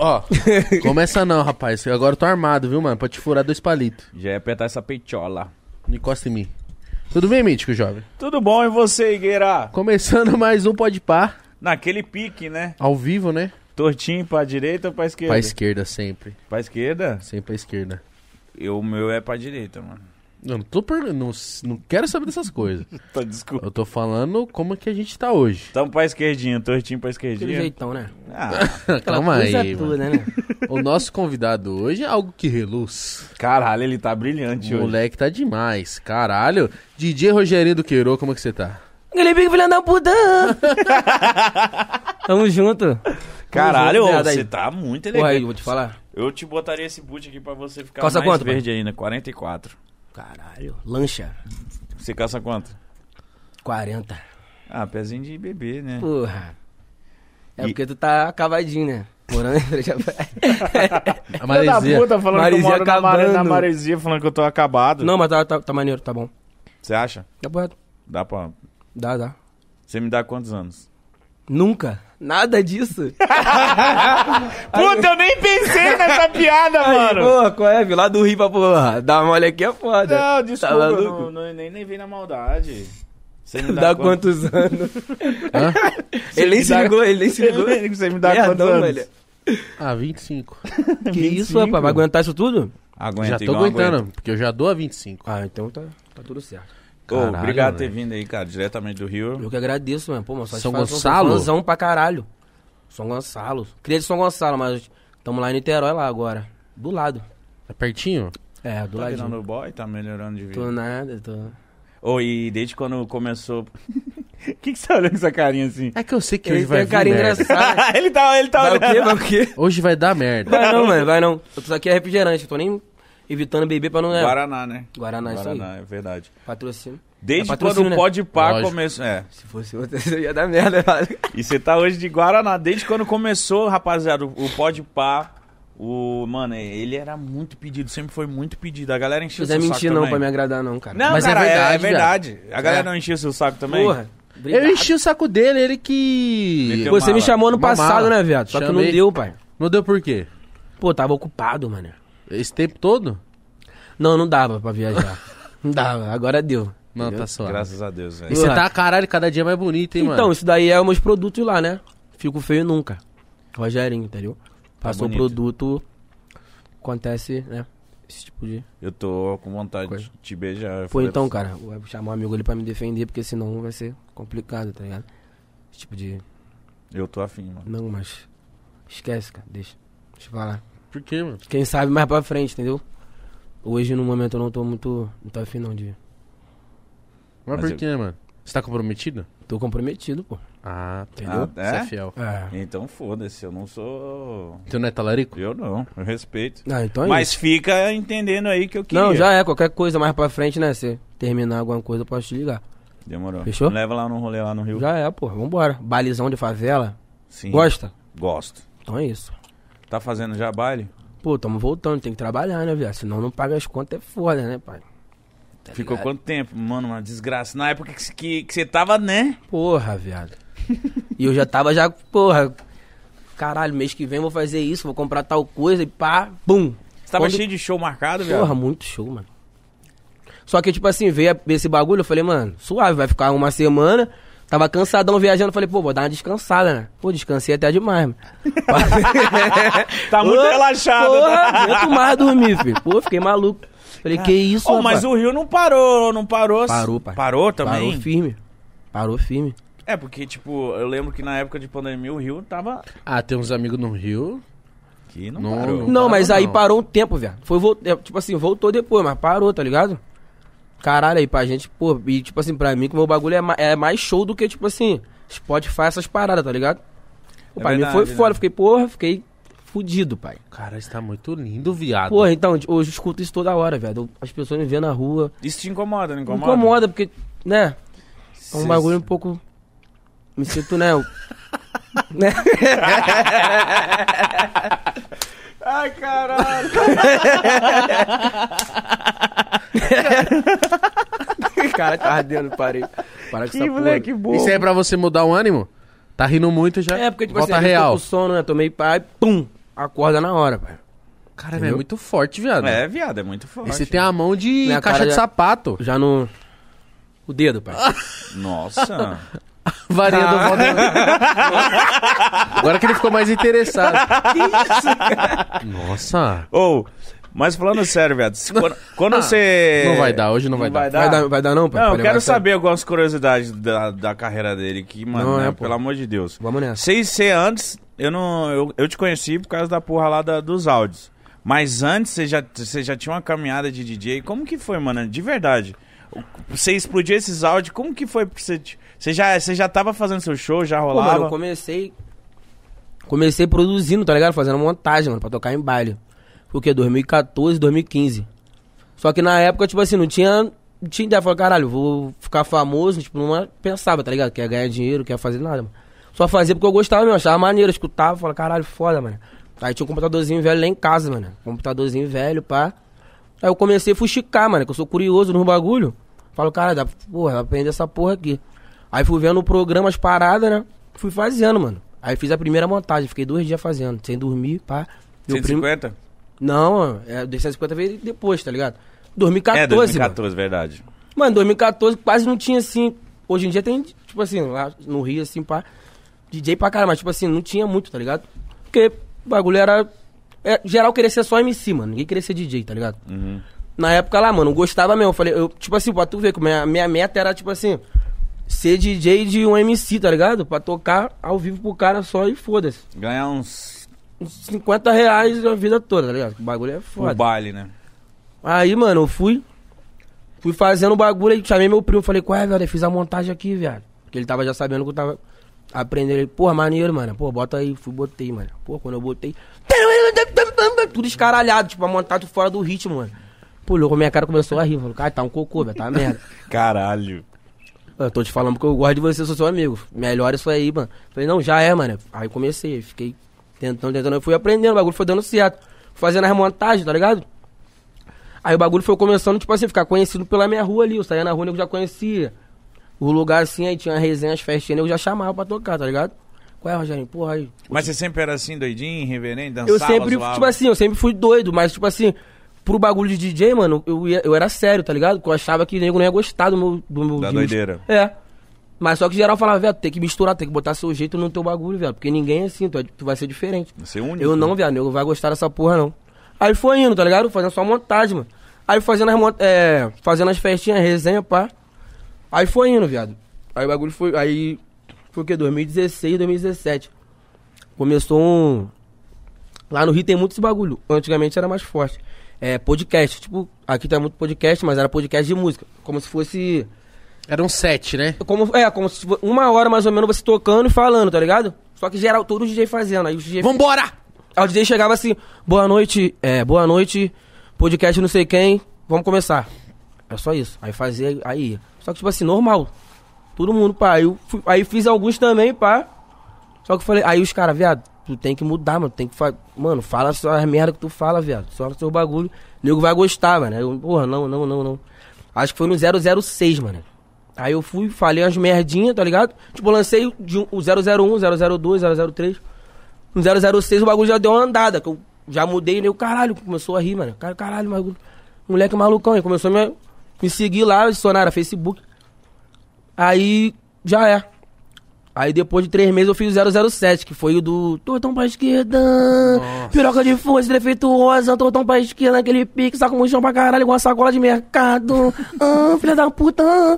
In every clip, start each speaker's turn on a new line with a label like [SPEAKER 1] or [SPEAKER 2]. [SPEAKER 1] Ó, começa não, rapaz. Agora eu tô armado, viu, mano? Pra te furar dois palitos.
[SPEAKER 2] Já ia apertar essa peitiola.
[SPEAKER 1] Não encosta em mim. Tudo bem, mítico, jovem?
[SPEAKER 2] Tudo bom e você, Higueira?
[SPEAKER 1] Começando mais um Pode Par,
[SPEAKER 2] Naquele pique, né?
[SPEAKER 1] ao vivo, né?
[SPEAKER 2] Tortinho pra direita ou pra esquerda?
[SPEAKER 1] Pra esquerda, sempre.
[SPEAKER 2] Pra esquerda?
[SPEAKER 1] Sempre pra esquerda.
[SPEAKER 2] Eu, o meu é pra direita, mano.
[SPEAKER 1] Eu não tô per... não, s- não quero saber dessas coisas.
[SPEAKER 2] Tá, desculpa.
[SPEAKER 1] Eu tô falando como que a gente tá hoje.
[SPEAKER 2] Tamo pra esquerdinha, tortinho pra
[SPEAKER 3] Aquele
[SPEAKER 2] esquerdinha.
[SPEAKER 3] jeitão, né?
[SPEAKER 2] Ah,
[SPEAKER 1] Calma
[SPEAKER 3] coisa
[SPEAKER 1] aí, mano.
[SPEAKER 3] toda, né?
[SPEAKER 1] O nosso convidado hoje é algo que reluz.
[SPEAKER 2] caralho, ele tá brilhante
[SPEAKER 1] O moleque tá demais, caralho. DJ Rogerinho do Queiro, como é que você tá?
[SPEAKER 3] Aquele bico filha da puta! Tamo junto.
[SPEAKER 2] hoje. Caralho,
[SPEAKER 3] Vamos
[SPEAKER 2] ô,
[SPEAKER 3] ver, né,
[SPEAKER 2] você
[SPEAKER 3] daí?
[SPEAKER 2] tá muito
[SPEAKER 3] Porra, aí,
[SPEAKER 2] elegante.
[SPEAKER 3] vou te falar.
[SPEAKER 2] eu te botaria esse boot aqui pra você ficar
[SPEAKER 3] Calça
[SPEAKER 2] mais
[SPEAKER 3] quanto, pai?
[SPEAKER 2] verde ainda, 44.
[SPEAKER 3] Caralho, lancha.
[SPEAKER 2] Você caça quanto?
[SPEAKER 3] 40.
[SPEAKER 2] Ah, pezinho de bebê, né?
[SPEAKER 3] Porra. É
[SPEAKER 2] E-
[SPEAKER 3] porque tu tá cavadinho, né? Morando em frente à praia.
[SPEAKER 1] A
[SPEAKER 2] Filha da
[SPEAKER 1] maresia.
[SPEAKER 2] puta falando que eu
[SPEAKER 3] Maresia
[SPEAKER 2] moro na, mare, na
[SPEAKER 3] acabando.
[SPEAKER 2] maresia, falando que eu tô acabado.
[SPEAKER 3] Não, mas tá, tá, tá maneiro, tá bom.
[SPEAKER 2] Você acha?
[SPEAKER 3] Dá porra.
[SPEAKER 2] Dá pra...
[SPEAKER 3] Dá, dá.
[SPEAKER 2] Você me dá quantos anos?
[SPEAKER 3] Nunca. Nada disso.
[SPEAKER 2] Puta, eu nem pensei nessa piada, mano.
[SPEAKER 3] Porra, qual é, viu? Lá do Rio pra porra. Dá mole aqui é foda.
[SPEAKER 2] Não, desculpa,
[SPEAKER 3] Tá
[SPEAKER 2] eu
[SPEAKER 3] maluco?
[SPEAKER 2] não, não- nem, nem veio na maldade. Você me
[SPEAKER 3] Dá, quantos anos?
[SPEAKER 1] Hã?
[SPEAKER 3] ele nem se
[SPEAKER 2] dá-
[SPEAKER 3] ligou, ele nem se ligou.
[SPEAKER 2] Você me dá
[SPEAKER 3] Merdão,
[SPEAKER 2] quantos anos?
[SPEAKER 3] velho.
[SPEAKER 1] Ah, 25.
[SPEAKER 3] Que isso, rapaz? Vai aguentar isso tudo?
[SPEAKER 2] Aguenta,
[SPEAKER 1] Já tô
[SPEAKER 2] igual
[SPEAKER 1] aguentando,
[SPEAKER 2] aguenta.
[SPEAKER 1] porque eu já dou a 25.
[SPEAKER 3] Ah, então tá, tá tudo certo.
[SPEAKER 2] Ô,
[SPEAKER 1] Caralho,
[SPEAKER 2] obrigado por ter
[SPEAKER 1] velho.
[SPEAKER 2] vindo aí, cara, diretamente do Rio.
[SPEAKER 3] Eu que agradeço, mano. Pô, mano,
[SPEAKER 1] São
[SPEAKER 3] satisfação, sou
[SPEAKER 1] Gonçalo?
[SPEAKER 3] fãzão pra caralho. São Gonçalo. Cria de São Gonçalo, mas tamo lá em Niterói lá agora. Do lado.
[SPEAKER 1] Tá pertinho?
[SPEAKER 3] É, do
[SPEAKER 2] Tá virando
[SPEAKER 3] ladinho.
[SPEAKER 2] boy, tá melhorando de vida.
[SPEAKER 3] Tô nada, tô...
[SPEAKER 2] Ô, e desde quando começou... O que, que você tá olhando com essa carinha assim?
[SPEAKER 1] É que eu sei que
[SPEAKER 3] Ele
[SPEAKER 1] hoje vai
[SPEAKER 3] tem
[SPEAKER 1] vir
[SPEAKER 3] cara
[SPEAKER 1] merda.
[SPEAKER 3] engraçada.
[SPEAKER 2] ele tá, ele tá
[SPEAKER 3] Vai o
[SPEAKER 2] olhando.
[SPEAKER 3] quê? Vai o quê?
[SPEAKER 1] Hoje vai dar merda.
[SPEAKER 3] Vai não, mano, vai não. Eu tô aqui é refrigerante, eu tô nem evitando beber pra não... é,
[SPEAKER 2] Guaraná, né?
[SPEAKER 3] Guaraná, isso aí.
[SPEAKER 2] Guaraná, é verdade.
[SPEAKER 3] Patrocínio.
[SPEAKER 2] Desde
[SPEAKER 3] É
[SPEAKER 2] quando
[SPEAKER 3] patrocínio,
[SPEAKER 2] o
[SPEAKER 3] né?
[SPEAKER 2] Pode Par
[SPEAKER 1] Lógico.
[SPEAKER 2] começou. É.
[SPEAKER 3] Se fosse outra, eu ia dar merda, velho.
[SPEAKER 2] E você tá hoje de Guaraná. Desde quando começou, rapaziada, o- o Pode Par. O, mano, ele era muito pedido, sempre foi muito pedido. A galera encheu
[SPEAKER 3] Não
[SPEAKER 2] seu
[SPEAKER 3] é
[SPEAKER 2] saco.
[SPEAKER 3] mentir não
[SPEAKER 2] também.
[SPEAKER 3] pra me agradar não, cara.
[SPEAKER 2] Não,
[SPEAKER 1] Mas é
[SPEAKER 2] cara, é
[SPEAKER 1] verdade,
[SPEAKER 2] é verdade. A galera não encheu seu saco também?
[SPEAKER 3] É. Porra. Obrigado.
[SPEAKER 1] Eu enchi o saco dele, ele que.
[SPEAKER 2] Meteu-
[SPEAKER 3] Você
[SPEAKER 2] mala.
[SPEAKER 3] me chamou no
[SPEAKER 1] Uma
[SPEAKER 3] passado,
[SPEAKER 1] mala.
[SPEAKER 3] né, viado? Só que não
[SPEAKER 1] Chamei.
[SPEAKER 3] deu, pai.
[SPEAKER 1] Não deu por quê?
[SPEAKER 3] Pô, tava ocupado, mano.
[SPEAKER 1] Esse tempo todo?
[SPEAKER 3] Não, não dava pra viajar. não dava, agora deu.
[SPEAKER 1] Não, tá suave.
[SPEAKER 2] Graças a Deus,
[SPEAKER 1] E
[SPEAKER 2] velho.
[SPEAKER 1] você tá, caralho, cada dia mais bonito, hein,
[SPEAKER 3] então,
[SPEAKER 1] mano?
[SPEAKER 3] isso daí é os meus produtos lá, né? Fico feio nunca. Rogerinho, entendeu? Passou o
[SPEAKER 2] bonito.
[SPEAKER 3] produto, acontece, né? Esse tipo de.
[SPEAKER 2] Eu tô com vontade de te beijar. Eu
[SPEAKER 3] Pô,
[SPEAKER 2] falei assim,
[SPEAKER 3] então,
[SPEAKER 2] pra
[SPEAKER 3] cara, vou chamar um amigo ali pra me defender, porque senão vai ser complicado, tá ligado? Esse tipo de.
[SPEAKER 2] você. Eu tô afim, mano.
[SPEAKER 3] Não, mas. Esquece, cara, deixa. Deixa eu falar.
[SPEAKER 1] Por quê, mano?
[SPEAKER 3] Quem sabe mais pra frente, entendeu? Hoje, no momento, eu não tô muito. Não tô afim, não, de.
[SPEAKER 1] Mas,
[SPEAKER 2] Mas
[SPEAKER 1] por
[SPEAKER 2] eu-
[SPEAKER 1] quê, mano? Você tá comprometido?
[SPEAKER 3] Tô comprometido, pô.
[SPEAKER 1] Ah,
[SPEAKER 2] Entendeu?
[SPEAKER 1] entendeu? Você
[SPEAKER 2] É?
[SPEAKER 1] é fiel.
[SPEAKER 3] É.
[SPEAKER 2] Então foda-se, eu não sou.
[SPEAKER 1] Então não é talarico?
[SPEAKER 2] Eu não, eu respeito.
[SPEAKER 3] Ah, então é
[SPEAKER 2] Mas fica entendendo aí que eu queria.
[SPEAKER 3] Não, já é. Qualquer coisa mais pra frente, né? Se terminar alguma coisa, eu posso te ligar.
[SPEAKER 2] Demorou.
[SPEAKER 3] Fechou?
[SPEAKER 2] Me leva lá no rolê lá no Rio.
[SPEAKER 3] Já é, pô. Vambora. Balizão de favela.
[SPEAKER 2] Sim.
[SPEAKER 3] Gosta?
[SPEAKER 2] Gosto.
[SPEAKER 3] Então é isso.
[SPEAKER 2] Tá fazendo já baile?
[SPEAKER 3] Pô, tamo voltando. Tem que trabalhar, né, viado? Senão não paga as contas, é foda, né, pai? Tá
[SPEAKER 2] Ficou
[SPEAKER 3] ligado?
[SPEAKER 2] quanto tempo? Mano, uma desgraça. Na época que, que, que você tava, né?
[SPEAKER 3] Porra, viado. e eu já tava já, porra... Caralho, mês que vem eu vou fazer isso, vou comprar tal coisa e pá, bum.
[SPEAKER 2] Você tava
[SPEAKER 3] Quando-
[SPEAKER 2] cheio de show marcado, velho.
[SPEAKER 3] Porra, muito show, mano. Só que, tipo assim, veio a- esse bagulho, eu falei, mano, suave, vai ficar uma semana. Tava cansadão viajando, falei, pô, vou dar uma descansada, né? Pô, descansei até demais, mano.
[SPEAKER 2] Tá muito
[SPEAKER 3] Ô,
[SPEAKER 2] relaxado.
[SPEAKER 3] Porra,
[SPEAKER 2] tá?
[SPEAKER 3] aguento mais dormir, filho. Pô, fiquei maluco. Falei, que isso,
[SPEAKER 2] Ô,
[SPEAKER 3] rapaz?
[SPEAKER 2] mas o Rio não parou, não parou.
[SPEAKER 3] Parou, pai.
[SPEAKER 2] Parou também?
[SPEAKER 3] Parou firme. Parou firme.
[SPEAKER 2] É, porque, tipo, eu lembro que na época de pandemia o Rio tava...
[SPEAKER 1] Ah, tem uns amigos no Rio.
[SPEAKER 2] Que não,
[SPEAKER 1] Não,
[SPEAKER 2] parou.
[SPEAKER 3] Não, mas
[SPEAKER 1] parou,
[SPEAKER 3] aí
[SPEAKER 1] não.
[SPEAKER 3] parou um tempo, velho. Foi, vol- é, tipo assim, voltou depois, mas parou, tá ligado? Caralho, aí pra gente, pô, e tipo assim, pra mim, que o meu bagulho é, ma- é mais show do que, tipo assim, Spotify, essas paradas, tá ligado? Pô,
[SPEAKER 2] É
[SPEAKER 3] pra
[SPEAKER 2] verdade,
[SPEAKER 3] mim foi
[SPEAKER 2] né?
[SPEAKER 3] foda, fiquei, porra, fiquei fudido, pai.
[SPEAKER 1] Cara, você tá muito lindo, viado.
[SPEAKER 3] Porra, então, hoje eu escuto isso toda hora, velho. As pessoas me vendo na rua.
[SPEAKER 2] Isso te incomoda, não
[SPEAKER 3] Me
[SPEAKER 2] incomoda?
[SPEAKER 3] incomoda, porque, né? É um
[SPEAKER 2] Cês-
[SPEAKER 3] bagulho um pouco. Me sinto, né? eu- né?
[SPEAKER 2] Ai, caralho.
[SPEAKER 3] Cara, tá ardendo, parei. Para com essa porra.
[SPEAKER 2] bom.
[SPEAKER 1] Isso aí é pra você mudar o ânimo? Tá rindo muito já.
[SPEAKER 3] É, porque, tipo
[SPEAKER 1] Volta
[SPEAKER 3] assim, às vezes eu tô
[SPEAKER 1] real.
[SPEAKER 3] com sono, né? Tomei pai, pum. acorda na hora, pai.
[SPEAKER 1] Cara, é
[SPEAKER 3] Entendeu?
[SPEAKER 1] muito forte, viado.
[SPEAKER 2] É, viado, é muito forte.
[SPEAKER 1] e você tem a mão de
[SPEAKER 3] Minha
[SPEAKER 1] caixa
[SPEAKER 3] cara
[SPEAKER 1] de
[SPEAKER 3] já-
[SPEAKER 1] sapato.
[SPEAKER 3] Já no. O dedo, pai.
[SPEAKER 2] Nossa.
[SPEAKER 1] Varinha do Valdemar. Agora que ele ficou mais interessado. Nossa.
[SPEAKER 2] Ou, mas falando sério, viado, se- quando, quando
[SPEAKER 3] Ah,
[SPEAKER 2] você...
[SPEAKER 1] Não vai dar, hoje não vai
[SPEAKER 2] Não vai
[SPEAKER 1] dar.
[SPEAKER 2] dar.
[SPEAKER 3] Vai, dar, vai dar não, pai?
[SPEAKER 2] Não,
[SPEAKER 3] Pra
[SPEAKER 2] eu
[SPEAKER 3] levar
[SPEAKER 2] quero
[SPEAKER 3] a sério?
[SPEAKER 2] saber algumas curiosidades da, da carreira dele, que, mano,
[SPEAKER 3] Não,
[SPEAKER 2] né,
[SPEAKER 3] é, pô.
[SPEAKER 2] pelo amor de Deus.
[SPEAKER 3] Vamos nessa.
[SPEAKER 2] Sem ser antes, eu não. Eu, eu te conheci por causa da porra lá da- dos áudios. Mas antes você já, você já tinha uma caminhada de DJ. Como que foi, mano? De verdade. O- Você explodiu esses áudios, como que foi? Porque Você, te- você, já, você já tava fazendo seu show, já
[SPEAKER 3] Pô,
[SPEAKER 2] rolava.
[SPEAKER 3] mano, eu comecei. Comecei produzindo, tá ligado? Fazendo montagem, mano, pra tocar em baile. Foi o quê? 2014, 2015. Só que na época, tipo assim, não tinha. Não tinha ideia. Falei, caralho, vou ficar famoso. Tipo, não pensava, tá ligado? Quer ganhar dinheiro, quer fazer nada, mano. Só fazia porque eu gostava mesmo, achava maneiro, eu escutava, falava, caralho, foda, mano. Aí tinha um computadorzinho velho lá em casa, mano. Computadorzinho velho, pá. Aí eu comecei a fuxicar, mano, que eu sou curioso no bagulho. Falo, cara, dá, porra, dá pra aprender essa porra aqui. Aí fui vendo o programa, as paradas, né? Fui fazendo, mano. Aí fiz a primeira montagem, fiquei dois dias fazendo, sem dormir, pá. Meu primo-
[SPEAKER 2] 150?
[SPEAKER 3] Não, é, 250 veio depois, tá ligado? 2014,
[SPEAKER 2] é,
[SPEAKER 3] mano.
[SPEAKER 2] 2014, verdade.
[SPEAKER 3] Mano, 2014 quase não tinha assim. Hoje em dia tem, tipo assim, lá no Rio, assim, pá. DJ pra caramba, mas, tipo assim, não tinha muito, tá ligado? Porque o bagulho era. é, geral queria ser só MC, mano. Ninguém queria ser DJ, tá ligado?
[SPEAKER 2] Uhum.
[SPEAKER 3] Na época lá, mano, eu gostava mesmo. Eu falei, eu, tipo assim, pra tu ver, que minha, minha meta era, tipo assim, ser DJ de um MC, tá ligado? Pra tocar ao vivo pro cara só e foda-se.
[SPEAKER 2] Ganhar uns.
[SPEAKER 3] Uns 50 reais a vida toda, tá ligado? O bagulho é
[SPEAKER 2] O
[SPEAKER 3] foda.
[SPEAKER 2] baile, né?
[SPEAKER 3] Aí, mano, eu fui. Fui fazendo o bagulho aí, chamei meu primo, falei, qual é, velho? Eu fiz a montagem aqui, velho. Porque ele tava já sabendo que eu tava aprendendo. Ele, porra, maneiro, mano. Pô, bota aí. Fui, botei, mano. Pô, quando eu botei. Tudo escaralhado, tipo, a montagem fora do ritmo, mano. Pô, louco, minha cara começou a rir. Falou, cara, tá um cocô, velho, tá uma merda.
[SPEAKER 2] Caralho.
[SPEAKER 3] Eu tô te falando porque eu gosto de você, sou seu amigo. Melhora isso aí, mano. Falei, não, já é, mano. Aí comecei, fiquei tentando, tentando. Eu fui aprendendo, o bagulho foi dando certo. Fazendo as montagens, tá ligado? Aí o bagulho foi começando, tipo assim, ficar conhecido pela minha rua ali. Eu saía na rua, nego já conhecia. O lugar assim, aí tinha resenha, as festinhas, nego já chamava pra tocar, tá ligado? Qual é, Rogério? Porra aí.
[SPEAKER 2] Mas você sempre era assim, doidinho, irreverente, dançava,
[SPEAKER 3] Eu sempre,
[SPEAKER 2] zoava?
[SPEAKER 3] tipo assim, eu sempre fui doido, mas tipo assim, pro bagulho de DJ, mano, eu, ia- eu era sério, tá ligado? Porque eu achava que o nego não ia gostar do meu. Do meu
[SPEAKER 2] Da
[SPEAKER 3] de mis-
[SPEAKER 2] doideira.
[SPEAKER 3] É. Mas só que geral falava, velho, tem que misturar, tem que botar seu jeito no teu bagulho, velho. Porque ninguém é assim, tu, é- tu vai ser diferente.
[SPEAKER 2] Você é único.
[SPEAKER 3] Eu não, viado, nego vai gostar dessa porra, não. Aí foi indo, tá ligado? Fazendo só montagem, mano. Aí fazendo as, mon- é, fazendo as festinhas, resenha, pá. Aí foi indo, viado. Aí o bagulho foi. Aí. Foi o quê? 2016, 2017. Começou um. Lá no Rio tem muito esse bagulho. Antigamente era mais forte. É, podcast. Tipo, aqui tem muito podcast, mas era podcast de música. Como se fosse.
[SPEAKER 1] Era um set, né?
[SPEAKER 3] Como, é, como se fo- uma hora mais ou menos você tocando e falando, tá ligado? Só que geral, todo DJ fazendo. Aí o DJ,
[SPEAKER 1] Vambora!
[SPEAKER 3] aí o DJ chegava assim, boa noite, é, boa noite, podcast não sei quem, vamos começar. É só isso. Aí fazia, aí ia. Só que, tipo assim, normal. Todo mundo, pá. Aí, eu fui- aí fiz alguns também, pá. Só que eu falei, aí os caras, viado, tu tem que mudar, mano. Tem que fa... Mano, fala só as merda que tu fala, viado. Só o seu bagulho. O nego vai gostar, mano. Aí Eu, porra, não, não, não, não. Acho que foi no 006, mano. Aí eu fui, falei as merdinhas, tá ligado? Tipo, eu lancei de um- o 001, 002, 003. No 006 o bagulho já deu uma andada, que eu já mudei, né? O caralho, começou a rir, mano. Cara, Caralho, bagulho. Moleque malucão, ele começou a me, me seguir lá, adicionaram Facebook. Aí, já é. Aí depois de três meses eu fiz o 007, que foi o do Tortão pra esquerda, piroca de força, defeituosa, Tortão pra esquerda, aquele pique, saco muito chão pra caralho, igual uma sacola de mercado, ah, filha da puta. ah.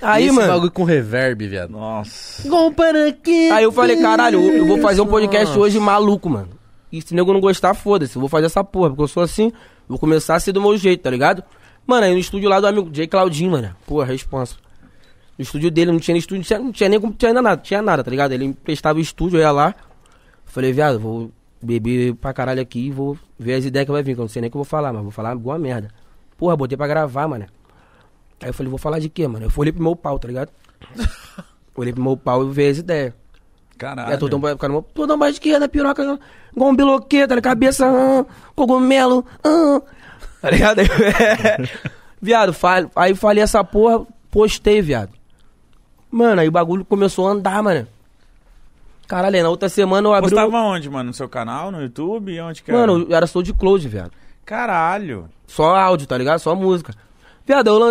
[SPEAKER 3] Aí,
[SPEAKER 1] Esse
[SPEAKER 3] mano.
[SPEAKER 1] bagulho com reverb, viado.
[SPEAKER 2] Nossa.
[SPEAKER 3] Aí eu falei, caralho, eu, eu vou fazer um podcast hoje maluco, mano. E se o nego não gostar, foda-se, eu vou fazer essa porra, porque eu sou assim, vou começar a ser do meu jeito, tá ligado? Mano, aí no estúdio lá do amigo J Claudinho, mano. Porra, responsa. No estúdio dele, não tinha nem estúdio, não tinha, não tinha nem como, tinha ainda nada, tinha nada, tá ligado? Ele emprestava o estúdio, eu ia lá. Falei, viado, vou beber pra caralho aqui e vou ver as ideias que vai vir, que eu não sei nem o que eu vou falar, mas vou falar alguma merda. Porra, botei pra gravar, mano. Aí eu falei, vou falar de quê, mano? Eu fui olhei pro meu pau, tá ligado? olhei pro meu pau e vi as ideias.
[SPEAKER 2] Caralho.
[SPEAKER 3] É, tô dando pra ficar numa. Tô dando pra esquerda, piroca, ah, igual um biloqueta, na cabeça, ah, cogumelo, ah. tá ligado? viado, fal- aí falei essa porra, postei, viado. Mano, aí o bagulho começou a andar, mano. Caralho, aí na outra semana eu abri.
[SPEAKER 2] Postava
[SPEAKER 3] um-
[SPEAKER 2] onde, mano? No seu canal, no YouTube? Onde que
[SPEAKER 3] Mano,
[SPEAKER 2] era?
[SPEAKER 3] eu era sou de close, viado.
[SPEAKER 2] Caralho.
[SPEAKER 3] tá tipo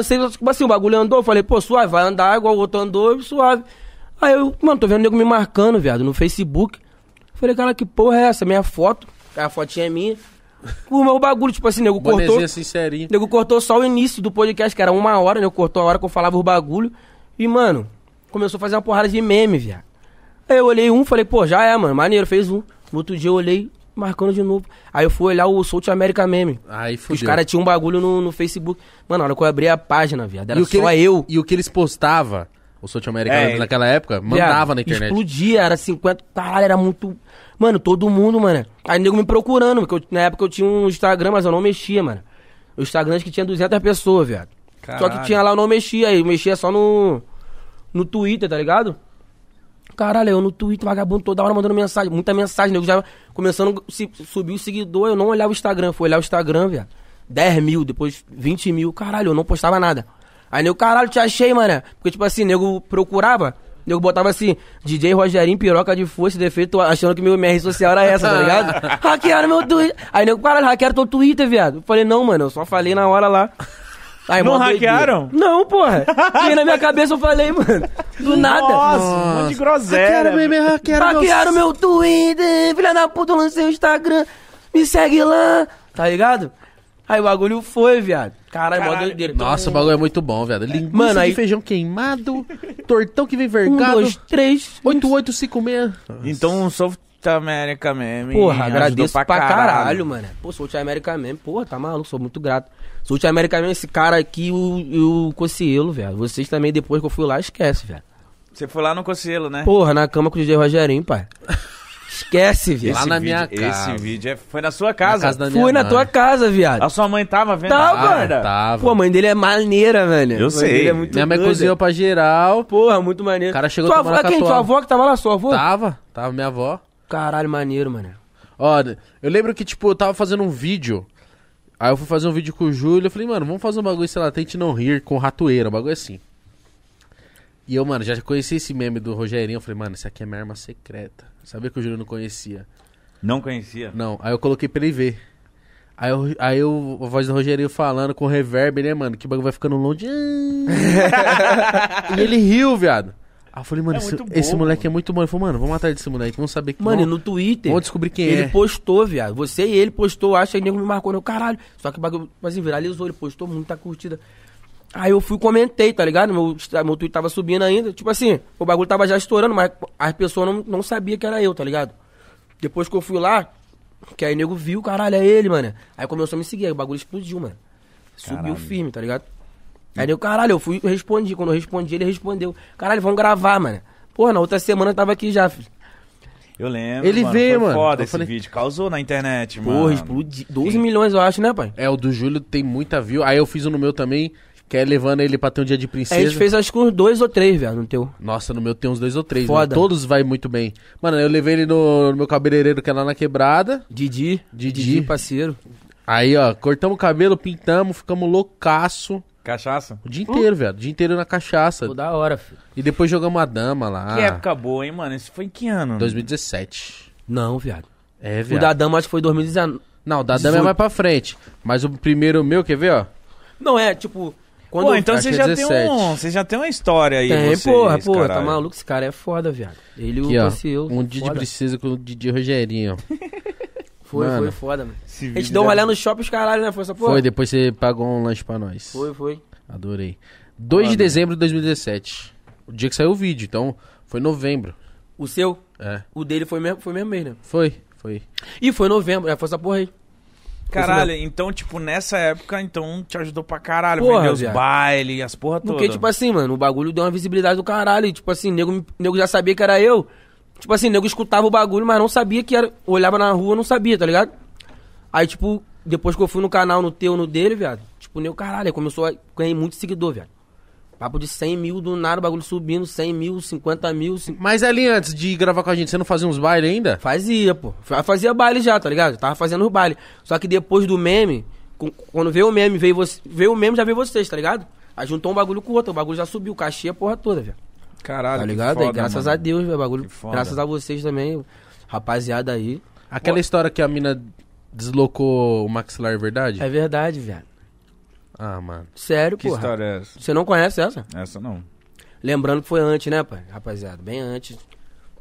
[SPEAKER 3] assim,
[SPEAKER 1] Bonezinha sincerinha.
[SPEAKER 3] é tipo O assim, nego cortou só o início do podcast, que era uma hora, né? Eu cortou a hora que eu falava os bagulho. E, mano, começou a fazer uma porrada de meme, viado. Aí eu olhei um, falei, pô, já é, mano, maneiro, fez um. No outro dia eu olhei, marcando de novo. Aí eu fui olhar o South America Meme.
[SPEAKER 1] Aí
[SPEAKER 3] Que
[SPEAKER 1] fudeu.
[SPEAKER 3] os caras tinham um bagulho no, no Facebook. Mano, na hora que eu abri a página, viado, era
[SPEAKER 1] E o que
[SPEAKER 3] só
[SPEAKER 1] ele-
[SPEAKER 3] eu.
[SPEAKER 1] E o que eles postavam, o South America
[SPEAKER 2] É, ele-
[SPEAKER 1] naquela época, mandava
[SPEAKER 3] viado,
[SPEAKER 1] na internet.
[SPEAKER 3] Explodia, era 50. Caralho, era muito. Mano, todo mundo, mano. Aí nego me procurando, porque eu- na época eu tinha um Instagram, mas eu não mexia, mano. O Instagram acho que tinha 200 pessoas, viado. Só que
[SPEAKER 2] Caralho.
[SPEAKER 3] tinha lá, eu não mexia, aí eu mexia só no. No Twitter, tá ligado? Caralho, eu no Twitter, vagabundo, toda hora mandando mensagem, muita mensagem, nego já começando a se- subir o seguidor, eu não olhava o Instagram, fui olhar o Instagram, viado. 10 mil, depois 20 mil, caralho, eu não postava nada. Aí nego, caralho, te achei, mano. Porque, tipo assim, nego procurava, nego botava assim, DJ Rogerinho, piroca de força, defeito, achando que meu MR social era essa, tá ligado? hackearam meu Twitter. Aí nego, caralho, hackearam teu Twitter, viado. Eu falei, não, mano, eu só falei na hora lá. Aí,
[SPEAKER 2] Não
[SPEAKER 3] mó doideira.
[SPEAKER 2] hackearam?
[SPEAKER 3] Não, porra. E na minha cabeça eu falei, mano, do nada.
[SPEAKER 2] Nossa, um monte de groselha.
[SPEAKER 1] Hackearam meu- hackearam meu-
[SPEAKER 3] Hackearam meu Twitter, filha da puta, eu lancei o Instagram, me segue lá, tá ligado? Aí o bagulho foi, viado. Caralho, mó
[SPEAKER 2] Caralho.
[SPEAKER 3] doideira.
[SPEAKER 1] Nossa, o bagulho é muito bom, velho. Linguiça
[SPEAKER 3] Mano,
[SPEAKER 1] de
[SPEAKER 3] aí-
[SPEAKER 1] feijão queimado, tortão que vem
[SPEAKER 3] Um,
[SPEAKER 1] vergado,
[SPEAKER 3] dois, três.
[SPEAKER 1] 8856.
[SPEAKER 2] Então, um South America mesmo.
[SPEAKER 3] Porra, agradeço pra caralho, mano. Pô, sou o Tia América mesmo. Porra, tá maluco, sou muito grato. Sou o Tia América mesmo, esse cara aqui, o, e o Cocielo, velho. Vocês também, depois que eu fui lá, esquece, velho.
[SPEAKER 2] Você foi lá no Cocielo, né?
[SPEAKER 3] Porra, na cama com o DJ Rogerinho, pai. Esquece,
[SPEAKER 2] Esse
[SPEAKER 1] Lá
[SPEAKER 3] viado.
[SPEAKER 1] na
[SPEAKER 2] vídeo-
[SPEAKER 1] minha casa.
[SPEAKER 2] Esse vídeo é- foi na sua casa.
[SPEAKER 1] Na casa da minha tá.
[SPEAKER 3] Fui na
[SPEAKER 1] mãe.
[SPEAKER 3] tua casa, viado.
[SPEAKER 2] A sua mãe tava vendo
[SPEAKER 3] Tava.
[SPEAKER 2] a merda?
[SPEAKER 1] Ah, Tava.
[SPEAKER 3] Pô, a mãe dele é maneira, velho.
[SPEAKER 2] Eu
[SPEAKER 3] A mãe
[SPEAKER 2] sei.
[SPEAKER 3] dele É muito
[SPEAKER 1] Minha mãe
[SPEAKER 3] doida.
[SPEAKER 1] cozinhou pra geral.
[SPEAKER 3] Porra, muito maneiro.
[SPEAKER 1] O cara chegou
[SPEAKER 3] tua
[SPEAKER 1] tomando
[SPEAKER 3] avó, quem?
[SPEAKER 1] catuaba. Tá.
[SPEAKER 3] Tua avó que tava lá, sua avó?
[SPEAKER 1] Tava, tava minha avó.
[SPEAKER 3] Caralho, maneiro, mano.
[SPEAKER 1] Olha, eu lembro que, tipo, eu tava fazendo um vídeo. Aí eu fui fazer um vídeo com o Júlio. Eu falei, mano, vamos fazer um bagulho, sei lá, tente não rir com ratoeira, um bagulho assim. E eu, mano, já conheci esse meme do Rogerinho. Eu falei, mano, isso aqui é minha arma secreta. Sabia que o Júlio não conhecia.
[SPEAKER 2] Não conhecia.
[SPEAKER 1] Não, aí eu coloquei pra ele ver. Aí, eu, aí eu, a voz do Rogerinho falando com reverb, né, mano? Que bagulho vai ficando longe. e ele riu, viado. Aí eu falei, mano,
[SPEAKER 2] É
[SPEAKER 1] esse,
[SPEAKER 2] muito bobo,
[SPEAKER 1] esse moleque é muito bom. Ele falou, mano, vamos atrás desse moleque, vamos saber que
[SPEAKER 3] Mano, e
[SPEAKER 1] vamos-
[SPEAKER 3] no Twitter.
[SPEAKER 1] vamos descobrir quem
[SPEAKER 3] ele
[SPEAKER 1] é.
[SPEAKER 3] postou, viado. Você e ele postou, acha que nego me marcou, meu caralho. Só que o bagulho, tipo assim, viralizou, ele postou muita curtida. Aí eu fui e comentei, tá ligado? Meu, insta- meu tweet tava subindo ainda. Tipo assim, o bagulho tava já estourando, mas as pessoas não, não sabiam que era eu, tá ligado? Depois que eu fui lá, que aí nego viu, caralho, é ele, mano. Aí começou a me seguir, aí o bagulho explodiu, mano. Subiu
[SPEAKER 2] Caralho.
[SPEAKER 3] firme, tá ligado? Aí eu, caralho, eu fui e respondi. Quando eu respondi, ele respondeu. Caralho, vamos gravar, mano. Porra, na outra semana eu tava aqui já, filho.
[SPEAKER 2] Eu lembro,
[SPEAKER 1] Ele
[SPEAKER 2] mano.
[SPEAKER 1] veio,
[SPEAKER 2] foi
[SPEAKER 1] mano.
[SPEAKER 2] foda
[SPEAKER 1] Eu
[SPEAKER 2] esse
[SPEAKER 1] falei-
[SPEAKER 2] vídeo. Causou na internet, mano.
[SPEAKER 3] Porra, explodiu. 12 milhões, eu acho, né, pai?
[SPEAKER 1] É, o do Júlio tem muita view. Aí eu fiz um no meu também, que é levando ele pra ter um dia de
[SPEAKER 3] Aí
[SPEAKER 1] princesa.
[SPEAKER 3] a gente fez acho que uns dois ou três, velho, no teu.
[SPEAKER 1] Nossa, no meu tem uns dois ou três.
[SPEAKER 3] Foda.
[SPEAKER 1] né? Todos vai muito bem. Mano, eu levei ele no, no meu cabeleireiro, que é lá na quebrada.
[SPEAKER 3] Didi.
[SPEAKER 1] Didi.
[SPEAKER 3] parceiro.
[SPEAKER 1] Aí, ó, cortamos o cabelo, pintamos, ficamos loucaço.
[SPEAKER 2] Cachaça?
[SPEAKER 1] O dia inteiro, velho. O dia inteiro na cachaça.
[SPEAKER 3] Pô, da hora, filho.
[SPEAKER 1] E depois jogamos a dama lá.
[SPEAKER 2] Que época boa, hein, mano? Isso foi em que ano?
[SPEAKER 1] 2017.
[SPEAKER 3] Não, viado.
[SPEAKER 1] É,
[SPEAKER 3] O
[SPEAKER 1] viado.
[SPEAKER 3] da dama acho que foi 2019.
[SPEAKER 1] Não, o da dama é
[SPEAKER 3] 18.
[SPEAKER 1] mais pra frente. Mas o primeiro meu, quer ver, ó?
[SPEAKER 3] Não, é, tipo... Quando
[SPEAKER 2] Pô,
[SPEAKER 3] eu-
[SPEAKER 2] então
[SPEAKER 1] acho
[SPEAKER 2] você
[SPEAKER 1] que é
[SPEAKER 2] já, tem
[SPEAKER 1] 17.
[SPEAKER 2] um, você já tem uma história aí,
[SPEAKER 3] Tem,
[SPEAKER 2] vocês,
[SPEAKER 3] porra, porra, tá
[SPEAKER 2] caralho.
[SPEAKER 3] maluco? Esse cara é foda, viado. Ele
[SPEAKER 1] Aqui,
[SPEAKER 3] o
[SPEAKER 1] ó.
[SPEAKER 3] parceiro.
[SPEAKER 1] Um dia de
[SPEAKER 3] foda.
[SPEAKER 1] princesa com o Didi Rogerinho.
[SPEAKER 3] Foi, foi
[SPEAKER 1] Mano.
[SPEAKER 3] foda, mano.
[SPEAKER 2] Esse
[SPEAKER 3] A gente
[SPEAKER 2] vídeo
[SPEAKER 3] deu um
[SPEAKER 2] já-
[SPEAKER 3] olhar no shopping, os caralho, né? Foi essa porra?
[SPEAKER 1] Foi, depois você pagou um lanche pra nós.
[SPEAKER 3] Foi, foi.
[SPEAKER 1] Adorei. 2 de
[SPEAKER 2] Mano.
[SPEAKER 1] dezembro de 2017. O dia que saiu o vídeo, então foi novembro.
[SPEAKER 3] O seu,
[SPEAKER 1] É.
[SPEAKER 3] o dele foi mesmo, foi mesmo mês, né?
[SPEAKER 1] Foi, foi.
[SPEAKER 3] E foi em novembro, é, foi essa porra aí.
[SPEAKER 2] Caralho, então, tipo, nessa época, então, te ajudou pra caralho.
[SPEAKER 3] Porra,
[SPEAKER 2] Vendeu os
[SPEAKER 3] viado.
[SPEAKER 2] bailes, as porra toda.
[SPEAKER 3] Porque, tipo assim, mano, o bagulho deu uma visibilidade do caralho. E, tipo assim, nego, me- nego já sabia que era eu. Tipo assim, nego escutava o bagulho, mas não sabia que era. Olhava na rua, não sabia, tá ligado? Aí, tipo, depois que eu fui no canal, no teu, no dele, viado. Tipo, nego, caralho, aí começou a ganhar muito seguidor, viado. Papo de 100 mil do nada, o bagulho subindo, 100 mil, 50 mil. cin-
[SPEAKER 1] Mas ali antes de gravar com a gente, você não fazia uns bailes ainda?
[SPEAKER 3] Fazia, pô. Fa- Fazia baile já, tá ligado? Tava fazendo os baile. Só que depois do meme, com- quando veio o meme, veio, você, veio o meme, já veio vocês, tá ligado? Aí juntou um bagulho com o outro, o bagulho já subiu, o cachê, a porra toda, velho.
[SPEAKER 2] Caralho,
[SPEAKER 3] tá
[SPEAKER 2] que
[SPEAKER 3] ligado?
[SPEAKER 2] foda,
[SPEAKER 3] aí, graças
[SPEAKER 2] mano.
[SPEAKER 3] a Deus, meu bagulho.
[SPEAKER 2] Que foda.
[SPEAKER 3] Graças a vocês também, rapaziada aí.
[SPEAKER 1] Aquela história que a mina deslocou o maxilar é verdade?
[SPEAKER 3] É verdade, velho.
[SPEAKER 1] Ah, mano.
[SPEAKER 3] Sério,
[SPEAKER 2] Que
[SPEAKER 3] porra.
[SPEAKER 2] história é essa?
[SPEAKER 3] Você não conhece essa?
[SPEAKER 2] Essa não.
[SPEAKER 3] Lembrando que foi antes, né, pai? Rapaziada, bem antes,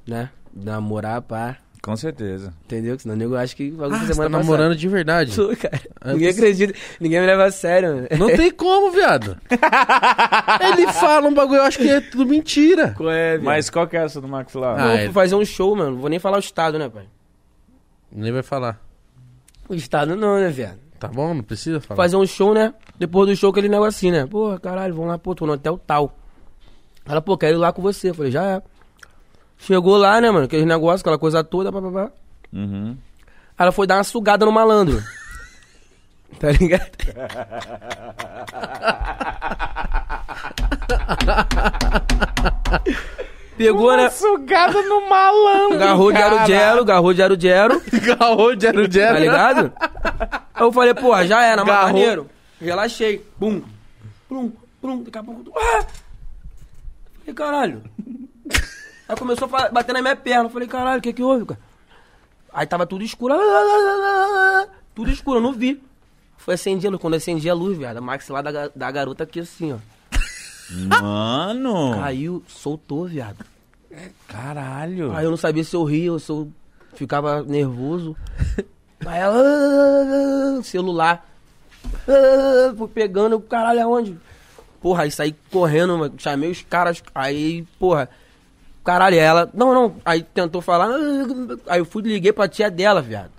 [SPEAKER 3] né? Namorar, pá.
[SPEAKER 2] Com certeza.
[SPEAKER 3] Entendeu? Que senão o nego acha que o bagulho
[SPEAKER 1] Ah,
[SPEAKER 3] foi
[SPEAKER 1] você tá
[SPEAKER 3] semana
[SPEAKER 1] namorando de verdade.
[SPEAKER 3] passada. Sou, cara.
[SPEAKER 1] Ah, eu
[SPEAKER 3] ninguém
[SPEAKER 1] pensei-
[SPEAKER 3] acredita. Ninguém me leva a sério, mano.
[SPEAKER 1] Não tem como, viado. Ele fala um bagulho, eu acho que é tudo mentira.
[SPEAKER 3] Qual é,
[SPEAKER 2] Mas qual que é essa do maxilar?
[SPEAKER 1] Ah,
[SPEAKER 3] Vou
[SPEAKER 1] é-
[SPEAKER 3] fazer um show, mano. Não vou nem falar o estado, né, pai?
[SPEAKER 1] Nem vai falar.
[SPEAKER 3] O estado não, né, viado?
[SPEAKER 1] Tá bom? Não precisa falar.
[SPEAKER 3] Fazer um show, né? Depois do show, aquele negócio assim, né? Porra, caralho, vamos lá, pô, tô no hotel tal. Ela, pô, quero ir lá com você. Eu falei, já é. Chegou lá, né, mano? Aquele negócio, aquela coisa toda, papapá.
[SPEAKER 2] Uhum.
[SPEAKER 3] Ela foi dar uma sugada no malandro. tá ligado? Pegou, né?
[SPEAKER 2] sugada no malandro.
[SPEAKER 3] Agarrou de
[SPEAKER 2] cara.
[SPEAKER 3] aero-gero, agarrou de aero-gero,
[SPEAKER 1] Garrou de Jero
[SPEAKER 3] tá ligado? Aí eu falei, porra, já era, mas
[SPEAKER 1] É Agarrou.
[SPEAKER 3] maneiro. Relaxei. Bum. Plum, plum, daqui a pouco. tu- Ah! Falei, caralho. Aí começou a fa- bater na minha perna. Eu falei, caralho, o que que houve, cara? Aí tava tudo escuro. Ah, ah, ah, ah, ah, Tudo escuro, eu não vi. Foi acender a luz. Quando eu acendi a luz, viado, a maxilar da, ga- da garota aqui assim, ó.
[SPEAKER 2] Mano.
[SPEAKER 3] Caiu, soltou, viado.
[SPEAKER 2] Caralho.
[SPEAKER 3] Aí eu não sabia se eu ria ou se eu ficava nervoso. Aí ela. "Ah", Celular. "Ah", Fui pegando, eu, caralho, aonde? Porra, aí saí correndo, mano, chamei os caras. Aí, porra. Caralho, é ela. Não, não. Aí tentou falar. "Ah", Aí eu fui liguei pra tia dela, viado.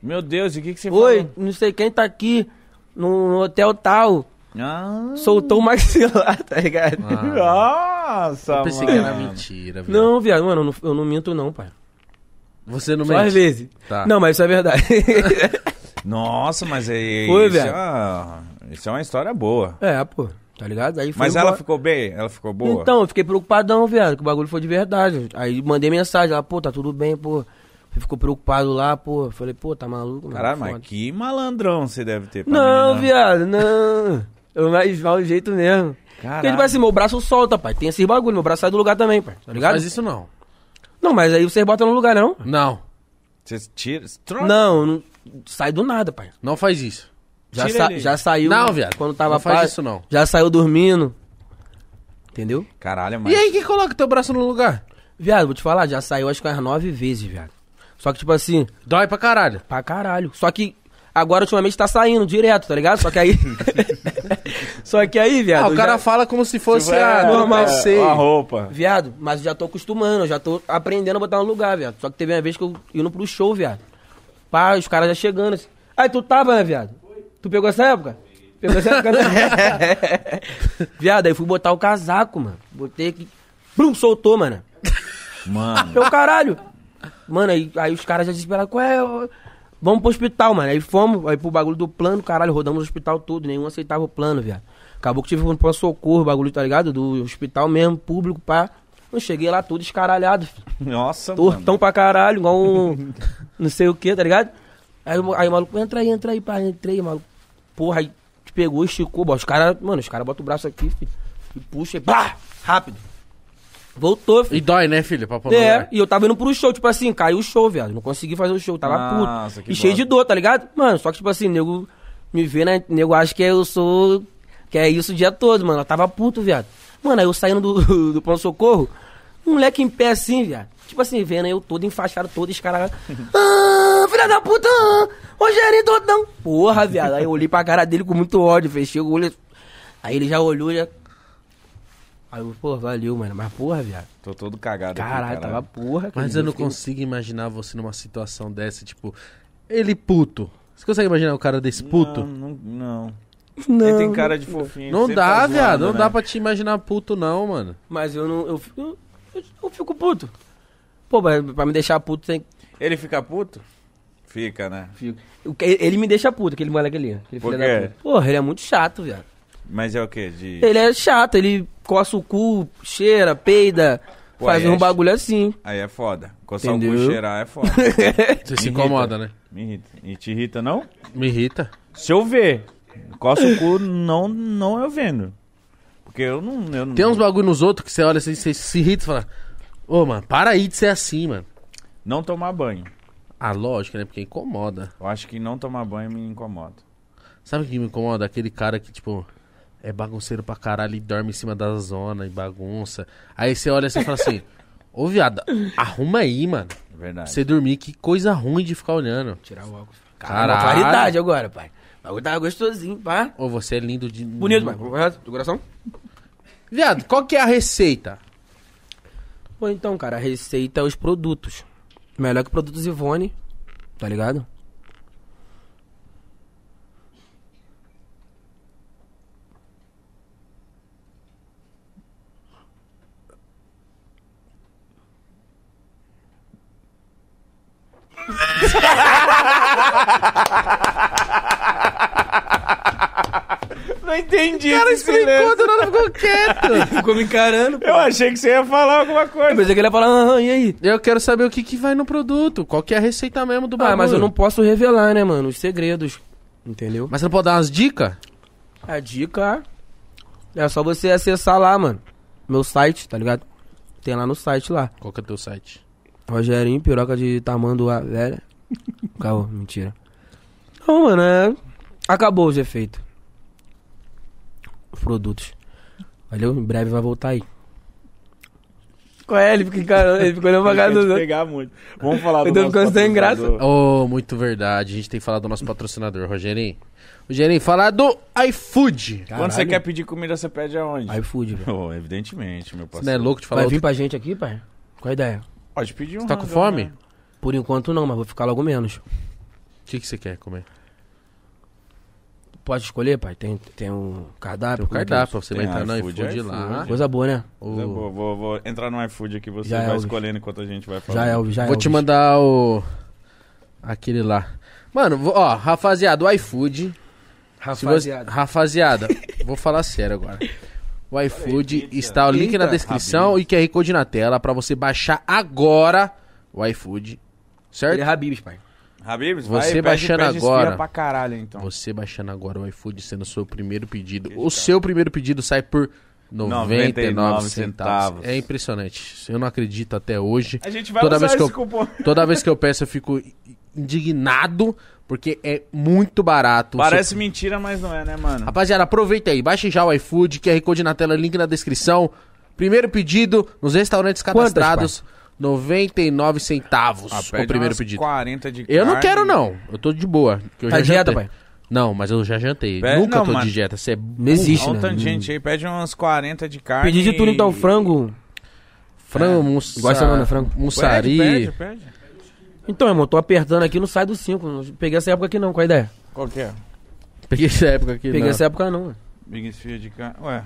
[SPEAKER 2] Meu Deus, e o que, que você
[SPEAKER 3] Oi,
[SPEAKER 2] falou?
[SPEAKER 3] não sei quem tá aqui. No no hotel tal.
[SPEAKER 2] Ah.
[SPEAKER 3] Soltou o maxilar, tá ligado?
[SPEAKER 2] Nossa,
[SPEAKER 1] Eu pensei que era mentira, viado.
[SPEAKER 3] Não, viado, mano, eu não, eu não minto, não, pai.
[SPEAKER 1] Você não
[SPEAKER 3] Só às
[SPEAKER 1] mente.
[SPEAKER 3] vezes.
[SPEAKER 1] Tá.
[SPEAKER 3] Não, mas isso é verdade.
[SPEAKER 2] Nossa, mas é,
[SPEAKER 3] Foi,
[SPEAKER 2] isso,
[SPEAKER 3] velho.
[SPEAKER 2] é uma, isso é uma história boa.
[SPEAKER 3] É, pô, tá ligado? Aí foi
[SPEAKER 2] Mas
[SPEAKER 3] embora.
[SPEAKER 2] ela ficou bem? Ela ficou boa?
[SPEAKER 3] Então, eu fiquei preocupadão, viado, que o bagulho foi de verdade. Aí mandei mensagem, ela, pô, tá tudo bem, pô. Você ficou preocupado lá, pô. Falei, pô, tá maluco, mano.
[SPEAKER 2] Caralho, Tá
[SPEAKER 3] Foda.
[SPEAKER 2] mas que malandrão você deve ter pra
[SPEAKER 3] Não,
[SPEAKER 2] menina.
[SPEAKER 3] viado, não. Eu mais mal o jeito mesmo. Porque,
[SPEAKER 2] Caralho.
[SPEAKER 3] tipo assim, meu braço solta, pai. Tem esses bagulho, meu braço sai do lugar também, pai. Tá ligado?
[SPEAKER 1] Mas isso não.
[SPEAKER 3] Não, mas aí vocês botam no lugar, não?
[SPEAKER 1] Não.
[SPEAKER 2] Você tira... Troca.
[SPEAKER 3] Não, não sai do nada, pai.
[SPEAKER 1] Não faz isso.
[SPEAKER 3] Já,
[SPEAKER 2] Tira
[SPEAKER 3] sa-
[SPEAKER 2] ele.
[SPEAKER 3] já saiu.
[SPEAKER 1] Não, viado,
[SPEAKER 3] Quando tava
[SPEAKER 1] não faz
[SPEAKER 3] pá-
[SPEAKER 1] isso, não.
[SPEAKER 3] Já saiu dormindo. Entendeu?
[SPEAKER 2] Caralho, mas...
[SPEAKER 1] E aí, quem coloca teu braço no lugar?
[SPEAKER 3] Viado, vou te falar, já saiu acho que umas nove vezes, viado. Só que, tipo assim,
[SPEAKER 1] Dói pra caralho.
[SPEAKER 3] pra caralho. Só que agora ultimamente tá saindo direto, tá ligado? Só que aí. Só que aí, viado.
[SPEAKER 1] Ah, o
[SPEAKER 3] eu
[SPEAKER 1] cara
[SPEAKER 3] já-
[SPEAKER 1] fala como se fosse
[SPEAKER 2] É,
[SPEAKER 1] a...
[SPEAKER 2] é,
[SPEAKER 1] normal. sei.
[SPEAKER 2] A roupa.
[SPEAKER 3] Viado, mas eu já tô acostumando, eu já tô aprendendo a botar no lugar, viado. Só que teve uma vez que eu indo pro show, viado. Pá, os caras já chegando assim. Aí tu tava, né, viado? Tu pegou essa época? Pegou essa época, né? Viado, aí fui botar o casaco, mano. Botei aqui. Blum, soltou, mano.
[SPEAKER 2] Mano,
[SPEAKER 3] Eu, É caralho. Mano, aí, aí os caras já desesperaram. Qual é? ô? Vamos pro hospital, mano. Aí fomos, aí pro bagulho do plano, caralho, rodamos o hospital todo, nenhum aceitava o plano, viado. Acabou que tive um pronto-socorro, bagulho, tá ligado? Do hospital mesmo, público, pá. Eu cheguei lá todo escaralhado, filho.
[SPEAKER 2] nossa, mano.
[SPEAKER 3] tortão pra caralho, igual um não sei o que, tá ligado? Aí, o- aí o maluco, entra aí, entra aí, pá, entrei, maluco. Porra, aí te pegou, esticou, bó. os caras, mano, os caras botam o braço aqui, filho, e puxa, e pá, rápido. Voltou, filho.
[SPEAKER 1] E dói, né, filho? Pra pôr no
[SPEAKER 3] É,
[SPEAKER 1] lugar.
[SPEAKER 3] e eu tava indo pro show, tipo assim, caiu o show, viado. Não consegui fazer o show, tava
[SPEAKER 2] Nossa,
[SPEAKER 3] puto.
[SPEAKER 2] que
[SPEAKER 3] E cheio de dor, tá ligado? Mano, só que, tipo assim, nego me vê, né? Nego acha que eu sou. Que é isso o dia todo, mano. Eu tava puto, viado. Mano, aí eu saindo do, do pronto-socorro, um moleque em pé assim, viado. Tipo assim, vendo eu todo enfaixado, todo escaralhado. Ah, filha da puta! ah, Rogerinho Dodão! Porra, viado. Aí eu olhei pra cara dele com muito ódio, fechei o olho. Aí ele já olhou, já. Aí eu, pô, valeu, mano. Mas porra, viado.
[SPEAKER 2] Tô todo cagado. aqui,
[SPEAKER 3] Caralho, tava porra. cara.
[SPEAKER 1] Mas eu não
[SPEAKER 3] fiquei-
[SPEAKER 1] consigo imaginar você numa situação dessa, tipo... Ele puto. Você consegue imaginar o cara desse puto?
[SPEAKER 2] Não, não, não.
[SPEAKER 3] Não.
[SPEAKER 2] Ele tem cara de fofinho.
[SPEAKER 1] Não,
[SPEAKER 2] sempre
[SPEAKER 1] dá,
[SPEAKER 2] tá zoando,
[SPEAKER 1] viado. Não
[SPEAKER 2] né?
[SPEAKER 1] dá pra te imaginar puto, não, mano.
[SPEAKER 3] Mas eu não. Eu fico, eu, eu fico puto. Pô, pra, pra me deixar puto tem.
[SPEAKER 2] Ele fica puto? Fica, né?
[SPEAKER 3] fico- o que- Ele me deixa puto, aquele moleque ali. Aquele
[SPEAKER 2] Por
[SPEAKER 3] filho
[SPEAKER 2] quê?
[SPEAKER 3] da puta. Porra, ele é muito chato, viado.
[SPEAKER 2] Mas é o quê? De...
[SPEAKER 3] Ele é chato, ele coça o cu, cheira, peida,
[SPEAKER 2] Pô,
[SPEAKER 3] faz
[SPEAKER 2] aí
[SPEAKER 3] um
[SPEAKER 2] é
[SPEAKER 3] bagulho assim.
[SPEAKER 2] Aí é foda. Coçar o cu e
[SPEAKER 3] Entendeu?
[SPEAKER 2] cheirar é foda.
[SPEAKER 1] Você se incomoda, né?
[SPEAKER 2] Me irrita. E te irrita, não?
[SPEAKER 1] Me irrita.
[SPEAKER 2] Se eu ver, coça o cu, não, não eu vendo. Porque eu não. Eu não
[SPEAKER 1] Tem uns bagulho nos outros que você olha, assim, você, você se irrita e fala: Ô, mano, para aí de ser assim, mano.
[SPEAKER 2] Não tomar banho.
[SPEAKER 1] Ah, lógico, né? Porque incomoda.
[SPEAKER 2] Eu acho que não tomar banho me incomoda.
[SPEAKER 1] Sabe o que me incomoda? Aquele cara que, tipo, é bagunceiro pra caralho e dorme em cima da zona e bagunça. Aí você olha assim e fala assim: Ô, viado, arruma aí, mano.
[SPEAKER 2] É Verdade.
[SPEAKER 1] Pra você dormir, que coisa ruim de ficar olhando.
[SPEAKER 3] Tirar o óculos.
[SPEAKER 1] Caralho.
[SPEAKER 3] Caralho. Claridade agora, pai. O bagulho tava gostosinho, pá.
[SPEAKER 1] Ô, você é lindo de.
[SPEAKER 2] Uhum.
[SPEAKER 3] Bonito, pai. Correto? Do coração?
[SPEAKER 1] Viado, qual que é a receita?
[SPEAKER 3] Pô, então, cara, a receita é os produtos. Melhor que produtos Ivone, tá ligado?
[SPEAKER 2] Não entendi.
[SPEAKER 1] do nada ficou quieto.
[SPEAKER 3] Ficou me encarando, pô.
[SPEAKER 2] Eu achei que você ia falar alguma
[SPEAKER 3] Eu
[SPEAKER 2] coisa.
[SPEAKER 3] pensei que ele ia falar, aham, e aí?
[SPEAKER 1] Eu quero saber o que, que vai no produto. Qual que é a receita mesmo do bagulho.
[SPEAKER 3] Ah, mas eu não posso revelar, né, mano? Os segredos. Entendeu?
[SPEAKER 1] Mas você não pode dar umas dicas?
[SPEAKER 3] A dica é só você acessar lá, mano. Meu site, tá ligado? Tem lá no site lá.
[SPEAKER 1] Qual que é o teu site?
[SPEAKER 3] Rogerinho, piroca de tamanduá, velha. Caô, mentira. Não, mano, é... Acabou os efeitos. Os produtos. Valeu? Em breve vai voltar aí. Qual é? Ele fica, encarando- ele fica olhando pra cara
[SPEAKER 2] Eu
[SPEAKER 3] dos
[SPEAKER 1] né?
[SPEAKER 2] ia te
[SPEAKER 3] outros.
[SPEAKER 2] pegar muito. Vamos falar do
[SPEAKER 3] Eu tô
[SPEAKER 2] nosso
[SPEAKER 3] ficando sem graça.
[SPEAKER 2] patrocinador.
[SPEAKER 1] Oh, muito verdade. A gente tem que falar do nosso patrocinador, Rogerinho. Rogerinho, falar do iFood.
[SPEAKER 2] Quando você quer pedir comida, você pede aonde?
[SPEAKER 3] iFood, velho.
[SPEAKER 2] Oh, evidentemente, meu
[SPEAKER 1] Você não é
[SPEAKER 2] parceiro.
[SPEAKER 1] louco de falar
[SPEAKER 3] Vai
[SPEAKER 1] outro...
[SPEAKER 3] vir pra gente aqui, pai? Qual a ideia?
[SPEAKER 2] Pode pedir um.
[SPEAKER 1] Você tá com
[SPEAKER 2] rangão,
[SPEAKER 1] fome?
[SPEAKER 2] né?
[SPEAKER 3] Por enquanto não, mas vou ficar logo menos.
[SPEAKER 1] O que, que você quer comer?
[SPEAKER 3] Pode escolher, pai? Tem, tem um cardápio?
[SPEAKER 1] O
[SPEAKER 3] como é que é
[SPEAKER 1] cardápio, você
[SPEAKER 2] Tem
[SPEAKER 1] vai entrar no
[SPEAKER 2] iFood,
[SPEAKER 1] iFood
[SPEAKER 2] iFood.
[SPEAKER 1] lá.
[SPEAKER 3] isso? Coisa é boa, né?
[SPEAKER 1] O-
[SPEAKER 2] Tá bom, vou, vou entrar no iFood aqui, você
[SPEAKER 3] Já é,
[SPEAKER 2] vai
[SPEAKER 3] Elvis.
[SPEAKER 2] escolhendo enquanto a gente vai falar.
[SPEAKER 3] Já é, já é.
[SPEAKER 1] Vou te
[SPEAKER 3] Elvis.
[SPEAKER 1] mandar o... Aquele lá. Mano, vou- ó, rapaziada, o iFood... Se você-
[SPEAKER 3] Rapaziada.
[SPEAKER 1] Rapaziada, vou falar sério agora. O iFood está o link na
[SPEAKER 3] Eita,
[SPEAKER 1] descrição e QR Code na tela pra você baixar agora o iFood, certo?
[SPEAKER 3] Ele é Habibs, pai.
[SPEAKER 2] Habibs,
[SPEAKER 1] Você
[SPEAKER 2] vai,
[SPEAKER 1] baixando
[SPEAKER 2] pede, pede esfirra
[SPEAKER 1] agora.
[SPEAKER 2] pra caralho, então.
[SPEAKER 1] Você baixando agora o iFood sendo o seu primeiro pedido. O seu primeiro pedido sai por 99,
[SPEAKER 2] 99
[SPEAKER 1] centavos.
[SPEAKER 2] centavos.
[SPEAKER 1] É impressionante. Eu não acredito até hoje.
[SPEAKER 2] A gente vai
[SPEAKER 1] Toda
[SPEAKER 2] usar
[SPEAKER 1] vez que
[SPEAKER 2] esse
[SPEAKER 1] eu-
[SPEAKER 2] cupom.
[SPEAKER 1] Toda vez que eu peço, eu fico indignado, porque é muito barato. O seu
[SPEAKER 2] Parece mentira, mas não é, né, mano?
[SPEAKER 1] Rapaziada, aproveita aí, baixe já o iFood, QR Code na tela, link na descrição. Primeiro pedido nos restaurantes
[SPEAKER 3] Quantas,
[SPEAKER 1] cadastrados, 99 centavos
[SPEAKER 2] Ah,
[SPEAKER 1] o
[SPEAKER 2] pede
[SPEAKER 1] primeiro
[SPEAKER 2] umas
[SPEAKER 1] pedido.
[SPEAKER 2] 40 de
[SPEAKER 1] Eu não
[SPEAKER 2] carne.
[SPEAKER 1] quero não, eu tô de boa. que eu
[SPEAKER 3] Tá
[SPEAKER 1] já
[SPEAKER 3] dieta,
[SPEAKER 1] jantei.
[SPEAKER 3] pai?
[SPEAKER 1] Não, mas eu já jantei,
[SPEAKER 2] Pede-
[SPEAKER 1] nunca
[SPEAKER 2] não,
[SPEAKER 1] tô
[SPEAKER 2] mano.
[SPEAKER 1] de dieta, você é burro.
[SPEAKER 3] Não existe,
[SPEAKER 2] Olha um
[SPEAKER 3] né?
[SPEAKER 2] tanto de gente aí, pede umas 40 de carne.
[SPEAKER 3] Pedi de tudo, então,
[SPEAKER 2] e-
[SPEAKER 3] frango.
[SPEAKER 1] Frango, mussa,
[SPEAKER 3] Gosta, mano, frango?
[SPEAKER 1] mussari.
[SPEAKER 2] Pede, pede, pede.
[SPEAKER 3] Então, irmão, tô apertando aqui, não sai do 5. Não peguei essa época aqui não, qual a ideia?
[SPEAKER 2] Qual que é?
[SPEAKER 1] Peguei essa época aqui,
[SPEAKER 3] Peguei
[SPEAKER 1] não.
[SPEAKER 3] essa época não.
[SPEAKER 2] Big esfirra de carne. Ué,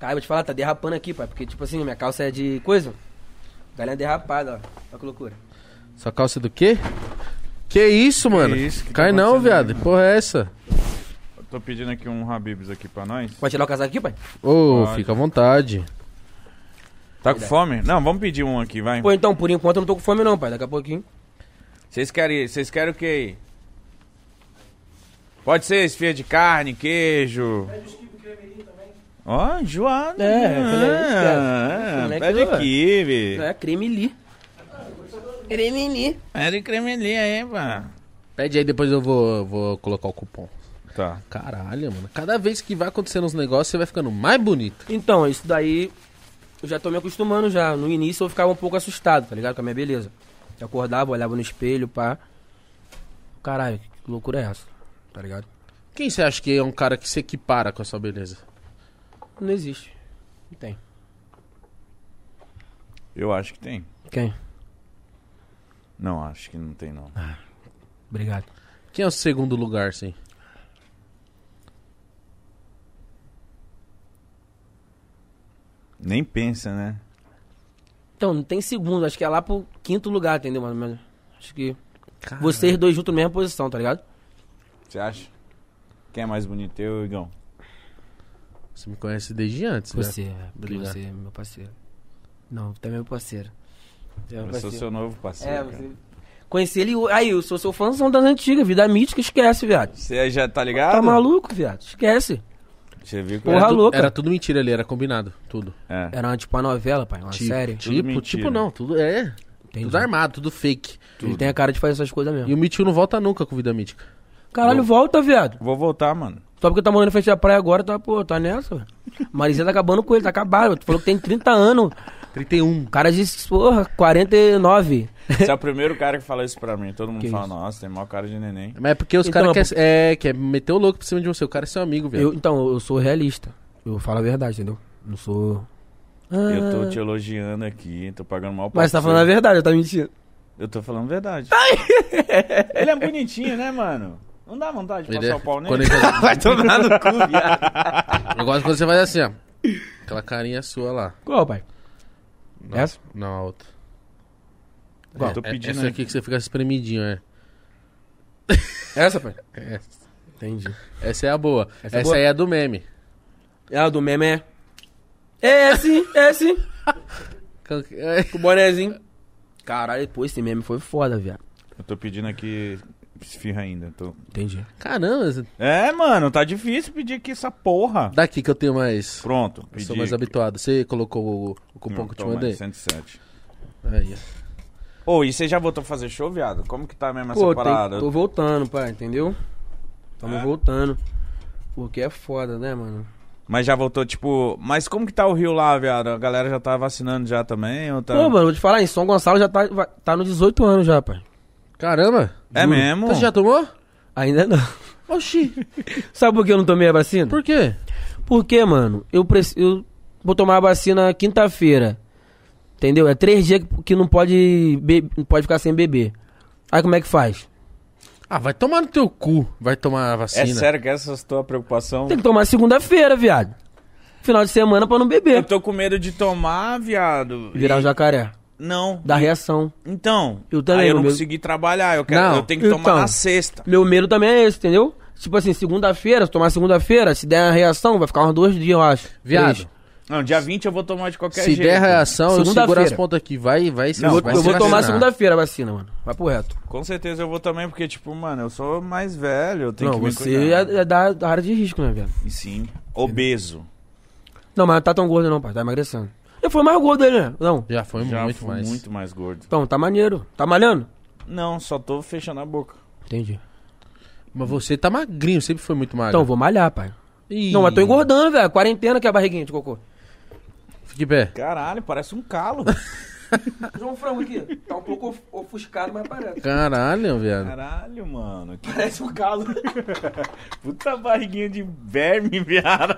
[SPEAKER 3] Cara, vou te falar, tá derrapando aqui, pai. Porque, tipo assim, minha calça é de coisa. Galinha derrapada, ó. Olha que loucura.
[SPEAKER 1] Sua calça do quê? Que isso, mano?
[SPEAKER 2] isso, que tá
[SPEAKER 1] Cai não,
[SPEAKER 2] acontecendo
[SPEAKER 1] viado,
[SPEAKER 2] aí,
[SPEAKER 1] que
[SPEAKER 2] mano?
[SPEAKER 1] porra é essa?
[SPEAKER 2] eu tô pedindo aqui um Habibs aqui pra nós.
[SPEAKER 3] Pode tirar o casaco aqui, pai?
[SPEAKER 1] Ô,
[SPEAKER 2] Pode.
[SPEAKER 1] fica à vontade.
[SPEAKER 2] Tá com fome? Não, vamos pedir um aqui, vai.
[SPEAKER 3] Pô, então, por enquanto eu não tô com fome não, pai. Daqui a pouquinho.
[SPEAKER 2] Vocês querem, vocês querem o que aí? Pode ser esfirra de carne, queijo. Ó, enjoado.
[SPEAKER 3] É, aquele ali,
[SPEAKER 2] ah,
[SPEAKER 3] esquece.
[SPEAKER 2] é,
[SPEAKER 3] Esse
[SPEAKER 2] pede
[SPEAKER 3] moleque, ó.
[SPEAKER 2] kibe.
[SPEAKER 3] É, creme li. Creme li.
[SPEAKER 2] Pede creme ali aí, pá.
[SPEAKER 1] Pede aí, depois eu vou, vou colocar o cupom.
[SPEAKER 2] Tá.
[SPEAKER 1] Caralho, mano. Cada vez que vai acontecendo uns negócios, você vai ficando mais bonito.
[SPEAKER 3] Então, isso daí eu já tô me acostumando já. No início eu ficava um pouco assustado, tá ligado? Com a minha beleza. Eu acordava, olhava no espelho, pá. Caralho, que loucura é essa? Tá ligado?
[SPEAKER 1] Quem você acha que é um cara que se equipara com a sua beleza?
[SPEAKER 3] Não existe. Não tem.
[SPEAKER 2] Eu acho que tem.
[SPEAKER 3] Quem?
[SPEAKER 2] Não, acho que não tem, não.
[SPEAKER 3] Obrigado.
[SPEAKER 1] Quem é o segundo lugar, sim?
[SPEAKER 2] Nem pensa, né?
[SPEAKER 3] Então, não tem segundo, acho que é lá pro quinto lugar, entendeu, mano? Mas Acho que. Vocês dois juntos na mesma posição, tá ligado?
[SPEAKER 2] Você acha? Quem é mais bonito, eu ou o Igão?
[SPEAKER 1] Você me conhece desde antes, né?
[SPEAKER 3] Você, é, porque
[SPEAKER 1] Obrigado.
[SPEAKER 3] você é meu parceiro. Não, você também é meu parceiro. Você é meu
[SPEAKER 2] Eu sou
[SPEAKER 3] parceiro.
[SPEAKER 2] seu novo parceiro.
[SPEAKER 3] É,
[SPEAKER 2] cara.
[SPEAKER 3] você. Conheci ele. ho- Aí, eu sou seu fãzão das antigas, vida mítica, esquece, viado.
[SPEAKER 2] Você já tá ligado?
[SPEAKER 3] Tá maluco, viado? Esquece.
[SPEAKER 2] Você viu que
[SPEAKER 3] Porra,
[SPEAKER 1] era, tu-
[SPEAKER 3] louca.
[SPEAKER 1] era tudo mentira ali, era combinado. Tudo.
[SPEAKER 2] é.
[SPEAKER 3] Era uma, tipo uma novela, pai, uma
[SPEAKER 1] tipo,
[SPEAKER 3] série.
[SPEAKER 2] Tudo
[SPEAKER 1] Tipo,
[SPEAKER 2] mentira.
[SPEAKER 1] tipo não, tudo é.
[SPEAKER 3] Entendi.
[SPEAKER 1] Tudo armado, tudo fake.
[SPEAKER 3] Ele tem a cara de fazer essas coisas mesmo.
[SPEAKER 1] E o Mitchell não volta nunca com vida mítica.
[SPEAKER 3] Caralho, volta, viado.
[SPEAKER 2] Vou voltar, mano.
[SPEAKER 3] Só porque tá morando em frente à praia agora, tá, pô, tá nessa, velho. Marizia tá acabando com ele, tá acabado. Tu falou que tem 30 anos.
[SPEAKER 1] 31.
[SPEAKER 3] O cara disse, porra, 49.
[SPEAKER 2] Você é o primeiro cara que fala isso pra mim. Todo mundo
[SPEAKER 3] Que
[SPEAKER 2] fala,
[SPEAKER 3] isso?
[SPEAKER 2] nossa, tem maior cara de neném.
[SPEAKER 1] Mas é porque os
[SPEAKER 3] Então,
[SPEAKER 1] caras querem é, quer meter o louco por cima de você. O cara é seu amigo, velho.
[SPEAKER 3] Eu, então, eu sou realista. Eu falo a verdade, entendeu? Não sou.
[SPEAKER 2] Eu tô te elogiando aqui, tô pagando mal
[SPEAKER 3] Ah. Mas você tá falando a verdade, eu tá mentindo.
[SPEAKER 2] Eu tô falando verdade. ele é bonitinho, né, mano? Não dá vontade de
[SPEAKER 1] Ele
[SPEAKER 2] passar
[SPEAKER 1] é-
[SPEAKER 2] o um pau
[SPEAKER 1] quando
[SPEAKER 2] nele.
[SPEAKER 1] ele faz-
[SPEAKER 2] Vai tomar no cu, viado.
[SPEAKER 1] Eu gosto quando você faz assim, ó. Aquela carinha sua lá.
[SPEAKER 3] Qual, pai?
[SPEAKER 1] Não,
[SPEAKER 3] Essa?
[SPEAKER 1] Não, a outra.
[SPEAKER 2] Qual?
[SPEAKER 1] É,
[SPEAKER 2] Tô
[SPEAKER 1] é-
[SPEAKER 2] pedindo
[SPEAKER 1] essa
[SPEAKER 2] aí.
[SPEAKER 1] aqui que você fica espremidinho, é.
[SPEAKER 3] Essa, pai?
[SPEAKER 1] É.
[SPEAKER 3] Entendi.
[SPEAKER 1] Essa é a boa.
[SPEAKER 3] Essa
[SPEAKER 1] Essa,
[SPEAKER 3] é boa?
[SPEAKER 1] aí é a do meme.
[SPEAKER 3] É, a do meme é. É esse, esse.
[SPEAKER 1] É,
[SPEAKER 3] Com o bonezinho. Caralho, pô, esse meme foi foda, viado.
[SPEAKER 2] Eu tô pedindo aqui esfirra ainda. tô-
[SPEAKER 3] Entendi.
[SPEAKER 1] Caramba, essa-
[SPEAKER 2] É, mano, tá difícil pedir aqui essa porra.
[SPEAKER 1] daqui que eu tenho mais.
[SPEAKER 2] Pronto,
[SPEAKER 1] Eu
[SPEAKER 2] pedi.
[SPEAKER 1] sou mais habituado. Você colocou o, o cupom
[SPEAKER 2] Não,
[SPEAKER 1] que eu te
[SPEAKER 2] toma,
[SPEAKER 1] mandei?
[SPEAKER 2] 107.
[SPEAKER 1] Aí, ó.
[SPEAKER 2] Ô, e você já voltou a fazer show, viado? Como que tá mesmo essa
[SPEAKER 3] Pô, tem-
[SPEAKER 2] parada?
[SPEAKER 3] tô voltando, pai, entendeu? Tamo
[SPEAKER 2] É?
[SPEAKER 3] voltando. Porque é foda, né, mano?
[SPEAKER 2] Mas já voltou, tipo... Mas como que tá o Rio lá, viado? A galera já tá vacinando já também? Ou tá...
[SPEAKER 3] Pô, mano, vou te falar, em São Gonçalo já tá, vai- tá nos 18 anos já, pai.
[SPEAKER 1] Caramba!
[SPEAKER 2] É
[SPEAKER 3] juro.
[SPEAKER 2] mesmo?
[SPEAKER 1] Você já tomou?
[SPEAKER 3] Ainda não.
[SPEAKER 1] Oxi!
[SPEAKER 3] Sabe por que eu não tomei a vacina?
[SPEAKER 1] Por quê?
[SPEAKER 3] Porque, mano, eu, preci- eu vou tomar a vacina quinta-feira. Entendeu? É três dias que- que não pode, be- não pode ficar sem beber. Aí como é que faz?
[SPEAKER 1] Ah, vai tomar no teu cu. Vai tomar a vacina.
[SPEAKER 2] É sério que essa é a tua preocupação?
[SPEAKER 3] Tem que tomar segunda-feira, viado. Final de semana pra não
[SPEAKER 2] Eu
[SPEAKER 3] beber.
[SPEAKER 2] tô com medo de tomar, viado.
[SPEAKER 3] Virar um
[SPEAKER 2] e-
[SPEAKER 3] jacaré.
[SPEAKER 2] Não.
[SPEAKER 3] Dar reação.
[SPEAKER 2] Então.
[SPEAKER 3] Eu também,
[SPEAKER 2] Aí eu não
[SPEAKER 3] meu-
[SPEAKER 2] consegui trabalhar. Eu, quero...
[SPEAKER 1] Não,
[SPEAKER 2] eu tenho que tomar
[SPEAKER 3] então.
[SPEAKER 2] na sexta.
[SPEAKER 3] Meu medo também é esse, entendeu? Tipo assim, segunda-feira, se tomar segunda-feira, se der uma reação, vai ficar uns dois dias, eu acho.
[SPEAKER 1] Viado,
[SPEAKER 3] Três.
[SPEAKER 2] Não, dia 20 eu vou tomar de qualquer
[SPEAKER 1] se
[SPEAKER 2] jeito.
[SPEAKER 1] der reação, eu seguro
[SPEAKER 3] Segunda-feira.
[SPEAKER 1] as pontas aqui. Vai, vai, se
[SPEAKER 2] Não,
[SPEAKER 3] Eu vou,
[SPEAKER 1] vai
[SPEAKER 3] eu
[SPEAKER 1] se
[SPEAKER 3] vou tomar
[SPEAKER 1] vacinar.
[SPEAKER 3] segunda-feira a vacina, mano. Vai pro reto.
[SPEAKER 2] Com certeza eu vou também, porque, tipo, mano, eu sou mais velho. Eu tenho
[SPEAKER 3] não,
[SPEAKER 2] que me
[SPEAKER 3] você
[SPEAKER 2] cuidar.
[SPEAKER 3] é, é da, da área de risco, né, viado?
[SPEAKER 2] E sim, obeso.
[SPEAKER 3] Não, mas não tá tão gordo não, pai. Tá emagrecendo. Eu fui mais gordo ele, né? Não.
[SPEAKER 1] Já foi
[SPEAKER 2] Já
[SPEAKER 1] muito
[SPEAKER 2] fui
[SPEAKER 1] mais.
[SPEAKER 2] muito mais gordo.
[SPEAKER 3] Então, tá maneiro. Tá malhando?
[SPEAKER 2] Não, só tô fechando a boca.
[SPEAKER 3] Entendi.
[SPEAKER 1] Mas você tá magrinho, sempre foi muito magro.
[SPEAKER 3] Então, vou malhar, pai.
[SPEAKER 1] Ih,
[SPEAKER 3] Não, mas tô engordando, velho. Quarentena que é a barriguinha de cocô.
[SPEAKER 1] Fique de pé.
[SPEAKER 2] Caralho, parece um calo.
[SPEAKER 3] João Frango aqui. Tá um pouco ofuscado, mas parece.
[SPEAKER 1] Caralho, viado.
[SPEAKER 2] Caralho, mano. Que
[SPEAKER 3] Parece um caso.
[SPEAKER 2] puta barriguinha de verme, viado.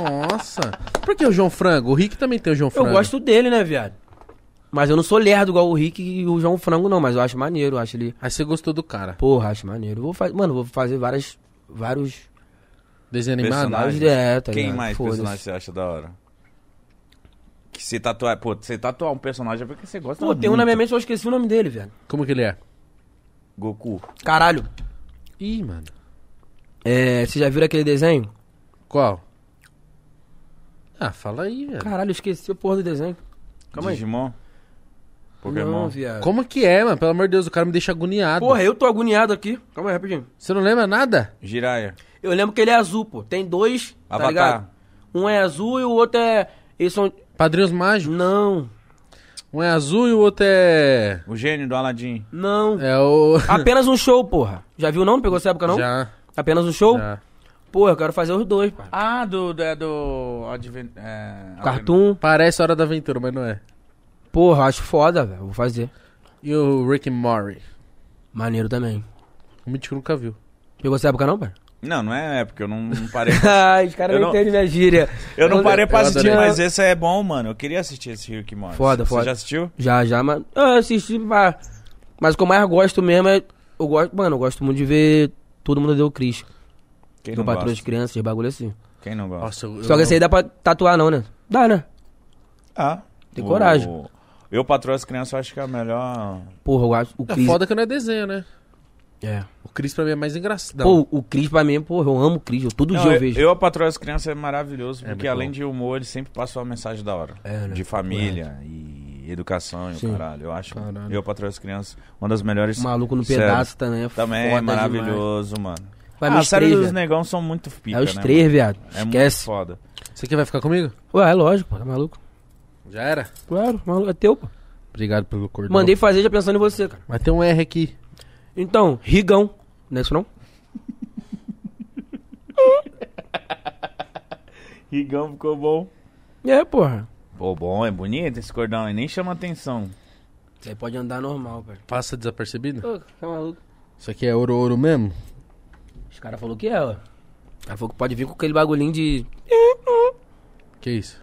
[SPEAKER 1] Nossa. Por que o João Frango? O Rick também tem o João
[SPEAKER 3] Eu
[SPEAKER 1] Frango.
[SPEAKER 3] gosto dele, né, viado? Mas eu não sou lerdo igual o Rick e o João Frango, não. Mas eu acho maneiro, eu acho ele...
[SPEAKER 1] Aí você gostou do cara.
[SPEAKER 3] Porra, acho maneiro. Eu Vou faz... Mano, eu vou fazer várias... Vários...
[SPEAKER 1] Desenho animado?
[SPEAKER 2] Personagem.
[SPEAKER 3] Vários é, tá
[SPEAKER 2] Quem
[SPEAKER 3] ligado?
[SPEAKER 2] mais
[SPEAKER 3] Foda-se.
[SPEAKER 2] personagem você acha da hora? Que você tatuar. Pô, você tatuar um personagem é porque você gosta
[SPEAKER 3] Pô, tem um na minha mente, eu esqueci o nome dele, velho.
[SPEAKER 1] Como que ele é?
[SPEAKER 2] Goku.
[SPEAKER 3] Caralho.
[SPEAKER 1] Ih, mano.
[SPEAKER 3] É, vocês já viram aquele desenho?
[SPEAKER 1] Qual? Ah, fala aí, velho.
[SPEAKER 3] Caralho, eu esqueci o porra do desenho. Calma aí.
[SPEAKER 2] Digimon?
[SPEAKER 3] Não,
[SPEAKER 2] Pokémon?
[SPEAKER 3] viado.
[SPEAKER 1] Como que é, mano? Pelo amor de Deus, o cara me deixa agoniado.
[SPEAKER 3] Porra, eu tô agoniado aqui. Calma aí, rapidinho.
[SPEAKER 1] Você não lembra nada?
[SPEAKER 2] Jiraiya.
[SPEAKER 3] Eu lembro que ele é azul, pô. Tem dois, tá
[SPEAKER 2] Avatar.
[SPEAKER 3] ligado? Um é azul e o outro é... Eles são...
[SPEAKER 1] Padrinhos Mágicos.
[SPEAKER 3] Não,
[SPEAKER 1] Um é azul e o outro é...
[SPEAKER 2] O gênio do Aladdin.
[SPEAKER 3] não.
[SPEAKER 1] É o...
[SPEAKER 3] Apenas um show, porra. Já viu não? Não pegou essa época, não?
[SPEAKER 1] Já,
[SPEAKER 3] Apenas um show?
[SPEAKER 1] já.
[SPEAKER 3] Porra, eu quero fazer os dois, pai.
[SPEAKER 2] Ah, do. do, é do Adven é,
[SPEAKER 3] Cartoon.
[SPEAKER 1] Parece Hora da Aventura, mas não é.
[SPEAKER 3] Porra, acho foda, velho. Vou fazer.
[SPEAKER 1] E o Rick and Morty.
[SPEAKER 3] Maneiro também.
[SPEAKER 1] O Mítico nunca viu.
[SPEAKER 3] Pegou essa época, não, pai?
[SPEAKER 2] Não, não é, é porque eu não, não parei.
[SPEAKER 3] Ai, os caras
[SPEAKER 2] Eu
[SPEAKER 3] não
[SPEAKER 2] não-
[SPEAKER 3] entendem minha gíria.
[SPEAKER 2] eu não parei pra
[SPEAKER 1] Eu
[SPEAKER 2] assistir,
[SPEAKER 1] adorei.
[SPEAKER 2] mas esse é bom, mano. Eu queria assistir esse Rick Morty.
[SPEAKER 3] Foda,
[SPEAKER 2] Você
[SPEAKER 3] foda.
[SPEAKER 2] já assistiu?
[SPEAKER 3] Já, já, mas. Eu assisti, pá. Mas o que eu mais gosto mesmo é. Eu gosto, mano, eu gosto muito de ver Todo Mundo Deu Cris.
[SPEAKER 2] Quem
[SPEAKER 3] Do
[SPEAKER 2] não
[SPEAKER 3] Patrulha
[SPEAKER 2] gosta?
[SPEAKER 3] de Crianças, de bagulho assim.
[SPEAKER 2] Quem não gosta?
[SPEAKER 1] Nossa, eu,
[SPEAKER 3] Só que esse aí dá pra tatuar, não, né? Dá, né?
[SPEAKER 2] Ah.
[SPEAKER 3] Tem coragem.
[SPEAKER 2] Eu patrulho as crianças, eu acho que é a melhor.
[SPEAKER 3] Porra, eu acho. O
[SPEAKER 1] É
[SPEAKER 3] Cris.
[SPEAKER 1] foda que não é desenho, né?
[SPEAKER 3] É.
[SPEAKER 1] O Chris pra mim é mais engraçado.
[SPEAKER 3] Pô, o Cris pra mim, porra, eu amo o Cris. Eu, todo
[SPEAKER 2] um- Não,
[SPEAKER 3] dia eu,
[SPEAKER 2] eu,
[SPEAKER 3] vejo.
[SPEAKER 2] eu, a Patroa das Crianças é maravilhoso,
[SPEAKER 1] É
[SPEAKER 2] porque
[SPEAKER 1] muito
[SPEAKER 2] além
[SPEAKER 1] bom.
[SPEAKER 2] de humor, ele sempre passa uma mensagem da hora.
[SPEAKER 3] É, né?
[SPEAKER 2] De família e educação e o
[SPEAKER 3] Sim.
[SPEAKER 2] caralho. Eu acho
[SPEAKER 1] Caralho.
[SPEAKER 2] Eu a Patroa das Crianças uma das melhores.
[SPEAKER 3] Maluco no
[SPEAKER 2] Sério.
[SPEAKER 3] pedaço também é
[SPEAKER 2] Também
[SPEAKER 3] foda
[SPEAKER 2] é maravilhoso, mano.
[SPEAKER 3] demais. Vai
[SPEAKER 2] ah,
[SPEAKER 3] me
[SPEAKER 2] a série
[SPEAKER 3] estreia,
[SPEAKER 2] dos
[SPEAKER 3] viado.
[SPEAKER 2] negão são muito pica,
[SPEAKER 3] É os
[SPEAKER 2] né,
[SPEAKER 3] três,
[SPEAKER 2] mano?
[SPEAKER 3] viado.
[SPEAKER 2] É muito
[SPEAKER 3] Esquece.
[SPEAKER 2] foda.
[SPEAKER 1] Você que vai ficar comigo?
[SPEAKER 3] Ué, é lógico, pô, tá maluco?
[SPEAKER 1] Já era?
[SPEAKER 3] Claro, maluco, é teu, pô.
[SPEAKER 1] Obrigado pelo cordão.
[SPEAKER 3] Mandei fazer já pensando em você, cara.
[SPEAKER 1] Mas tem um R aqui.
[SPEAKER 3] Então, Rigão. Não é isso não?
[SPEAKER 2] Rigão ficou bom.
[SPEAKER 3] É, porra.
[SPEAKER 2] Pô, bom, é bonito esse cordão, e nem chama atenção.
[SPEAKER 3] Você pode andar normal, velho.
[SPEAKER 1] Passa desapercebido?
[SPEAKER 3] Ô, tá maluco?
[SPEAKER 1] Isso aqui é ouro-ouro mesmo?
[SPEAKER 3] Os caras falaram que é, ó. Ela falou que pode vir com aquele bagulhinho de.
[SPEAKER 1] Que isso?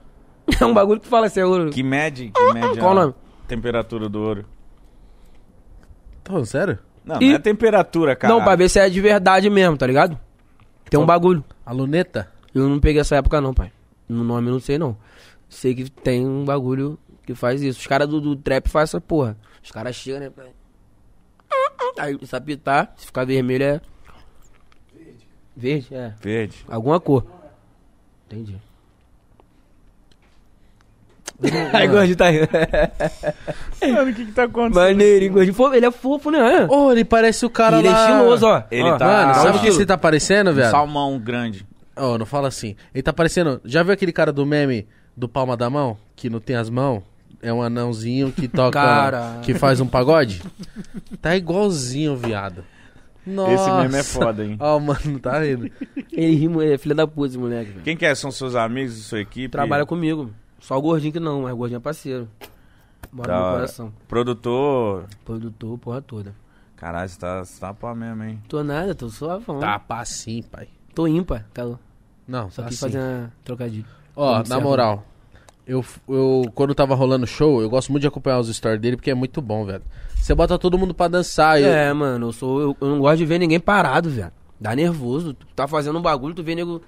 [SPEAKER 3] É um bagulho que fala assim, é ouro.
[SPEAKER 2] Que mede, que mede
[SPEAKER 3] Qual o
[SPEAKER 2] a
[SPEAKER 3] nome?
[SPEAKER 2] temperatura do ouro.
[SPEAKER 1] Tá falando sério?
[SPEAKER 2] Não,
[SPEAKER 3] E-
[SPEAKER 2] não é temperatura, cara.
[SPEAKER 3] Não, pra ver se é de verdade mesmo, tá ligado? Tem um bagulho.
[SPEAKER 1] A luneta?
[SPEAKER 3] Eu não peguei essa época, não, pai. No nome eu não sei, não. Sei que tem um bagulho que faz isso. Os caras do, do trap fazem essa porra. Os caras chegam, né? pai? Aí se apitar, se ficar vermelho é. Verde. Verde, é.
[SPEAKER 2] Verde.
[SPEAKER 3] Alguma cor. Entendi. Aí
[SPEAKER 1] Ai,
[SPEAKER 3] gordinho tá rindo. É.
[SPEAKER 2] Mano, o que que tá acontecendo?
[SPEAKER 3] Maneirinho, gordinho. Fofo, Ele é fofo, né?
[SPEAKER 1] Ô, ele parece o cara
[SPEAKER 3] ele é
[SPEAKER 1] lá...
[SPEAKER 3] estiloso, ó.
[SPEAKER 2] Ele
[SPEAKER 3] Ó,
[SPEAKER 2] tá-
[SPEAKER 1] Mano,
[SPEAKER 2] Ah,
[SPEAKER 1] sabe
[SPEAKER 2] o
[SPEAKER 1] o que
[SPEAKER 2] estilo.
[SPEAKER 1] você tá parecendo,
[SPEAKER 2] Um
[SPEAKER 1] velho?
[SPEAKER 2] salmão grande.
[SPEAKER 1] Ô, não fala assim. Ele tá parecendo. Já viu aquele cara do meme do palma da mão? Que não tem as mãos? É um anãozinho que toca.
[SPEAKER 3] Cara.
[SPEAKER 1] Que faz um pagode? Tá igualzinho, viado. Nossa.
[SPEAKER 2] Esse meme é foda, hein?
[SPEAKER 1] Ó, mano, tá rindo.
[SPEAKER 3] Ele ri, ele é filha da puta, esse moleque. velho.
[SPEAKER 2] Quem que é? São seus amigos, sua equipe?
[SPEAKER 3] Trabalha comigo. Só o gordinho que não, mas o gordinho é parceiro. Bora
[SPEAKER 2] Da
[SPEAKER 3] no meu
[SPEAKER 2] hora.
[SPEAKER 3] coração.
[SPEAKER 2] Produtor.
[SPEAKER 3] Produtor, porra toda.
[SPEAKER 2] Caralho, você tá, você tá pá mesmo, hein?
[SPEAKER 3] Tô nada, tô suavão.
[SPEAKER 1] Tá pá sim, pai.
[SPEAKER 3] Tô ímpar, tá? louco?
[SPEAKER 1] Não,
[SPEAKER 3] Só
[SPEAKER 1] só
[SPEAKER 3] quis
[SPEAKER 1] assim.
[SPEAKER 3] fazer uma trocadilha.
[SPEAKER 1] Ó,
[SPEAKER 3] Vamos
[SPEAKER 1] na
[SPEAKER 3] ser
[SPEAKER 1] moral, eu, eu quando tava rolando show, eu gosto muito de acompanhar os stories dele porque é muito bom, velho. Você bota todo mundo pra dançar. eu-
[SPEAKER 3] É, mano, eu sou. Eu, eu não gosto de ver ninguém parado, velho. Dá nervoso. Tu tá fazendo um bagulho, tu vê nego.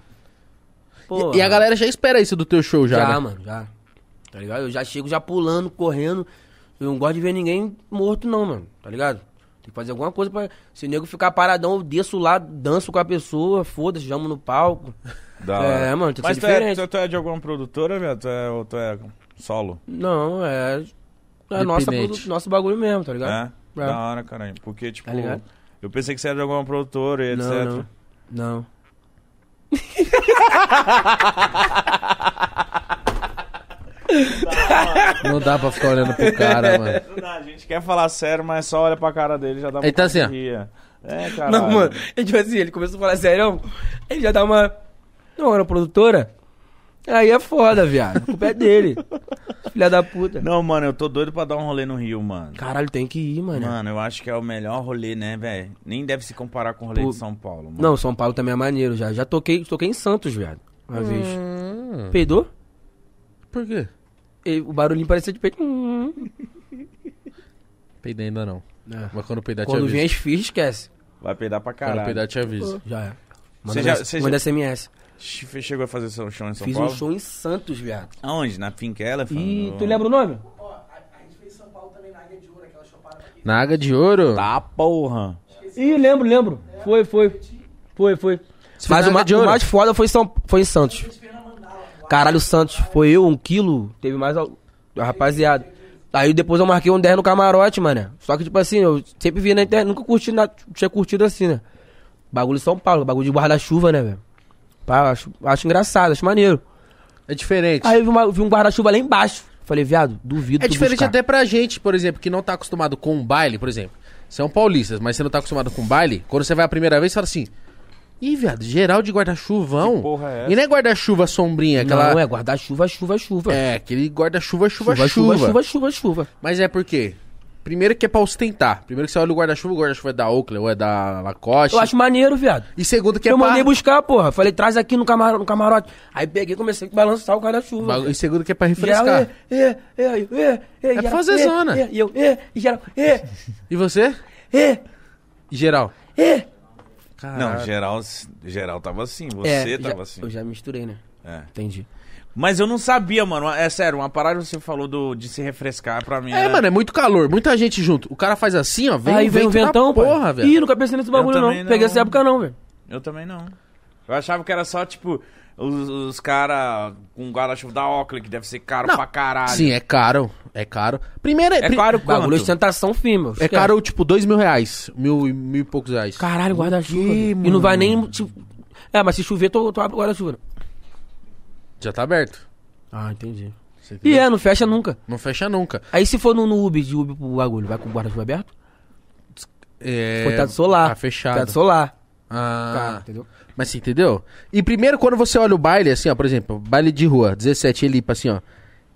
[SPEAKER 3] Pô,
[SPEAKER 1] e, e a galera já espera isso do teu show já.
[SPEAKER 3] Já,
[SPEAKER 1] né?
[SPEAKER 3] mano, já. Tá ligado? Eu já chego já pulando, correndo. Eu não gosto de ver ninguém morto, não, mano. Tá ligado? Tem que fazer alguma coisa pra. Se o nego ficar paradão, eu desço lá, danço com a pessoa, foda-se, jamo no palco.
[SPEAKER 2] Da
[SPEAKER 3] É,
[SPEAKER 2] hora.
[SPEAKER 3] mano, tem que
[SPEAKER 2] Mas
[SPEAKER 3] ser
[SPEAKER 2] tu é,
[SPEAKER 3] diferente.
[SPEAKER 2] tu, tu é de alguma produtora, velho? Tu é, ou tu é solo?
[SPEAKER 3] Não, é. É nossa,
[SPEAKER 1] Independente.
[SPEAKER 3] produ- nosso bagulho mesmo, tá ligado?
[SPEAKER 2] É? Da hora, caralho. Porque, tipo,
[SPEAKER 3] Tá ligado?
[SPEAKER 2] eu pensei que você era de alguma produtora e É, etc.
[SPEAKER 3] Não, não. Não.
[SPEAKER 1] Não dá pra ficar olhando pro cara, mano.
[SPEAKER 2] Não dá, É a gente quer falar sério, mas só olha pra cara dele já dá
[SPEAKER 1] Ele tá
[SPEAKER 2] vontade de
[SPEAKER 1] assim, ó.
[SPEAKER 2] rir. É, caralho.
[SPEAKER 3] Não, mano. É tipo assim, ele começou a falar sério, ele já dá uma. Não, era produtora? Aí é foda, viado. A culpa é dele. Filha da puta.
[SPEAKER 2] Não, mano, eu tô doido pra dar um rolê no Rio, mano.
[SPEAKER 3] Caralho, tem que ir, mano.
[SPEAKER 2] Mano, eu acho que é o melhor rolê, né, velho? Nem deve se comparar com o rolê
[SPEAKER 3] Pô.
[SPEAKER 2] de São Paulo, mano.
[SPEAKER 3] Não, São Paulo também é maneiro já. Já toquei, toquei em Santos, viado. Uma vez.
[SPEAKER 1] Hum,
[SPEAKER 3] Peidou?
[SPEAKER 1] por quê?
[SPEAKER 3] E o barulhinho parecia de peito. Hum.
[SPEAKER 1] Peidei ainda não. Mas quando peidar te
[SPEAKER 3] É. Quando
[SPEAKER 1] aviso.
[SPEAKER 3] vem as fichas, esquece.
[SPEAKER 2] Vai peidar pra
[SPEAKER 1] Quando
[SPEAKER 2] caralho.
[SPEAKER 1] peidar te aviso.
[SPEAKER 3] Já é.
[SPEAKER 2] Você
[SPEAKER 3] Manda,
[SPEAKER 2] já-
[SPEAKER 3] S-
[SPEAKER 2] você
[SPEAKER 3] manda
[SPEAKER 2] já-
[SPEAKER 3] SMS.
[SPEAKER 2] Che- Chegou a fazer seu show em São
[SPEAKER 3] Fiz
[SPEAKER 2] Paulo?
[SPEAKER 3] um show em Santos, viado.
[SPEAKER 2] Aonde? Na Pink Elephant?
[SPEAKER 3] E
[SPEAKER 2] No-
[SPEAKER 3] tu lembra o nome?
[SPEAKER 1] Na água de ouro?
[SPEAKER 2] Tá, porra.
[SPEAKER 3] Ih, lembro, lembro. Foi, foi. Foi, foi.
[SPEAKER 1] Você fez
[SPEAKER 3] Mas
[SPEAKER 1] na
[SPEAKER 3] o, ma
[SPEAKER 1] água de
[SPEAKER 3] o
[SPEAKER 1] ouro?
[SPEAKER 3] mais foda foi, em São, foi em Santos. Caralho, Santos. Foi eu, um quilo. Teve mais. al- a Rapaziada. Aí depois eu marquei um 10 no camarote, mano. Só que, tipo assim, eu sempre vi na internet. Nunca curti na, tinha curtido assim, né? Bagulho de São Paulo, bagulho de guarda-chuva, né, velho? Pá, acho, acho engraçado, acho maneiro.
[SPEAKER 1] É diferente.
[SPEAKER 3] Aí eu vi, uma- vi um guarda-chuva lá embaixo. Falei, viado, duvido.
[SPEAKER 1] é
[SPEAKER 3] tu
[SPEAKER 1] diferente
[SPEAKER 3] buscar.
[SPEAKER 1] até pra gente, por exemplo, que não tá acostumado com um baile, por exemplo. Você é um paulista, mas você não tá acostumado com baile. Quando você vai a primeira vez, você fala assim... Ih, viado, geral de guarda-chuvão.
[SPEAKER 2] Que porra é essa?
[SPEAKER 1] E não é guarda-chuva sombrinha, aquela...
[SPEAKER 3] Não, é guarda-chuva, chuva, chuva.
[SPEAKER 1] É, aquele guarda-chuva,
[SPEAKER 3] chuva,
[SPEAKER 1] chuva,
[SPEAKER 3] chuva, chuva, chuva, chuva.
[SPEAKER 1] Mas é por quê? Primeiro que é pra ostentar. Primeiro que você olha o guarda-chuva, o guarda-chuva é da Oakley ou é da Lacoste.
[SPEAKER 3] Eu acho maneiro, viado.
[SPEAKER 1] E segundo que é
[SPEAKER 3] eu
[SPEAKER 1] pra...
[SPEAKER 3] mandei buscar, porra. Falei, traz aqui no, camaro, no camarote. Aí peguei e comecei a balançar o guarda-chuva.
[SPEAKER 1] Bagu- E segundo que é pra
[SPEAKER 3] Geral,
[SPEAKER 1] refrescar.
[SPEAKER 3] é, é, é, é, é,
[SPEAKER 1] pra
[SPEAKER 3] geral,
[SPEAKER 1] fazer
[SPEAKER 3] é,
[SPEAKER 1] zona.
[SPEAKER 3] É, e eu, é, e geral, é,
[SPEAKER 1] E você?
[SPEAKER 3] é,
[SPEAKER 1] E geral?
[SPEAKER 3] é.
[SPEAKER 2] Não, geral, geral tava assim.
[SPEAKER 3] É,
[SPEAKER 2] Você
[SPEAKER 3] já-
[SPEAKER 2] tava assim.
[SPEAKER 3] Eu já misturei, né?
[SPEAKER 2] É.
[SPEAKER 3] Entendi.
[SPEAKER 2] Mas eu não sabia, mano. É sério, uma parada que você falou do, de se refrescar pra mim.
[SPEAKER 1] É,
[SPEAKER 2] era-
[SPEAKER 1] mano, é muito calor, muita gente junto. O cara faz assim, ó, vem
[SPEAKER 3] Aí
[SPEAKER 1] o
[SPEAKER 3] vem o
[SPEAKER 1] vento da
[SPEAKER 3] ventão, pai.
[SPEAKER 1] porra,
[SPEAKER 3] Ih,
[SPEAKER 1] velho.
[SPEAKER 3] nunca pensei nesse bagulho, não.
[SPEAKER 2] também não.
[SPEAKER 3] Peguei essa época, não, velho.
[SPEAKER 2] Eu também não. Eu achava que era só, tipo, os, os caras com guarda-chuva um da Oakley, que deve ser caro
[SPEAKER 1] Não.
[SPEAKER 2] pra caralho.
[SPEAKER 1] Sim, é caro. É caro. Primeiro
[SPEAKER 2] É
[SPEAKER 1] pri-
[SPEAKER 2] caro
[SPEAKER 3] Bagulho,
[SPEAKER 2] quanto?
[SPEAKER 3] ostentação firme.
[SPEAKER 1] É caro, tipo, dois mil reais. Mil, e- mil e poucos reais.
[SPEAKER 3] Caralho, guarda-chuva.
[SPEAKER 2] quê,
[SPEAKER 3] velho. E
[SPEAKER 2] mano?
[SPEAKER 3] não vai nem. Tipo... É, mas se chover, tu, tu abre o guarda-chuva. né?
[SPEAKER 1] Já tá aberto.
[SPEAKER 3] Ah, entendi.
[SPEAKER 1] Você
[SPEAKER 3] E
[SPEAKER 1] entendeu?
[SPEAKER 3] é, não fecha nunca.
[SPEAKER 1] Não fecha nunca.
[SPEAKER 3] Aí se for no, no Uber, de Uber pro bagulho, vai com o guarda-chuva aberto?
[SPEAKER 1] É...
[SPEAKER 3] Foi teto solar.
[SPEAKER 1] Tá fechado.
[SPEAKER 3] Teto solar.
[SPEAKER 1] Ah,
[SPEAKER 3] Cara, entendeu?
[SPEAKER 1] mas você entendeu? E primeiro, quando você olha o baile, assim, ó, por exemplo, baile de rua, 17 Elipa, assim, ó.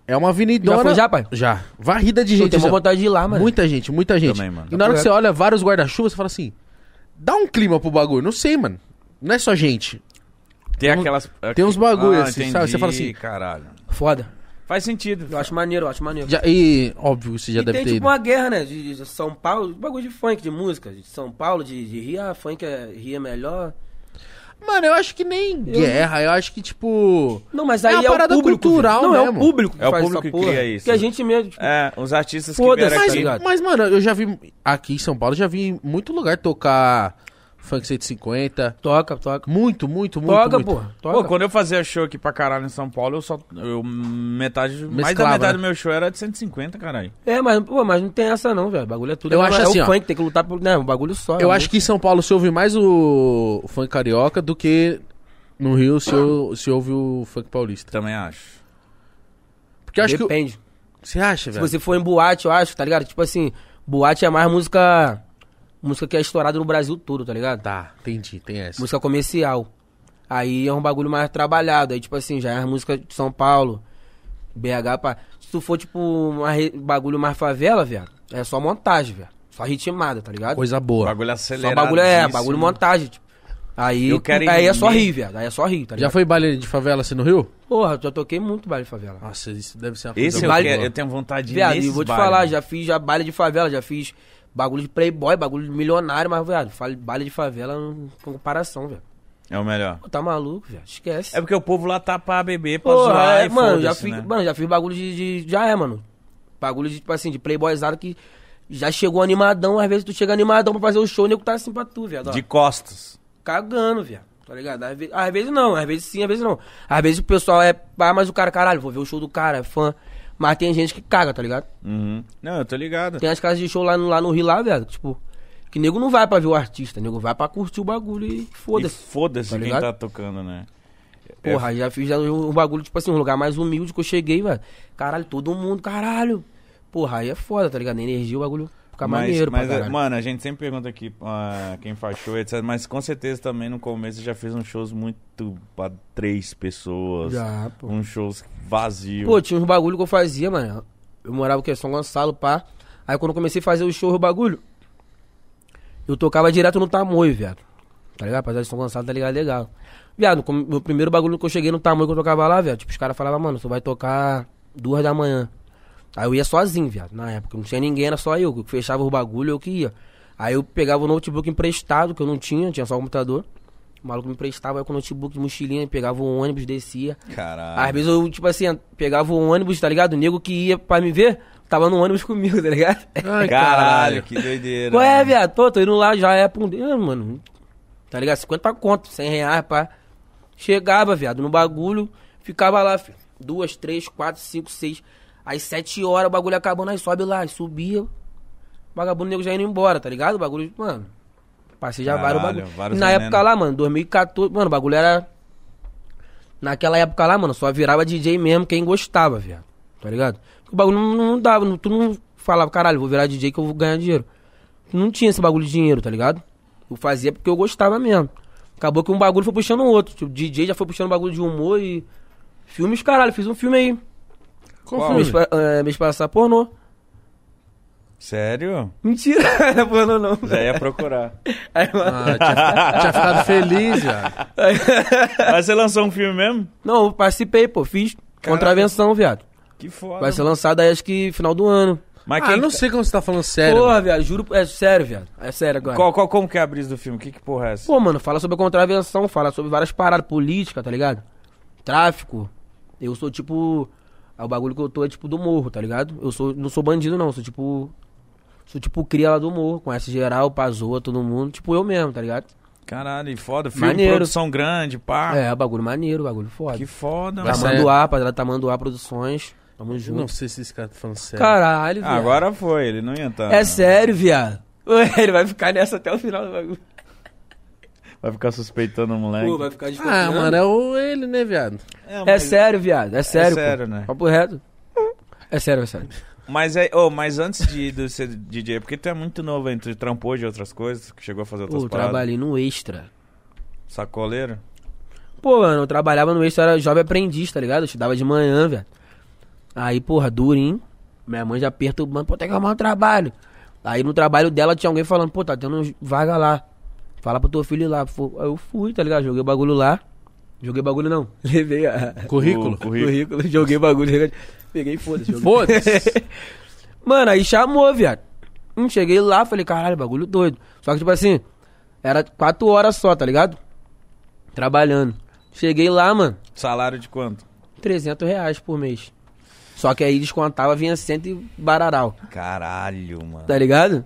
[SPEAKER 1] É uma avenidona.
[SPEAKER 3] Já foi já, pai?
[SPEAKER 1] Já. Varrida de
[SPEAKER 3] Eu
[SPEAKER 1] gente.
[SPEAKER 3] tenho uma
[SPEAKER 1] assim, ó.
[SPEAKER 3] vontade de ir lá, mano.
[SPEAKER 1] Muita gente, muita gente.
[SPEAKER 2] Também, mano.
[SPEAKER 1] E na hora que
[SPEAKER 3] Tá
[SPEAKER 1] você olha vários guarda-chuvas, você fala assim: dá um clima pro bagulho. Não sei, mano. Não é só gente.
[SPEAKER 2] Tem
[SPEAKER 3] um-
[SPEAKER 2] aquelas. Ah,
[SPEAKER 1] tem uns bagulho assim, sabe? Você fala assim-
[SPEAKER 2] Caralho.
[SPEAKER 3] Foda.
[SPEAKER 2] Faz sentido.
[SPEAKER 3] Eu acho maneiro, eu acho maneiro.
[SPEAKER 1] Já- e, óbvio, você já
[SPEAKER 3] e
[SPEAKER 1] deve
[SPEAKER 3] tem
[SPEAKER 1] ter ido.
[SPEAKER 3] tipo uma guerra, né? De, de São Paulo, bagulho de funk, de música. De São Paulo, de, de Rio, ah, funk é Rio é melhor.
[SPEAKER 1] Mano, eu acho que nem guerra, eu acho que tipo.
[SPEAKER 3] Não, mas
[SPEAKER 1] É
[SPEAKER 3] aí
[SPEAKER 1] uma
[SPEAKER 3] é, o
[SPEAKER 1] parada
[SPEAKER 3] público.
[SPEAKER 1] cultural
[SPEAKER 3] não, é o
[SPEAKER 1] mesmo.
[SPEAKER 3] público que
[SPEAKER 2] É o
[SPEAKER 3] faz
[SPEAKER 2] público
[SPEAKER 3] essa
[SPEAKER 2] que
[SPEAKER 3] porra.
[SPEAKER 2] cria isso.
[SPEAKER 3] Que a gente mesmo, tipo,
[SPEAKER 2] É, os artistas que
[SPEAKER 3] Foda-se,
[SPEAKER 2] vieram
[SPEAKER 3] tá
[SPEAKER 1] Mas,
[SPEAKER 2] aqui.
[SPEAKER 3] ligado?
[SPEAKER 1] mas, mano, eu já vi. Aqui em São Paulo, eu já vi em muito lugar tocar funk 150.
[SPEAKER 3] toca, toca.
[SPEAKER 1] Muito, muito, muito.
[SPEAKER 3] toca,
[SPEAKER 1] muito.
[SPEAKER 3] porra.
[SPEAKER 2] Pô,
[SPEAKER 3] Toca.
[SPEAKER 2] quando eu fazia show aqui pra caralho em São Paulo, eu só. Eu, metade, mais da
[SPEAKER 1] Mesclava, né?
[SPEAKER 2] metade do meu show era de 150, caralho.
[SPEAKER 3] É, mas, pô, mas não tem essa não, velho. O bagulho é tudo.
[SPEAKER 1] Eu
[SPEAKER 3] é,
[SPEAKER 1] acho
[SPEAKER 3] é
[SPEAKER 1] assim,
[SPEAKER 3] o
[SPEAKER 1] ó.
[SPEAKER 3] funk, tem que lutar por. Não, é um bagulho só.
[SPEAKER 1] Eu acho que em São Paulo se ouve mais o, o funk carioca do que no Rio se, ou- se ouve o funk paulista.
[SPEAKER 2] Também acho.
[SPEAKER 1] Porque eu acho que.
[SPEAKER 3] Depende.
[SPEAKER 1] Você acha,
[SPEAKER 3] Se
[SPEAKER 1] velho?
[SPEAKER 3] você for em boate, eu acho, tá ligado? Tipo assim, boate é mais música. Música que é estourada no Brasil todo, tá ligado?
[SPEAKER 1] Tá, entendi, tem essa.
[SPEAKER 3] Música comercial. Aí é um bagulho mais trabalhado. Aí, tipo assim, já é a música de São Paulo, BH, pá. Se tu for, tipo, um bagulho mais favela, velho, é só montagem, velho. Só ritmada, tá ligado?
[SPEAKER 1] Coisa
[SPEAKER 2] O
[SPEAKER 1] boa.
[SPEAKER 2] bagulho
[SPEAKER 3] só
[SPEAKER 2] acelerado.
[SPEAKER 3] bagulho é, bagulho montagem, tipo. Aí,
[SPEAKER 2] Eu quero ir
[SPEAKER 3] aí é só
[SPEAKER 2] me-
[SPEAKER 3] rir, velho. Aí é só rir, tá
[SPEAKER 1] Já
[SPEAKER 3] ligado?
[SPEAKER 1] foi baile de favela assim no Rio?
[SPEAKER 3] Porra, eu já toquei muito baile de favela.
[SPEAKER 1] Nossa, isso deve ser uma coisa
[SPEAKER 2] Esse eu,
[SPEAKER 1] boa.
[SPEAKER 3] Vale-
[SPEAKER 2] quero, eu tenho vontade de ir
[SPEAKER 3] Viado, e
[SPEAKER 2] nesses
[SPEAKER 3] vou te
[SPEAKER 2] bares,
[SPEAKER 3] falar,
[SPEAKER 2] mano.
[SPEAKER 3] já fiz já baile de favela, já fiz bagulho de playboy, bagulho de milionário, mas, viado, fale- baile de favela não tem comparação, velho.
[SPEAKER 2] É o melhor.
[SPEAKER 3] Pô, Tá maluco, viado, esquece.
[SPEAKER 2] É porque o povo lá tá pra beber, pra
[SPEAKER 3] Porra,
[SPEAKER 2] zoar.
[SPEAKER 3] é,
[SPEAKER 2] e
[SPEAKER 3] mano, já
[SPEAKER 2] foda-se,
[SPEAKER 3] fiz,
[SPEAKER 2] né?
[SPEAKER 3] mano, já fiz bagulho de, de- Já é, mano. Bagulho de, tipo assim, de playboyzado que já chegou animadão, às vezes tu chega animadão pra fazer o show, o nego tá assim pra tu, viado. ó,
[SPEAKER 2] De costas.
[SPEAKER 3] Cagando, viado. Tá ligado? Às vezes, às vezes não, às vezes sim, às vezes não. Às vezes o pessoal é. Ah, mas o cara, caralho, vou ver o show do cara, é fã. Mas tem gente que caga, tá ligado?
[SPEAKER 2] Uhum. Não, eu tô ligado.
[SPEAKER 3] Tem as casas de show lá no, lá no Rio, lá, velho. Tipo, que nego não vai pra ver o artista, nego vai pra curtir o bagulho e
[SPEAKER 2] E
[SPEAKER 3] foda-se.
[SPEAKER 2] Foda-se
[SPEAKER 3] Tá
[SPEAKER 2] quem
[SPEAKER 3] ligado?
[SPEAKER 2] tá tocando, né?
[SPEAKER 3] Porra, já fiz já um, um bagulho, tipo assim, um lugar mais humilde que eu cheguei, velho. Caralho, todo mundo, caralho. Porra, aí é foda, tá ligado? Na energia o bagulho fica maneiro,
[SPEAKER 2] mas, é
[SPEAKER 3] pra caralho.
[SPEAKER 2] mano, a gente sempre pergunta aqui ah, quem faz show, etc. Mas com certeza também no começo eu já fiz uns shows muito pra três pessoas.
[SPEAKER 3] Já, pô.
[SPEAKER 2] Uns shows vazios.
[SPEAKER 3] Pô, tinha uns bagulho que eu fazia, mano. Eu morava o quê? São Gonçalo, pá. Aí quando eu comecei a fazer o show, o bagulho, eu tocava direto no Tamoio, viado. Tá ligado? Apesar de São Gonçalo, tá ligado? Legal. Viado, como- meu primeiro bagulho que eu cheguei no Tamoio que eu tocava lá, viado. Tipo, os caras falavam, mano, você vai tocar duas da manhã. Aí eu ia sozinho, viado, na época. Não tinha ninguém, era só eu. que fechava o bagulho, eu que ia. Aí eu pegava o notebook emprestado, que eu não tinha, tinha só o computador. O maluco me emprestava, eu com o notebook de mochilinha, pegava o ônibus, descia. tipo, Às
[SPEAKER 2] Caralho.
[SPEAKER 3] vezes eu, tipo assim, pegava o ônibus, tá ligado? O nego que ia pra me ver, tava no ônibus comigo, tá ligado?
[SPEAKER 1] Ai,
[SPEAKER 2] Caralho, que doideira.
[SPEAKER 3] Ué, é, viado, pô, tô indo lá, já é pra um... Ah, mano, tá ligado? 50 conto, 100 reais, pá. Chegava, viado, no bagulho, ficava lá, filho. Duas, três, quatro, cinco, seis. Às sete horas o bagulho acabando, aí sobe lá, aí subia. O vagabundo nego já indo embora, tá ligado? O bagulho, mano. Passei já vários
[SPEAKER 2] Caralho,
[SPEAKER 3] bagulhos.
[SPEAKER 2] vários
[SPEAKER 3] Na
[SPEAKER 2] venenos.
[SPEAKER 3] época lá, mano, 2014, mano, o bagulho era. Naquela época lá, mano, só virava DJ mesmo quem gostava, viado. Tá ligado? Porque o bagulho não, não dava, não- tu não falava, caralho, vou virar DJ que eu vou ganhar dinheiro. Não tinha esse bagulho de dinheiro, tá ligado? Eu fazia porque eu gostava mesmo. Acabou que um bagulho foi puxando o outro. Tipo, DJ já foi puxando bagulho de humor e. Filmes, caralho, fiz um filme aí.
[SPEAKER 1] Qual
[SPEAKER 3] Mês,
[SPEAKER 1] filme?
[SPEAKER 3] pa- é, mês passado, pornô.
[SPEAKER 2] Sério?
[SPEAKER 3] Mentira, não é pornô não.
[SPEAKER 2] Já ia procurar.
[SPEAKER 3] Aí, mano,
[SPEAKER 1] Ah, tinha, tinha ficado feliz, já.
[SPEAKER 2] Mas você lançou um filme mesmo?
[SPEAKER 3] Não, eu participei, pô, fiz contravenção, viado.
[SPEAKER 2] Que foda.
[SPEAKER 3] Vai ser lançado aí, acho que final do ano.
[SPEAKER 2] Mas
[SPEAKER 1] Ah,
[SPEAKER 2] quem...
[SPEAKER 1] não sei como você tá falando sério.
[SPEAKER 3] Porra, viado, juro, é sério, viado. É sério agora.
[SPEAKER 2] Qual, qual, como que é a brisa do filme? Que que porra é essa?
[SPEAKER 3] Pô, mano, fala sobre a contravenção, fala sobre várias paradas, política, tá ligado? Tráfico. Eu sou tipo. O bagulho que eu tô é tipo do morro, tá ligado? Eu sou, não sou bandido, não, sou tipo. Sou tipo cria lá do morro, conhece geral, pazoa, todo mundo, tipo eu mesmo, tá ligado?
[SPEAKER 2] Caralho, foda. Filme,
[SPEAKER 3] Maneiro.
[SPEAKER 2] produção grande, pá.
[SPEAKER 3] É, bagulho maneiro, bagulho foda.
[SPEAKER 2] Ah. Que é- foda,
[SPEAKER 1] Vai
[SPEAKER 2] mano.
[SPEAKER 1] sair-
[SPEAKER 3] Tamanduá, rapaziada, Tamanduá tá Produções. Tamo
[SPEAKER 1] Eu
[SPEAKER 3] junto.
[SPEAKER 1] não sei se esse cara tá falando sério.
[SPEAKER 3] Caralho,
[SPEAKER 2] Ah,
[SPEAKER 3] viado.
[SPEAKER 2] agora foi, ele não ia tá- entrar.
[SPEAKER 3] É sério, viado. Ué, Ele vai ficar nessa até o final do bagulho.
[SPEAKER 2] Vai ficar suspeitando o moleque.
[SPEAKER 3] Pô, vai ficar de
[SPEAKER 1] Ah, mano, é o ele, né, viado?
[SPEAKER 2] mas-
[SPEAKER 3] É sério, viado. É sério. pô.
[SPEAKER 2] sério, né?
[SPEAKER 3] Papo reto. É sério, é sério.
[SPEAKER 2] Mas, é, oh, mas antes de, de ser DJ, porque tu é muito novo, hein? Tu trampou de outras coisas, que chegou a fazer outras
[SPEAKER 3] Pô,
[SPEAKER 2] paradas.
[SPEAKER 3] trabalhei no extra.
[SPEAKER 2] Sacoleiro?
[SPEAKER 3] Pô, mano, eu trabalhava no extra, era jovem aprendiz, tá ligado? Eu estudava de manhã, velho. Aí, porra, durinho. Minha mãe já perturbando, pô, tem que arrumar um trabalho. Aí no trabalho dela tinha alguém falando, pô, tá tendo vaga lá. Fala pro teu filho ir lá. Pô, Aí eu fui, tá ligado? Joguei o bagulho lá. Joguei bagulho não. Levei a.
[SPEAKER 1] Currículo?
[SPEAKER 2] O currículo.
[SPEAKER 3] currículo, joguei bagulho. Peguei, foda-se. joguei.
[SPEAKER 1] Foda-se.
[SPEAKER 3] Mano, aí chamou, viado. Hum, cheguei lá, falei, caralho, bagulho doido. Só que, tipo assim, era quatro horas só, tá ligado? Trabalhando. Cheguei lá, mano,
[SPEAKER 2] Salário de quanto?
[SPEAKER 3] 300 reais por mês. Só que aí descontava, vinha cento e bararau,
[SPEAKER 2] Caralho, mano.
[SPEAKER 3] tá ligado?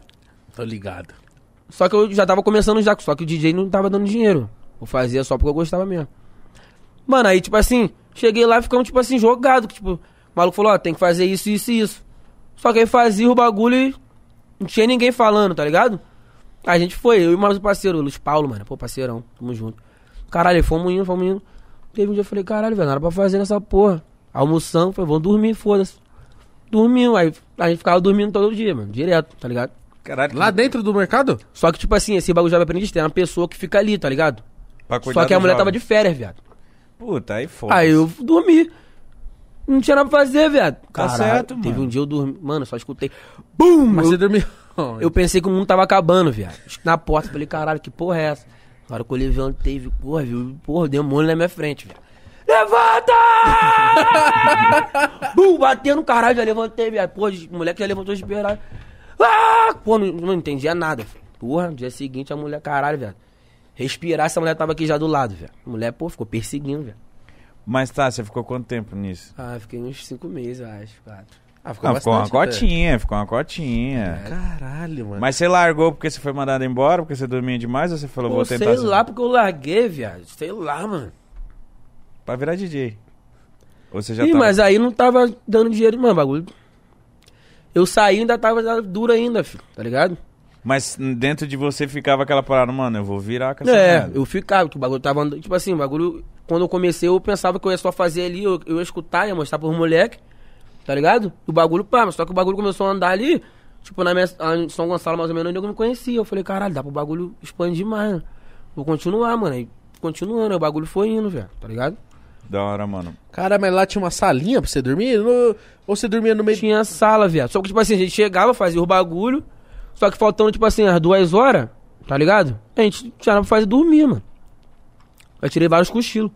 [SPEAKER 1] Tô ligado.
[SPEAKER 3] Só que eu já tava começando já, só que o DJ não tava dando dinheiro. Eu fazia só porque eu gostava mesmo. Mano, aí, tipo assim, cheguei lá e ficamos, tipo assim, jogado. que, Tipo, o maluco falou, ó, tem que fazer isso, isso e isso. Só que aí fazia o bagulho e não tinha ninguém falando, tá ligado? A gente foi, eu e mais um parceiro, o Luiz Paulo, mano. Pô, parceirão, tamo junto. Caralho, aí fomos indo, fomos indo. Teve um dia eu falei, caralho, velho, nada pra fazer nessa porra. Almoçamos, falei, vamos dormir, foda-se. Dormiu, aí a gente ficava dormindo todo dia, mano, direto, tá ligado?
[SPEAKER 2] Caralho,
[SPEAKER 1] Lá dentro do mercado?
[SPEAKER 3] Só que, tipo assim, esse bagulho de jovem aprendiz tem uma pessoa que fica ali, tá ligado?
[SPEAKER 2] pra cuidar
[SPEAKER 3] Só que a
[SPEAKER 2] do
[SPEAKER 3] mulher
[SPEAKER 2] jovem.
[SPEAKER 3] tava de férias, viado.
[SPEAKER 2] Puta, aí foda.
[SPEAKER 3] Aí eu dormi. Não tinha nada pra fazer, viado.
[SPEAKER 2] Tá certo,
[SPEAKER 3] Teve
[SPEAKER 2] mano.
[SPEAKER 3] um dia eu dormi. Mano, só escutei. Bum!
[SPEAKER 1] Mas
[SPEAKER 3] Eu,
[SPEAKER 1] você dormiu.
[SPEAKER 3] eu pensei que o mundo tava acabando, viado. Na porta, falei, caralho, que porra é essa? Na hora que eu levantei, vi, porra, viu, porra, o demônio na minha frente, viado. Levanta! Bum, batendo, caralho, já levantei, viado. Porra, o moleque já levantou esperado. Ah! Pô, não, não entendia nada. filho. Porra, no dia seguinte a mulher, caralho, velho. Respirar, essa mulher tava aqui já do lado, velho. A mulher, pô, ficou perseguindo, velho.
[SPEAKER 2] Mas tá, você ficou quanto tempo nisso?
[SPEAKER 3] Ah, fiquei uns cinco meses, eu acho, quatro.
[SPEAKER 1] Ah,
[SPEAKER 2] Ah, ficou uma
[SPEAKER 1] bastante
[SPEAKER 3] né?
[SPEAKER 1] até.
[SPEAKER 2] cotinha, ficou uma cotinha.
[SPEAKER 1] Caralho, mano.
[SPEAKER 2] É. Mas você largou porque você foi mandado embora, porque você dormia demais ou você falou,
[SPEAKER 3] Pô,
[SPEAKER 2] Ah, vou
[SPEAKER 3] sei
[SPEAKER 2] tentar... ser-
[SPEAKER 3] lá, porque eu larguei, viado. Sei lá, mano.
[SPEAKER 2] Pra virar DJ. Ou você já
[SPEAKER 3] Ih,
[SPEAKER 2] tava...
[SPEAKER 3] mas aí não tava dando dinheiro, mano, bagulho. Eu saí ainda tava dura ainda, filho, tá ligado?
[SPEAKER 2] Mas dentro de você ficava aquela parada, mano, eu vou virar com essa
[SPEAKER 3] é,
[SPEAKER 2] merda.
[SPEAKER 3] eu ficava, que o bagulho tava andando. Tipo assim, o bagulho, quando eu comecei, eu pensava que eu ia só fazer ali, eu, eu ia escutar, ia mostrar pros moleque, tá ligado? O bagulho, pá, mas só que o bagulho começou a andar ali, tipo, na minha, a- em São Gonçalo, mais ou menos, onde eu me conhecia. Eu falei, caralho, dá pro bagulho expandir mais, né? Vou continuar, mano. Aí, continuando, aí o bagulho foi indo, velho, tá ligado?
[SPEAKER 2] Da hora, mano.
[SPEAKER 1] Cara, mas lá tinha uma salinha pra você dormir? No- Ou você dormia no meio.
[SPEAKER 3] Tinha sala, viado. Só que, tipo assim, a gente chegava, fazia o bagulho, só que faltando, tipo assim, as duas horas, tá ligado? A gente tinha pra fazer dormir, mano. Eu tirei vários cochilos.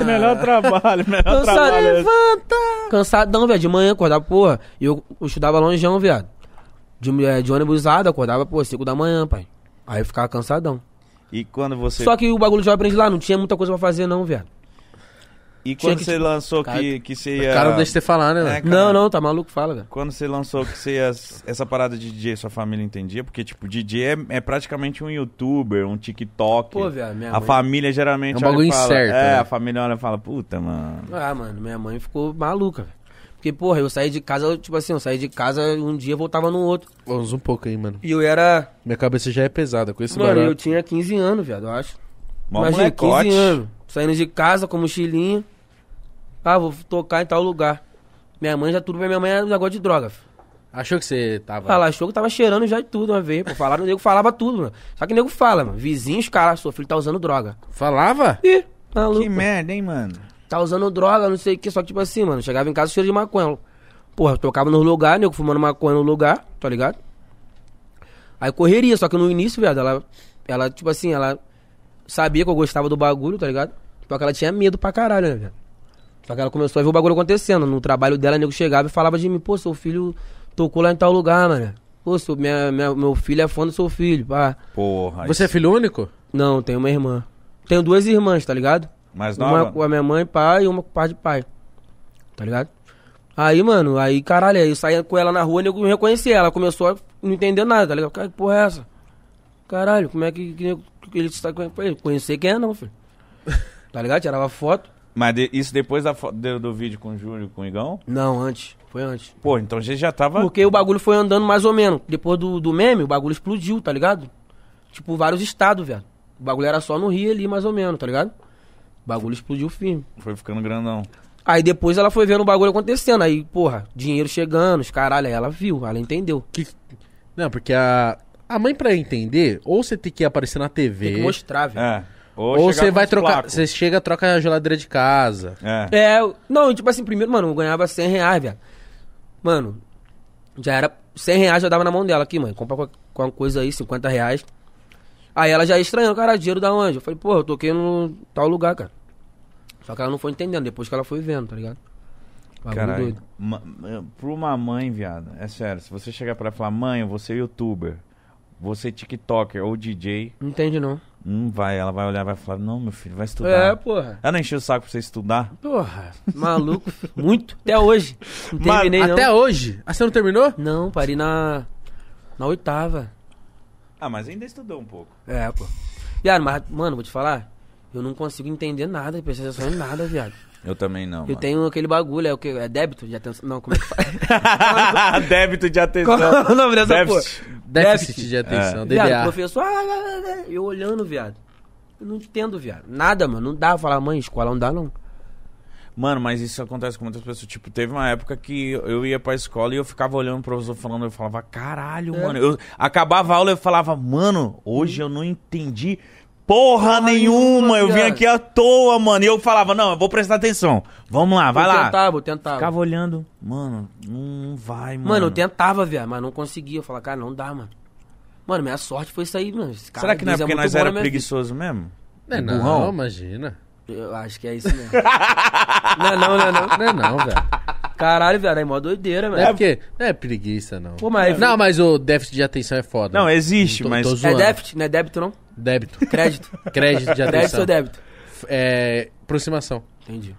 [SPEAKER 3] Ah.
[SPEAKER 2] melhor trabalho, melhor
[SPEAKER 3] Cansado,
[SPEAKER 2] É um trabalho.
[SPEAKER 3] levanta! Cansadão, viado, de manhã, acordava, porra. E eu, eu estudava longeão, viado. De, eh, de ônibus usado, acordava, pô, 5 da manhã, pai. Aí eu ficava cansadão.
[SPEAKER 2] E quando você...
[SPEAKER 3] Só que o bagulho já aprendi lá, não tinha muita coisa pra fazer, não, viado.
[SPEAKER 2] E quando
[SPEAKER 3] tinha que-
[SPEAKER 2] você lançou
[SPEAKER 3] Cara-
[SPEAKER 2] que, que você
[SPEAKER 1] O
[SPEAKER 2] ia...
[SPEAKER 1] cara não deixa você falar, né?
[SPEAKER 2] É,
[SPEAKER 1] mano?
[SPEAKER 2] cara.
[SPEAKER 3] Não, não, tá maluco, fala, velho.
[SPEAKER 2] Quando você lançou que você ia, essa parada de DJ, sua família entendia? Porque, tipo, DJ é, é praticamente um youtuber, um TikTok.
[SPEAKER 3] Pô, velho, minha
[SPEAKER 2] A
[SPEAKER 3] mãe-
[SPEAKER 2] família geralmente
[SPEAKER 1] É um
[SPEAKER 2] olha e
[SPEAKER 1] bagulho
[SPEAKER 2] fala-
[SPEAKER 1] incerto,
[SPEAKER 2] É,
[SPEAKER 1] né?
[SPEAKER 2] a família olha e fala, puta, mano.
[SPEAKER 3] Ah, mano, minha mãe ficou maluca, velho. Porque, porra, eu saí de casa, eu, tipo assim, eu saí de casa um dia voltava no outro.
[SPEAKER 1] Vamos um pouco aí, mano.
[SPEAKER 3] E eu era.
[SPEAKER 1] Minha cabeça já é pesada com esse
[SPEAKER 3] mano,
[SPEAKER 1] barulho.
[SPEAKER 3] eu tinha 15 anos, viado, eu acho.
[SPEAKER 2] Mó
[SPEAKER 3] Imagina,
[SPEAKER 2] molecote.
[SPEAKER 3] anos. Saindo de casa com mochilinha. Ah, vou tocar em tal lugar. Minha mãe já tudo pra minha mãe era um negócio de droga. filho.
[SPEAKER 1] Achou que você tava.
[SPEAKER 3] Ela achou que tava cheirando já de tudo uma vez. Pô, falaram, o nego falava tudo, mano. Só que o nego fala, mano. Vizinhos, cara, seu filho tá usando droga.
[SPEAKER 1] Falava?
[SPEAKER 3] Ih, maluco.
[SPEAKER 2] Que merda, hein, mano?
[SPEAKER 3] tá usando droga, não sei o que. Só que, tipo assim, mano, chegava em casa cheiro de maconha. Porra, eu tocava no lugar, nego fumando maconha no lugar, tá ligado? Aí correria, só que no início, viado, ela, ela, tipo assim, ela sabia que eu gostava do bagulho, tá ligado? Só que ela tinha medo pra caralho, né, viado? Só que ela começou a ver o bagulho acontecendo. No trabalho dela, nego chegava e falava de mim, pô, seu filho tocou lá em tal lugar, mano. Pô, seu, minha, minha- meu filho é fã do seu filho, pá.
[SPEAKER 2] Porra.
[SPEAKER 1] Você é
[SPEAKER 2] isso-
[SPEAKER 1] filho único?
[SPEAKER 3] Não, tenho uma irmã. Tenho duas irmãs, tá ligado?
[SPEAKER 2] Mais
[SPEAKER 3] Uma
[SPEAKER 2] nova?
[SPEAKER 3] com a minha mãe, pai, e uma com o pai de pai. Tá ligado? Aí, mano, aí, caralho, aí eu saía com ela na rua e eu não reconhecia. Ela começou a não entender nada, tá ligado? Cara, que porra é essa? é, Caralho, como é que, que, que ele está com. Falei, Conhecer quem é não, filho. Tá ligado? Tirava foto.
[SPEAKER 2] Mas de- isso depois da fo- do, do vídeo com o Júlio e com o Igão?
[SPEAKER 3] Não, antes. Foi antes.
[SPEAKER 2] Pô, então a gente já tava.
[SPEAKER 3] Porque o bagulho foi andando mais ou menos. Depois do, do meme, o bagulho explodiu, tá ligado? Tipo, vários estados, velho. O bagulho era só no Rio ali, mais ou menos, tá ligado? O bagulho explodiu firme.
[SPEAKER 2] Foi ficando grandão.
[SPEAKER 3] Aí depois ela foi vendo o bagulho acontecendo. Aí, porra, dinheiro chegando, os caralho. Aí ela viu, ela entendeu.
[SPEAKER 1] Que- Não, porque a. A mãe, pra entender, ou você tem que aparecer na TV.
[SPEAKER 3] Tem que mostrar, velho.
[SPEAKER 2] É.
[SPEAKER 1] Ou
[SPEAKER 2] chegar
[SPEAKER 1] você
[SPEAKER 2] com
[SPEAKER 1] vai
[SPEAKER 2] os
[SPEAKER 1] trocar.
[SPEAKER 2] placos.
[SPEAKER 1] Você chega, troca a geladeira de casa.
[SPEAKER 2] É.
[SPEAKER 3] É, não, tipo assim, primeiro, mano, eu ganhava 100 reais, velho. Mano, já era. 100 reais já dava na mão dela aqui, mano. Compra qual- qualquer coisa aí, 50 reais. Aí ela já estranhou, cara, dinheiro da onde? Eu falei, porra, eu toquei no tal lugar, cara. Só que ela não foi entendendo, depois que ela foi vendo, tá ligado? Bagulho
[SPEAKER 2] Caralho. Ma- ma- Pra uma mãe, viado, é sério. Se você chegar pra ela e falar, mãe, eu vou ser youtuber, você TikToker ou DJ,
[SPEAKER 3] Não entende, não.
[SPEAKER 2] não vai. Ela vai olhar e vai falar, não, meu filho, vai estudar.
[SPEAKER 3] É, porra.
[SPEAKER 2] Ela não encheu o saco pra você estudar?
[SPEAKER 3] Porra, maluco. muito. Até hoje. Não terminei, não.
[SPEAKER 1] Até hoje? Ah, você não terminou?
[SPEAKER 3] Não, parei na. Na oitava.
[SPEAKER 2] Ah, mas ainda estudou um pouco.
[SPEAKER 3] É, pô. Viado, mas, mano, vou te falar. Eu não consigo entender nada, prestar atenção em nada, viado.
[SPEAKER 2] Eu também não.
[SPEAKER 3] Eu
[SPEAKER 2] mano.
[SPEAKER 3] tenho aquele bagulho, é o que? É débito de atenção. Não, como é que faz?
[SPEAKER 2] Débito de atenção.
[SPEAKER 3] Qual é o nome dessa
[SPEAKER 2] Déficit.
[SPEAKER 1] Déficit
[SPEAKER 3] Déficit.
[SPEAKER 1] de atenção,
[SPEAKER 2] É.
[SPEAKER 3] Viado, o
[SPEAKER 1] DDA.
[SPEAKER 3] professor. ah, lá, lá, lá, Eu olhando, viado. Eu não entendo, viado. Nada, mano. Não dá pra falar, mãe, escola não dá, não.
[SPEAKER 2] Mano, mas isso acontece com muitas pessoas. Tipo, teve uma época que eu ia pra escola e eu ficava olhando o professor falando, eu falava, caralho,
[SPEAKER 3] É.
[SPEAKER 2] mano. Eu acabava a aula e eu falava, mano, hoje eu não entendi porra nenhuma.
[SPEAKER 3] nenhuma,
[SPEAKER 2] eu vim
[SPEAKER 3] viado."
[SPEAKER 2] aqui à toa, mano. E eu falava, não, eu vou prestar atenção. Vamos lá, vai
[SPEAKER 3] vou
[SPEAKER 2] lá.
[SPEAKER 3] tentar, vou tentar.
[SPEAKER 2] Ficava olhando, mano, não vai, mano.
[SPEAKER 3] Mano, eu tentava, viado, mas não conseguia. Eu falava, cara, não dá, mano. Mano, minha sorte foi isso aí, mano. Esse cara
[SPEAKER 2] Será que não é
[SPEAKER 3] Deus
[SPEAKER 2] porque
[SPEAKER 3] muito
[SPEAKER 2] nós
[SPEAKER 3] bom na
[SPEAKER 2] era
[SPEAKER 3] minha vida.
[SPEAKER 2] preguiçoso mesmo?
[SPEAKER 1] Não, é não,
[SPEAKER 2] Burrão.
[SPEAKER 1] imagina.
[SPEAKER 3] Eu acho que é isso mesmo. não, não, não, não.
[SPEAKER 1] Não é não, velho.
[SPEAKER 3] Caralho, viado, é mó doideira,
[SPEAKER 1] Não é
[SPEAKER 3] mano.
[SPEAKER 1] porque. Não é preguiça, não.
[SPEAKER 3] Pô, mas-
[SPEAKER 1] Não, mas o déficit de atenção é foda.
[SPEAKER 2] Não, existe,
[SPEAKER 1] Tô-
[SPEAKER 2] mas.
[SPEAKER 1] tô
[SPEAKER 3] É
[SPEAKER 1] zoando.
[SPEAKER 3] débito, não é débito, não?
[SPEAKER 1] Débito.
[SPEAKER 3] Crédito.
[SPEAKER 2] É
[SPEAKER 1] Crédito de
[SPEAKER 3] Crédito
[SPEAKER 1] atenção.
[SPEAKER 3] ou débito?
[SPEAKER 1] É. Aproximação.
[SPEAKER 3] Entendi.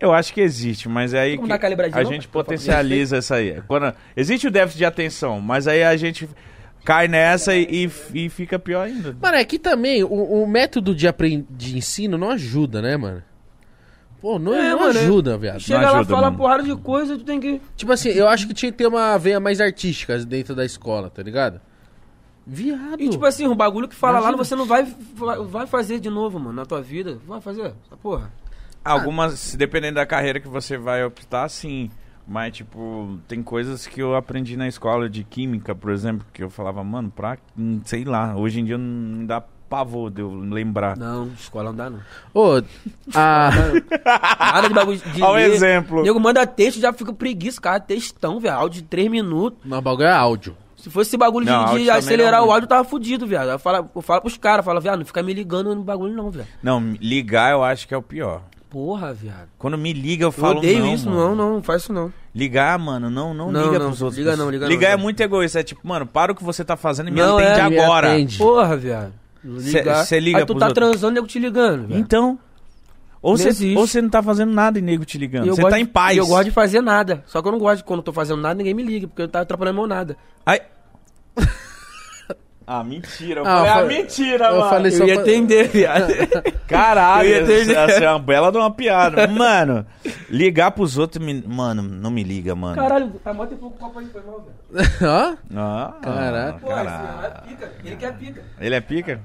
[SPEAKER 2] Eu acho que existe, mas é aí
[SPEAKER 3] Vamos
[SPEAKER 2] que
[SPEAKER 3] dar calibradinha,
[SPEAKER 2] a
[SPEAKER 3] não?
[SPEAKER 2] gente potencializa essa aí. Quando- existe o déficit de atenção, mas aí a gente cai nessa e, e- e fica pior ainda.
[SPEAKER 1] Mano, é que também o, o método de, apren- de ensino não ajuda, né, mano? Pô, não,
[SPEAKER 3] É,
[SPEAKER 1] não
[SPEAKER 3] mano, é-
[SPEAKER 1] ajuda, viado.
[SPEAKER 3] Chega lá,
[SPEAKER 2] ajuda,
[SPEAKER 3] fala
[SPEAKER 2] mano.
[SPEAKER 3] porrada de coisa, tu tem que.
[SPEAKER 1] Tipo assim, eu acho que tinha que ter uma veia mais artística dentro da escola, tá ligado? Viado.
[SPEAKER 3] E tipo assim, um bagulho que fala
[SPEAKER 1] Imagina.
[SPEAKER 3] lá, você não vai, vai fazer de novo, mano, na tua vida. Vai fazer essa porra.
[SPEAKER 2] Algumas, dependendo da carreira que você vai optar, sim. Mas, tipo, tem coisas que eu aprendi na escola de química, por exemplo, que eu falava, mano, pra. hum, sei lá. Hoje em dia não dá pavor de eu lembrar.
[SPEAKER 3] Não, escola não dá, não.
[SPEAKER 1] Ô, a.
[SPEAKER 3] Nada de bagulho de.
[SPEAKER 2] Olha o
[SPEAKER 3] ler.
[SPEAKER 2] exemplo.
[SPEAKER 3] Nego manda texto, já fica preguiça, cara. Textão, velho. Áudio de 3 minutos.
[SPEAKER 1] Não, o bagulho é áudio.
[SPEAKER 3] Se fosse esse bagulho de-
[SPEAKER 2] Não, áudio
[SPEAKER 3] de,
[SPEAKER 2] também
[SPEAKER 3] acelerar
[SPEAKER 2] não,
[SPEAKER 3] o
[SPEAKER 2] mano.
[SPEAKER 3] áudio, tava fudido, viado. Eu falo, eu falo pros caras, fala, viado, não fica me ligando no bagulho, não, velho.
[SPEAKER 2] Não, ligar eu acho que é o pior.
[SPEAKER 3] Porra, viado.
[SPEAKER 2] Quando me liga, eu
[SPEAKER 3] Eu
[SPEAKER 2] falo
[SPEAKER 3] odeio
[SPEAKER 2] um não,
[SPEAKER 3] isso,
[SPEAKER 2] mano.
[SPEAKER 3] não, não, não faz isso não.
[SPEAKER 2] Ligar, mano, não, não,
[SPEAKER 3] Não,
[SPEAKER 2] liga
[SPEAKER 3] não,
[SPEAKER 2] pros outros.
[SPEAKER 3] liga não, liga não,
[SPEAKER 2] Ligar é
[SPEAKER 3] não.
[SPEAKER 2] muito egoísta. É tipo, mano, para o que você tá fazendo e me
[SPEAKER 3] Não,
[SPEAKER 2] atende
[SPEAKER 3] é.
[SPEAKER 1] Me
[SPEAKER 2] agora.
[SPEAKER 1] atende.
[SPEAKER 3] Porra, viado. Ligar.
[SPEAKER 2] cê liga
[SPEAKER 3] Aí tu
[SPEAKER 2] pros
[SPEAKER 3] tá
[SPEAKER 2] outros.
[SPEAKER 3] transando, nego te ligando. viado.
[SPEAKER 2] Então. Ou
[SPEAKER 3] Não
[SPEAKER 2] você
[SPEAKER 3] existe.
[SPEAKER 2] ou cê não tá fazendo nada e nego te
[SPEAKER 3] E
[SPEAKER 2] ligando.
[SPEAKER 3] eu
[SPEAKER 2] Você
[SPEAKER 3] gosto
[SPEAKER 2] tá
[SPEAKER 3] de-
[SPEAKER 2] em paz.
[SPEAKER 3] e Eu gosto de fazer nada. Só que eu não gosto de quando eu tô fazendo nada, ninguém me liga, porque eu tá atrapalhando meu nada.
[SPEAKER 2] Ai. ah, mentira.
[SPEAKER 1] Ah,
[SPEAKER 2] Eu falei,
[SPEAKER 1] eu
[SPEAKER 2] ah,
[SPEAKER 1] falei-
[SPEAKER 2] mentira,
[SPEAKER 1] eu
[SPEAKER 2] mano.
[SPEAKER 1] falei- só
[SPEAKER 3] eu ia
[SPEAKER 1] pra-
[SPEAKER 3] atender, viado.
[SPEAKER 2] Caralho,
[SPEAKER 3] Eu ia ter-
[SPEAKER 2] essa é uma bela de uma piada. Mano, ligar pros outros. me- Mano, não me liga, mano.
[SPEAKER 3] Caralho, tá mó tempo que o copo aí foi mal, velho.
[SPEAKER 1] Ó.
[SPEAKER 2] Ah,
[SPEAKER 1] Caraca.
[SPEAKER 3] Pô, esse
[SPEAKER 2] caralho.
[SPEAKER 3] cara é pica. Ele quer pica.
[SPEAKER 2] Ele é pica?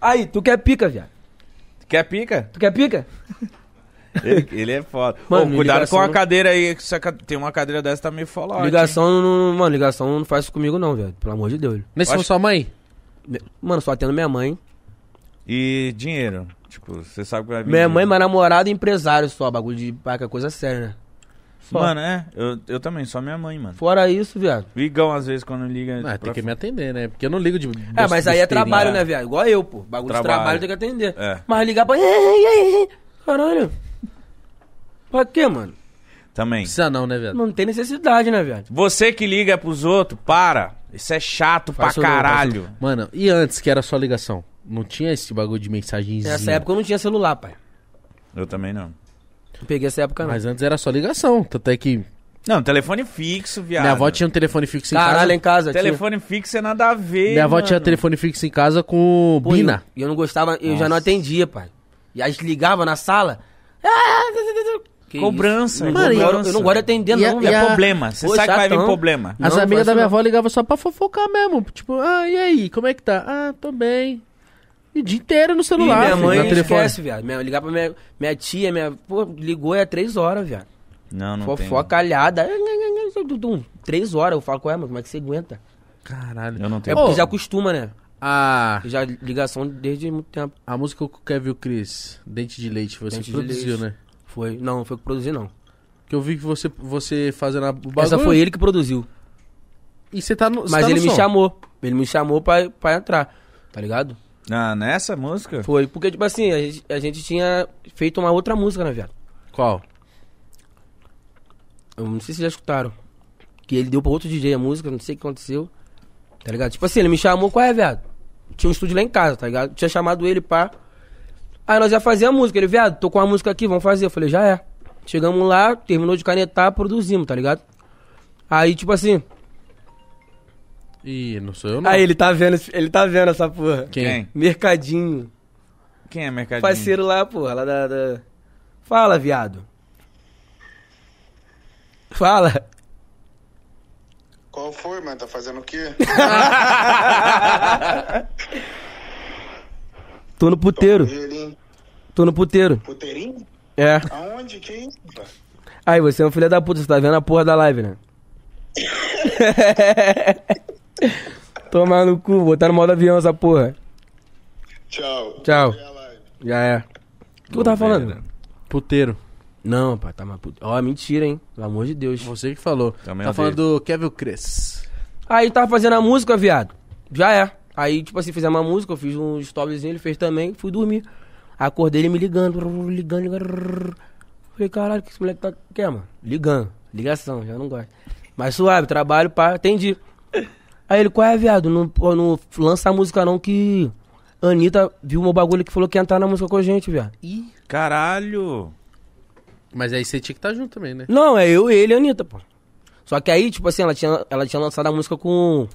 [SPEAKER 3] Aí, tu quer pica, viado.
[SPEAKER 2] Quer pica?
[SPEAKER 3] Tu quer pica?
[SPEAKER 2] Ele, ele é foda.
[SPEAKER 3] Mano,
[SPEAKER 2] Ô, cuidado
[SPEAKER 3] ligação
[SPEAKER 2] com a
[SPEAKER 3] não-
[SPEAKER 2] cadeira aí, que essa ca- tem uma cadeira dessa tá meio fola.
[SPEAKER 3] ligação não. Mano, ligação não faz isso comigo, não, velho. Pelo amor de Deus.
[SPEAKER 1] Nesse
[SPEAKER 2] Acho-
[SPEAKER 1] foi sua mãe?
[SPEAKER 3] Me- Mano, só atendo minha mãe.
[SPEAKER 2] E dinheiro. Tipo, você sabe que vai vir.
[SPEAKER 3] Minha
[SPEAKER 2] dinheiro.
[SPEAKER 3] mãe, meu namorado e empresário só. Bagulho de paca, coisa séria, né? Só.
[SPEAKER 2] Mano, é. Eu, eu também, só minha mãe, mano.
[SPEAKER 3] Fora isso, viado.
[SPEAKER 2] O Igão, às vezes, quando liga.
[SPEAKER 1] Ah, tem
[SPEAKER 2] pra-
[SPEAKER 1] que me atender, né? Porque eu não ligo de.
[SPEAKER 3] É, mas aí é
[SPEAKER 1] besteirinha.
[SPEAKER 3] trabalho, né, viado? Igual eu, pô. Bagulho de
[SPEAKER 2] Trabalho.
[SPEAKER 3] trabalho tem que atender.
[SPEAKER 2] É.
[SPEAKER 3] Mas ligar pra. Ei, ei, ei, ei. Caralho. Pra quê, mano?
[SPEAKER 2] Também.
[SPEAKER 1] Precisa não, né, viado?
[SPEAKER 3] Não tem necessidade, né, viado?
[SPEAKER 2] Você que liga pros outros, para. Isso é chato
[SPEAKER 3] Faço
[SPEAKER 2] pra
[SPEAKER 3] não,
[SPEAKER 2] caralho.
[SPEAKER 1] Mano, e antes que era só ligação? Não tinha esse bagulho de mensagenzinha.
[SPEAKER 3] Nessa época eu não tinha celular, pai.
[SPEAKER 2] Eu também não.
[SPEAKER 3] Não peguei essa época, não.
[SPEAKER 1] Mas antes era só ligação. Tanto é que
[SPEAKER 2] Não, telefone fixo, viado.
[SPEAKER 1] minha avó tinha um telefone fixo em
[SPEAKER 3] Caralho, em
[SPEAKER 1] casa.
[SPEAKER 3] casa. tinha.
[SPEAKER 2] Telefone fixo é nada a ver.
[SPEAKER 1] Minha avó
[SPEAKER 2] mano.
[SPEAKER 1] tinha um telefone fixo em casa com
[SPEAKER 3] Pô,
[SPEAKER 1] Bina.
[SPEAKER 3] eu- E eu, não gostava, eu já não atendia, pai. E aí ligava na sala. Que
[SPEAKER 2] Cobrança,
[SPEAKER 3] isso?
[SPEAKER 2] é
[SPEAKER 3] Não, eu,
[SPEAKER 2] cobrança.
[SPEAKER 3] eu não gosto de atender,
[SPEAKER 1] E a-
[SPEAKER 3] não.
[SPEAKER 1] e
[SPEAKER 2] É
[SPEAKER 3] velho.
[SPEAKER 1] a-
[SPEAKER 2] problema. Você
[SPEAKER 3] Pô,
[SPEAKER 2] sabe que vai vir
[SPEAKER 3] chatão.
[SPEAKER 2] problema.
[SPEAKER 3] Não,
[SPEAKER 1] As
[SPEAKER 3] não
[SPEAKER 1] amigas
[SPEAKER 3] faz
[SPEAKER 1] da
[SPEAKER 3] isso
[SPEAKER 1] minha
[SPEAKER 3] não.
[SPEAKER 1] avó ligavam só pra fofocar mesmo. Tipo, ah, e aí, como é que tá? Ah, tô bem. E o dia inteiro no
[SPEAKER 3] E
[SPEAKER 1] celular,
[SPEAKER 3] minha
[SPEAKER 1] filho,
[SPEAKER 3] mãe
[SPEAKER 1] no telefone.
[SPEAKER 3] esquece, viado. Minha- Ligar pra minha, minha tia, minha. Pô, ligou é três horas, viado.
[SPEAKER 2] Não, não tem.
[SPEAKER 3] Fofoca alhada. Três horas. Eu falo com ela, mano, como é que você aguenta?
[SPEAKER 1] Caralho.
[SPEAKER 2] Eu não tenho.
[SPEAKER 3] É porque
[SPEAKER 1] Ô.
[SPEAKER 3] já acostuma, né?
[SPEAKER 1] A,
[SPEAKER 3] Já ligação desde muito tempo.
[SPEAKER 1] a música que o Kevin e o Chris, Dente de Leite, foi você que
[SPEAKER 3] Dente de
[SPEAKER 1] produziu,
[SPEAKER 3] Leite.
[SPEAKER 1] né?
[SPEAKER 3] Foi. Não, não foi eu que produzi, não.
[SPEAKER 1] Que eu vi que você, você fazendo a, o bagulho.
[SPEAKER 3] Essa foi ele que produziu.
[SPEAKER 1] E você tá no. você
[SPEAKER 3] Mas
[SPEAKER 1] tá no
[SPEAKER 3] ele me
[SPEAKER 1] som.
[SPEAKER 3] chamou. Ele me chamou pra, pra entrar. Tá ligado?
[SPEAKER 2] Ah, nessa música?
[SPEAKER 3] Foi. Porque, tipo assim, a gente, a gente tinha feito uma outra música, né, viado?
[SPEAKER 1] Qual?
[SPEAKER 3] Eu não sei se já escutaram. Que ele deu pra outro DJ a música, não sei o que aconteceu. Tá ligado? Tipo assim, ele me chamou, qual é, viado? Tinha um estúdio lá em casa, tá ligado? Tinha chamado ele pra. Aí nós ia fazer a música. Ele, viado, tô com a música aqui, vamos fazer. Eu falei, já é. Chegamos lá, terminou de canetar, produzimos, tá ligado? Aí, tipo assim.
[SPEAKER 1] Ih, não sou eu não.
[SPEAKER 3] Aí ele tá vendo, esse- ele tá vendo essa porra.
[SPEAKER 1] Quem?
[SPEAKER 2] Quem?
[SPEAKER 3] Mercadinho.
[SPEAKER 2] Quem é mercadinho?
[SPEAKER 3] Parceiro lá, porra, lá da. da- Fala, viado. Fala.
[SPEAKER 4] Qual foi, mano? Tá fazendo o quê?
[SPEAKER 3] Tô no puteiro.
[SPEAKER 4] Gerim.
[SPEAKER 3] Tô no puteiro.
[SPEAKER 4] Puteirinho?
[SPEAKER 3] É.
[SPEAKER 4] Aonde? Que isso? cara?
[SPEAKER 3] Aí, você é um filho da puta, você tá vendo a porra da live, né? Tomar no cu, botar no modo avião essa porra.
[SPEAKER 4] Tchau.
[SPEAKER 3] Tchau.
[SPEAKER 4] Até a live.
[SPEAKER 3] Já é. O que eu tava falando?
[SPEAKER 1] Puteiro.
[SPEAKER 3] Não, pai, tá uma puta. Ó, mentira, hein? Pelo amor de Deus.
[SPEAKER 1] Você que falou.
[SPEAKER 2] Também
[SPEAKER 1] tá
[SPEAKER 2] odeio.
[SPEAKER 1] falando do Kevin e o Chris.
[SPEAKER 3] Aí tava fazendo a música, viado. Já é. Aí, tipo assim, fizemos uma música, eu fiz um storyzinho, ele fez também, fui dormir. Acordei ele me ligando, brrr, ligando, ligando. brrr. Falei, caralho, que esse moleque tá. Que é, mano? Ligando. Ligação, já não gosto. Mas suave, trabalho, pá, atendi. Aí ele, qual é, viado? Não, pô, não lança a música não que. Anitta viu meu bagulho que falou que ia entrar na música com a gente, viado.
[SPEAKER 1] Ih.
[SPEAKER 2] Caralho.
[SPEAKER 1] Mas aí você tinha que estar junto também, né?
[SPEAKER 3] Não, é eu, ele e a Anitta, pô. Só que aí, tipo assim, ela tinha, ela tinha lançado a música com.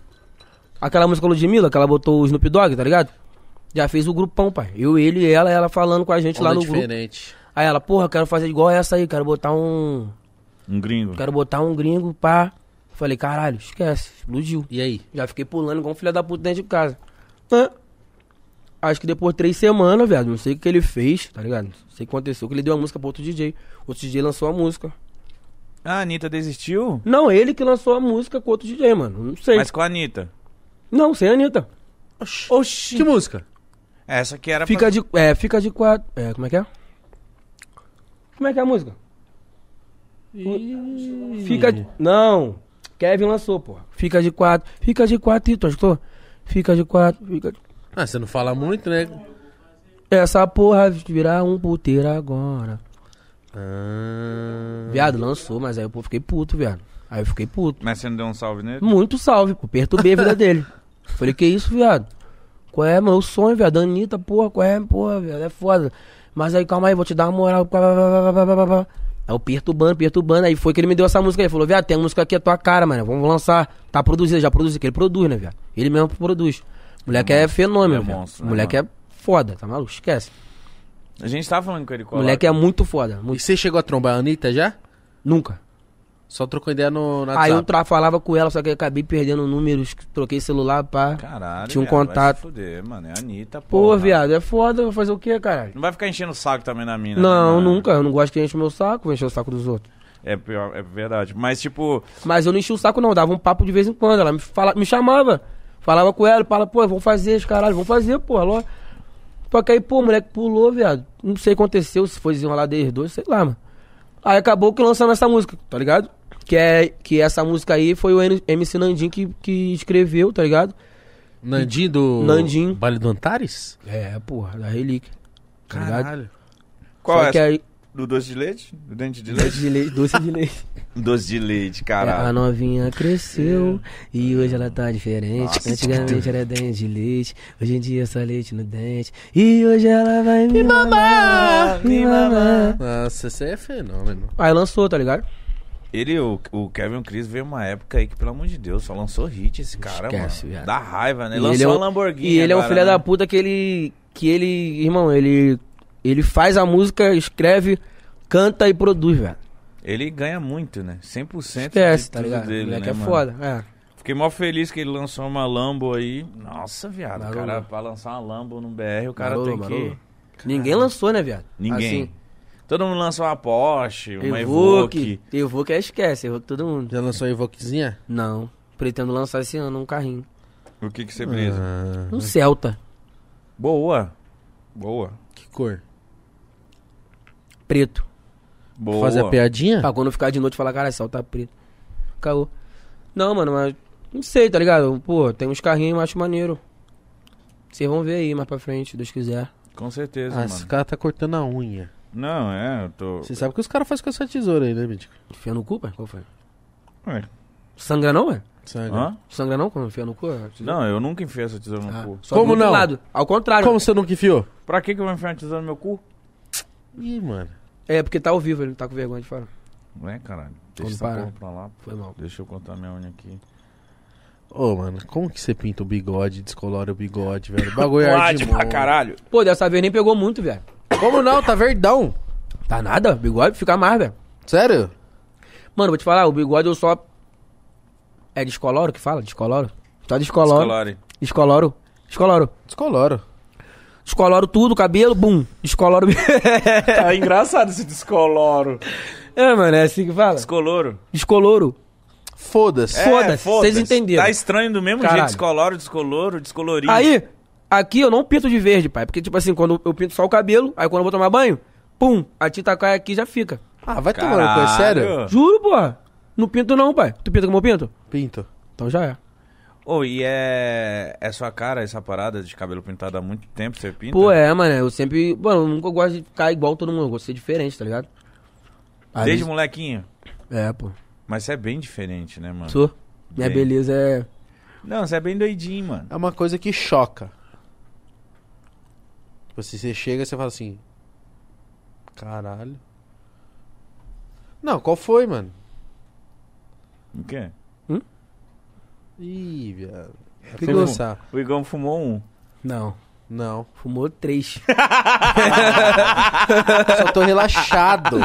[SPEAKER 3] Aquela música Ludmilla, que ela botou o Snoop Dogg, tá ligado? Já fez o grupão, pai. Eu, ele e ela, ela falando com a gente lá
[SPEAKER 1] Onda
[SPEAKER 3] no grupo.
[SPEAKER 1] diferente.
[SPEAKER 3] Aí ela, porra, quero fazer igual essa aí, quero botar um.
[SPEAKER 2] Um gringo.
[SPEAKER 3] Quero botar um gringo, pá. Falei, caralho, esquece, explodiu.
[SPEAKER 1] E aí?
[SPEAKER 3] Já fiquei pulando igual um filho da puta dentro de casa. Hã? Acho que depois de três semanas, viado, não sei o que ele fez, tá ligado? Não sei o que aconteceu, que ele deu a música pra outro DJ. Outro DJ lançou a música.
[SPEAKER 2] Ah, A Anitta desistiu?
[SPEAKER 3] Não, ele que lançou a música com outro DJ, mano. Não sei.
[SPEAKER 2] Mas com a Anitta.
[SPEAKER 3] Não, sem a Anitta.
[SPEAKER 1] Oxi. Que música?
[SPEAKER 2] Essa aqui era
[SPEAKER 3] Fica de. É, fica de quatro. É, como é que é? Como é que é a música? Fica de. Não. Kevin lançou, pô. Fica de quatro. Fica de quatro, Ito, estou. Fica de quatro. Fica de...
[SPEAKER 1] Ah, você não fala muito, né?
[SPEAKER 3] Essa porra virar um puteiro agora.
[SPEAKER 1] Ah...
[SPEAKER 3] Viado, lançou, mas aí eu pô, fiquei puto, viado. Aí eu fiquei puto.
[SPEAKER 2] pra... Mas você não deu um salve nele?
[SPEAKER 3] Muito salve, pô. Perturbei a vida dele. Falei, que isso, viado? Qual é, meu sonho, viado? Anitta, porra, qual é, porra, viado? É foda. Mas aí, calma aí, vou te dar uma moral. pá, pá, pá, pá, pá, pá, pá. Aí eu perturbando, perturbando. Aí foi que ele me deu essa música aí. Falou, viado, tem a música aqui, é tua cara, mano. Vamos lançar. Tá produzido, já produziu, que ele produz, né, viado? Ele mesmo produz. Moleque é fenômeno,
[SPEAKER 2] É
[SPEAKER 3] viado.
[SPEAKER 2] monstro, né,
[SPEAKER 3] Moleque é
[SPEAKER 2] mano?
[SPEAKER 3] foda, tá maluco? Esquece.
[SPEAKER 2] A gente tava falando com ele. Coloca.
[SPEAKER 3] Moleque é muito foda.
[SPEAKER 1] E
[SPEAKER 3] Muito...
[SPEAKER 1] você chegou a trombar a Anitta já?
[SPEAKER 3] Nunca.
[SPEAKER 1] Só trocou ideia no na
[SPEAKER 3] Aí Ah, eu
[SPEAKER 1] WhatsApp.
[SPEAKER 3] tra- falava com ela, só que eu acabei perdendo números, troquei celular, pá.
[SPEAKER 2] Caralho.
[SPEAKER 3] Tinha um
[SPEAKER 2] viado, vai se
[SPEAKER 3] contato.
[SPEAKER 2] fuder, mano. É a Anitta,
[SPEAKER 3] Pô,
[SPEAKER 2] porra.
[SPEAKER 3] viado, é foda, vou fazer o quê, caralho?
[SPEAKER 2] Não vai ficar enchendo o saco também na mina.
[SPEAKER 3] Não, é.
[SPEAKER 2] né, mano?
[SPEAKER 3] nunca. Eu não gosto que enche o meu saco, vou encher o saco dos outros.
[SPEAKER 2] É, pior- é verdade. Mas, tipo,
[SPEAKER 3] Mas eu não enchi o saco, não. eu Dava um papo de vez em quando. Ela me, fala, me chamava. Falava com ela, fala, pô, vamos fazer esse caralho, vamos fazer, pô. Ló. Só que aí, pô, o moleque pulou, viado. Não sei o que aconteceu, se foi desenrolar deles dois, sei lá, mano. Aí acabou que lançamos essa música, tá ligado? Que, é, que essa música aí foi o N- MC Nandim que, que escreveu, tá ligado?
[SPEAKER 1] Nandinho do...
[SPEAKER 3] Nandinho.
[SPEAKER 1] Baile do Antares?
[SPEAKER 3] É, porra, da Relíquia. Tá ligado?
[SPEAKER 2] qual
[SPEAKER 3] Só
[SPEAKER 2] é?
[SPEAKER 3] que aí.
[SPEAKER 2] Do doce de leite? Do dente de leite? É, ah,
[SPEAKER 3] Doce de leite, doce de leite.
[SPEAKER 2] doce de leite,
[SPEAKER 3] É, A
[SPEAKER 2] caralho.
[SPEAKER 3] novinha cresceu e hoje ela tá diferente. Antigamente era dente de leite, hoje em dia é só leite no dente. E hoje ela vai me, mamar, me mamar.
[SPEAKER 1] Nossa, você é fenômeno.
[SPEAKER 3] Aí lançou, tá ligado?
[SPEAKER 2] Ele, o, o Kevin Chris, veio uma época aí que, pelo amor de Deus, só lançou hit esse cara,
[SPEAKER 3] Esquece,
[SPEAKER 2] mano.
[SPEAKER 3] viado.
[SPEAKER 2] Dá raiva, né?
[SPEAKER 3] E
[SPEAKER 2] Lançou
[SPEAKER 3] ele é um-
[SPEAKER 2] a Lamborghini.
[SPEAKER 3] E ele é um
[SPEAKER 2] agora,
[SPEAKER 3] filho
[SPEAKER 2] né?
[SPEAKER 3] da puta que ele. que ele. Irmão, ele. Ele faz a música, escreve, canta e produz, velho.
[SPEAKER 2] Ele ganha muito, né? 100%
[SPEAKER 3] Esquece,
[SPEAKER 2] de
[SPEAKER 3] tá
[SPEAKER 2] tudo
[SPEAKER 3] ligado?
[SPEAKER 2] dele,
[SPEAKER 3] o moleque
[SPEAKER 2] né,
[SPEAKER 3] é
[SPEAKER 2] mano?
[SPEAKER 3] foda. É.
[SPEAKER 2] Fiquei mó feliz que ele lançou uma Lambo aí. Nossa, viado. O
[SPEAKER 3] Marolou.
[SPEAKER 2] cara, pra lançar uma Lambo no BR, o cara
[SPEAKER 3] Marolou,
[SPEAKER 2] tem que...
[SPEAKER 3] marolou. Ninguém lançou, né, viado?
[SPEAKER 2] Ninguém.
[SPEAKER 3] Assim,
[SPEAKER 2] Todo mundo lança uma Porsche, uma
[SPEAKER 3] Evoque.
[SPEAKER 2] Evoque.
[SPEAKER 3] Evoque aí esquece, Evoque todo mundo.
[SPEAKER 1] Já lançou a Evoquezinha?
[SPEAKER 3] Não. Pretendo lançar esse ano um carrinho.
[SPEAKER 2] O que que
[SPEAKER 3] Uhum.
[SPEAKER 2] você precisa?
[SPEAKER 1] Ah,
[SPEAKER 3] Um Celta.
[SPEAKER 2] Boa. Boa.
[SPEAKER 1] que cor?
[SPEAKER 3] Preto.
[SPEAKER 2] Boa. Tá
[SPEAKER 1] Fazer a piadinha?
[SPEAKER 3] Pra quando ficar de noite falar, cara, Celta preto. Caô. Não, mano, mas. Não sei, tá ligado? Pô, tem uns carrinhos, eu acho maneiro. Vocês vão ver aí mais pra frente, se Deus quiser.
[SPEAKER 2] Com certeza,
[SPEAKER 1] Ah, esse
[SPEAKER 2] mano.
[SPEAKER 1] cara tá cortando a unha.
[SPEAKER 2] Não, é, eu tô...
[SPEAKER 1] Você sabe o que os caras fazem com essa tesoura aí, né, Mítico?
[SPEAKER 3] Enfia no cu, pai? Qual foi?
[SPEAKER 2] Ué,
[SPEAKER 3] Sangra não, ué?
[SPEAKER 1] Sangue.
[SPEAKER 2] hã?
[SPEAKER 3] Sangra não quando enfia no cu?
[SPEAKER 2] Não, eu nunca enfiei essa tesoura no
[SPEAKER 3] Ah,
[SPEAKER 2] cu.
[SPEAKER 3] só do
[SPEAKER 1] Como
[SPEAKER 3] outro
[SPEAKER 1] não?
[SPEAKER 3] Lado. Ao contrário.
[SPEAKER 1] Como você nunca enfiou?
[SPEAKER 2] Pra que que eu vou enfiar uma tesoura no meu cu?
[SPEAKER 1] Ih, mano.
[SPEAKER 3] É, porque tá ao vivo, ele tá com vergonha de falar.
[SPEAKER 2] Não é, caralho.
[SPEAKER 3] Quando
[SPEAKER 2] Deixa essa
[SPEAKER 3] para.
[SPEAKER 2] porra pra lá.
[SPEAKER 3] Foi mal.
[SPEAKER 2] Deixa eu contar minha unha aqui.
[SPEAKER 1] Ô, mano, como que você pinta o bigode, descolora o bigode, velho? O bagulho é
[SPEAKER 2] Pode
[SPEAKER 1] ardimão.
[SPEAKER 2] pra caralho.
[SPEAKER 3] Pô, dessa vez nem pegou muito, velho.
[SPEAKER 1] Como não? Tá verdão.
[SPEAKER 3] Tá nada, bigode fica mais, velho.
[SPEAKER 1] Sério?
[SPEAKER 3] Mano, vou te falar, o bigode eu só. É descoloro que fala? Descoloro? Só descoloro.
[SPEAKER 2] Escolare.
[SPEAKER 3] Descoloro. Descoloro.
[SPEAKER 1] Descoloro.
[SPEAKER 3] Descoloro tudo, cabelo, bum. Descoloro.
[SPEAKER 2] Tá engraçado esse descoloro.
[SPEAKER 3] é, mano, é assim que fala.
[SPEAKER 2] Descoloro.
[SPEAKER 3] Descoloro.
[SPEAKER 1] Foda-se.
[SPEAKER 3] É. Foda-se, vocês entenderam.
[SPEAKER 2] Tá estranho do mesmo
[SPEAKER 3] Caralho.
[SPEAKER 2] jeito, descoloro, descoloro, descolorido.
[SPEAKER 3] Aí, aqui eu não pinto de verde, pai. Porque, tipo assim, quando eu pinto só o cabelo, aí quando eu vou tomar banho, pum, a tinta cai aqui e já fica.
[SPEAKER 1] Ah, vai tomar no cu, é
[SPEAKER 2] Caralho.
[SPEAKER 1] sério?
[SPEAKER 3] Juro, porra. Não pinto não, pai. Tu pinta como eu pinto?
[SPEAKER 1] Pinto.
[SPEAKER 3] Então já é.
[SPEAKER 2] Ô, e é... é sua cara essa parada de cabelo pintado há muito tempo, você pinta?
[SPEAKER 1] Então.
[SPEAKER 3] Pô, é, mano, eu sempre. Mano, eu nunca gosto de ficar igual todo mundo, eu gosto de ser diferente, tá ligado? Às
[SPEAKER 2] Desde
[SPEAKER 3] vezes-
[SPEAKER 2] molequinho.
[SPEAKER 3] É, pô.
[SPEAKER 2] Mas você é bem diferente, né, mano?
[SPEAKER 3] Sou. Minha
[SPEAKER 2] Bem.
[SPEAKER 3] beleza é.
[SPEAKER 2] Não, você é bem doidinho, mano.
[SPEAKER 1] É uma coisa que choca. Você, você chega e você fala assim... Caralho. Não, qual foi, mano?
[SPEAKER 2] O quê?
[SPEAKER 1] Ih, viado. Vai
[SPEAKER 3] Que que
[SPEAKER 1] começar.
[SPEAKER 2] O Igão fumou um.
[SPEAKER 3] Não.
[SPEAKER 1] Não.
[SPEAKER 3] Fumou três.
[SPEAKER 1] Só tô relaxado.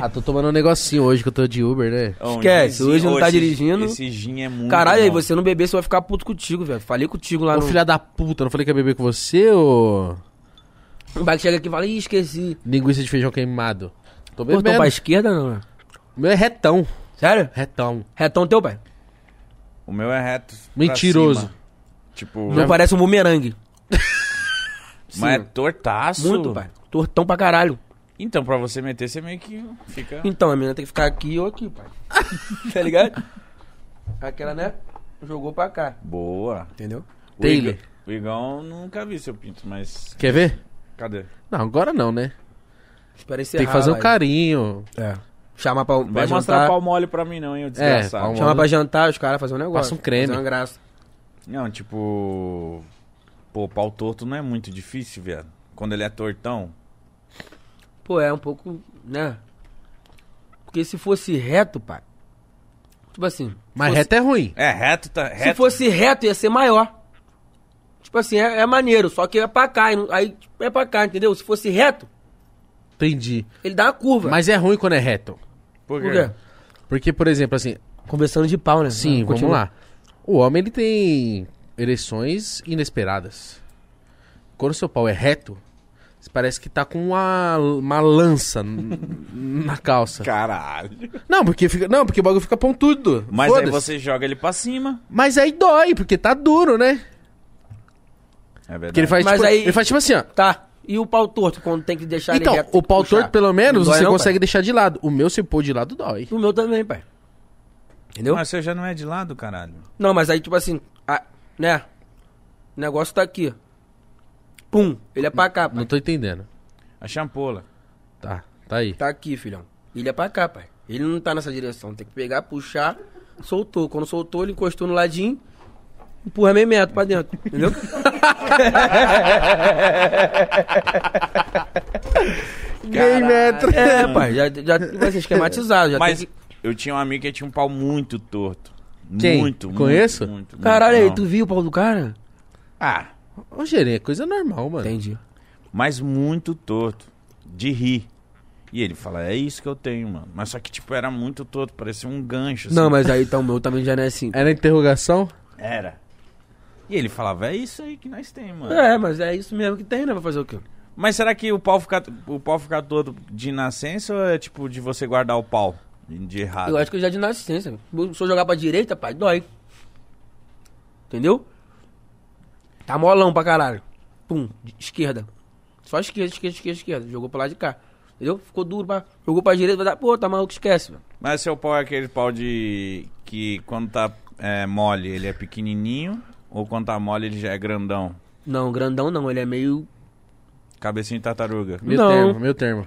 [SPEAKER 1] ah, tô tomando um negocinho hoje que eu tô de Uber, né?
[SPEAKER 2] Ó, um
[SPEAKER 3] Esquece,
[SPEAKER 2] ginzinho.
[SPEAKER 3] hoje não
[SPEAKER 2] Ô,
[SPEAKER 3] tá
[SPEAKER 2] esse-
[SPEAKER 3] dirigindo.
[SPEAKER 2] Esse gin é muito
[SPEAKER 3] Caralho, aí
[SPEAKER 2] bom.
[SPEAKER 3] você não beber, você vai ficar puto contigo, velho. Falei contigo lá
[SPEAKER 1] Ô,
[SPEAKER 3] no.
[SPEAKER 1] filha da puta, não falei que ia beber com você, ô...
[SPEAKER 3] O pai que chega aqui e fala, ih, esqueci.
[SPEAKER 1] Linguiça de feijão queimado. Tô
[SPEAKER 3] Cortou
[SPEAKER 1] bebendo.
[SPEAKER 3] pra esquerda, não, né?
[SPEAKER 1] O Meu é retão.
[SPEAKER 3] Sério?
[SPEAKER 1] Retão.
[SPEAKER 3] Retão teu, pai.
[SPEAKER 2] O meu é reto. pra
[SPEAKER 1] Mentiroso.
[SPEAKER 2] cima. Tipo,
[SPEAKER 3] Não parece um bumerangue.
[SPEAKER 2] mas é tortaço.
[SPEAKER 3] Muito, pai. Tortão pra caralho.
[SPEAKER 2] Então, pra você meter, você meio que fica.
[SPEAKER 3] Então, a menina tem que ficar aqui ou aqui, pai. tá ligado? Aquela, né? Jogou pra cá.
[SPEAKER 2] Boa.
[SPEAKER 3] Entendeu?
[SPEAKER 2] O
[SPEAKER 1] Taylor.
[SPEAKER 2] Igão- O Igão nunca vi seu pinto, mas.
[SPEAKER 1] Quer ver?
[SPEAKER 2] Cadê?
[SPEAKER 1] Não, agora não, né?
[SPEAKER 3] Espera encerrar.
[SPEAKER 1] Tem que fazer um
[SPEAKER 3] vai.
[SPEAKER 1] carinho.
[SPEAKER 3] É. Chamar pra,
[SPEAKER 2] Não
[SPEAKER 3] pra
[SPEAKER 2] vai mostrar
[SPEAKER 3] jantar. É,
[SPEAKER 2] pau mole pra mim, não, hein, o desgraçado.
[SPEAKER 1] palmo-
[SPEAKER 3] Chamar pra jantar, os caras fazer um negócio.
[SPEAKER 1] Passa um creme.
[SPEAKER 3] Fazer uma graça.
[SPEAKER 2] Não, tipo. Pô, pau torto não é muito difícil, viado. Quando ele é tortão.
[SPEAKER 3] Pô, é um pouco, né? Porque se fosse reto, pai. Tipo assim.
[SPEAKER 1] Mas
[SPEAKER 3] se fosse,
[SPEAKER 1] reto é ruim.
[SPEAKER 2] É, reto tá.
[SPEAKER 3] Se
[SPEAKER 2] Reto.
[SPEAKER 3] fosse reto, ia ser maior. Tipo assim, é, é maneiro, só que é pra cá. e não- Aí é pra cá, entendeu? Se fosse reto,
[SPEAKER 1] Entendi.
[SPEAKER 3] ele dá uma curva.
[SPEAKER 1] Mas é ruim quando é reto.
[SPEAKER 2] Por
[SPEAKER 3] Por
[SPEAKER 2] quê?
[SPEAKER 3] quê?
[SPEAKER 1] Porque, por exemplo, assim,
[SPEAKER 3] Conversando de pau, né?
[SPEAKER 1] sim,
[SPEAKER 3] Ah,
[SPEAKER 1] vamos
[SPEAKER 3] continua.
[SPEAKER 1] lá. O homem, ele tem ereções inesperadas. Quando o seu pau é reto, você parece que tá com uma, uma lança n- na calça.
[SPEAKER 2] Caralho.
[SPEAKER 1] Não, porque fica, não, porque o bagulho fica pontudo.
[SPEAKER 2] Mas aí
[SPEAKER 1] Foda-se.
[SPEAKER 2] você joga ele pra cima.
[SPEAKER 1] Mas aí dói, porque tá duro, né?
[SPEAKER 2] É verdade.
[SPEAKER 1] Porque ele faz,
[SPEAKER 3] Mas
[SPEAKER 1] tipo,
[SPEAKER 3] aí-
[SPEAKER 1] ele faz tipo assim, ó.
[SPEAKER 3] Tá. E o pau torto, quando tem que deixar
[SPEAKER 1] Então,
[SPEAKER 3] ele reto, tem
[SPEAKER 1] o
[SPEAKER 3] que
[SPEAKER 1] pau
[SPEAKER 3] puxar?
[SPEAKER 1] torto, pelo menos,
[SPEAKER 3] Não dói
[SPEAKER 1] você
[SPEAKER 3] não,
[SPEAKER 1] consegue deixar de lado. O meu, se pôr de lado, dói.
[SPEAKER 3] pai? O meu também, pai. Entendeu?
[SPEAKER 2] Mas você já não é de lado, caralho.
[SPEAKER 3] Não, mas aí, tipo assim, a- né? O negócio tá aqui. Pum, ele é pra cá, pai.
[SPEAKER 1] Não tô entendendo.
[SPEAKER 2] A champola.
[SPEAKER 1] Tá, tá aí.
[SPEAKER 3] Tá aqui, filhão. Ele é pra cá, pai. Ele não tá nessa direção. Tem que pegar, puxar, soltou. Quando soltou, ele encostou no ladinho, empurra meio metro pra dentro, entendeu?
[SPEAKER 1] Meio metro.
[SPEAKER 3] é, pai, já, já tipo assim, esquematizado. Já
[SPEAKER 2] Mas
[SPEAKER 3] tem que...
[SPEAKER 2] eu tinha um amigo que tinha um pau muito torto.
[SPEAKER 1] Quem?
[SPEAKER 2] Muito,
[SPEAKER 1] Conheço?
[SPEAKER 2] muito, muito.
[SPEAKER 3] Caralho,
[SPEAKER 2] muito,
[SPEAKER 3] aí,
[SPEAKER 2] não.
[SPEAKER 3] tu viu o pau do cara?
[SPEAKER 2] Ah, assim.
[SPEAKER 1] Ô, Gerê, é coisa normal, mano.
[SPEAKER 3] Entendi.
[SPEAKER 2] mas muito torto. De rir. E ele fala, é isso que eu tenho, mano. Mas só que, tipo, era muito todo, parecia um gancho.
[SPEAKER 3] Não,
[SPEAKER 2] assim.
[SPEAKER 3] mas aí então o meu também já não é assim.
[SPEAKER 1] Era interrogação?
[SPEAKER 2] Era. E ele falava, é isso aí que nós temos, mano.
[SPEAKER 3] É, mas é isso mesmo que tem, né? Pra fazer o quê?
[SPEAKER 2] Mas será que o pau fica, o pau fica todo de nascença ou é, tipo, de você guardar o pau de errado?
[SPEAKER 3] Eu acho que eu já de nascença. Se eu jogar pra direita, pai, dói. Entendeu? Tá molão pra caralho. Pum, de- esquerda. Só esquerda, esquerda, esquerda, esquerda. Jogou pra lá de cá. Entendeu? Ficou duro, pá. Jogou pra direita, vai dar. Pô, tá maluco, esquece, mano.
[SPEAKER 2] Mas seu pau é aquele pau de. que quando tá é, mole ele é pequenininho, ou quando tá mole ele já é grandão.
[SPEAKER 3] Não, grandão não, ele é meio.
[SPEAKER 2] Cabecinha de tartaruga.
[SPEAKER 1] Meu
[SPEAKER 3] Não.
[SPEAKER 1] termo, meu termo.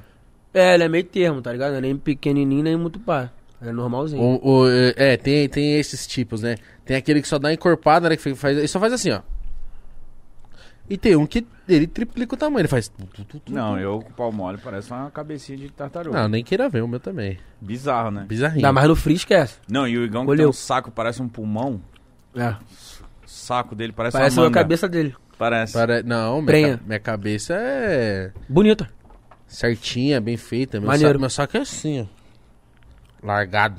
[SPEAKER 3] É, ele é meio termo, tá ligado? Não é nem pequenininho, nem muito pá. Ele é normalzinho.
[SPEAKER 1] O- o- é, tem, tem esses tipos, né? Tem aquele que só dá encorpada, né? Que faz, ele só faz assim, ó. E tem um que ele triplica o tamanho, ele faz. tu, tu, tu, tu,
[SPEAKER 2] Não,
[SPEAKER 1] tu.
[SPEAKER 2] eu com o pau mole parece uma cabecinha de tartaruga.
[SPEAKER 1] Não, nem queira ver o meu também.
[SPEAKER 2] Bizarro, né?
[SPEAKER 1] Bizarrinho.
[SPEAKER 3] Ainda mais no free, esquece.
[SPEAKER 2] Não, e o Igão que
[SPEAKER 3] Olheu.
[SPEAKER 2] tem um saco, parece um pulmão.
[SPEAKER 3] É.
[SPEAKER 2] O saco dele parece,
[SPEAKER 3] Parece
[SPEAKER 2] uma
[SPEAKER 3] a
[SPEAKER 2] manga.
[SPEAKER 3] cabeça dele.
[SPEAKER 2] Parece.
[SPEAKER 1] Para- Não, minha,
[SPEAKER 3] Prenha.
[SPEAKER 1] ca- minha cabeça é
[SPEAKER 3] Bonita.
[SPEAKER 1] certinha, bem feita. Meu,
[SPEAKER 3] Maneiro.
[SPEAKER 1] saco, meu saco é assim, ó. Largado.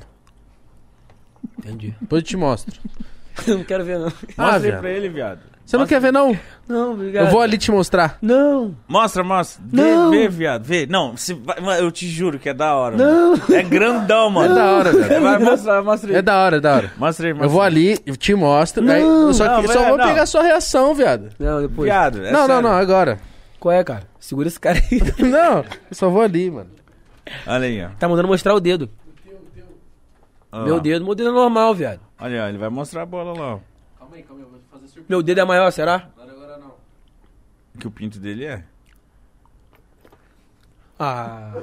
[SPEAKER 3] Entendi.
[SPEAKER 1] Depois eu te mostro.
[SPEAKER 3] não quero ver, não.
[SPEAKER 1] Ah,
[SPEAKER 2] Mostra aí
[SPEAKER 1] viado.
[SPEAKER 2] pra ele, viado.
[SPEAKER 1] Você não quer ver, não?
[SPEAKER 3] Não, obrigado.
[SPEAKER 1] Eu vou ali te mostrar.
[SPEAKER 3] Não,
[SPEAKER 2] Mostra, mostra. Vê,
[SPEAKER 3] Não.
[SPEAKER 2] vê, viado. Vê. Não, se vai- mano, eu te juro que é da hora.
[SPEAKER 3] Não.
[SPEAKER 2] mano. É grandão, mano.
[SPEAKER 1] É da hora, velho.
[SPEAKER 2] Vai, mostra, mostra aí.
[SPEAKER 1] É da hora, é da hora.
[SPEAKER 2] Mostra aí, mostra
[SPEAKER 1] Eu vou
[SPEAKER 2] aí.
[SPEAKER 1] ali, eu te mostro.
[SPEAKER 3] Não.
[SPEAKER 1] aí eu só, que-
[SPEAKER 2] Não,
[SPEAKER 1] só
[SPEAKER 2] vai,
[SPEAKER 1] vou
[SPEAKER 2] não.
[SPEAKER 1] pegar a sua reação, viado.
[SPEAKER 3] não, depois.
[SPEAKER 2] Viado, é
[SPEAKER 1] não, não,
[SPEAKER 2] sério.
[SPEAKER 1] não, agora.
[SPEAKER 3] Qual é, cara? Segura esse cara aí.
[SPEAKER 1] Não, eu só vou ali, mano.
[SPEAKER 2] Olha aí, ó.
[SPEAKER 3] Tá mandando mostrar o dedo.
[SPEAKER 2] Olha
[SPEAKER 3] Meu
[SPEAKER 2] lá.
[SPEAKER 3] dedo, meu dedo é normal, viado.
[SPEAKER 2] Olha, ó, ele vai mostrar a bola lá, ó.
[SPEAKER 1] Calma aí, calma aí, eu vou fazer surpresa.
[SPEAKER 3] Meu dedo é maior, será?
[SPEAKER 1] Agora não.
[SPEAKER 2] Que o pinto dele é.
[SPEAKER 3] Ah.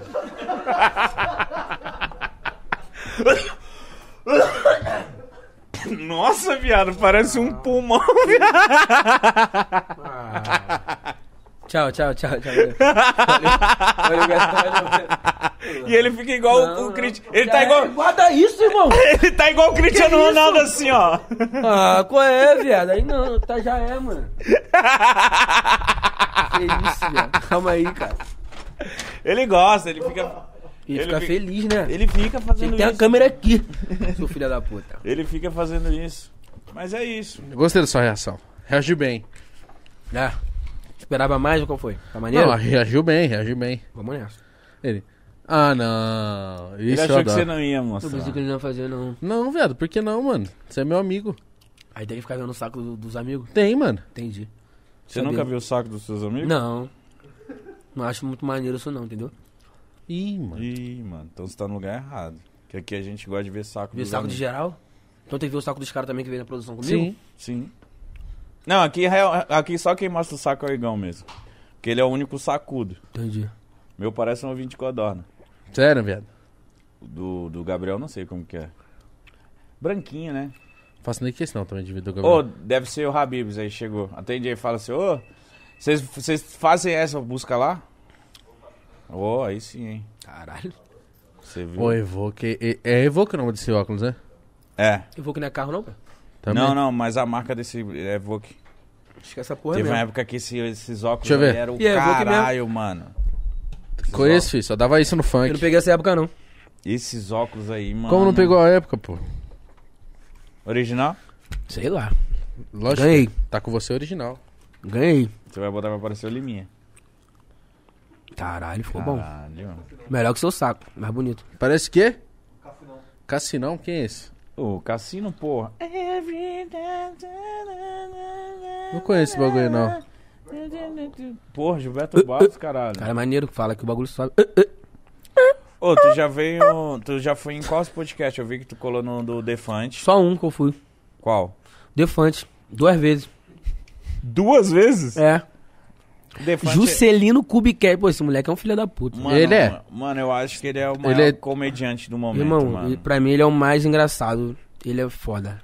[SPEAKER 2] Nossa, viado, parece um pulmão, viado.
[SPEAKER 3] Tchau, tchau, tchau, tchau. Valeu. Valeu, galera.
[SPEAKER 2] E ele fica igual o- o Cristiano. Ele tá igual.
[SPEAKER 3] é, Guarda isso, irmão.
[SPEAKER 2] Ele tá igual o Cristiano Ronaldo assim, ó.
[SPEAKER 3] Ah, qual é, viado? Aí não, tá, já é, mano. Que isso, viado. Calma aí, cara.
[SPEAKER 2] Ele gosta, ele fica.
[SPEAKER 3] Ele,
[SPEAKER 2] Ele
[SPEAKER 3] fica
[SPEAKER 2] fica-
[SPEAKER 3] feliz, né?
[SPEAKER 2] Ele fica
[SPEAKER 3] Ele
[SPEAKER 2] fazendo
[SPEAKER 3] tem a
[SPEAKER 2] isso.
[SPEAKER 3] câmera aqui. Seu filho da puta.
[SPEAKER 2] Ele fica fazendo isso. Mas é isso.
[SPEAKER 1] Eu gostei da sua reação. Reagiu bem.
[SPEAKER 3] Ah, esperava mais ou qual foi? Tá maneiro?
[SPEAKER 1] Não, reagiu bem, reagiu bem.
[SPEAKER 3] Vamos nessa.
[SPEAKER 1] Ele. Ah, não. Isso
[SPEAKER 2] Ele
[SPEAKER 1] eu
[SPEAKER 2] achou que
[SPEAKER 1] adoro.
[SPEAKER 2] você não ia
[SPEAKER 3] Não pensei
[SPEAKER 2] mostrar.
[SPEAKER 3] que ele não ia fazer, não.
[SPEAKER 1] Não, viado, por que não, mano? Você é meu amigo.
[SPEAKER 3] Aí tem que ficar vendo o saco do- dos amigos.
[SPEAKER 1] Tem, mano.
[SPEAKER 3] Entendi.
[SPEAKER 2] Você nunca viu o saco dos seus amigos?
[SPEAKER 3] Não. Não acho muito maneiro isso, não, entendeu?
[SPEAKER 1] Ih, mano.
[SPEAKER 2] Ih, mano, então você tá no lugar errado. Que aqui a gente gosta de ver saco
[SPEAKER 3] Viu o
[SPEAKER 2] dos
[SPEAKER 3] saco de
[SPEAKER 2] amigos.
[SPEAKER 3] geral? Então tem que ver o saco dos caras também que veio na produção comigo?
[SPEAKER 1] Sim.
[SPEAKER 2] Sim. Não, aqui, é real- aqui só quem mostra o saco é o Igão mesmo. Porque ele é o único sacudo.
[SPEAKER 3] Entendi.
[SPEAKER 2] Meu parece um ouvinte codorna.
[SPEAKER 1] Sério, viado.
[SPEAKER 2] O Do, do Gabriel, não sei como que é. Branquinho, né?
[SPEAKER 1] Não faço nem questão também de ver do
[SPEAKER 2] Ô,
[SPEAKER 1] Gabriel.
[SPEAKER 2] deve ser o Habibs aí, chegou. Atende aí e fala assim, ô, vocês- vocês fazem essa busca lá? Ô, aí sim, hein?
[SPEAKER 3] Caralho.
[SPEAKER 2] Você viu?
[SPEAKER 1] Ô, Evoque. e- É Evoque o nome desse óculos, né?
[SPEAKER 2] É.
[SPEAKER 3] Eu vou que não é carro, não, pô.
[SPEAKER 1] Também.
[SPEAKER 2] Não, não, mas a marca desse é Evoque.
[SPEAKER 3] Esquece essa porra
[SPEAKER 2] Teve uma
[SPEAKER 3] mesmo.
[SPEAKER 2] época que esse- esses óculos
[SPEAKER 1] Deixa eu ver.
[SPEAKER 2] aí eram o
[SPEAKER 3] E é Evoque mesmo?
[SPEAKER 2] caralho, mano. Esses
[SPEAKER 1] Conheço, filho. Só dava isso no
[SPEAKER 3] Eu não
[SPEAKER 1] funk.
[SPEAKER 3] peguei essa época, não.
[SPEAKER 2] óculos- Esses óculos aí, mano.
[SPEAKER 1] Como não pegou a época, pô?
[SPEAKER 2] Original?
[SPEAKER 3] Sei lá.
[SPEAKER 1] Lógico.
[SPEAKER 3] Ganhei.
[SPEAKER 1] Tá com você original.
[SPEAKER 3] Ganhei.
[SPEAKER 2] Você vai botar pra aparecer o Liminha.
[SPEAKER 3] Caralho, ficou
[SPEAKER 2] Caralho, mano.
[SPEAKER 3] bom. Melhor que seu saco, mais bonito.
[SPEAKER 1] Parece o quê? Cassinão. Cassinão? Quem é esse?
[SPEAKER 2] Ô, cassino, porra.
[SPEAKER 1] Não conheço esse bagulho, não.
[SPEAKER 2] Porra, Gilberto Barros, caralho.
[SPEAKER 3] Cara, é maneiro que fala que o bagulho Eh, sobe.
[SPEAKER 2] Ô, tu já veio. Tu já foi em qual podcast? Eu vi que tu colou no do Defante.
[SPEAKER 3] Só um que eu fui.
[SPEAKER 2] Qual?
[SPEAKER 3] Defante. Duas vezes.
[SPEAKER 2] Duas vezes?
[SPEAKER 3] É.
[SPEAKER 2] Defante.
[SPEAKER 3] Juscelino Kubicap. Pô, esse moleque é um filho da puta.
[SPEAKER 2] é- Mano,
[SPEAKER 1] Ele é?
[SPEAKER 2] Mano, eu acho que ele é o maior
[SPEAKER 1] Ele é-
[SPEAKER 2] comediante do momento,
[SPEAKER 3] Irmão,
[SPEAKER 2] mano.
[SPEAKER 3] e pra mim ele é o mais engraçado. Ele é foda.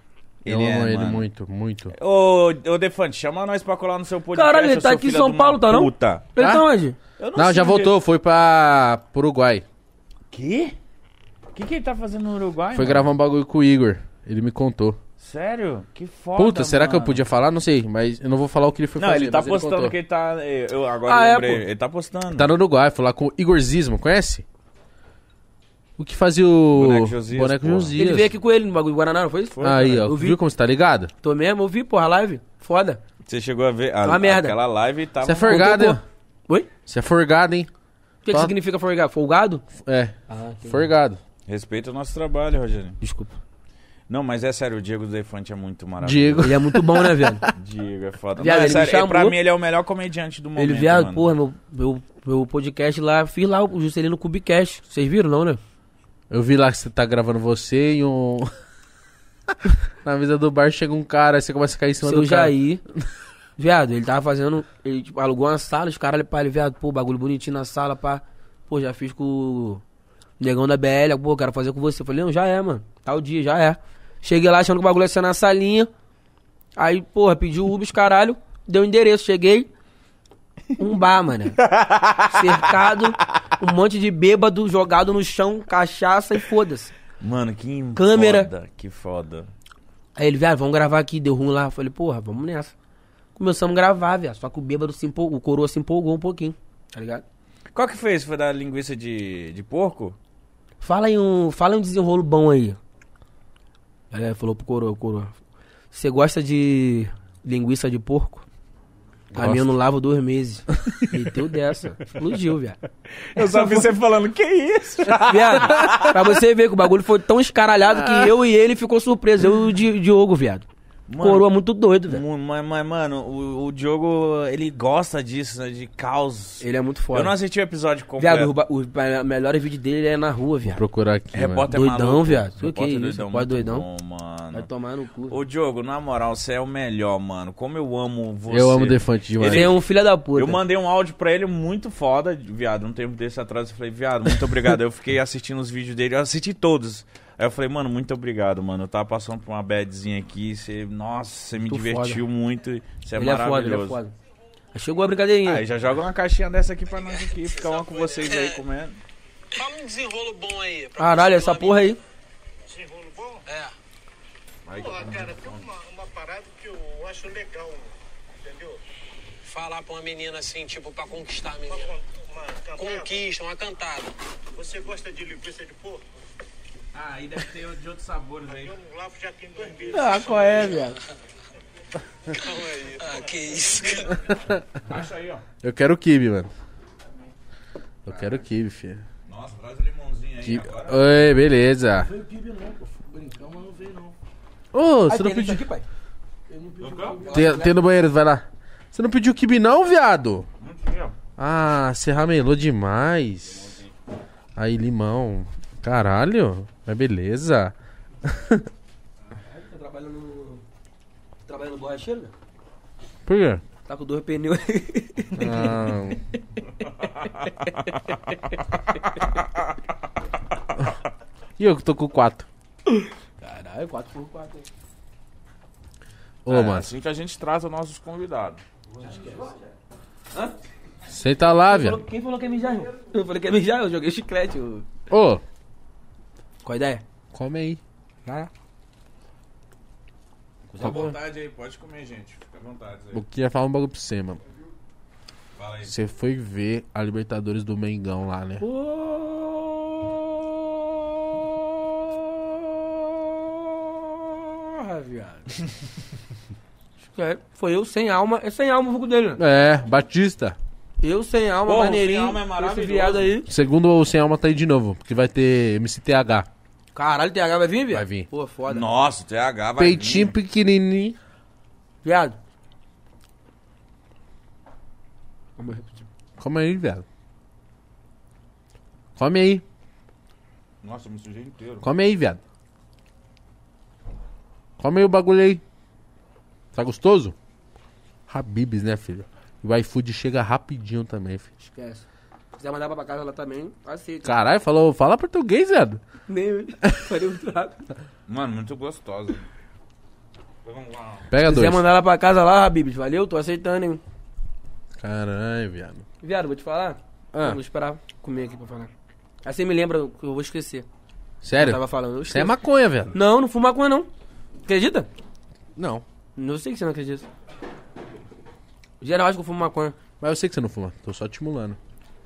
[SPEAKER 1] Eu amo ele muito, muito.
[SPEAKER 2] é, Ô, ô, Defante, chama nós pra colar no seu podcast.
[SPEAKER 3] Caralho, ele
[SPEAKER 2] ô,
[SPEAKER 3] tá
[SPEAKER 2] seu
[SPEAKER 3] aqui em
[SPEAKER 2] filho
[SPEAKER 3] São
[SPEAKER 2] de uma
[SPEAKER 3] Paulo, tá não?
[SPEAKER 2] Puta.
[SPEAKER 3] Ele
[SPEAKER 1] Ah?
[SPEAKER 3] tá onde?
[SPEAKER 1] Não,
[SPEAKER 2] Eu sei
[SPEAKER 1] já
[SPEAKER 2] onde ele-
[SPEAKER 1] voltou. Foi pra... pro Uruguai.
[SPEAKER 2] Quê? O que, que ele tá fazendo no Uruguai?
[SPEAKER 1] Foi
[SPEAKER 2] mano?
[SPEAKER 1] gravar um bagulho com o Igor. Ele me contou.
[SPEAKER 2] Sério? Que foda.
[SPEAKER 1] Puta, será que eu
[SPEAKER 2] mano.
[SPEAKER 1] podia falar? Não sei, mas eu não vou falar o que ele foi
[SPEAKER 2] Não,
[SPEAKER 1] fazer.
[SPEAKER 2] ele tá
[SPEAKER 1] mas
[SPEAKER 2] postando
[SPEAKER 1] contou.
[SPEAKER 2] que ele tá. Eu agora
[SPEAKER 3] Ah, é,
[SPEAKER 2] lembrei.
[SPEAKER 3] pô.
[SPEAKER 2] ele tá postando.
[SPEAKER 1] Tá no Uruguai, foi lá com o Igorzismo, conhece? O que fazia o
[SPEAKER 2] Boneco Josias,
[SPEAKER 1] Boneco
[SPEAKER 2] porra.
[SPEAKER 1] Josias.
[SPEAKER 3] Ele veio aqui com ele no bagulho de Guaraná, não foi isso?
[SPEAKER 1] Aí, ó.
[SPEAKER 3] Eu vi.
[SPEAKER 1] Viu como você tá ligado?
[SPEAKER 3] Tô mesmo, eu vi, porra, a live. Foda.
[SPEAKER 2] Você chegou a ver a,
[SPEAKER 3] Tá Uma merda.
[SPEAKER 2] aquela live e tá tava...
[SPEAKER 1] Você é forgado,
[SPEAKER 3] Contou,
[SPEAKER 1] hein?
[SPEAKER 3] porra. Oi? O
[SPEAKER 1] Você é forgado, hein?
[SPEAKER 3] que, que
[SPEAKER 1] Tá.
[SPEAKER 3] significa forgado? Folgado?
[SPEAKER 1] É,
[SPEAKER 3] Ah,
[SPEAKER 1] forgado.
[SPEAKER 2] Respeita o nosso trabalho, Rogério.
[SPEAKER 3] Desculpa.
[SPEAKER 2] Não, mas é sério, o Diego Defante é muito maravilhoso.
[SPEAKER 1] Diego.
[SPEAKER 3] Ele é muito bom, né, velho?
[SPEAKER 2] Diego é foda.
[SPEAKER 3] Viado,
[SPEAKER 2] não, é
[SPEAKER 3] ele me
[SPEAKER 2] sério, é, pra
[SPEAKER 3] chamou.
[SPEAKER 2] mim ele é o melhor comediante do momento,
[SPEAKER 3] Ele viado,
[SPEAKER 2] mano.
[SPEAKER 3] porra, meu, meu, meu podcast lá, fiz lá o Juscelino Cubicast. Vocês viram, não, né?
[SPEAKER 1] Eu vi lá que você tá gravando você e um. Na mesa do bar chega um cara, aí você começa a cair em cima
[SPEAKER 3] Seu
[SPEAKER 1] do cara.
[SPEAKER 3] Jair. Viado, ele tava fazendo. Ele tipo, alugou uma sala, os caras pra ele, viado, pô, bagulho bonitinho na sala, pá. Pô, já fiz com o negão da BL, pô, quero fazer com você. Eu falei, não, já é, mano. Tal dia, já é. Cheguei lá achando que o bagulho ia ser na salinha. Aí, porra, pedi o Uber, os caralho, deu o endereço, cheguei. Um bar, mano. Cercado, um monte de bêbado jogado no chão, cachaça e foda-se.
[SPEAKER 2] Mano, que
[SPEAKER 3] Câmera.
[SPEAKER 2] foda, que foda.
[SPEAKER 3] Aí ele, viado, vamos gravar aqui, deu ruim lá. Eu falei, porra, vamos nessa. Começamos a gravar, viado. Só que o bêbado se empolgou, o coroa se empolgou um pouquinho, tá ligado?
[SPEAKER 2] Qual que foi esse? Foi da linguiça de, de porco?
[SPEAKER 3] Fala aí um, fala aí um desenrolo bom aí. Aí ele falou pro coroa, o coroa. Você gosta de linguiça de porco? A
[SPEAKER 1] Gosto.
[SPEAKER 3] minha eu não lavo dois meses. Meteu dessa. Explodiu, viado.
[SPEAKER 2] Eu só vi você falando, que isso?
[SPEAKER 3] Viado, pra você ver que o bagulho foi tão escaralhado que eu e ele ficou surpreso. Eu e o Di- Diogo, viado.
[SPEAKER 2] Ah. Mano.
[SPEAKER 3] coroa muito doido, velho.
[SPEAKER 2] Mu- Mas, mas, mano, o, o Diogo, ele gosta disso, né? De caos.
[SPEAKER 3] Ele é muito foda.
[SPEAKER 2] Eu não assisti o episódio completo.
[SPEAKER 3] Viado, o, o melhor vídeo dele é na rua,
[SPEAKER 1] Vou
[SPEAKER 3] viado.
[SPEAKER 1] procurar aqui. mano.
[SPEAKER 2] Repórter
[SPEAKER 3] Doidão,
[SPEAKER 2] maluco.
[SPEAKER 3] viado. Que
[SPEAKER 2] Repórter
[SPEAKER 3] que isso, pode
[SPEAKER 2] muito
[SPEAKER 3] doidão.
[SPEAKER 2] Bom, mano.
[SPEAKER 3] Vai tomar no cu.
[SPEAKER 2] Ô, Diogo, na moral, você é o melhor, mano. Como eu amo você.
[SPEAKER 1] Eu amo o Defante demais.
[SPEAKER 3] Ele é um filho da puta.
[SPEAKER 2] Eu mandei um áudio pra ele muito foda, viado. Um tempo desse atrás eu falei, viado, muito obrigado. eu fiquei assistindo os vídeos dele, eu assisti todos. Aí eu falei, mano, muito obrigado, mano. Eu tava passando por uma badzinha aqui. Você, nossa, você me
[SPEAKER 3] Muito
[SPEAKER 2] divertiu muito. Você é
[SPEAKER 3] ele é foda,
[SPEAKER 2] maravilhoso.
[SPEAKER 3] ele é foda. Aí chegou a brincadeirinha.
[SPEAKER 2] Aí já joga uma caixinha dessa aqui pra nós aqui, ficar uma com vocês aí comendo.
[SPEAKER 5] Fala um desenrolo bom aí. pra
[SPEAKER 3] Caralho,
[SPEAKER 5] você
[SPEAKER 3] essa
[SPEAKER 5] falar
[SPEAKER 3] porra aí.
[SPEAKER 5] Desenrolo bom? É.
[SPEAKER 4] Porra, cara, tem uma, uma parada que eu acho legal, entendeu?
[SPEAKER 5] Falar pra uma menina assim, tipo, pra conquistar a
[SPEAKER 4] Uma,
[SPEAKER 5] menina.
[SPEAKER 4] uma, uma
[SPEAKER 5] Conquista, uma cantada.
[SPEAKER 4] Você gosta de linguiça de porco?
[SPEAKER 2] Ah, aí deve ter de outros sabores aí.
[SPEAKER 4] Eu não lavo já tem dois meses.
[SPEAKER 3] Ah, qual é, viado?
[SPEAKER 5] Ah, que isso, cara.
[SPEAKER 2] Acha aí, ó.
[SPEAKER 1] Eu quero o kibe, mano. Eu quero o kibe, filho.
[SPEAKER 2] Nossa, traz o limãozinho aí
[SPEAKER 1] Kibe. Oi, beleza. Ô, você não pediu.
[SPEAKER 3] pai?
[SPEAKER 1] Tem, tem no banheiro, vai lá. Você não pediu kibe, não, viado? Ah, você ramelou demais. Aí, limão. Caralho. Mas beleza.
[SPEAKER 3] Tá trabalhando no. Trabalhando no borracheiro, velho?
[SPEAKER 1] Por quê?
[SPEAKER 3] Tá com dois pneus aí.
[SPEAKER 1] Ah, e eu que tô com quatro.
[SPEAKER 3] Caralho, 4x4, hein?
[SPEAKER 1] Ô, mano,
[SPEAKER 2] assim que a gente trata os nossos convidados.
[SPEAKER 1] senta
[SPEAKER 2] Tá,
[SPEAKER 1] lá,
[SPEAKER 3] Falou-
[SPEAKER 1] viado.
[SPEAKER 3] Quem falou que é mijar, irmão? Eu falei que é mijar, eu joguei chiclete. eu-
[SPEAKER 1] Ô,
[SPEAKER 3] Qual a ideia?
[SPEAKER 1] come aí.
[SPEAKER 2] Fica à vontade aí, pode comer, gente. Fica à vontade
[SPEAKER 1] Eu queria falar um bagulho pra você, mano.
[SPEAKER 2] Fala aí.
[SPEAKER 1] Você foi ver a Libertadores do Mengão lá, né?
[SPEAKER 3] Porra, viado. É, Foi eu sem alma. É sem alma o vulgo dele, né?
[SPEAKER 1] É, Batista.
[SPEAKER 3] Eu sem alma,
[SPEAKER 2] Porra, o
[SPEAKER 3] maneirinho.
[SPEAKER 2] sem alma é
[SPEAKER 3] esse
[SPEAKER 2] maravilhoso.
[SPEAKER 3] viado aí.
[SPEAKER 1] Segundo o Sem Alma tá aí de novo, porque vai ter MCTH.
[SPEAKER 3] Caralho, TH vai vir, viado?
[SPEAKER 1] Vai vir.
[SPEAKER 3] Pô, foda.
[SPEAKER 2] Nossa, o TH vai
[SPEAKER 1] Peitinho
[SPEAKER 2] vir.
[SPEAKER 1] pequenininho.
[SPEAKER 3] Viado.
[SPEAKER 1] Come aí, viado. Come aí,
[SPEAKER 2] Nossa, eu me sujei inteiro.
[SPEAKER 1] come aí, viado. Come aí o bagulho aí. Tá gostoso? Habibs, né, filho? E o iFood chega rapidinho também, filho.
[SPEAKER 3] Esquece. Se quiser mandar pra casa lá também, aceita.
[SPEAKER 1] Caralho, falou, fala português, viado.
[SPEAKER 3] Nem Falei muito rápido. Se
[SPEAKER 2] Mano, muito gostosa. Vamos lá.
[SPEAKER 1] Pega
[SPEAKER 3] quiser
[SPEAKER 1] dois.
[SPEAKER 3] mandar lá pra casa lá, Habibs, valeu? Tô aceitando, hein?
[SPEAKER 1] Caralho, viado.
[SPEAKER 3] Viado, vou te falar.
[SPEAKER 1] Ah.
[SPEAKER 3] Vou esperar comer aqui pra falar. Aí você me lembra que eu vou esquecer. Eu
[SPEAKER 1] Sério?
[SPEAKER 3] tava falando. Eu esqueço.
[SPEAKER 1] Você é maconha, velho.
[SPEAKER 3] Não, não fumo maconha, não. Acredita?
[SPEAKER 1] Não.
[SPEAKER 3] Não sei que você não acredita. Geral, acho que eu fumo maconha.
[SPEAKER 1] Mas eu sei que você não fuma. Tô só te estimulando.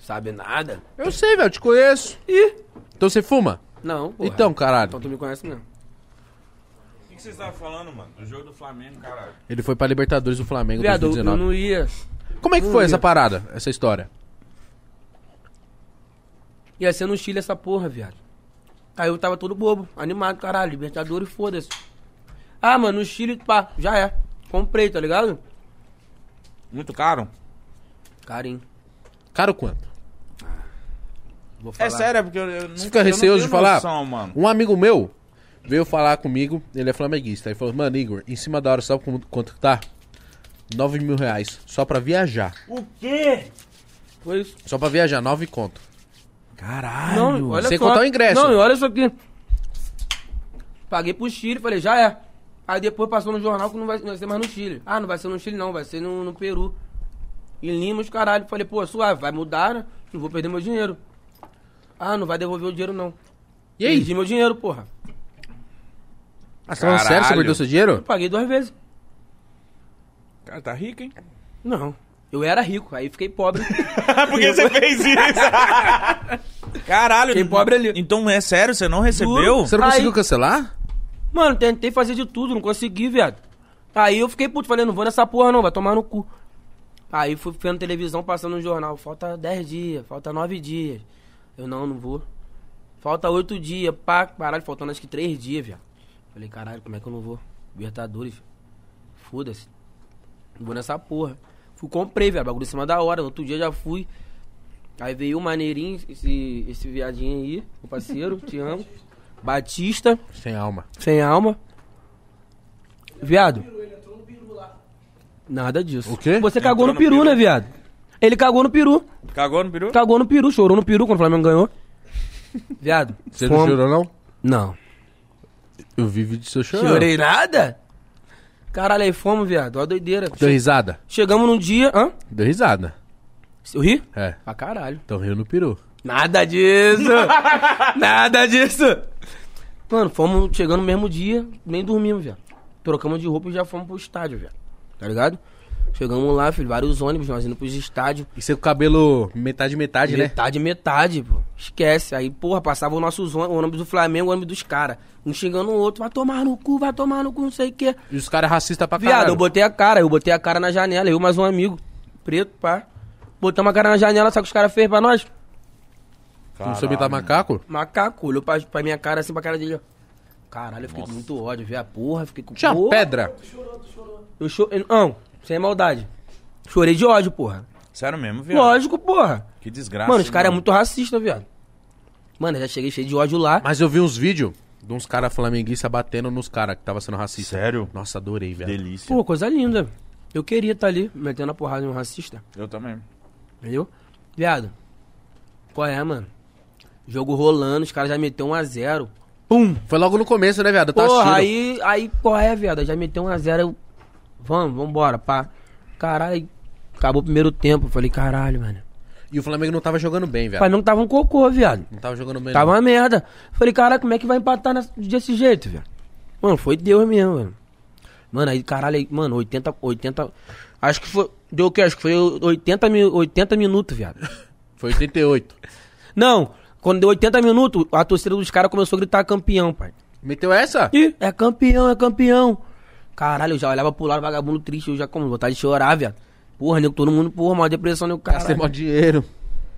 [SPEAKER 3] Sabe nada.
[SPEAKER 1] Eu sei, velho, eu te conheço.
[SPEAKER 3] Ih,
[SPEAKER 1] Então você fuma?
[SPEAKER 3] não, porra.
[SPEAKER 1] Então, caralho.
[SPEAKER 3] Então tu me conhece mesmo.
[SPEAKER 2] O que que vocês estavam falando, mano? Do jogo do Flamengo, caralho.
[SPEAKER 1] Ele foi pra Libertadores do Flamengo em
[SPEAKER 3] Viado, eu
[SPEAKER 1] 2019.
[SPEAKER 3] não ia.
[SPEAKER 1] Como é que
[SPEAKER 3] não
[SPEAKER 1] foi
[SPEAKER 3] ia.
[SPEAKER 1] essa parada, essa história?
[SPEAKER 3] Ia ser no Chile essa porra, viado. Aí eu tava todo bobo, animado, caralho, Libertadores, foda-se. Ah, mano, no Chile, pá, já é. Comprei, tá ligado?
[SPEAKER 2] Muito caro?
[SPEAKER 3] Carinho.
[SPEAKER 1] Caro quanto?
[SPEAKER 3] Vou falar.
[SPEAKER 2] É sério, é porque eu, eu não
[SPEAKER 1] Você fica
[SPEAKER 2] eu não
[SPEAKER 1] receoso de
[SPEAKER 2] tenho
[SPEAKER 1] falar?
[SPEAKER 2] noção, mano.
[SPEAKER 1] Um amigo meu veio falar comigo, ele é flamenguista. Ele falou, mano, Igor, em cima da hora, sabe como- quanto que tá? 9 mil reais. Só pra viajar.
[SPEAKER 2] O quê?
[SPEAKER 3] Foi isso.
[SPEAKER 1] Só pra viajar, 9 conto.
[SPEAKER 2] Caralho.
[SPEAKER 3] Não, olha
[SPEAKER 1] sem
[SPEAKER 3] só.
[SPEAKER 1] contar o ingresso.
[SPEAKER 3] Não, e olha isso aqui. Paguei pro Chile, falei, já é. Aí depois passou no jornal que não vai, não vai ser mais no Chile. Ah, não vai ser no Chile não, vai ser no, no Peru. E Lima, os caralho. Falei, pô, suave, vai mudar, né? Não vou perder meu dinheiro. Ah, não vai devolver o dinheiro não.
[SPEAKER 1] E aí?
[SPEAKER 3] Perdi meu dinheiro, porra.
[SPEAKER 1] Ah, você tá falando sério? Você
[SPEAKER 2] Caralho.
[SPEAKER 1] perdeu seu dinheiro?
[SPEAKER 3] Paguei duas vezes.
[SPEAKER 2] Cara, tá rico, hein?
[SPEAKER 3] Não. Eu era rico, aí fiquei pobre.
[SPEAKER 2] Por que você fez isso? Caralho.
[SPEAKER 3] Quem pobre ali.
[SPEAKER 2] Então é sério, você não recebeu?
[SPEAKER 3] Juro.
[SPEAKER 1] Você não
[SPEAKER 3] Aí-
[SPEAKER 1] conseguiu cancelar?
[SPEAKER 3] Mano, tentei fazer de tudo, não consegui, viado. Aí eu fiquei puto, falei, não vou nessa porra não, vai tomar no cu. Aí fui vendo televisão, passando no jornal, falta 10 dias, falta 9 dias. Eu, não, não vou. Falta 8 dias, pá, caralho, faltando acho que 3 dias, viado. Falei, caralho, como é que eu não vou? Libertadores, viado. foda-se. Não vou nessa porra. Fui, comprei, viado, bagulho em cima da hora, no outro dia já fui. Aí veio o maneirinho, esse, esse viadinho aí, o parceiro, te amo. Batista.
[SPEAKER 1] Sem alma.
[SPEAKER 3] Sem alma. Viado. Nada disso.
[SPEAKER 1] O quê?
[SPEAKER 3] Você cagou
[SPEAKER 2] Entrou
[SPEAKER 3] no
[SPEAKER 2] no
[SPEAKER 3] peru,
[SPEAKER 2] peru.
[SPEAKER 3] né, viado? Ele cagou no peru.
[SPEAKER 2] Cagou no peru?
[SPEAKER 3] Cagou no peru, chorou no peru quando o Flamengo ganhou. Viado.
[SPEAKER 1] Você não
[SPEAKER 3] fomos-
[SPEAKER 1] chorou, não?
[SPEAKER 3] Não.
[SPEAKER 1] Eu vi vídeo seu chorando.
[SPEAKER 3] Chorei nada? Caralho, aí fomos, viado. Ó, a doideira.
[SPEAKER 1] Deu risada?
[SPEAKER 3] Chegamos num dia. Hã?
[SPEAKER 1] Deu risada.
[SPEAKER 3] Eu ri?
[SPEAKER 1] É.
[SPEAKER 3] Pra caralho.
[SPEAKER 1] Então riu no peru.
[SPEAKER 3] Nada disso! Nada disso! Mano, fomos chegando no mesmo dia, nem dormimos, velho. Trocamos de roupa e já fomos pro estádio, velho. Tá ligado? Chegamos lá, filho, vários ônibus, nós indo pros estádios.
[SPEAKER 1] E seu cabelo metade, metade, né?
[SPEAKER 3] Metade, metade, pô. Esquece. Aí, porra, passava os nossos ônibus, o ônibus do Flamengo, o ônibus dos caras. Um xingando o outro, vai tomar no cu, vai tomar no cu, não sei o quê.
[SPEAKER 1] E os caras racistas pra caralho.
[SPEAKER 3] Viado, eu botei a cara, eu botei a cara na janela, eu e mais um amigo, preto, pá. Botamos a cara na janela, sabe o que os caras fez pra nós?
[SPEAKER 1] Não soube imitar macaco?
[SPEAKER 3] Macaco, olhou pra, pra minha cara assim, pra cara dele, ó. Caralho, eu fiquei com muito ódio, vi a porra, fiquei com...
[SPEAKER 1] Tinha
[SPEAKER 3] Porra.
[SPEAKER 1] pedra.
[SPEAKER 3] Eu chorei... Não, sem maldade. Chorei de ódio, porra.
[SPEAKER 2] Sério mesmo, viado?
[SPEAKER 3] Lógico, porra.
[SPEAKER 2] Que
[SPEAKER 1] Ah,
[SPEAKER 2] desgraça.
[SPEAKER 3] mano,
[SPEAKER 2] hein,
[SPEAKER 3] os caras é muito racista, viado. Mano, eu já cheguei cheio de ódio lá.
[SPEAKER 1] Mas eu vi uns vídeos de uns caras flamenguistas batendo nos caras que tava sendo racista.
[SPEAKER 2] Sério?
[SPEAKER 1] Nossa, adorei, velho.
[SPEAKER 2] Delícia.
[SPEAKER 3] Pô, coisa linda. Eu queria estar ali, metendo a porrada em um racista,
[SPEAKER 2] Eu também.
[SPEAKER 3] entendeu? Viado, qual é, mano? Jogo rolando, os caras já um meteu 1x0. Pum!
[SPEAKER 1] Foi logo no começo, né, viado? Eu tava
[SPEAKER 3] Porra,
[SPEAKER 1] assistindo.
[SPEAKER 3] aí, aí, qual é, viado? Eu Já meteu 1x0, eu... Vamos, vambora, pá. Caralho, acabou o primeiro tempo. Eu falei, caralho, mano.
[SPEAKER 1] E o Flamengo não tava jogando bem,
[SPEAKER 3] O
[SPEAKER 1] velho.
[SPEAKER 3] Flamengo tava um cocô, viado.
[SPEAKER 1] Não tava jogando bem.
[SPEAKER 3] Tava
[SPEAKER 1] É. não.
[SPEAKER 3] uma merda. Eu Falei, caralho, como é que vai empatar nessa- desse jeito, viado? Mano, foi Deus mesmo, mano. Mano, aí, caralho, aí, mano, 80, 80... Acho que foi... Deu o quê? Acho que foi 80, mi- 80 minutos, viado.
[SPEAKER 1] Foi 88.
[SPEAKER 3] Não, quando deu 80 minutos, a torcida dos caras começou a gritar campeão, pai.
[SPEAKER 1] Meteu essa?
[SPEAKER 3] Ih, é campeão, é campeão. Caralho, eu já olhava pro lado, vagabundo triste, eu já com vontade de chorar, viado. Porra, nego, todo mundo, porra, uma depressão, nego,
[SPEAKER 1] Gastei
[SPEAKER 3] caralho.
[SPEAKER 1] mó dinheiro.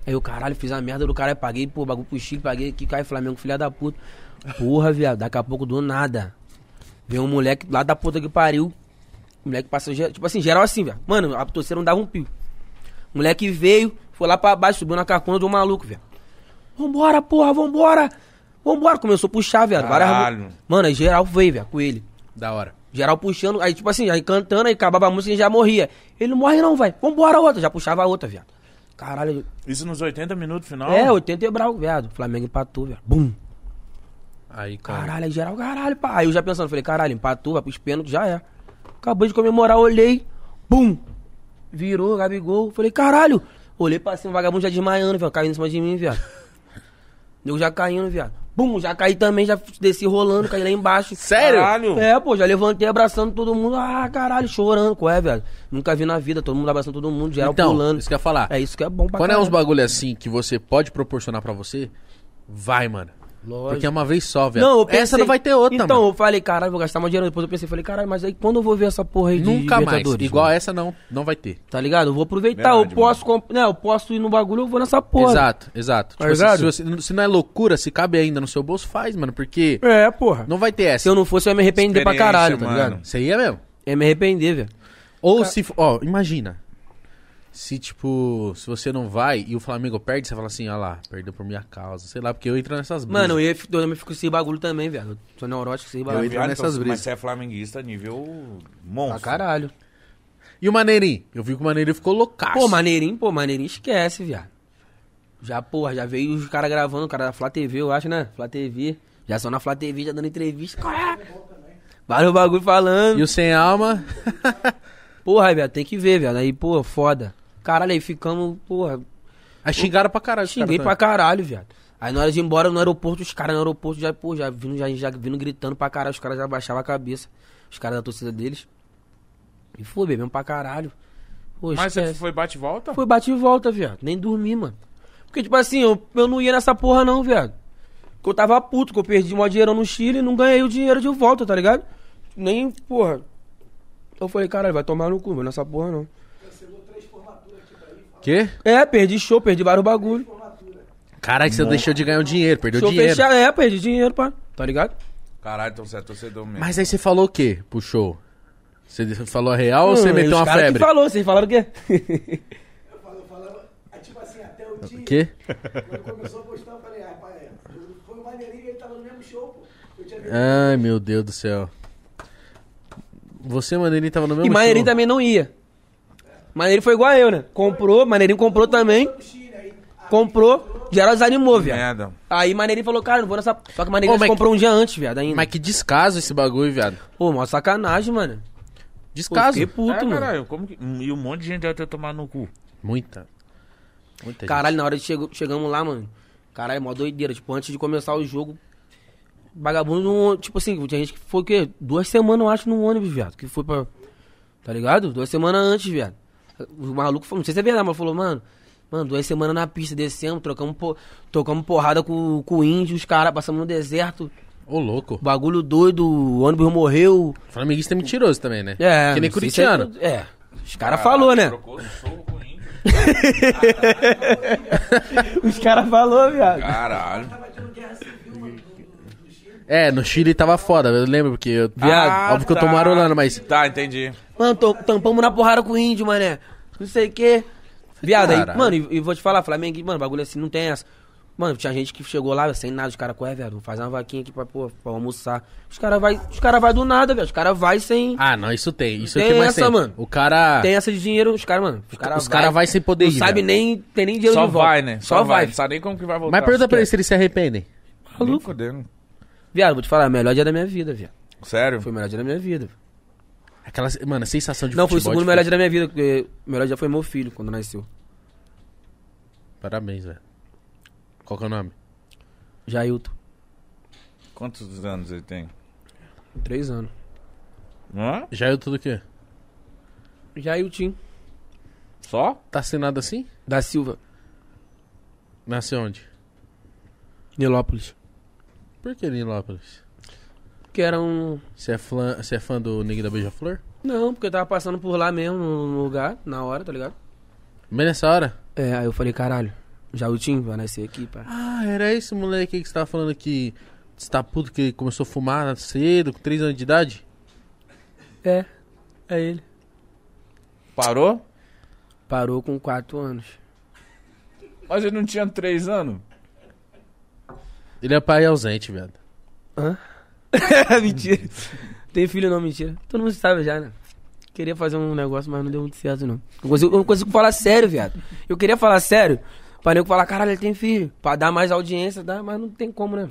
[SPEAKER 3] Aí eu, caralho, fiz a merda do cara, paguei, pô, bagulho pro Chile, paguei aqui, cai Flamengo, filha da puta. Porra, viado, daqui a pouco do nada. Vem um moleque lá da puta que pariu. O moleque passou, ge- tipo assim, geral assim, velho. Mano, a torcida não dava um pio. O moleque veio, foi lá pra baixo, subiu na carcunda do maluco, velho. Vambora, porra, vambora. Vambora, começou a puxar, velho.
[SPEAKER 2] Caralho.
[SPEAKER 3] Várias... Mano, aí geral veio, velho, com ele.
[SPEAKER 1] Da hora.
[SPEAKER 3] Geral puxando, aí tipo assim, aí cantando, aí acabava a música e já morria. Ele não morre não, vai. Vambora outra, já puxava a outra, viado. Caralho.
[SPEAKER 2] Isso nos 80 minutos final?
[SPEAKER 3] É, 80 e brau, viado. Flamengo empatou, viado. Bum.
[SPEAKER 1] Aí, cara.
[SPEAKER 3] Caralho, aí geral, caralho, pá. Aí eu já pensando, falei, caralho, empatou, vai pros pênaltis, já é. Acabou de comemorar, olhei. Bum. Virou, Gabigol. Falei, caralho. Olhei pra cima, o vagabundo já desmaiando, viado. Caindo em cima de mim, viado. Eu já caindo, viado. Bum, já caí também, já desci rolando, caí lá embaixo.
[SPEAKER 1] Sério?
[SPEAKER 2] Caralho.
[SPEAKER 3] É, pô, já levantei abraçando todo mundo. Ah, caralho, chorando. Qual é, velho? Nunca vi na vida, todo mundo abraçando todo mundo, geral
[SPEAKER 1] Então,
[SPEAKER 3] pulando.
[SPEAKER 1] isso que eu ia falar.
[SPEAKER 3] É isso que é bom pra
[SPEAKER 1] Quando é
[SPEAKER 3] caralho.
[SPEAKER 1] uns bagulho assim que você pode proporcionar pra você, vai, mano.
[SPEAKER 3] Lógico.
[SPEAKER 1] Porque é uma vez só, velho.
[SPEAKER 3] Não, eu pensei,
[SPEAKER 1] Essa não vai ter outra,
[SPEAKER 3] Então,
[SPEAKER 1] mano.
[SPEAKER 3] eu falei, caralho, vou gastar mais dinheiro. Depois eu pensei, falei, caralho, mas aí quando eu vou ver essa porra aí de
[SPEAKER 1] Nunca mais.
[SPEAKER 3] Libertadores,
[SPEAKER 1] Igual
[SPEAKER 3] mano?
[SPEAKER 1] essa não, não vai ter.
[SPEAKER 3] Tá ligado? Eu vou aproveitar,
[SPEAKER 2] Verdade,
[SPEAKER 3] eu posso comp... né, eu posso ir no bagulho, eu vou nessa porra.
[SPEAKER 1] Exato, exato.
[SPEAKER 3] Tá
[SPEAKER 1] Tipo, se,
[SPEAKER 3] ligado?
[SPEAKER 1] se, você- se não é loucura, se cabe ainda no seu bolso, faz, mano. Porque
[SPEAKER 3] É, porra.
[SPEAKER 1] não vai ter essa.
[SPEAKER 3] Se eu não fosse, eu ia me arrepender pra
[SPEAKER 2] Experiência,
[SPEAKER 3] caralho, tá
[SPEAKER 2] mano.
[SPEAKER 3] ligado?
[SPEAKER 1] Isso aí é mesmo.
[SPEAKER 3] Ia me arrepender, velho.
[SPEAKER 1] Ou se. fo- Ó, imagina. Se, tipo, se você não vai e o Flamengo perde, você fala assim, ah lá, perdeu por minha causa. Sei lá, porque eu entro nessas brisas.
[SPEAKER 3] Mano, eu, ia, eu também fico com esse bagulho também, velho. Eu Sou neurótico com esse
[SPEAKER 1] Eu
[SPEAKER 3] bagulho.
[SPEAKER 1] entro nessas brisas.
[SPEAKER 2] Mas você é flamenguista nível monstro.
[SPEAKER 3] Pra caralho.
[SPEAKER 1] E o Maneirinho? Eu vi que o Maneirinho ficou loucaço.
[SPEAKER 3] Pô, maneirinho, pô, maneirinho esquece, viado. Já, porra, já veio os caras gravando, o cara da Flá TV, eu acho, né? Flá TV. Já só na Flá TV, já dando entrevista. Qual é? Vários bagulho falando.
[SPEAKER 1] E o Sem Alma?
[SPEAKER 3] Porra, viado, tem que ver, viado. Aí, pô, foda. Caralho, aí ficamos, porra,
[SPEAKER 1] Aí xingaram pra caralho. os
[SPEAKER 2] tá-
[SPEAKER 3] xinguei pra
[SPEAKER 1] caras
[SPEAKER 3] caralho, viado. Aí na hora de ir embora no aeroporto, os caras no aeroporto já, pô, já vindo, já, já vindo gritando pra caralho, os caras já baixavam a cabeça. Os caras da torcida deles. E foi, bebemos pra caralho. Pô,
[SPEAKER 2] Mas você
[SPEAKER 3] esquece.
[SPEAKER 2] foi bate e volta?
[SPEAKER 3] Foi bate e volta, viado. Nem dormi, mano. Porque, tipo assim, eu, eu não ia nessa porra, não, viado. Porque eu tava puto, que eu perdi mó dinheiro no Chile e não ganhei o dinheiro de volta, tá ligado? Nem, porra. Eu falei, caralho, vai tomar no cu, mano, nessa porra não.
[SPEAKER 1] também. Quê?
[SPEAKER 3] É, perdi show, perdi vários bagulho.
[SPEAKER 1] Caralho, você deixou de ganhar o dinheiro, perdeu
[SPEAKER 3] Show
[SPEAKER 1] dinheiro.
[SPEAKER 3] fechado, é, perdi dinheiro, pá. Tá ligado?
[SPEAKER 2] Caralho, então você é torcedor mesmo.
[SPEAKER 1] Mas aí você falou o quê pro show? Você de- falou a real ou você
[SPEAKER 3] Hum,
[SPEAKER 1] meteu
[SPEAKER 3] os
[SPEAKER 1] uma
[SPEAKER 3] cara
[SPEAKER 1] febre?
[SPEAKER 3] Que falou, vocês falaram o quê?
[SPEAKER 6] Eu falava, ah, tipo assim, até o dia,
[SPEAKER 1] O quê?
[SPEAKER 6] quando começou a postar, eu falei, rapaz, foi o maneirinho, ele tava no mesmo show, pô. Eu tinha visto
[SPEAKER 1] Ai, meu Deus do céu. Você, Maneirinho, tava no mesmo
[SPEAKER 3] e Maneirinho
[SPEAKER 1] show.
[SPEAKER 3] também não ia. Maneirinho foi igual eu, né? Comprou, Maneirinho comprou também.
[SPEAKER 6] o Chile aí.
[SPEAKER 3] Comprou, geral desanimou, viado.
[SPEAKER 2] Merda.
[SPEAKER 3] Aí Maneirinho falou, cara, não vou nessa. Só que Maneirinho
[SPEAKER 1] É. Ô, mas
[SPEAKER 3] comprou um dia antes, viado, ainda.
[SPEAKER 1] Mas que descaso esse bagulho, viado.
[SPEAKER 3] Pô, mó sacanagem, mano. Pô,
[SPEAKER 1] Descaso.
[SPEAKER 3] fiquei puto,
[SPEAKER 2] é,
[SPEAKER 3] mano. Caralho.
[SPEAKER 2] caralho, como que... E um monte de gente deve ter tomado no cu.
[SPEAKER 1] Muita. Muita
[SPEAKER 3] na hora de chego, chegamos lá, mano. Caralho, mó doideira. Tipo, antes de começar o jogo, vagabundo, não- tipo assim, tinha gente que foi o quê? Duas semanas, eu acho, no ônibus, viado. Que foi pra. Tá ligado? Duas semanas antes, viado. O maluco falou, não sei se é verdade, mas falou, mano. Mano, duas semanas na pista, descemos, trocamos, por, trocamos porrada com, com o índio, os caras, passamos no deserto,
[SPEAKER 1] gente. Ô, louco.
[SPEAKER 3] bagulho doido, o ônibus morreu.
[SPEAKER 1] Flamenguista é mentiroso também, né?
[SPEAKER 3] É,
[SPEAKER 1] Que nem
[SPEAKER 3] não sei se
[SPEAKER 1] curitiano.
[SPEAKER 3] É, é. os caras falou, né?
[SPEAKER 2] Trocou soco com o índio.
[SPEAKER 3] Os caras falou, viado.
[SPEAKER 2] Caralho.
[SPEAKER 1] É, no Chile tava foda, eu lembro, porque eu... Ah,
[SPEAKER 3] Viado.
[SPEAKER 1] óbvio que eu tô marolando, mas...
[SPEAKER 2] Ah, Tá, entendi.
[SPEAKER 3] Mano, tô- tampamos na porrada com o índio, mané. Não sei o quê. Viado, aí,
[SPEAKER 1] Caralho.
[SPEAKER 3] mano, e, e vou te falar, Flamengo, mano, bagulho assim não tem essa. Mano, tinha gente que chegou lá sem nada, os caras, corre, velho, vou fazer uma vaquinha aqui pra, pô, pra almoçar. Os caras vai, os cara vai do nada, velho. Os caras vai sem.
[SPEAKER 1] Ah, não, isso tem. Isso
[SPEAKER 3] Tem
[SPEAKER 1] é o que mais
[SPEAKER 3] essa,
[SPEAKER 1] tem.
[SPEAKER 3] mano.
[SPEAKER 1] O cara...
[SPEAKER 3] Tem essa de dinheiro, os caras, mano. Os caras
[SPEAKER 1] Os cara vai sem poder
[SPEAKER 3] Não
[SPEAKER 1] ir,
[SPEAKER 3] sabe
[SPEAKER 1] velho.
[SPEAKER 3] nem. Tem nem dinheiro
[SPEAKER 2] Só
[SPEAKER 3] de volta.
[SPEAKER 2] vai, né?
[SPEAKER 3] Só, vai.
[SPEAKER 2] Não sabe nem como que vai voltar.
[SPEAKER 1] Mas pergunta
[SPEAKER 3] é.
[SPEAKER 1] pra eles se eles se arrependem.
[SPEAKER 2] Nem fodendo.
[SPEAKER 3] Viado, vou te falar, melhor dia da minha vida, viado.
[SPEAKER 2] Sério?
[SPEAKER 3] Foi o melhor dia da minha vida.
[SPEAKER 1] Aquela, mano, sensação de
[SPEAKER 3] não, foi o
[SPEAKER 1] futebol tipo,
[SPEAKER 3] segundo
[SPEAKER 1] de
[SPEAKER 3] melhor
[SPEAKER 1] futebol.
[SPEAKER 3] dia da minha vida, porque o melhor dia foi meu filho quando nasceu.
[SPEAKER 1] Parabéns, velho. Qual que é o nome?
[SPEAKER 3] Jailton,
[SPEAKER 2] Quantos anos ele tem?
[SPEAKER 3] três anos.
[SPEAKER 2] Hã?
[SPEAKER 1] Jailton tudo quê?
[SPEAKER 3] Jailton
[SPEAKER 2] Só?
[SPEAKER 1] Tá assinado assim?
[SPEAKER 3] da Silva,
[SPEAKER 1] Nasceu onde?
[SPEAKER 3] Nilópolis.
[SPEAKER 1] Por que Nilópolis?
[SPEAKER 3] Que era um.
[SPEAKER 1] Você é, flan, você é fã do Nigga da Beija-Flor?
[SPEAKER 3] Não, porque eu tava passando por lá mesmo, no no lugar, na hora, tá ligado?
[SPEAKER 1] Mas nessa hora?
[SPEAKER 3] É, aí eu falei, caralho, já o Tim vai nascer aqui, pá.
[SPEAKER 1] Ah, era esse moleque aí que você tava falando que... Você tá puto que começou a fumar cedo, com 3 anos de idade?
[SPEAKER 3] É, é ele.
[SPEAKER 2] Parou?
[SPEAKER 3] Parou com 4 anos.
[SPEAKER 2] Mas ele não tinha três anos?
[SPEAKER 1] Ele é pai ausente, viado.
[SPEAKER 3] Hã? mentira. Tem filho não, mentira. Todo mundo sabe já, né? Queria fazer um negócio, mas não deu muito certo, não. Não consigo, eu não consigo falar sério, viado. Eu queria falar sério, pra nego falar, caralho, ele tem filho. Pra dar mais audiência, dá, mas não tem como, né?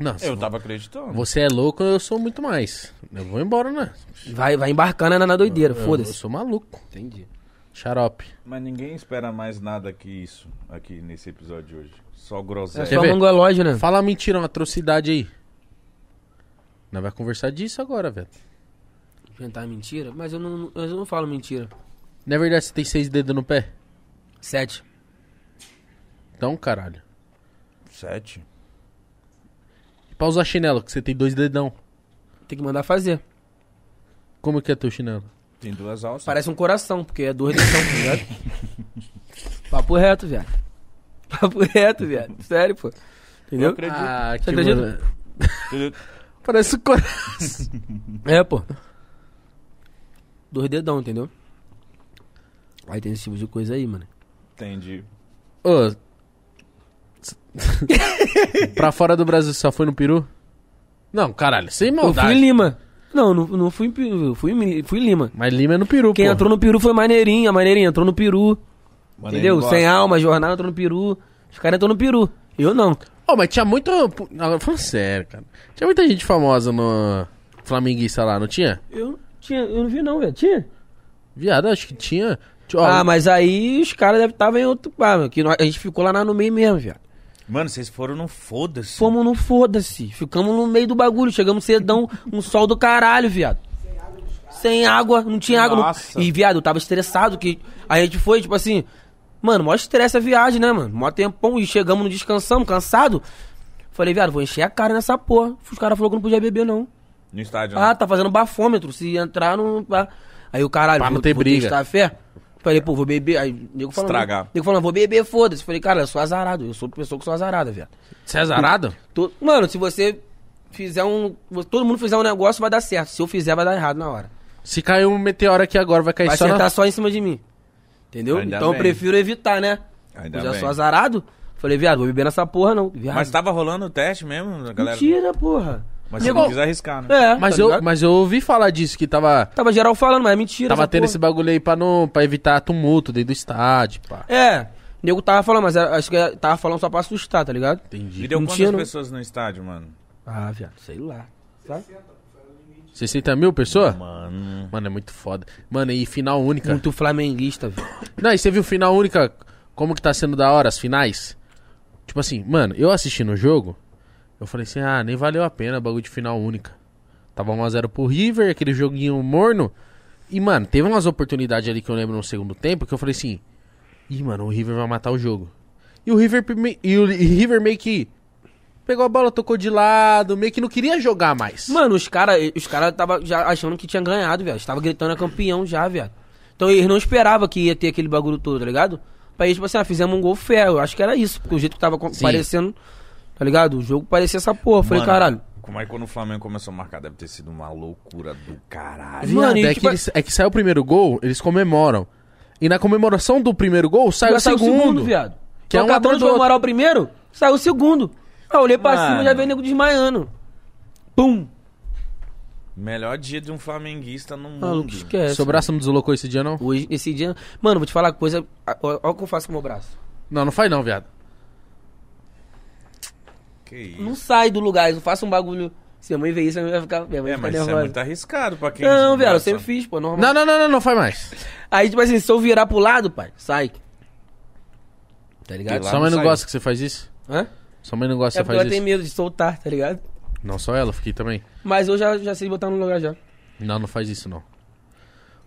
[SPEAKER 1] Nossa,
[SPEAKER 2] Eu tava acreditando.
[SPEAKER 1] você é louco, eu sou muito mais. Eu vou embora, né?
[SPEAKER 3] Vai, vai embarcando na, na doideira,
[SPEAKER 1] Eu- Eu
[SPEAKER 3] foda-se.
[SPEAKER 1] sou maluco.
[SPEAKER 3] Entendi.
[SPEAKER 1] Xarope.
[SPEAKER 2] Mas ninguém espera mais nada que isso aqui nesse episódio de hoje. Só
[SPEAKER 3] É
[SPEAKER 2] groselha.
[SPEAKER 1] Quer
[SPEAKER 3] só
[SPEAKER 1] ver?
[SPEAKER 3] mongoloide, né?
[SPEAKER 1] Fala mentira, uma atrocidade aí. Nós vai conversar disso agora, velho.
[SPEAKER 3] Inventar mentira? Mas eu não, mas eu não falo mentira.
[SPEAKER 1] Não é verdade que você tem seis dedos no pé?
[SPEAKER 3] Sete.
[SPEAKER 1] Então, caralho.
[SPEAKER 2] Sete.
[SPEAKER 1] E pra usar chinelo, que você tem dois dedão.
[SPEAKER 3] Tem que mandar fazer.
[SPEAKER 1] Como que é teu chinelo?
[SPEAKER 2] Tem duas alças.
[SPEAKER 3] Parece um coração, porque é dois dedão, tá ligado? Papo reto, viado. Papo reto, viado. Sério, pô.
[SPEAKER 2] Eu
[SPEAKER 3] Entendeu?
[SPEAKER 2] acredito.
[SPEAKER 1] Ah,
[SPEAKER 3] Você acredita?
[SPEAKER 1] mano-
[SPEAKER 2] Acredito.
[SPEAKER 1] Parece o coração.
[SPEAKER 3] É, pô. Dois dedão, entendeu? Aí tem esse tipo de coisa aí, mano.
[SPEAKER 2] Entendi.
[SPEAKER 1] Ô. pra fora do Brasil, só foi no Peru? Não, caralho, sem
[SPEAKER 3] Eu fui em
[SPEAKER 1] maldade.
[SPEAKER 3] Lima. Não, não, não fui em Peru, eu fui, em- fui em Lima.
[SPEAKER 1] Mas Lima é no Peru,
[SPEAKER 3] Quem
[SPEAKER 1] pô.
[SPEAKER 3] entrou no Peru foi maneirinha, maneirinha entrou no Peru.
[SPEAKER 2] Mano,
[SPEAKER 3] entendeu?
[SPEAKER 2] ele gosta.
[SPEAKER 3] Sem alma, jornal entrou no Peru. Os caras entram no Peru. Eu não.
[SPEAKER 1] Ô, mas tinha muito... Agora, falando sério, cara. Tinha muita gente famosa no... Flamenguista lá, não tinha?
[SPEAKER 3] Eu tinha, eu não vi não, velho. Tinha?
[SPEAKER 1] Viado, acho que tinha. Tinha- ó,
[SPEAKER 3] Ah, mas aí os caras devem estar em outro pá, meu. Que nós- a gente ficou lá na- no meio mesmo, viado.
[SPEAKER 2] Mano, vocês foram no foda-se.
[SPEAKER 3] Fomos no foda-se. Ficamos no meio do bagulho. Chegamos cedão, um sol do caralho, viado. Sem água, não tinha água. não-
[SPEAKER 2] Nossa.
[SPEAKER 3] E, viado, eu tava estressado que a gente foi, tipo assim... Mano, mó estresse a viagem, né, mano? Mó tempão e chegamos, não descansamos, cansado. Falei, viado, vou encher a cara nessa porra. Os caras falaram que não podia beber, não.
[SPEAKER 2] No estádio.
[SPEAKER 3] Ah,
[SPEAKER 2] Ah,
[SPEAKER 3] tá fazendo bafômetro. Se entrar, não. pá. Aí o caralho,
[SPEAKER 1] Pra não
[SPEAKER 3] vou-
[SPEAKER 1] ter
[SPEAKER 3] vou
[SPEAKER 1] briga.
[SPEAKER 3] testar a fé. Falei, pô, vou beber. Aí o nego falando.
[SPEAKER 2] Estragar.
[SPEAKER 3] Nego falando, vou beber, foda-se. Falei, cara, eu sou azarado. Eu sou pessoa que sou azarada, velho.
[SPEAKER 1] Você é zarado?
[SPEAKER 3] Tô- Mano, se você fizer um. Todo mundo fizer um negócio, vai dar certo. Se eu fizer, vai dar errado na hora.
[SPEAKER 1] Se cair um meteoro aqui agora, vai cair
[SPEAKER 3] Vai
[SPEAKER 1] só na-
[SPEAKER 3] acertar só em cima de mim. Entendeu?
[SPEAKER 2] Ainda
[SPEAKER 3] então
[SPEAKER 2] bem.
[SPEAKER 3] eu prefiro evitar, né?
[SPEAKER 2] Ainda
[SPEAKER 3] eu já
[SPEAKER 2] bem.
[SPEAKER 3] sou azarado. Falei, viado, vou beber nessa porra, não. Viado,
[SPEAKER 1] tá,
[SPEAKER 2] Mas tava rolando o teste mesmo, a galera.
[SPEAKER 3] mentira, porra.
[SPEAKER 2] Mas você não
[SPEAKER 1] Nego-
[SPEAKER 2] quis arriscar, né?
[SPEAKER 3] É,
[SPEAKER 1] Mas,
[SPEAKER 3] tá
[SPEAKER 1] eu,
[SPEAKER 3] ligado?
[SPEAKER 1] mas eu ouvi falar disso, que tava,
[SPEAKER 3] Tava geral falando, mas é mentira.
[SPEAKER 1] tava
[SPEAKER 3] essa
[SPEAKER 1] tendo
[SPEAKER 3] porra.
[SPEAKER 1] esse bagulho aí pra, não, pra evitar tumulto dentro do estádio, pá.
[SPEAKER 3] É, o nego tava falando, mas era- acho que tava falando só pra assustar, tá ligado?
[SPEAKER 2] E
[SPEAKER 1] Entendi.
[SPEAKER 2] deu
[SPEAKER 3] Não
[SPEAKER 2] quantas
[SPEAKER 3] tinha, não.
[SPEAKER 2] pessoas no estádio, mano?
[SPEAKER 3] Ah, viado, sei lá. Sabe?
[SPEAKER 1] Tá. 60 mil pessoas?
[SPEAKER 2] Mano.
[SPEAKER 1] Mano, é muito foda. Mano, e final única.
[SPEAKER 3] Muito flamenguista, viado.
[SPEAKER 1] Não, e você viu final única, como que tá sendo da hora as finais? Tipo assim, mano, eu assistindo o jogo, eu falei assim, ah, nem valeu a pena o bagulho de final única. Tava 1x0 pro River, aquele joguinho morno. E, mano, teve umas oportunidades ali que eu lembro no segundo tempo que eu falei assim, ih, mano, o River vai matar o jogo. E o River, prime- e o e o River meio que pegou a bola, tocou de lado, meio que não queria jogar mais.
[SPEAKER 3] Mano, os caras os cara tava já achando que tinha ganhado, viado. Tava gritando é campeão já, viado. Então eles não esperavam que ia ter aquele bagulho todo, tá ligado? Pra eles, tipo assim, ah, fizemos um gol ferro. Eu acho que era isso, porque o jeito que tava co-
[SPEAKER 1] Sim.
[SPEAKER 3] parecendo, tá ligado? O jogo parecia essa porra. Eu Falei,
[SPEAKER 2] Mano,
[SPEAKER 3] caralho.
[SPEAKER 2] Como é que quando o Flamengo começou a marcar? Deve ter sido uma loucura do caralho.
[SPEAKER 1] Viado,
[SPEAKER 3] Mano, e
[SPEAKER 1] é,
[SPEAKER 3] tipo-
[SPEAKER 1] que eles- é que sai o primeiro gol, eles comemoram. E na comemoração do primeiro gol, sai
[SPEAKER 3] Já
[SPEAKER 1] o segundo.
[SPEAKER 3] viado.
[SPEAKER 1] Que
[SPEAKER 3] Que
[SPEAKER 1] é um
[SPEAKER 3] acabando
[SPEAKER 1] atrás
[SPEAKER 3] de
[SPEAKER 1] do outro.
[SPEAKER 3] comemorar o primeiro, saiu o segundo. Aí eu olhei pra
[SPEAKER 2] Mano.
[SPEAKER 3] cima e já veio o nego desmaiando. Pum!
[SPEAKER 2] Melhor dia de um flamenguista no mundo.
[SPEAKER 1] Hum.
[SPEAKER 3] Maluco, esquece.
[SPEAKER 1] Seu braço não deslocou esse dia, não?
[SPEAKER 3] Hoje, nesse dia. Mano, vou te falar uma coisa. Olha o que eu faço com o meu braço.
[SPEAKER 1] Não, não faz não, viado.
[SPEAKER 2] Que isso.
[SPEAKER 3] Não sai do lugar, eu faço um bagulho. Se a mãe ver isso, a mãe vai ficar. Minha mãe
[SPEAKER 2] É,
[SPEAKER 3] vai
[SPEAKER 2] mas
[SPEAKER 3] ficar
[SPEAKER 2] isso é
[SPEAKER 3] nervosa.
[SPEAKER 2] muito arriscado pra quem...
[SPEAKER 3] Não, velho, eu
[SPEAKER 2] gosta.
[SPEAKER 3] sempre fiz, pô, normal.
[SPEAKER 1] Não, não, não, não, não faz mais.
[SPEAKER 3] Aí, tipo assim, se eu virar pro lado, pai, sai. Tá ligado?
[SPEAKER 2] Lá
[SPEAKER 1] Sua mãe
[SPEAKER 2] não
[SPEAKER 1] não
[SPEAKER 2] sai.
[SPEAKER 1] gosta que você faz isso?
[SPEAKER 3] Hã?
[SPEAKER 1] Sua mãe não gosta
[SPEAKER 3] É
[SPEAKER 1] que
[SPEAKER 3] porque
[SPEAKER 1] você faz
[SPEAKER 3] ela
[SPEAKER 1] isso?
[SPEAKER 3] tem medo de soltar, tá ligado?
[SPEAKER 1] Não, só ela, fiquei também.
[SPEAKER 3] Mas eu já, já sei botar no lugar já.
[SPEAKER 1] Não, não faz isso, não.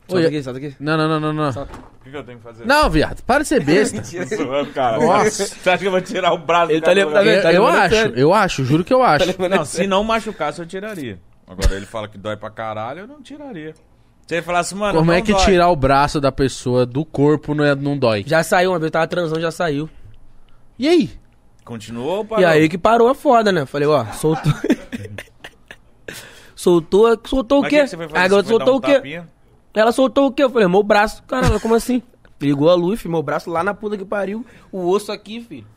[SPEAKER 3] Solta
[SPEAKER 1] Oi,
[SPEAKER 3] aqui, solta aqui.
[SPEAKER 1] Não, não, não, não, não.
[SPEAKER 2] O que, que eu tenho que fazer?
[SPEAKER 1] Não, viado, para de ser besta.
[SPEAKER 2] Tô zoando, cara.
[SPEAKER 1] Nossa.
[SPEAKER 2] Você acha que eu vou tirar o braço
[SPEAKER 3] Ele
[SPEAKER 2] do
[SPEAKER 3] tá
[SPEAKER 2] cara do
[SPEAKER 3] lembrando-
[SPEAKER 2] lugar?
[SPEAKER 1] eu
[SPEAKER 3] tá
[SPEAKER 1] eu
[SPEAKER 3] levando a
[SPEAKER 1] acho,
[SPEAKER 3] sério.
[SPEAKER 1] eu acho, juro que eu
[SPEAKER 3] Tá
[SPEAKER 1] acho.
[SPEAKER 3] né?
[SPEAKER 2] Não, se não machucasse, eu tiraria. Agora ele fala que dói pra caralho, eu não tiraria. Se ele falasse,
[SPEAKER 3] tá
[SPEAKER 2] mano,
[SPEAKER 1] Como
[SPEAKER 2] não
[SPEAKER 1] é que
[SPEAKER 2] dói.
[SPEAKER 1] tirar o braço da pessoa do corpo não, é, não dói?
[SPEAKER 3] Já saiu uma vez, eu tava transando, já saiu.
[SPEAKER 1] E aí?
[SPEAKER 2] Continuou ou
[SPEAKER 3] E
[SPEAKER 2] parou?
[SPEAKER 3] aí que parou a foda, né? Falei, ó, soltou. soltou, soltou
[SPEAKER 2] Mas
[SPEAKER 3] o quê?
[SPEAKER 2] que você foi fazer?
[SPEAKER 3] A
[SPEAKER 2] Você
[SPEAKER 3] garota
[SPEAKER 2] foi dar
[SPEAKER 3] soltou
[SPEAKER 2] um
[SPEAKER 3] o quê?
[SPEAKER 2] tapinha?
[SPEAKER 3] Ela soltou o quê? Eu falei, meu braço. Cara, ela, como assim? Ligou a luz, filho, meu braço lá na puta que pariu, o osso aqui, filho.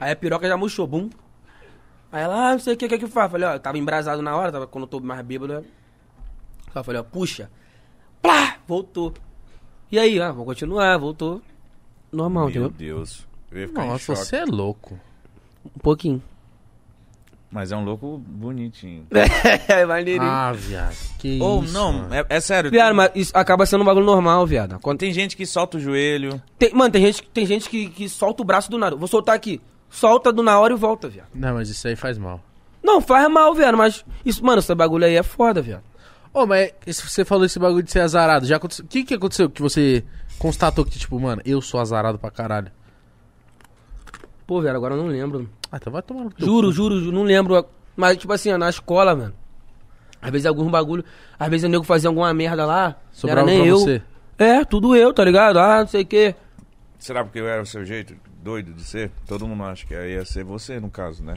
[SPEAKER 3] Aí a piroca já murchou, bum. Aí ela, ah, não sei o que, o que é que faz? Falei, ó, eu tava embrasado na hora, tava, quando eu tô mais bêbado, né? Só falei, ó, puxa. Plá! Voltou. E aí, ó, vou continuar, voltou. Normal,
[SPEAKER 2] Meu
[SPEAKER 3] entendeu?
[SPEAKER 1] é
[SPEAKER 2] Deus. Eu ia ficar em
[SPEAKER 1] Nossa,
[SPEAKER 2] choque.
[SPEAKER 1] você é louco.
[SPEAKER 3] Um pouquinho.
[SPEAKER 2] Mas é um louco bonitinho.
[SPEAKER 3] é, maneirinho.
[SPEAKER 1] Ah, viado. Que
[SPEAKER 2] Ou
[SPEAKER 1] isso.
[SPEAKER 2] não,
[SPEAKER 1] mano.
[SPEAKER 2] é, é sério.
[SPEAKER 3] Viado, mas isso acaba sendo um bagulho normal, viado. Quando
[SPEAKER 2] Tem gente que solta o joelho.
[SPEAKER 3] tem- mano, tem gente, tem gente que, que solta o braço do nada. Vou soltar aqui. Solta do na hora e volta, viado.
[SPEAKER 1] Não, mas isso aí faz mal.
[SPEAKER 3] Não, faz mal, viado, mas... Isso, mano, esse bagulho aí é foda, viado.
[SPEAKER 1] Ô, mas esse- você falou esse bagulho de ser azarado. Já aconteceu. O que, que aconteceu que você constatou que, tipo, mano, eu sou azarado pra caralho?
[SPEAKER 3] Pô, velho, agora eu não lembro.
[SPEAKER 1] Ah, então vai tomar no teu
[SPEAKER 3] Juro,
[SPEAKER 1] cu.
[SPEAKER 3] juro, juro, não lembro. Mas, tipo assim, ó, na escola, mano. Às vezes algum bagulho. Às vezes o nego fazia alguma merda lá. não
[SPEAKER 1] Sobrava
[SPEAKER 3] era nem
[SPEAKER 1] pra
[SPEAKER 3] eu.
[SPEAKER 1] você.
[SPEAKER 3] É, tudo eu, tá ligado? Ah, não sei o quê.
[SPEAKER 2] Será porque eu era o seu jeito doido de ser? Todo mundo acha que ia ser você, no caso, né?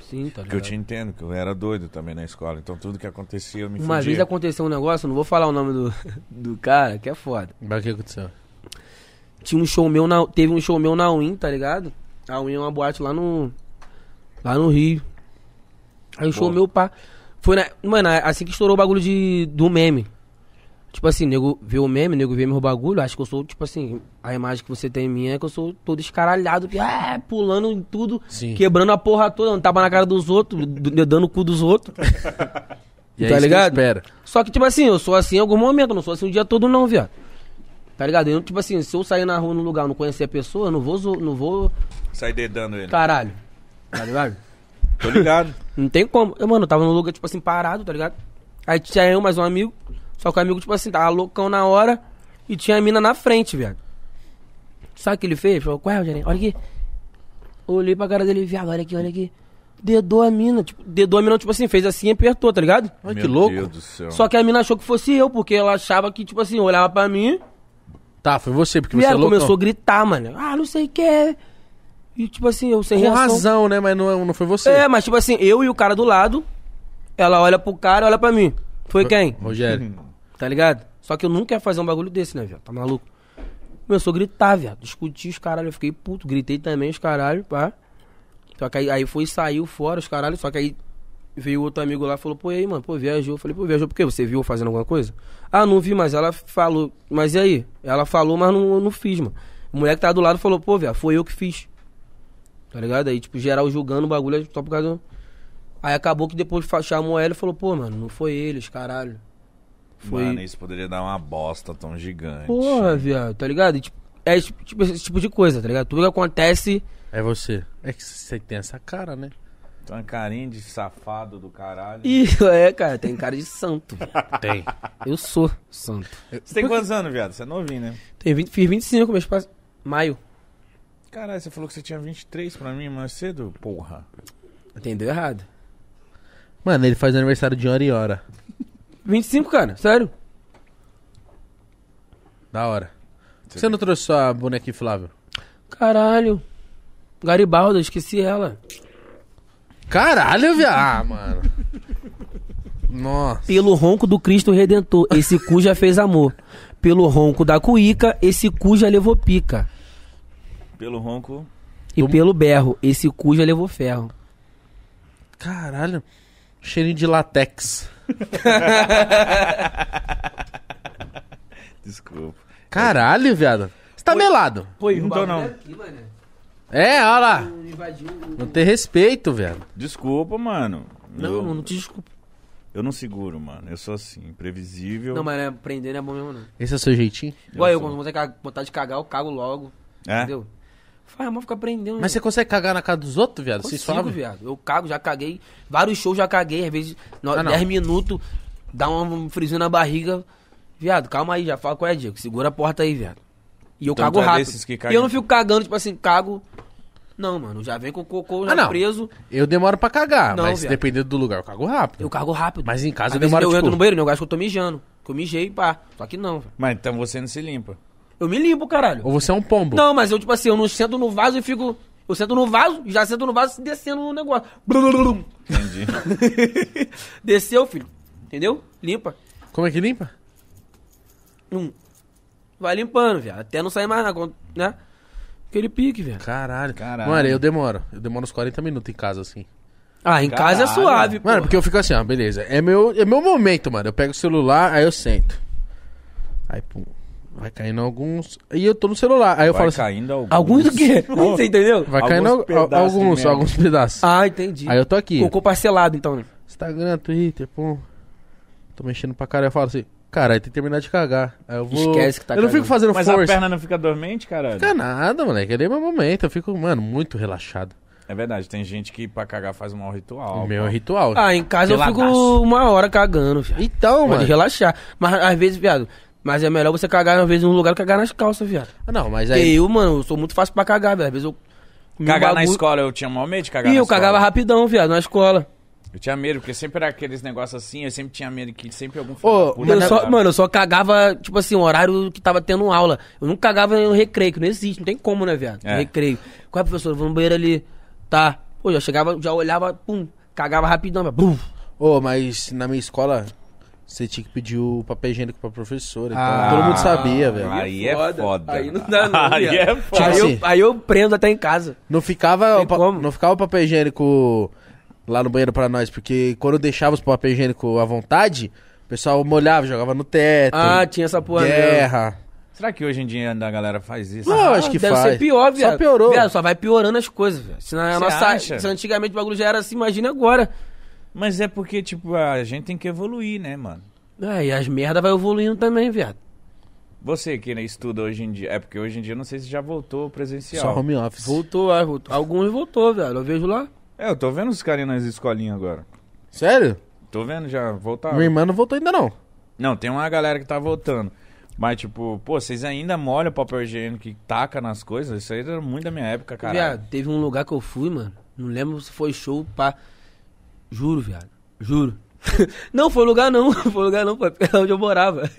[SPEAKER 3] Sim, tá
[SPEAKER 2] Porque eu
[SPEAKER 3] ligado?
[SPEAKER 2] te entendo, que eu era doido também na escola. Então tudo que acontecia eu me
[SPEAKER 3] Uma
[SPEAKER 2] fudia.
[SPEAKER 3] vez aconteceu um negócio, eu não vou falar o nome do, do cara, que é foda.
[SPEAKER 1] Mas o que aconteceu?
[SPEAKER 3] Tinha um show meu na. Teve um show meu na Win, tá ligado? A Win é uma boate lá no. Lá no Rio. Aí o show meu, pá. Foi na. Mano, assim que estourou o bagulho de, do meme. Tipo assim, nego vê o meme, nego vê meu bagulho, acho que eu sou, tipo assim, a imagem que você tem em mim é que eu sou todo escaralhado, que, ah, pulando em tudo,
[SPEAKER 1] Sim.
[SPEAKER 3] quebrando a porra toda, não tava na cara dos outros, d- dando o cu dos outros.
[SPEAKER 1] E é
[SPEAKER 3] Tá
[SPEAKER 1] isso que
[SPEAKER 3] ligado?
[SPEAKER 1] espera.
[SPEAKER 3] Só que, tipo assim, eu sou assim em algum momento, eu não sou assim o dia todo, não, viado. Tá ligado? Eu, tipo assim, se eu sair na rua num lugar, eu não conhecer a pessoa, eu não vou, zo- não vou,
[SPEAKER 2] Sai dedando ele.
[SPEAKER 3] caralho. Tá ligado?
[SPEAKER 2] Tô ligado.
[SPEAKER 3] Não tem como. Eu, mano, eu tava num lugar, tipo assim, parado, tá ligado? Aí tinha eu mais um amigo, só que o amigo, tipo assim, tava loucão na hora e tinha a mina na frente, viado. Sabe o que ele fez? Falou, qual é, Rogerinho? Olha aqui. Olhei pra cara dele, viado, olha aqui, olha aqui. Dedou a mina, tipo, dedou a mina, tipo assim, fez assim e apertou, tá ligado?
[SPEAKER 1] Olha
[SPEAKER 2] Meu
[SPEAKER 1] que louco.
[SPEAKER 2] Deus do céu.
[SPEAKER 3] Só que a mina achou que fosse eu, porque ela achava que, tipo assim, olhava pra mim
[SPEAKER 1] Tá, foi você, porque
[SPEAKER 3] e
[SPEAKER 1] você é
[SPEAKER 3] ela
[SPEAKER 1] louco.
[SPEAKER 3] começou a gritar, mano. Ah, não sei o que é. E tipo assim, eu sem
[SPEAKER 1] Com
[SPEAKER 3] reação.
[SPEAKER 1] razão, né? Mas não, é- não foi você.
[SPEAKER 3] É, mas tipo assim, eu e o cara do lado, ela olha pro cara, olha pra mim. Foi quem?
[SPEAKER 1] Rogério.
[SPEAKER 3] Tá ligado? Só que eu nunca ia fazer um bagulho desse, né, viado? Tá maluco? Começou a gritar, viado. Discuti os caralho, eu fiquei puto. Gritei também os caralho, pá. Só que aí, aí foi e saiu fora os caralho. Só que aí veio outro amigo lá e falou, pô, e aí, mano, pô, viajou. Eu falei, pô, viajou por quê? Você viu eu fazendo alguma coisa? Ah, não vi, mas ela falou. Mas e aí? Ela falou, mas não, eu não fiz, mano. O moleque que tava do lado falou, pô, viado, foi eu que fiz. Tá ligado? Aí, tipo, geral julgando o bagulho só por causa do... Aí acabou que depois fa- chamou ela e falou, pô, mano, não foi eles, caralho. Foi...
[SPEAKER 2] Mano, isso poderia dar uma bosta tão gigante.
[SPEAKER 3] Porra, viado, tá ligado? E, tipo, é esse tipo, esse tipo de coisa, tá ligado? Tudo que acontece.
[SPEAKER 1] É você. É que você tem essa cara, né?
[SPEAKER 2] Tem uma carinha de safado do caralho.
[SPEAKER 3] Ih, é, cara, tem cara de santo. viado.
[SPEAKER 1] Tem.
[SPEAKER 3] Eu sou santo.
[SPEAKER 2] Você tem quantos anos, viado? Você é novinho, né?
[SPEAKER 3] Tem 20, fiz 25 mês pass... Maio.
[SPEAKER 2] Caralho, você falou que você tinha 23 pra mim mais cedo? Porra.
[SPEAKER 3] Entendeu errado.
[SPEAKER 1] Mano, ele faz aniversário de hora em hora.
[SPEAKER 3] 25, cara, sério?
[SPEAKER 1] Da hora. Por que Você não trouxe sua boneca inflável?
[SPEAKER 3] Caralho. Garibaldo, eu esqueci ela.
[SPEAKER 1] Caralho, viado. Ah, mano. Nossa.
[SPEAKER 3] Pelo ronco do Cristo Redentor, esse cu já fez amor. Pelo ronco da cuíca, esse cu já levou pica.
[SPEAKER 2] Pelo ronco.
[SPEAKER 3] E pelo berro, esse cu já levou ferro.
[SPEAKER 1] Caralho. Cheirinho de latex.
[SPEAKER 2] Desculpa.
[SPEAKER 1] Caralho, viado. Você tá melado.
[SPEAKER 3] Pô,
[SPEAKER 2] e o Não tô, bagulho não. é
[SPEAKER 1] É, olha lá. Não tem respeito, velho.
[SPEAKER 2] Desculpa, mano. eu,
[SPEAKER 3] Não, não te desculpa.
[SPEAKER 2] eu não seguro, mano. Eu sou assim, imprevisível.
[SPEAKER 3] Não, mas né, prender não é bom mesmo, não.
[SPEAKER 1] Esse é o seu jeitinho?
[SPEAKER 3] Igual eu,
[SPEAKER 2] sou.
[SPEAKER 3] quando você caga- vontade de cagar, eu cago logo.
[SPEAKER 2] É?
[SPEAKER 3] Entendeu? Faz mal ficar prendendo.
[SPEAKER 1] Mas você consegue cagar na cara dos outros, viado? Vocês
[SPEAKER 3] Hum. consigo,
[SPEAKER 1] falam?
[SPEAKER 3] viado. Eu cago, já caguei. Vários shows já caguei, às vezes, no,
[SPEAKER 1] Ah, não.
[SPEAKER 3] 10 minutos, dá um frisinho na barriga. Viado, calma aí, já fala qual é, Diego. Segura a porta aí, viado. E eu
[SPEAKER 2] Então
[SPEAKER 3] cago
[SPEAKER 2] tu é
[SPEAKER 3] rápido.
[SPEAKER 2] desses que
[SPEAKER 3] E
[SPEAKER 2] caga-
[SPEAKER 3] eu não fico cagando, tipo assim, cago. Não, mano, já vem com o cocô, já
[SPEAKER 1] Ah, não.
[SPEAKER 3] preso.
[SPEAKER 1] Eu demoro pra cagar,
[SPEAKER 3] Não,
[SPEAKER 1] mas
[SPEAKER 3] viado.
[SPEAKER 1] dependendo do lugar, eu cago rápido.
[SPEAKER 3] Eu cago rápido.
[SPEAKER 1] Mas em casa
[SPEAKER 3] Às
[SPEAKER 1] eu
[SPEAKER 3] vezes
[SPEAKER 1] demoro,
[SPEAKER 3] eu
[SPEAKER 1] tipo-
[SPEAKER 3] entro no banheiro, né, eu acho que eu tô mijando. Que eu mijei, pá. Só que não, velho.
[SPEAKER 2] Mas então você não se limpa.
[SPEAKER 3] Eu me limpo, caralho.
[SPEAKER 1] Ou você é um pombo.
[SPEAKER 3] Não, mas eu, tipo assim, eu não sento no vaso e fico. Eu sento no vaso, já sento no vaso descendo no negócio. Blulululum.
[SPEAKER 2] Entendi.
[SPEAKER 3] Desceu, filho. Entendeu? Limpa.
[SPEAKER 1] Como é que limpa?
[SPEAKER 3] Hum. Vai limpando, velho. Até não sair mais nada, quando- né? Aquele pique, velho.
[SPEAKER 1] Caralho.
[SPEAKER 2] Caralho.
[SPEAKER 1] Mano, eu demoro. Eu demoro uns 40 minutos em casa, assim.
[SPEAKER 3] Ah, em casa é
[SPEAKER 2] Caralho.
[SPEAKER 3] suave, pô.
[SPEAKER 1] Mano, porque eu fico assim, ó, beleza. É meu, é meu momento, mano. Eu pego o celular, aí eu sento. Aí, pum. Vai caindo alguns. E eu tô no celular. Aí eu
[SPEAKER 2] Vai
[SPEAKER 1] falo assim.
[SPEAKER 2] caindo alguns.
[SPEAKER 3] Alguns do quê? Você entendeu?
[SPEAKER 1] Vai
[SPEAKER 2] Alguns
[SPEAKER 1] caindo al-
[SPEAKER 2] pedaços
[SPEAKER 1] alguns,
[SPEAKER 2] mesmo.
[SPEAKER 1] alguns pedaços.
[SPEAKER 3] Ah, entendi.
[SPEAKER 1] Aí eu tô aqui.
[SPEAKER 3] Cocô parcelado, então, né?
[SPEAKER 1] Instagram, Twitter, pô. Tô mexendo pra caralho. Eu falo assim, cara, aí tem que terminar de cagar. Aí eu vou.
[SPEAKER 3] Esquece que tá
[SPEAKER 1] Eu não fico fazendo
[SPEAKER 3] cagando.
[SPEAKER 2] Mas a
[SPEAKER 1] força.
[SPEAKER 2] perna não fica dormente, caralho?
[SPEAKER 1] Fica nada, moleque. Ali é meu momento. Eu fico, mano, muito relaxado.
[SPEAKER 2] É verdade, tem gente que pra cagar faz um mau ritual.
[SPEAKER 1] O meu
[SPEAKER 2] pô.
[SPEAKER 1] é ritual.
[SPEAKER 3] Ah, em casa eu
[SPEAKER 2] Peladaço.
[SPEAKER 3] fico uma hora cagando, viado.
[SPEAKER 1] então,
[SPEAKER 3] Pode
[SPEAKER 1] mano.
[SPEAKER 3] relaxar. Mas às vezes, viado. Mas é melhor você cagar, às vezes, num lugar que cagar nas calças, viado.
[SPEAKER 1] Ah, Não, mas
[SPEAKER 3] Porque
[SPEAKER 1] aí.
[SPEAKER 3] eu, mano, eu sou muito fácil pra cagar, velho. Às vezes eu.
[SPEAKER 2] Cagar na
[SPEAKER 3] Um bagulho-
[SPEAKER 2] escola, eu tinha maior medo de cagar
[SPEAKER 3] Ih,
[SPEAKER 2] na
[SPEAKER 3] eu cagava
[SPEAKER 2] escola.
[SPEAKER 3] rapidão, viado, na escola.
[SPEAKER 2] Eu tinha medo, porque sempre era aqueles negócios assim, eu sempre tinha medo que sempre algum
[SPEAKER 1] Ô,
[SPEAKER 2] da puta
[SPEAKER 1] mas
[SPEAKER 3] Eu
[SPEAKER 1] na-
[SPEAKER 3] só,
[SPEAKER 2] cagava.
[SPEAKER 3] mano, eu só cagava, tipo assim, o horário que tava tendo aula. Eu não cagava no recreio, que não existe, não tem como, né, viado?
[SPEAKER 2] É.
[SPEAKER 3] Recreio. Qual é, professor? Eu vou no banheiro ali. Tá. Pô, já chegava, já olhava, pum, cagava rapidão, velho. Bum.
[SPEAKER 1] Ô, mas na minha escola, você tinha que pedir o papel higiênico pra professora. Então,
[SPEAKER 3] Ah,
[SPEAKER 1] todo mundo sabia, velho.
[SPEAKER 2] Aí é foda.
[SPEAKER 3] Aí não dá, não.
[SPEAKER 2] Aí
[SPEAKER 3] viado.
[SPEAKER 2] é foda.
[SPEAKER 3] Aí, eu,
[SPEAKER 1] Assim.
[SPEAKER 3] aí eu prendo até em casa.
[SPEAKER 1] Não ficava,
[SPEAKER 3] Tem
[SPEAKER 1] o pa-
[SPEAKER 3] como.
[SPEAKER 1] não ficava o papel higiênico lá no banheiro pra nós, porque quando deixava os papel higiênico à vontade, o pessoal molhava, jogava no teto.
[SPEAKER 3] Ah, tinha essa porra mesmo.
[SPEAKER 1] guerra.
[SPEAKER 2] Será que hoje em dia a galera faz isso?
[SPEAKER 1] Não,
[SPEAKER 3] Ah,
[SPEAKER 1] acho que
[SPEAKER 3] Deve
[SPEAKER 1] faz.
[SPEAKER 3] ser pior, viado.
[SPEAKER 1] Só piorou.
[SPEAKER 3] Viado, só vai piorando as coisas, viado. Se na
[SPEAKER 2] Cê
[SPEAKER 3] nossa.
[SPEAKER 2] acha?
[SPEAKER 3] Se antigamente o bagulho já era assim, imagina agora.
[SPEAKER 2] Mas é porque, tipo, a gente tem que evoluir, né, mano?
[SPEAKER 3] Ah, e as merda vai evoluindo também, viado.
[SPEAKER 2] Você que né, estuda hoje em dia. É porque hoje em dia eu não sei se já voltou presencial.
[SPEAKER 1] Só home office.
[SPEAKER 3] Voltou, ah, voltou. Alguns voltou, viado. Eu vejo lá.
[SPEAKER 2] É, eu tô vendo os carinhas nas escolinhas agora.
[SPEAKER 1] Sério?
[SPEAKER 2] Tô vendo já voltar.
[SPEAKER 1] Minha irmã não voltou ainda não.
[SPEAKER 2] Não, tem uma galera que tá voltando. Mas, tipo, pô, vocês ainda molham o papel higiênico e taca nas coisas? Isso aí era muito da minha época, cara.
[SPEAKER 3] Viado, teve um lugar que eu fui, mano. Não lembro se foi show, pá. Juro, viado. Juro. não, foi lugar não. Foi lugar não, foi é onde eu morava.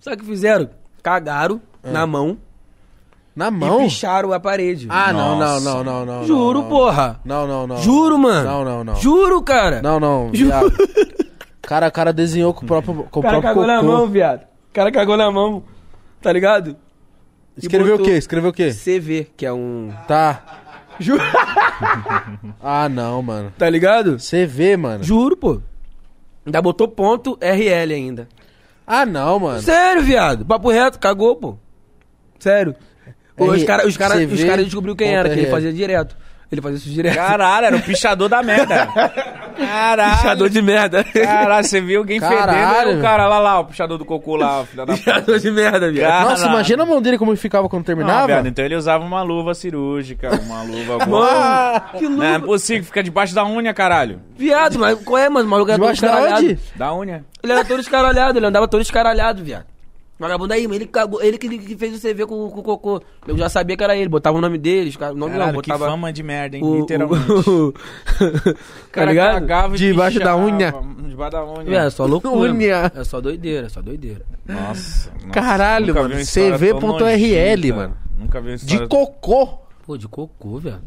[SPEAKER 3] Sabe o que fizeram? Cagaram na mão
[SPEAKER 1] Na mão?
[SPEAKER 3] e picharam a parede.
[SPEAKER 1] Ah, não, não,
[SPEAKER 2] Nossa.
[SPEAKER 1] não, não, não.
[SPEAKER 3] Juro,
[SPEAKER 1] não, não.
[SPEAKER 3] porra.
[SPEAKER 1] Não, não, não.
[SPEAKER 3] Juro, mano.
[SPEAKER 1] Não, não, não.
[SPEAKER 3] Juro, cara.
[SPEAKER 1] Não, não.
[SPEAKER 3] Juro.
[SPEAKER 1] viado. Cara, o cara desenhou com o próprio com
[SPEAKER 3] O cara
[SPEAKER 1] o próprio
[SPEAKER 3] cagou na
[SPEAKER 1] cocô.
[SPEAKER 3] mão, viado. O cara cagou na mão. Tá ligado?
[SPEAKER 1] Escreveu o
[SPEAKER 3] botou-
[SPEAKER 1] quê? Escreveu o quê?
[SPEAKER 3] CV, que é um.
[SPEAKER 1] Tá.
[SPEAKER 3] Juro.
[SPEAKER 1] Ah, não, mano.
[SPEAKER 3] tá ligado?
[SPEAKER 1] Você vê,
[SPEAKER 2] Tá.
[SPEAKER 1] mano.
[SPEAKER 3] Juro, pô. Ainda botou ponto RL ainda.
[SPEAKER 1] Ah, não, mano.
[SPEAKER 3] Sério, viado. Papo reto, cagou, pô. Sério. Pô,
[SPEAKER 1] R-
[SPEAKER 3] os caras os cara, os
[SPEAKER 1] CV
[SPEAKER 3] cara descobriu quem
[SPEAKER 1] ponto
[SPEAKER 3] era, que ele
[SPEAKER 1] RL.
[SPEAKER 3] fazia direto. Ele fazia isso direto.
[SPEAKER 2] Caralho, era o pichador da merda. Caralho.
[SPEAKER 3] Pichador de merda.
[SPEAKER 2] Caralho, você viu alguém
[SPEAKER 1] Caralho.
[SPEAKER 2] fedendo? Era o cara lá, lá, o pichador do cocô lá, filha da puta.
[SPEAKER 3] Pichador de merda, viado.
[SPEAKER 2] Caralho.
[SPEAKER 1] Nossa, imagina a mão dele como ficava quando terminava.
[SPEAKER 3] Ah,
[SPEAKER 2] Não, viado, então ele usava uma luva cirúrgica, uma luva... alguma-
[SPEAKER 3] Mano, que
[SPEAKER 2] Não é
[SPEAKER 3] louco.
[SPEAKER 2] possível, fica debaixo da unha, caralho.
[SPEAKER 3] Viado, mas qual é, mano? O é maluco era todo
[SPEAKER 1] Debaixo da
[SPEAKER 3] escaralhado.
[SPEAKER 1] onde?
[SPEAKER 2] Da unha.
[SPEAKER 3] Ele era todo escaralhado, ele andava todo escaralhado, viado. Vagabundo aí, mas ele cagou, ele que, que fez o CV com, com o cocô. Eu já sabia que era ele, botava o nome dele, os caras- o nome
[SPEAKER 2] Caralho,
[SPEAKER 3] não,
[SPEAKER 2] que
[SPEAKER 3] botava.
[SPEAKER 2] fama de merda, hein,
[SPEAKER 3] o,
[SPEAKER 2] literalmente.
[SPEAKER 3] o- o- tá ligado?
[SPEAKER 2] cagava e
[SPEAKER 1] Debaixo da
[SPEAKER 2] pichava,
[SPEAKER 1] unha.
[SPEAKER 2] Debaixo da unha.
[SPEAKER 3] É, só loucura.
[SPEAKER 1] Unha.
[SPEAKER 3] mano. É só doideira, é só doideira.
[SPEAKER 2] Nossa, nossa,
[SPEAKER 1] Caralho,
[SPEAKER 2] nunca
[SPEAKER 1] mano,
[SPEAKER 2] vi uma história tão
[SPEAKER 1] CV.rl,
[SPEAKER 2] nojenta.
[SPEAKER 1] mano.
[SPEAKER 2] Nunca vi uma
[SPEAKER 1] De
[SPEAKER 2] história...
[SPEAKER 1] cocô.
[SPEAKER 3] Pô, de cocô, velho.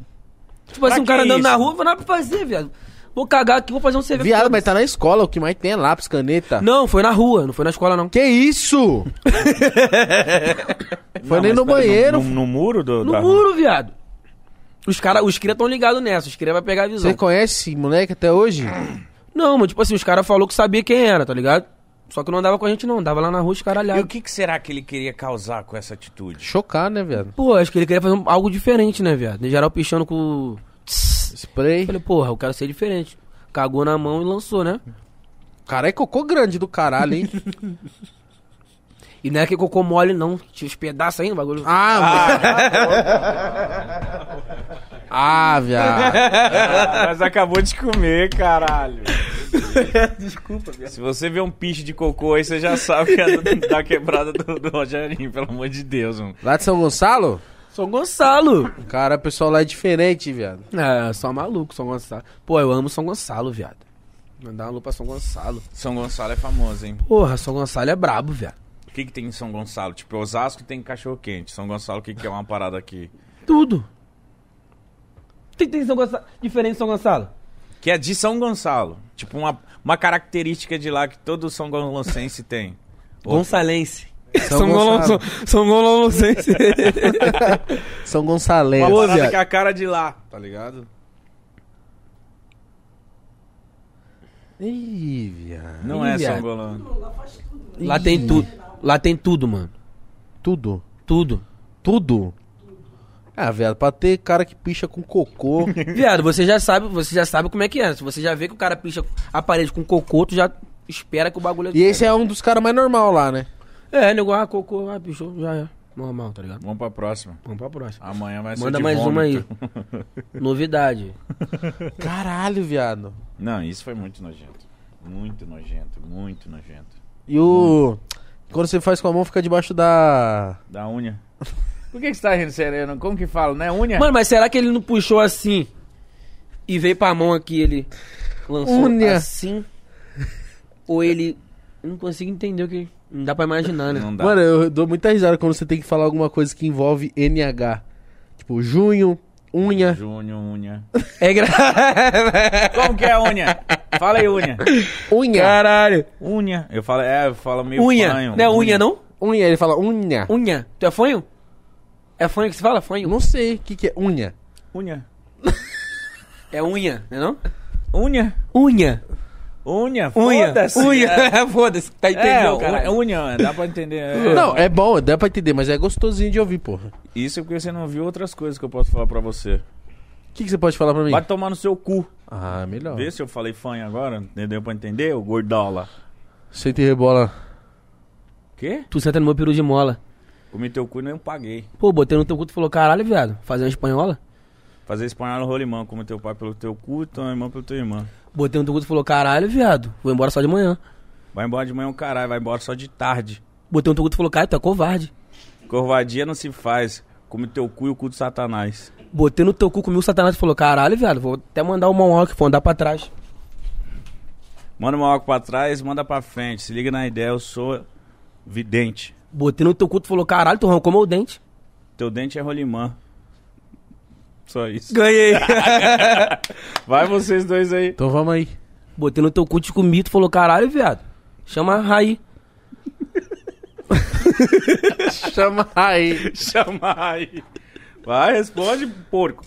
[SPEAKER 3] Tipo
[SPEAKER 2] Pra
[SPEAKER 3] assim, um
[SPEAKER 2] que
[SPEAKER 3] cara andando
[SPEAKER 2] isso?
[SPEAKER 3] na rua, não nada pra fazer, viado. Vou cagar aqui, vou fazer um CV.
[SPEAKER 1] Viado, mas tá na escola, o que mais tem é lápis, caneta.
[SPEAKER 3] Não, foi na rua, não foi na escola, não.
[SPEAKER 1] Que isso? Foi nem
[SPEAKER 2] mas
[SPEAKER 1] no
[SPEAKER 2] pera,
[SPEAKER 1] banheiro.
[SPEAKER 2] No, no muro do...
[SPEAKER 3] No
[SPEAKER 2] da-
[SPEAKER 3] muro, viado. Os caras, os cria tão ligados nessa, os cria vai pegar a visão.
[SPEAKER 1] Você conhece esse moleque até hoje?
[SPEAKER 2] Ah.
[SPEAKER 3] Não, mas tipo assim, os caras falaram que sabia quem era, tá ligado? Só que não andava com a gente, não. Andava lá na
[SPEAKER 2] E
[SPEAKER 3] rua
[SPEAKER 2] o
[SPEAKER 3] escaralhado.
[SPEAKER 2] que, que será que ele queria causar com essa atitude?
[SPEAKER 1] Chocar, né, viado?
[SPEAKER 3] Pô, acho que ele queria fazer um- algo diferente, né, viado? Em geral, pichando com... o- Tss.
[SPEAKER 1] Spray.
[SPEAKER 3] Falei, porra, eu quero ser diferente. Cagou na mão e lançou, né?
[SPEAKER 1] Caralho, é cocô grande do caralho, hein?
[SPEAKER 3] E não é que cocô mole, não. Tinha os pedaços aí no bagulho.
[SPEAKER 1] Ah, mano. Ah, viado.
[SPEAKER 2] Ah, Mas acabou de comer, caralho. Desculpa, viado. Se você vê um piche de cocô aí, você já sabe que é do- da quebrada do, do Rogerinho, pelo amor de Deus, mano.
[SPEAKER 1] Lá de São Gonçalo?
[SPEAKER 3] São Gonçalo.
[SPEAKER 1] Cara, o pessoal lá é diferente, viado.
[SPEAKER 3] É, só maluco, São Gonçalo. Pô, eu amo São Gonçalo, viado. Mandar uma lupa pra São Gonçalo.
[SPEAKER 2] São Gonçalo é famoso, hein?
[SPEAKER 3] Porra, São Gonçalo é brabo, viado.
[SPEAKER 2] O que, que tem em São Gonçalo? Tipo, Osasco tem cachorro-quente. São Gonçalo, o que, que é uma parada aqui?
[SPEAKER 3] Tudo. O que tem em São Gonçalo? Diferente de São Gonçalo?
[SPEAKER 2] Que é de São Gonçalo. Tipo, uma, uma característica de lá que todo São Gonçalense tem.
[SPEAKER 3] Gonçalense.
[SPEAKER 1] São Gonçalo.
[SPEAKER 3] São Gonçalense.
[SPEAKER 1] São
[SPEAKER 2] Uma
[SPEAKER 1] Gonçalense.
[SPEAKER 2] parada que é a cara de lá, tá ligado?
[SPEAKER 1] Ih, viado.
[SPEAKER 2] Não
[SPEAKER 3] Ih,
[SPEAKER 2] é São
[SPEAKER 3] viado.
[SPEAKER 2] é Gonçalo.
[SPEAKER 3] Lá tem tudo. Lá tem tudo, mano.
[SPEAKER 1] Tudo.
[SPEAKER 3] Tudo.
[SPEAKER 1] Tudo. Ah, velho, pra ter cara que picha com cocô.
[SPEAKER 3] Viado, você já sabe, você já sabe como é que é. Se você já vê que o cara picha a parede com cocô, tu já espera que o bagulho
[SPEAKER 1] e esse é um dos caras mais normal lá, né?
[SPEAKER 3] É, nego, ah, cocô, ah, bicho, já é. Normal, tá ligado?
[SPEAKER 2] Vamos pra próxima.
[SPEAKER 3] Vamos pra próxima.
[SPEAKER 2] Amanhã Ah, vai ser
[SPEAKER 3] Manda
[SPEAKER 2] de
[SPEAKER 3] mais uma aí.
[SPEAKER 2] vômito.
[SPEAKER 3] Novidade.
[SPEAKER 1] Caralho, viado.
[SPEAKER 2] Não, isso foi muito nojento. Muito nojento, muito nojento.
[SPEAKER 1] E
[SPEAKER 2] Hum.
[SPEAKER 1] o. Quando você faz com a mão, fica debaixo da.
[SPEAKER 2] Da unha. Por que, que você tá rindo, Sereno? Como que fala, né? Unha?
[SPEAKER 3] Mano, mas será que ele não puxou assim e veio pra mão aqui ele lançou
[SPEAKER 1] Unha.
[SPEAKER 3] assim? Ou ele. Eu não consigo entender o que. Não dá pra imaginar, né?
[SPEAKER 2] não dá.
[SPEAKER 1] Mano, eu dou muita risada quando você tem que falar alguma coisa que envolve NH. Tipo, junho, unha.
[SPEAKER 2] Júnior, unha.
[SPEAKER 3] É gra...
[SPEAKER 2] Como que é unha? Fala aí, unha.
[SPEAKER 1] Unha.
[SPEAKER 3] Caralho.
[SPEAKER 2] Unha. Eu falo, é, eu falo meio
[SPEAKER 3] Unha.
[SPEAKER 2] fanho.
[SPEAKER 3] não é unha, não?
[SPEAKER 1] Unha, ele fala unha.
[SPEAKER 3] Unha. Tu é fanho? É fanho que se fala? Fanho?
[SPEAKER 1] Não sei o que, que é unha.
[SPEAKER 2] Unha.
[SPEAKER 3] É unha, né não?
[SPEAKER 2] Unha.
[SPEAKER 3] Unha.
[SPEAKER 2] Unha.
[SPEAKER 3] Unha.
[SPEAKER 2] Foda-se.
[SPEAKER 3] Unha. Foda-se. Tá
[SPEAKER 2] É,
[SPEAKER 3] entendendo, cara?
[SPEAKER 2] unha, unha, dá pra entender. É.
[SPEAKER 1] Não, é bom, dá pra entender, mas é gostosinho de ouvir, porra.
[SPEAKER 2] Isso é porque você não viu outras coisas que eu posso falar pra você.
[SPEAKER 1] O que, que você pode falar pra mim?
[SPEAKER 2] Vai tomar no seu cu.
[SPEAKER 1] Ah, melhor.
[SPEAKER 2] Vê se eu falei fanha agora, entendeu? Pra entender, ô gordola.
[SPEAKER 1] Senta e rebola.
[SPEAKER 2] Quê?
[SPEAKER 3] Tu senta no meu peru de mola.
[SPEAKER 2] Comi teu cu e não paguei.
[SPEAKER 3] Pô, botei no teu cu, tu falou, caralho, viado, fazer uma espanhola?
[SPEAKER 2] Fazer espanhol no rolimão, como teu pai pelo teu cu, tua irmã pelo teu irmão.
[SPEAKER 3] Botei no teu cu, tu falou, caralho, viado, vou embora só de manhã.
[SPEAKER 2] Vai embora de manhã o caralho, vai embora só de tarde.
[SPEAKER 3] Botei no teu cu, tu falou, cara, tu é covarde.
[SPEAKER 2] Corvadia não se faz. Come teu cu e o cu do satanás.
[SPEAKER 3] Botei no teu cu, comi o satanás, tu falou, caralho, viado, vou até mandar o Monhawk, vou andar pra trás.
[SPEAKER 2] Manda uma óculos pra trás, manda pra frente. Se liga na ideia, eu sou vidente.
[SPEAKER 3] Botei no teu cu, tu falou, caralho, tu arrancou meu dente.
[SPEAKER 2] Teu dente é rolimã. Só isso.
[SPEAKER 3] Ganhei.
[SPEAKER 2] Vai vocês dois aí.
[SPEAKER 1] Então vamos aí.
[SPEAKER 3] Botei no teu cu, te comi, tu falou, caralho, viado, chama a Raí.
[SPEAKER 1] Chama aí.
[SPEAKER 2] Chama aí. Vai, responde, porco.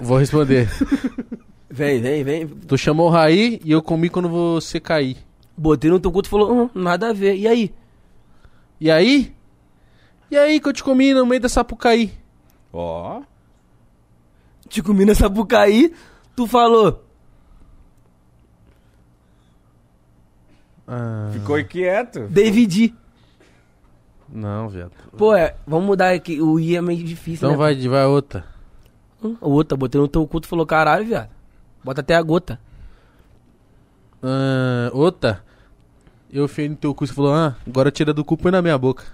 [SPEAKER 1] Vou responder.
[SPEAKER 3] Vem, vem, vem.
[SPEAKER 1] Tu chamou o Raí e eu comi quando você cair.
[SPEAKER 3] Botei no teu cu, tu falou, hum, nada a ver, e aí?
[SPEAKER 1] E aí? E aí que eu te comi no meio da sapucaí?
[SPEAKER 2] Ó.
[SPEAKER 3] Te comi nessa boca aí, Tipo, tu falou,
[SPEAKER 1] Ah,
[SPEAKER 2] Ficou inquieto.
[SPEAKER 3] David.
[SPEAKER 1] não, viado.
[SPEAKER 3] Pô, é, vamos mudar aqui, o I é meio difícil,
[SPEAKER 1] Então
[SPEAKER 3] né?
[SPEAKER 1] vai, vai outra.
[SPEAKER 3] Hum, a outra, botei no teu cu, tu falou, caralho, viado. Bota até a gota.
[SPEAKER 1] Ah, outra. Eu fiei no teu cu e você falou, ah, agora tira do cu e põe na minha boca.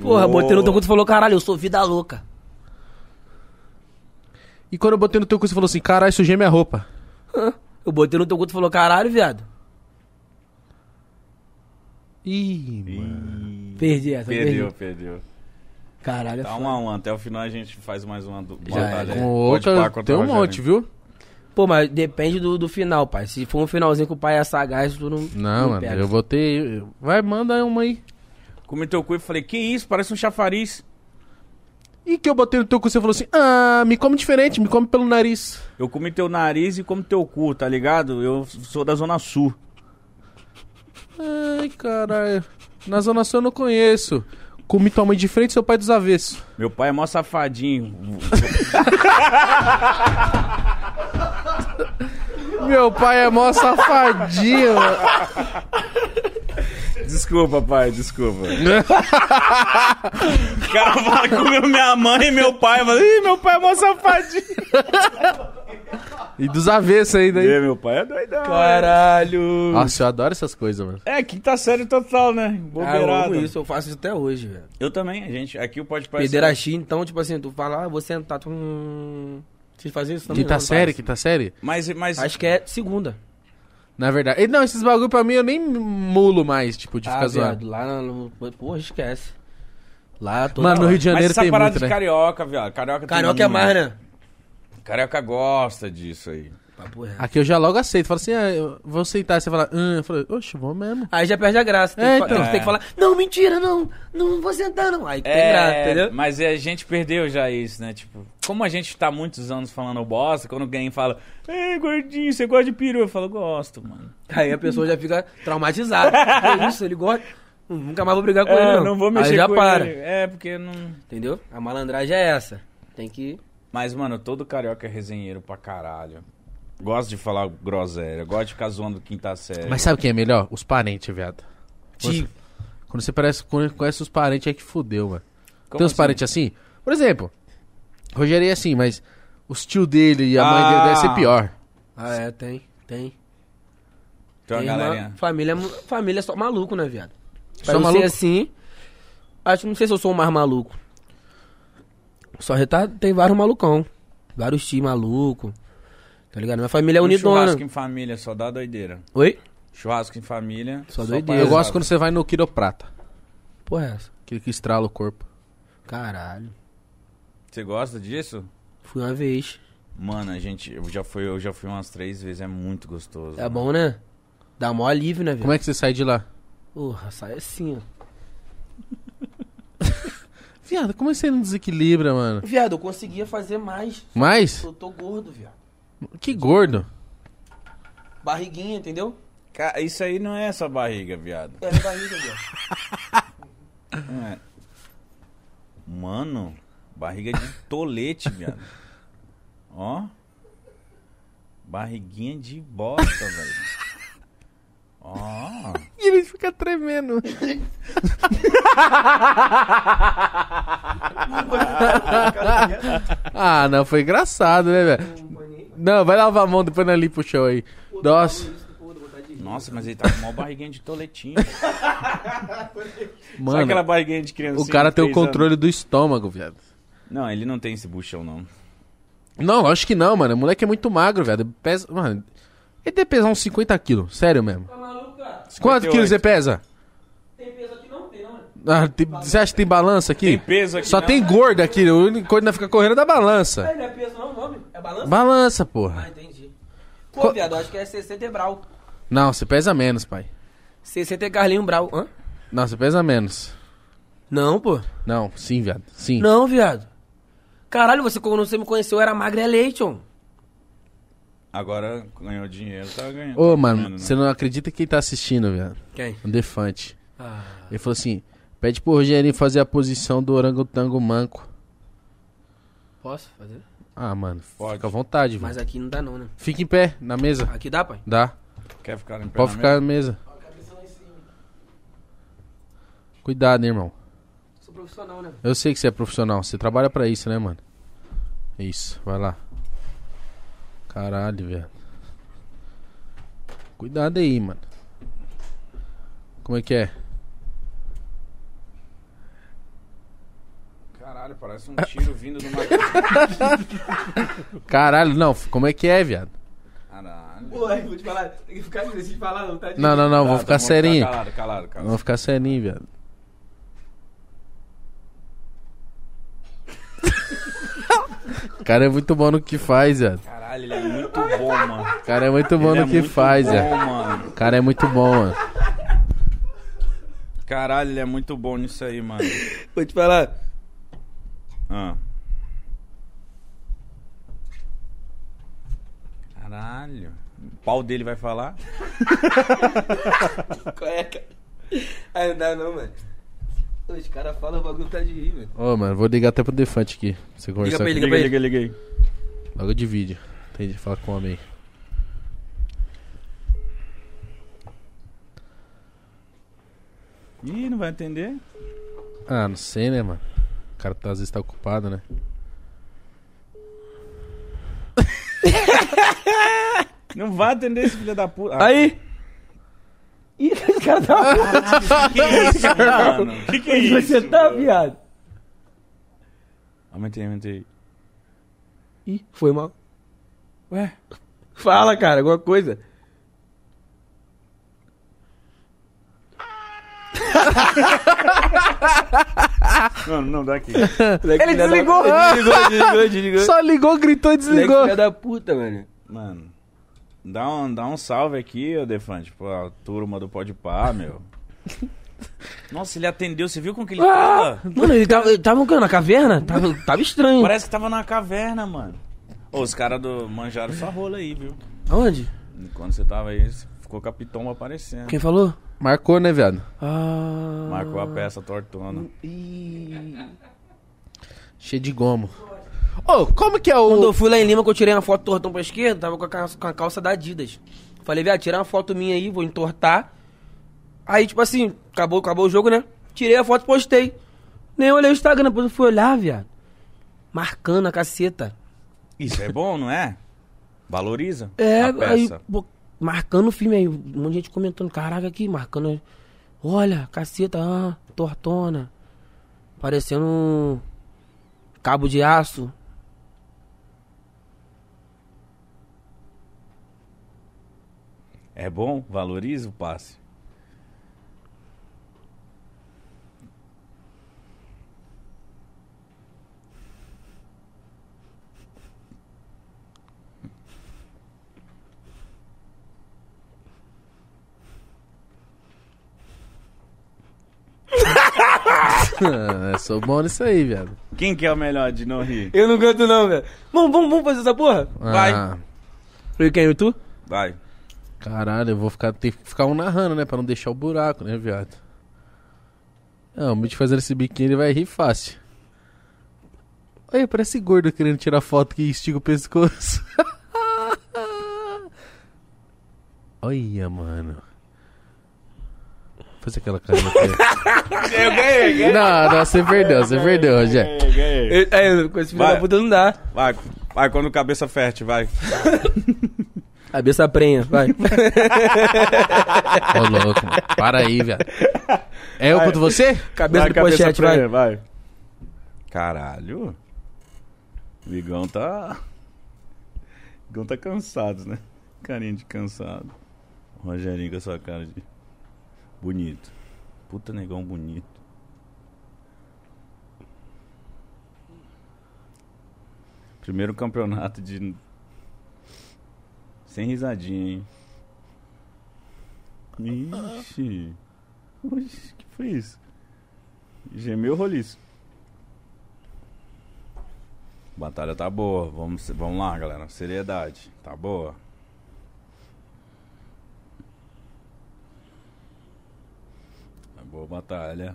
[SPEAKER 3] Porra,
[SPEAKER 2] Ô.
[SPEAKER 3] botei no teu cu, tu falou, caralho, eu sou vida louca.
[SPEAKER 1] E quando eu botei no teu cu, você falou assim, caralho, sujei minha roupa.
[SPEAKER 3] Hã? Eu botei no teu cu, tu falou, caralho, viado.
[SPEAKER 1] Ih, mano.
[SPEAKER 3] Perdi essa,
[SPEAKER 2] Perdeu,
[SPEAKER 3] perdi.
[SPEAKER 2] perdeu.
[SPEAKER 3] Caralho, é
[SPEAKER 2] Tá
[SPEAKER 3] foda.
[SPEAKER 2] um a um. Até o final a gente faz mais uma do-
[SPEAKER 3] Já
[SPEAKER 2] batalha.
[SPEAKER 3] é.
[SPEAKER 2] aí.
[SPEAKER 1] Com
[SPEAKER 2] Pode pá,
[SPEAKER 1] outra,
[SPEAKER 2] contra
[SPEAKER 1] tem
[SPEAKER 2] o
[SPEAKER 1] um
[SPEAKER 2] Rogério.
[SPEAKER 1] monte, viu?
[SPEAKER 3] Pô, mas depende do, do final, pai. Se for um finalzinho que o pai é sagaz, tu não
[SPEAKER 1] Não, mano,
[SPEAKER 3] pega.
[SPEAKER 1] eu botei... eu- Vai, manda uma aí.
[SPEAKER 2] Comi teu cu e falei, que isso, parece um chafariz.
[SPEAKER 1] E que eu botei no teu cu, você falou assim, ah, me come diferente, me come pelo nariz.
[SPEAKER 2] Eu comi teu nariz e como teu cu, tá ligado? Eu sou da Zona Sul.
[SPEAKER 1] Ai, caralho. Na Zona Sul eu não conheço. Comi tua mãe de frente, seu pai dos avessos.
[SPEAKER 2] Meu pai é mó safadinho.
[SPEAKER 1] Meu pai é mó safadinho. mano.
[SPEAKER 2] Desculpa, pai, desculpa. o cara fala com minha mãe e meu pai. Fala, Ih, meu pai é mó safadinho.
[SPEAKER 1] E dos avessos ainda. hein?
[SPEAKER 2] E meu pai é doidão.
[SPEAKER 3] Caralho.
[SPEAKER 1] Nossa, eu adoro essas coisas, mano.
[SPEAKER 2] É, quinta série total, né?
[SPEAKER 3] Ah, eu
[SPEAKER 2] Bobeirado.
[SPEAKER 3] amo isso, eu faço isso até hoje, velho.
[SPEAKER 2] Eu também, a gente. Aqui o é- Pode Pai.
[SPEAKER 3] Pederastia, então, tipo assim, tu fala, ah, vou sentar, tu... Hum... Vocês fazem isso também?
[SPEAKER 1] Quinta
[SPEAKER 3] não,
[SPEAKER 1] série,
[SPEAKER 3] faz.
[SPEAKER 1] quinta série?
[SPEAKER 2] Mas, mas
[SPEAKER 3] Acho que é segunda.
[SPEAKER 1] Na verdade. E, Não, esses bagulho pra mim eu nem mulo mais, tipo, de ficar
[SPEAKER 3] Ah,
[SPEAKER 1] zoado.
[SPEAKER 3] viado, lá no... Porra, esquece. Lá, toda
[SPEAKER 1] Mano, no
[SPEAKER 3] hora.
[SPEAKER 1] Rio de
[SPEAKER 2] mas
[SPEAKER 1] Janeiro
[SPEAKER 2] essa
[SPEAKER 1] tem
[SPEAKER 2] parada
[SPEAKER 1] muito,
[SPEAKER 2] de
[SPEAKER 1] né?
[SPEAKER 2] carioca, viado. Carioca, tem
[SPEAKER 3] Carioca é
[SPEAKER 2] muito.
[SPEAKER 3] mais, né?
[SPEAKER 2] Carioca gosta disso aí.
[SPEAKER 3] Papo reto.
[SPEAKER 1] Aqui eu já logo aceito. Falo assim, ah, eu vou aceitar. Você fala, ah, eu falo, oxe, vou mesmo.
[SPEAKER 3] Aí já perde a graça. Tem,
[SPEAKER 1] É,
[SPEAKER 3] que, fa-
[SPEAKER 1] então.
[SPEAKER 3] tem que- tem que falar, não, mentira, não, não vou sentar, não. Aí que tem
[SPEAKER 2] É,
[SPEAKER 3] graça, entendeu?
[SPEAKER 2] Mas a gente perdeu já isso, né? Tipo, como a gente tá muitos anos falando bosta, quando alguém fala, Ei, gordinho, você
[SPEAKER 3] é
[SPEAKER 2] gosta de peru? Eu falo, gosto, mano.
[SPEAKER 3] Aí a pessoa já fica traumatizada. Que Tá, é isso, ele gosta. Hum, Nunca mais vou brigar com
[SPEAKER 2] é,
[SPEAKER 3] ele, não.
[SPEAKER 2] não vou mexer
[SPEAKER 3] Aí já
[SPEAKER 2] com
[SPEAKER 3] para,
[SPEAKER 2] ele. É, porque não...
[SPEAKER 3] entendeu? A malandragem é essa. Tem que...
[SPEAKER 2] Mas, mano, todo carioca é resenheiro pra caralho. Gosto de falar groselha, gosto de ficar zoando tá quinta série.
[SPEAKER 1] Mas sabe quem é melhor? Os parentes, viado. Quando você-
[SPEAKER 3] Sim.
[SPEAKER 1] Quando você parece, quando conhece os parentes, é que fudeu, mano.
[SPEAKER 2] Como
[SPEAKER 1] Tem uns
[SPEAKER 2] assim?
[SPEAKER 1] parentes assim? Por exemplo, Rogério é assim, mas os tio dele e a mãe
[SPEAKER 2] Ah.
[SPEAKER 1] dele deve ser pior.
[SPEAKER 3] Ah, é, tem, tem.
[SPEAKER 2] Tem uma
[SPEAKER 3] Tem uma
[SPEAKER 2] galerinha.
[SPEAKER 3] família, é mu- família é só maluco, né, viado?
[SPEAKER 1] Só
[SPEAKER 3] Pra eu
[SPEAKER 1] maluco?
[SPEAKER 3] ser assim, acho que não sei se eu sou o mais maluco. Só retardo, tem vários malucão. Vários ti maluco. Tá ligado? Minha família é
[SPEAKER 2] Um
[SPEAKER 3] unidona.
[SPEAKER 2] Churrasco em família, só dá doideira.
[SPEAKER 3] Oi?
[SPEAKER 2] Churrasco em família.
[SPEAKER 3] Só
[SPEAKER 1] Eu
[SPEAKER 3] doideira.
[SPEAKER 2] palhaçada.
[SPEAKER 1] gosto quando você vai no quiroprata,
[SPEAKER 3] Porra, é essa?
[SPEAKER 1] que, que estrala o corpo.
[SPEAKER 3] Caralho.
[SPEAKER 2] Você gosta disso?
[SPEAKER 3] Fui uma vez.
[SPEAKER 2] Mano, a gente. Eu já fui, eu já fui umas três vezes, é muito gostoso.
[SPEAKER 3] É bom, né? Dá mó alívio, né, velho?
[SPEAKER 1] Como é que você sai de lá?
[SPEAKER 3] Porra, sai assim, ó.
[SPEAKER 1] Viado, como é que você não desequilibra, mano?
[SPEAKER 3] Viado, eu conseguia fazer mais.
[SPEAKER 1] Mas,
[SPEAKER 3] Eu tô gordo, viado.
[SPEAKER 1] que gordo.
[SPEAKER 3] Barriguinha, entendeu?
[SPEAKER 2] Ca- isso aí não é só barriga, viado.
[SPEAKER 3] É, barriga, viado.
[SPEAKER 2] Não é. Mano, barriga de tolete, viado. Ó. Barriguinha de bosta, velho. Ó.
[SPEAKER 1] E ele fica tremendo. ah, não, foi engraçado, né, velho? Não, vai lavar a mão, depois não limpa o chão aí. Nossa,
[SPEAKER 2] Nossa, mas ele tá com uma barriguinha de toletinho. Sabe aquela assim,
[SPEAKER 1] mano,
[SPEAKER 2] barriguinha de criança?
[SPEAKER 1] o cara tem o controle do estômago, viado.
[SPEAKER 2] Não, ele não tem esse buchão, não.
[SPEAKER 1] Não, acho que não, mano. O moleque é muito magro, velho. Ele Pesa, mano, ele deve pesar uns 50 quilos, sério mesmo.
[SPEAKER 3] Tá
[SPEAKER 1] Quantos
[SPEAKER 2] 58.
[SPEAKER 1] quilos você pesa?
[SPEAKER 3] né?
[SPEAKER 1] Ah, tem- você acha que tem balança aqui?
[SPEAKER 2] Tem peso aqui. né?
[SPEAKER 1] Só
[SPEAKER 2] não.
[SPEAKER 1] tem gordo aqui, a única coisa que fica correndo é da balança.
[SPEAKER 3] Não é peso não, nome? É balança?
[SPEAKER 1] Balança, porra.
[SPEAKER 3] Ah, entendi. Pô,
[SPEAKER 1] Co-
[SPEAKER 3] viado, eu acho que é CC Tebral.
[SPEAKER 1] Não, você pesa menos, pai.
[SPEAKER 3] CC é Carlinho Brau. Hã?
[SPEAKER 1] Não, você pesa menos.
[SPEAKER 3] Não, pô.
[SPEAKER 1] Não, sim, viado. Sim.
[SPEAKER 3] Não, viado. Caralho, você quando você me conheceu era magra e é leite, ó.
[SPEAKER 2] Agora ganhou dinheiro, tá ganhando.
[SPEAKER 1] Ô,
[SPEAKER 2] tá
[SPEAKER 1] mano,
[SPEAKER 2] ganhando,
[SPEAKER 1] você não acredita quem tá assistindo, viado.
[SPEAKER 3] Quem?
[SPEAKER 1] O Defante.
[SPEAKER 3] Ah,
[SPEAKER 1] Ele falou assim: pede pro Rogerinho fazer a posição do orangotango manco.
[SPEAKER 3] Posso fazer?
[SPEAKER 1] Ah, mano,
[SPEAKER 2] Pode.
[SPEAKER 1] fica à vontade,
[SPEAKER 3] Mas
[SPEAKER 1] mano.
[SPEAKER 3] aqui não dá não, né?
[SPEAKER 1] Fica em pé, na mesa.
[SPEAKER 3] Aqui dá, pai?
[SPEAKER 1] Dá.
[SPEAKER 2] não. né? Quer ficar em pé
[SPEAKER 1] Pode
[SPEAKER 2] na
[SPEAKER 1] ficar na mesa. Cuidado, hein, irmão.
[SPEAKER 3] Sou profissional, né?
[SPEAKER 1] Eu sei que você é profissional. Você trabalha pra isso, né, mano? Isso, vai lá. Caralho, velho. Cuidado aí, mano. Como é que é?
[SPEAKER 2] mesa? Caralho, parece um tiro vindo de uma.
[SPEAKER 1] Caralho, não, f- como é que é, viado?
[SPEAKER 2] Caralho.
[SPEAKER 3] Pô, vou te falar. Tem que ficar difícil de falar não, tá?
[SPEAKER 1] Não, não, não, vou ficar serinho.
[SPEAKER 2] Calado, calado, calado.
[SPEAKER 1] Vou ficar serinho, viado. O cara é muito bom no que faz, viado.
[SPEAKER 2] Caralho, ele é muito bom, mano.
[SPEAKER 1] O cara é muito bom
[SPEAKER 2] Ele é
[SPEAKER 1] no que
[SPEAKER 2] muito
[SPEAKER 1] faz,
[SPEAKER 2] bom,
[SPEAKER 1] viado.
[SPEAKER 2] mano.
[SPEAKER 1] O cara é muito bom, mano.
[SPEAKER 2] Caralho, ele é muito bom nisso aí, mano.
[SPEAKER 3] Vou te falar.
[SPEAKER 2] Ah. Caralho. O pau dele vai falar?
[SPEAKER 3] Qual é, cara? Aí não dá não, mano. Os caras falam o bagulho tá de rir, velho.
[SPEAKER 1] Ô, mano, vou ligar até pro Defante aqui. pra Você conversar
[SPEAKER 3] pra
[SPEAKER 1] com
[SPEAKER 3] ele, Liga pra
[SPEAKER 2] liga, liga aí.
[SPEAKER 1] Logo de vídeo. Tem de falar com o homem aí.
[SPEAKER 2] Ih, não vai atender?
[SPEAKER 1] Ah, não sei, né, mano? O cara tá, às vezes tá ocupado, né?
[SPEAKER 2] Não vai atender esse filho da puta. Ah,
[SPEAKER 3] Aí! Ih, os caras tá...
[SPEAKER 2] que isso, mano? Que que é isso?
[SPEAKER 3] Você tá, viado?
[SPEAKER 2] Aumentei, aumentei.
[SPEAKER 3] Ih, foi mal.
[SPEAKER 2] Ué?
[SPEAKER 3] Fala, cara, alguma coisa.
[SPEAKER 2] Não, não dá aqui.
[SPEAKER 3] Ele
[SPEAKER 1] desligou.
[SPEAKER 3] Desligou, desligou, desligou.
[SPEAKER 1] Só ligou, gritou e
[SPEAKER 3] Moleque
[SPEAKER 1] desligou.
[SPEAKER 3] filha da puta, mano.
[SPEAKER 2] Mano, dá um, dá um salve aqui, ô Defante, pra turma do Pode Pá, meu. Nossa, ele atendeu, você viu com que
[SPEAKER 3] Ah!
[SPEAKER 2] ele tava?
[SPEAKER 3] Mano, ele tava, ele tava o quê? Na caverna? Tava, tava estranho.
[SPEAKER 2] Parece que tava na caverna, mano. Ô, os caras do manjaram sua rola aí, viu?
[SPEAKER 3] Aonde?
[SPEAKER 2] Enquanto você tava aí, ficou com a Pitomba aparecendo.
[SPEAKER 3] Quem falou?
[SPEAKER 1] Marcou, né, viado?
[SPEAKER 3] Ah.
[SPEAKER 2] Marcou a peça tortona.
[SPEAKER 1] Cheio de gomo. Ô, como que é
[SPEAKER 3] Quando
[SPEAKER 1] o.
[SPEAKER 3] eu fui lá em Lima, que eu tirei uma foto tortão pra esquerda, tava com a calça, com a calça da Adidas. Falei, viado, tira uma foto minha aí, vou entortar. Aí, tipo assim, acabou, acabou o jogo, né? Tirei a foto e postei. Nem olhei o Instagram, depois eu fui olhar, viado. Marcando a caceta.
[SPEAKER 2] Isso é bom, não é? Valoriza
[SPEAKER 3] É,
[SPEAKER 2] a
[SPEAKER 3] aí,
[SPEAKER 2] peça.
[SPEAKER 3] pô, marcando o filme aí, um monte de gente comentando, caraca, aqui, marcando. Olha, caceta, ah, tortona. Parecendo um cabo de aço.
[SPEAKER 2] É bom? Valoriza o passe.
[SPEAKER 1] Ah, eu sou bom nisso aí, viado.
[SPEAKER 2] Quem que é o melhor de não rir?
[SPEAKER 3] Eu não canto não, velho. Vamos, vamos, vamos fazer essa porra?
[SPEAKER 1] Ah,
[SPEAKER 3] Eu e quem? Eu e tu?
[SPEAKER 2] Vai.
[SPEAKER 1] Caralho, eu vou ficar. Tem que ficar um narrando, né? Pra não deixar o buraco, né, viado? Não, o Mitch fazendo esse biquinho, ele vai rir fácil. Olha, parece gordo querendo tirar foto que estica o pescoço. Olha, mano. Faz aquela cara. Eu ganhei, ganhei. Não, não, você perdeu, você perdeu, Rogério.
[SPEAKER 3] Eu, é, com esse filho
[SPEAKER 2] Vai.
[SPEAKER 3] da puta não dá.
[SPEAKER 2] Vai, vai quando cabeça ferte, vai.
[SPEAKER 3] Cabeça prenha, vai.
[SPEAKER 1] Ô, louco, mano. Para aí, velho. É eu contra você?
[SPEAKER 3] Cabeça
[SPEAKER 2] vai,
[SPEAKER 3] do pochete, vai.
[SPEAKER 2] preta, vai. Caralho. O Igão tá. O Igão tá cansado, né? Carinha de cansado. O Rogerinho com a sua cara de. Bonito. Puta negão bonito. Primeiro campeonato de. Sem risadinha, hein? Ixi. Oxi, que foi isso? Gemeu roliço. Batalha tá boa. Vamos, vamos lá, galera. Seriedade. Tá boa. Tá boa batalha.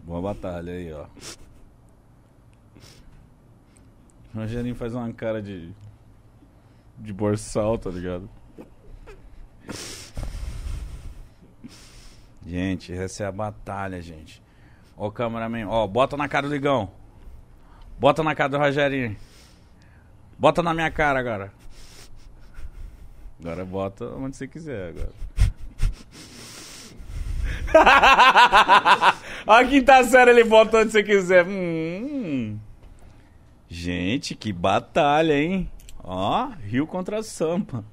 [SPEAKER 2] Boa batalha aí, ó. O Rogerinho faz uma cara de. de borsal, tá ligado? Gente, essa é a batalha, gente. Ó, o cameraman, ó, bota na cara do Ligão. Bota na cara do Rogerinho. Bota na minha cara agora. Agora bota onde você quiser agora. Ó, a quinta série ele bota onde você quiser. Hum. Gente, que batalha, hein? Ó, Rio contra Sampa.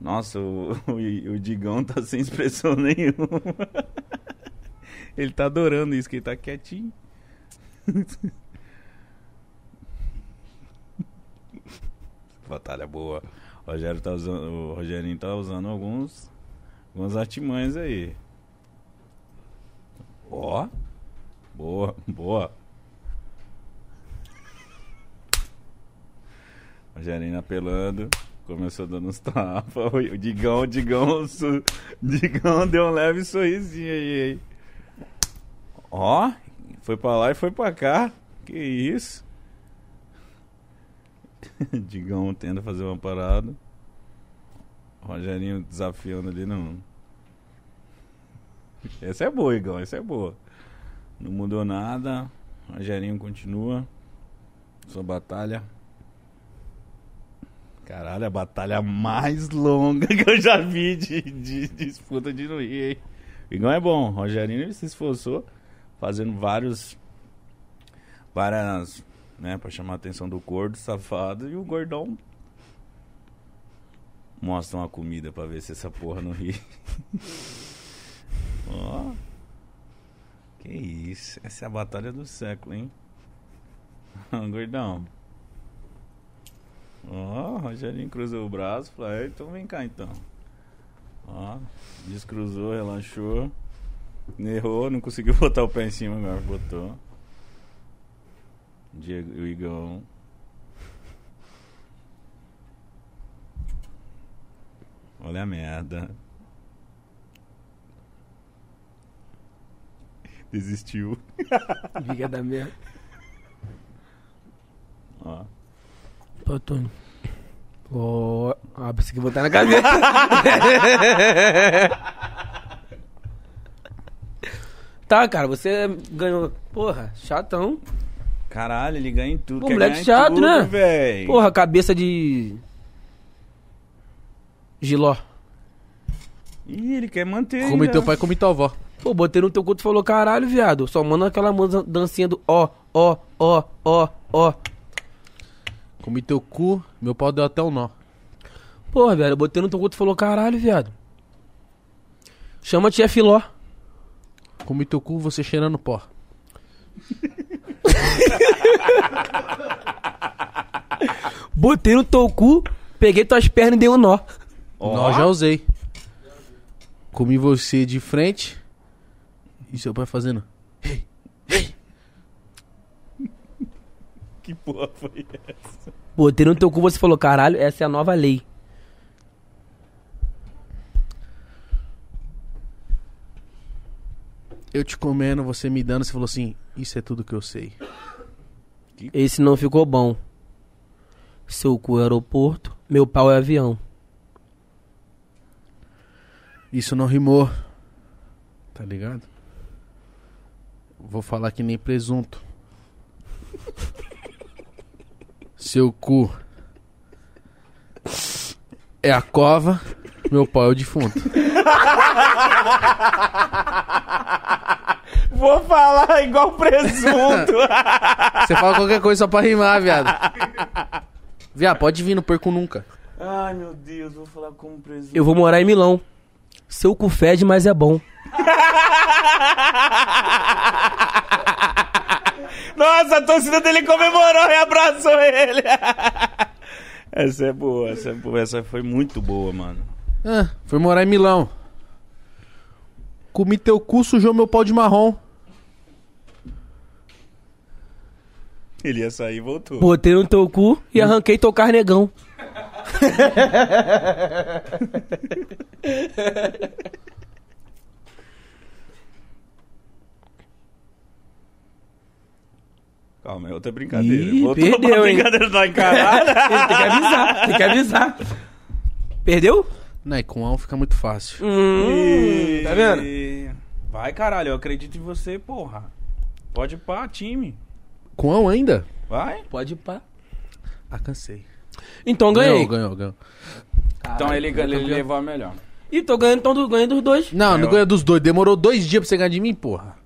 [SPEAKER 2] Nossa, o, o, o Digão tá sem expressão nenhuma. Ele tá adorando isso, que ele tá quietinho. Batalha boa. O Rogério tá usando, o Rogerinho tá usando alguns, alguns artimanhos aí. Ó. Boa, boa. Rogerinho apelando. Começou dando uns tapas. O o Digão, o Digão, su- Digão deu um leve sorrisinho aí. aí. Ó, foi pra lá e foi pra cá. Que isso? Digão tenta fazer uma parada. Rogerinho desafiando ali não. Essa é boa, Igão, essa é boa. Não mudou nada. Rogerinho continua. Sua batalha. Caralho, a batalha mais longa que eu já vi de, de- de disputa de no Rio, hein? O Igão é bom. O Rogerinho se esforçou fazendo vários. Várias. Né, pra chamar a atenção do gordo, safado. E o gordão. Mostra uma comida pra ver se essa porra não ri. Ó. Que isso. Essa é a batalha do século, hein? Ó, gordão. Ó, o Rogerinho cruzou o braço, falou, "É, então vem cá então. Ó, descruzou, relaxou. Errou, não conseguiu botar o pé em cima, agora botou. Diego, o Igão. Olha a merda. Desistiu.
[SPEAKER 3] Briga da merda.
[SPEAKER 2] Ó.
[SPEAKER 3] Pô, Tony. Ó, ah, pensei que ia botar na gaveta. tá, cara, você ganhou. Porra, chatão.
[SPEAKER 2] Caralho, ele ganha em tudo.
[SPEAKER 3] Pô,
[SPEAKER 2] quer
[SPEAKER 3] moleque
[SPEAKER 2] ganhar em
[SPEAKER 3] chato,
[SPEAKER 2] tudo,
[SPEAKER 3] né?
[SPEAKER 2] véi.
[SPEAKER 3] Porra, cabeça de. Giló.
[SPEAKER 2] Ih, ele quer manter. né?
[SPEAKER 1] Come
[SPEAKER 2] ainda.
[SPEAKER 1] teu pai, come tua avó.
[SPEAKER 3] Pô, botei no teu culto e falou, caralho, viado. Só manda aquela musa- dancinha do ó, ó, ó, ó, ó.
[SPEAKER 1] Comi teu cu, meu pau deu até um nó.
[SPEAKER 3] Porra, velho, eu botei no teu culto e falou, caralho, viado. Chama a tia Filó.
[SPEAKER 1] Comi teu cu, você cheirando pó.
[SPEAKER 3] Botei no teu cu, peguei tuas pernas e dei um nó.
[SPEAKER 2] Ó.
[SPEAKER 1] Nó já usei. Comi você de frente. E seu pai fazendo.
[SPEAKER 2] Que porra foi essa?
[SPEAKER 3] Botei no teu cu, você falou, caralho, essa é a nova lei.
[SPEAKER 1] Eu te comendo, você me dando. Você falou assim: Isso é tudo que eu sei.
[SPEAKER 3] Esse não ficou bom. Seu cu é aeroporto, meu pau é avião.
[SPEAKER 1] Isso não rimou. Tá ligado? Vou falar que nem presunto. Seu cu é a cova, meu pau é o defunto.
[SPEAKER 2] Vou falar igual presunto.
[SPEAKER 1] Você fala qualquer coisa só pra rimar, viado. Viado, pode vir, não perco nunca.
[SPEAKER 2] Ai, meu Deus, vou falar como presunto.
[SPEAKER 3] Eu vou morar em Milão. Seu cu fede, mas é bom.
[SPEAKER 2] Nossa, a torcida dele comemorou e abraçou ele. essa é boa, essa é boa. Essa foi muito boa, mano.
[SPEAKER 1] Ah, foi morar em Milão. Comi teu cu, sujou meu pau de marrom.
[SPEAKER 2] Ele ia sair e voltou.
[SPEAKER 3] Botei no teu cu e
[SPEAKER 2] Hum.
[SPEAKER 3] arranquei teu carnegão.
[SPEAKER 2] Calma, é outra brincadeira.
[SPEAKER 3] Ih,
[SPEAKER 2] Voltou pra
[SPEAKER 3] perdeu, hein?
[SPEAKER 2] brincadeira da encarada.
[SPEAKER 3] Tem que avisar, tem que avisar. Perdeu?
[SPEAKER 1] Não, e com ão fica muito
[SPEAKER 3] Hum.
[SPEAKER 1] fácil.
[SPEAKER 2] Ih,
[SPEAKER 3] tá vendo?
[SPEAKER 2] Vai, caralho, eu acredito em você, porra. Pode pá, time.
[SPEAKER 1] Com ão ainda?
[SPEAKER 2] Vai.
[SPEAKER 3] Pode ir pá.
[SPEAKER 1] Ah, cansei.
[SPEAKER 3] Então ganhei.
[SPEAKER 1] Ganhou, ganhou, ganhou.
[SPEAKER 2] então ele, ele levou a melhor.
[SPEAKER 3] E tô ganhando, então, do- ganhei dos dois.
[SPEAKER 1] Não,
[SPEAKER 2] Ganhou.
[SPEAKER 1] não ganhou dos dois. Demorou dois dias pra você ganhar de mim, porra.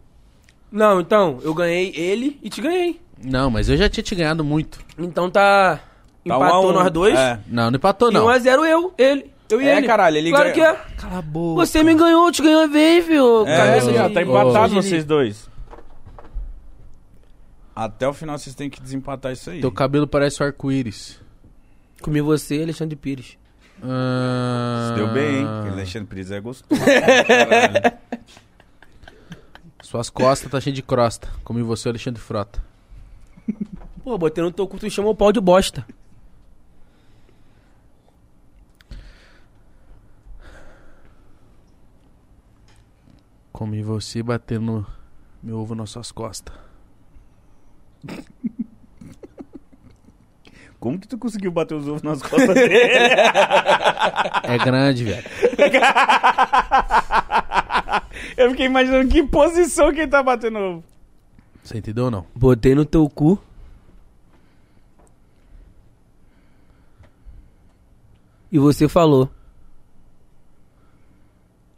[SPEAKER 3] Não, então, eu ganhei ele e te ganhei.
[SPEAKER 1] Não, mas eu já tinha te ganhado muito.
[SPEAKER 3] Então tá.
[SPEAKER 2] Tá um a
[SPEAKER 3] empatou
[SPEAKER 2] um.
[SPEAKER 3] nós dois.
[SPEAKER 2] É.
[SPEAKER 1] Não, não empatou,
[SPEAKER 3] E 1
[SPEAKER 1] não.
[SPEAKER 3] a 0 eu, ele. Eu e
[SPEAKER 2] É,
[SPEAKER 3] ele.
[SPEAKER 2] caralho, ele
[SPEAKER 3] Claro
[SPEAKER 2] ganhou.
[SPEAKER 3] que é.
[SPEAKER 1] Cala a boca.
[SPEAKER 3] Você me ganhou, eu te ganhei uma vez, viu? assim,
[SPEAKER 2] É,
[SPEAKER 1] Cabeça
[SPEAKER 2] viado,
[SPEAKER 1] de-
[SPEAKER 2] tá empatado
[SPEAKER 1] Ô.
[SPEAKER 2] vocês dois. Até o final vocês têm que desempatar isso aí.
[SPEAKER 1] Teu cabelo parece um arco-íris.
[SPEAKER 3] Comi você, Alexandre Pires.
[SPEAKER 1] Ah,
[SPEAKER 2] Se Deu bem, hein? Aquele Alexandre Pires é gostoso. Caralho.
[SPEAKER 1] Suas costas tá cheia de crosta. Comi você, Alexandre Frota.
[SPEAKER 3] Pô, botei no teu cu, tu chamou o pau de bosta.
[SPEAKER 1] Comi você batendo meu ovo nas suas costas.
[SPEAKER 2] Como que tu conseguiu bater os ovos nas costas dele?
[SPEAKER 1] É grande, velho.
[SPEAKER 2] Eu fiquei imaginando que posição que ele tá batendo ovo.
[SPEAKER 1] Você entendeu ou não?
[SPEAKER 3] Botei no teu cu. E você falou.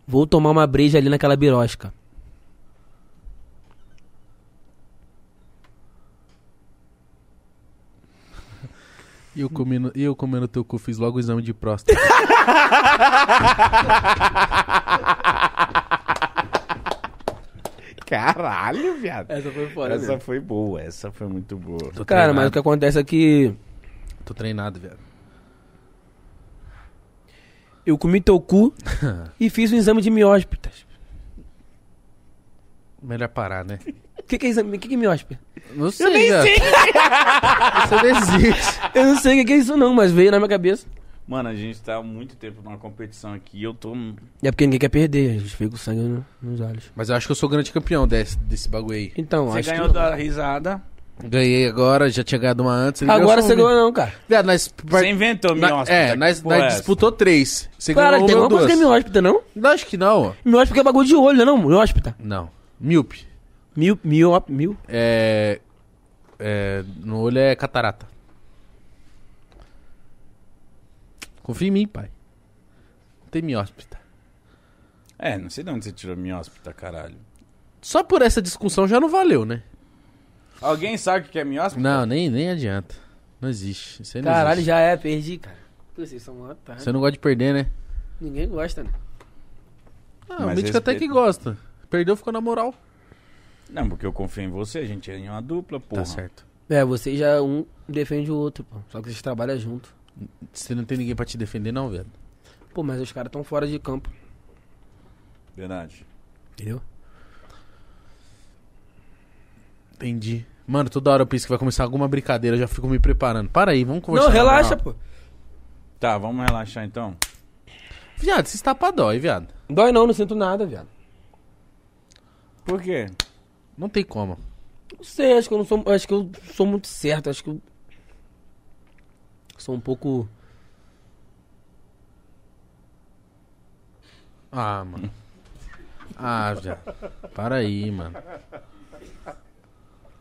[SPEAKER 3] Vou tomar uma breja ali naquela birosca.
[SPEAKER 1] E eu comendo, e eu comendo teu cu, fiz logo o exame de próstata.
[SPEAKER 2] Caralho, viado.
[SPEAKER 3] Essa foi fora.
[SPEAKER 2] Essa foi boa, essa foi muito boa.
[SPEAKER 1] Tô
[SPEAKER 3] Cara,
[SPEAKER 1] treinado.
[SPEAKER 3] mas o que acontece é que
[SPEAKER 1] Tô treinado, velho.
[SPEAKER 3] eu comi teu cu e fiz um exame de mióspitas.
[SPEAKER 1] Melhor parar, né?
[SPEAKER 3] O que, que é exame? O que, que é mióspita?
[SPEAKER 1] Não sei, eu nem sei. Você desiste.
[SPEAKER 3] Eu não sei o que, que é isso não, mas veio na minha cabeça.
[SPEAKER 2] Mano, a gente tá há muito tempo numa competição aqui e eu tô.
[SPEAKER 3] É porque ninguém quer perder, a gente fica com sangue no- nos olhos.
[SPEAKER 1] Mas eu acho que eu sou grande campeão desse, desse bagulho aí.
[SPEAKER 3] Então,
[SPEAKER 2] Você
[SPEAKER 3] acho
[SPEAKER 2] ganhou
[SPEAKER 3] que...
[SPEAKER 2] da risada.
[SPEAKER 1] Ganhei agora, já tinha ganhado uma antes. ele
[SPEAKER 3] Agora
[SPEAKER 1] só
[SPEAKER 3] um você
[SPEAKER 1] uma.
[SPEAKER 3] ganhou não, cara.
[SPEAKER 1] Viado, nós...
[SPEAKER 2] Você inventou tá
[SPEAKER 1] na-
[SPEAKER 2] minhoca.
[SPEAKER 1] É, nós, nós disputou três. Você
[SPEAKER 3] Para,
[SPEAKER 1] ganhou
[SPEAKER 3] tem
[SPEAKER 1] uma ou
[SPEAKER 3] alguma coisa que é
[SPEAKER 1] duas.
[SPEAKER 3] mióspita, não?
[SPEAKER 1] Não, acho que não.
[SPEAKER 3] Mióspita é bagulho de olho, não? é não? Mióspita.
[SPEAKER 1] Não. Míope.
[SPEAKER 3] Mil, mil, ó, mil.
[SPEAKER 1] É... é... No olho é catarata. Confia em mim, pai. Não tem tá? mióspita.
[SPEAKER 2] É, não sei de onde você tirou mióspita, caralho.
[SPEAKER 1] Só por essa discussão já não valeu, né?
[SPEAKER 2] Alguém sabe o que é mióspita?
[SPEAKER 1] Não, nem, nem adianta. Não existe. Isso aí não
[SPEAKER 3] Caralho,
[SPEAKER 1] existe.
[SPEAKER 3] já é, perdi, cara. Vocês são uma otário.
[SPEAKER 1] Você não gosta de perder, né?
[SPEAKER 3] Ninguém gosta, né?
[SPEAKER 1] Ah, o
[SPEAKER 2] Mas
[SPEAKER 1] Mítico até
[SPEAKER 2] respeito.
[SPEAKER 1] que gosta. Perdeu, ficou na moral.
[SPEAKER 2] Não, porque eu confio em você, a gente é em uma dupla, porra.
[SPEAKER 1] Tá certo.
[SPEAKER 3] É, vocês já um defende o outro, pô. Só que vocês trabalham junto.
[SPEAKER 1] Você não tem ninguém pra te defender, não, velho.
[SPEAKER 3] Pô, mas os caras estão fora de campo,
[SPEAKER 2] Verdade.
[SPEAKER 3] entendeu?
[SPEAKER 1] Entendi. Mano, toda hora eu penso que vai começar alguma brincadeira, eu já fico me preparando. Para aí, vamos conversar.
[SPEAKER 3] não,
[SPEAKER 1] na
[SPEAKER 3] relaxa,
[SPEAKER 1] moral.
[SPEAKER 3] pô.
[SPEAKER 2] Tá, vamos relaxar então.
[SPEAKER 1] Viado, você está pra dói, viado.
[SPEAKER 3] Dói não, não sinto nada, viado.
[SPEAKER 2] Por quê?
[SPEAKER 1] Não tem como.
[SPEAKER 3] Não sei, acho que eu não sou. Acho que eu sou muito certo, acho que eu. Sou um pouco.
[SPEAKER 1] Ah, mano. Ah, viado. Para aí, mano.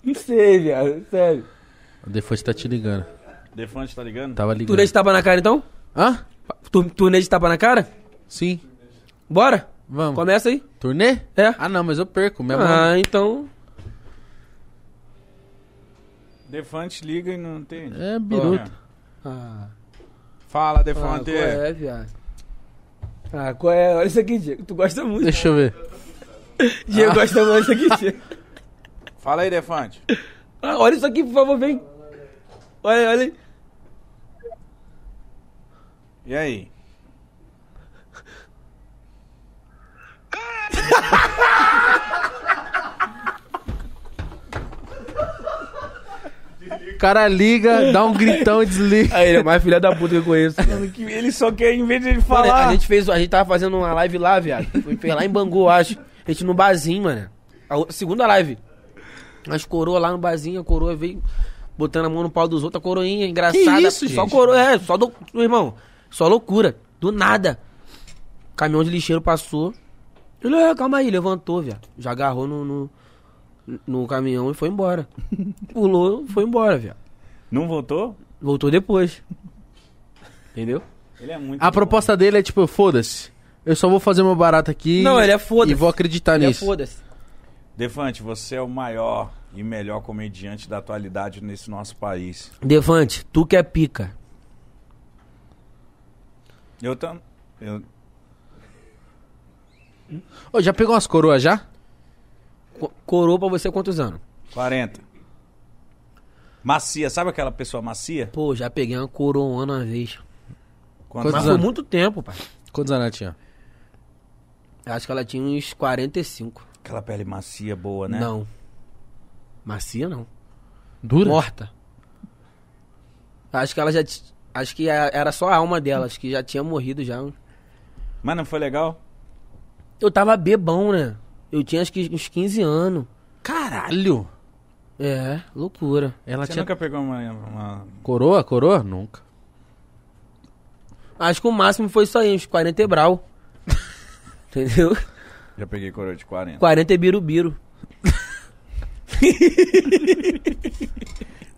[SPEAKER 3] Não sei, viado, sério.
[SPEAKER 1] O Defante tá te ligando.
[SPEAKER 2] Defante tá ligando?
[SPEAKER 1] Tava ligando.
[SPEAKER 3] Turnê de tapa na cara então?
[SPEAKER 1] Hã?
[SPEAKER 3] Tur- Turnê de tapa na cara?
[SPEAKER 1] Sim.
[SPEAKER 3] Bora?
[SPEAKER 1] Vamos.
[SPEAKER 3] Começa aí.
[SPEAKER 1] Turnê?
[SPEAKER 3] É.
[SPEAKER 1] Ah, não, mas eu perco. Minha mão.
[SPEAKER 3] Ah, então.
[SPEAKER 2] Defante liga e não entende.
[SPEAKER 1] É, biruta.
[SPEAKER 3] Ah.
[SPEAKER 2] Fala,
[SPEAKER 3] Ah,
[SPEAKER 2] Defante.
[SPEAKER 3] qual é, viado? Ah, qual é? Olha isso aqui, Diego. Tu gosta muito.
[SPEAKER 1] Deixa eu ver.
[SPEAKER 3] Diego gosta muito disso aqui, Diego.
[SPEAKER 2] Fala aí, Defante.
[SPEAKER 3] Ah, olha isso aqui, por favor, vem. Olha, olha.
[SPEAKER 2] E aí?
[SPEAKER 1] O cara liga, dá um gritão e desliga.
[SPEAKER 3] Aí, ele é mais filha da puta que eu conheço.
[SPEAKER 2] Ele só quer, em vez de ele
[SPEAKER 3] Mano,
[SPEAKER 2] falar.
[SPEAKER 3] a gente fez, a gente tava fazendo uma live lá, viado. Foi foi lá em Bangu, eu acho. A gente no barzinho, mano. A outra- segunda live. As coroa lá no barzinho, a coroa veio botando a mão no pau dos outros, a coroinha, engraçada.
[SPEAKER 1] Que isso,
[SPEAKER 3] só
[SPEAKER 1] gente?
[SPEAKER 3] coroa, é, só do, meu irmão. Só loucura, do nada. Caminhão de lixeiro passou. Ele, "Ah, calma aí, levantou, viado. Já agarrou no, no, no caminhão e foi embora. Pulou, foi embora, viado.
[SPEAKER 2] Não voltou?
[SPEAKER 3] Voltou depois. Entendeu?
[SPEAKER 2] Ele é muito.
[SPEAKER 1] A proposta dele é tipo, foda-se. Eu só vou fazer meu barato aqui.
[SPEAKER 3] Não, ele é foda-se.
[SPEAKER 1] E vou acreditar
[SPEAKER 3] Ele é
[SPEAKER 1] nisso.
[SPEAKER 3] foda-se.
[SPEAKER 2] Defante, você é o maior e melhor comediante da atualidade nesse nosso país.
[SPEAKER 3] Devante, tu que é pica.
[SPEAKER 2] Eu tam... eu
[SPEAKER 1] Ô, já pegou umas coroas já?
[SPEAKER 3] Co- Coroa pra você quantos anos?
[SPEAKER 2] 40. Macia, sabe aquela pessoa macia?
[SPEAKER 3] Pô, já peguei uma coroa uma vez.
[SPEAKER 2] Quantos
[SPEAKER 3] Mas
[SPEAKER 1] Quantos
[SPEAKER 2] anos?
[SPEAKER 3] foi
[SPEAKER 1] anos?
[SPEAKER 3] muito tempo, pai.
[SPEAKER 1] Quantos anos ela tinha?
[SPEAKER 3] Acho que ela tinha uns 45.
[SPEAKER 2] Aquela pele macia boa, né?
[SPEAKER 3] Não. Macia não.
[SPEAKER 1] Dura?
[SPEAKER 3] Morta. Acho que ela já. ti- Acho que a- era só a alma dela. Acho que já tinha morrido já.
[SPEAKER 2] Mas não foi legal?
[SPEAKER 3] Eu tava bebão, né? Eu tinha acho que uns 15 anos.
[SPEAKER 1] Caralho!
[SPEAKER 3] É, loucura.
[SPEAKER 1] Ela
[SPEAKER 2] Você
[SPEAKER 1] tinha.
[SPEAKER 2] nunca pegou uma, uma-
[SPEAKER 1] Coroa? Coroa? Nunca.
[SPEAKER 3] Acho que o máximo foi isso aí, uns 40 e brau. Entendeu?
[SPEAKER 2] Já peguei coroa de 40.
[SPEAKER 3] 40 e birubiru.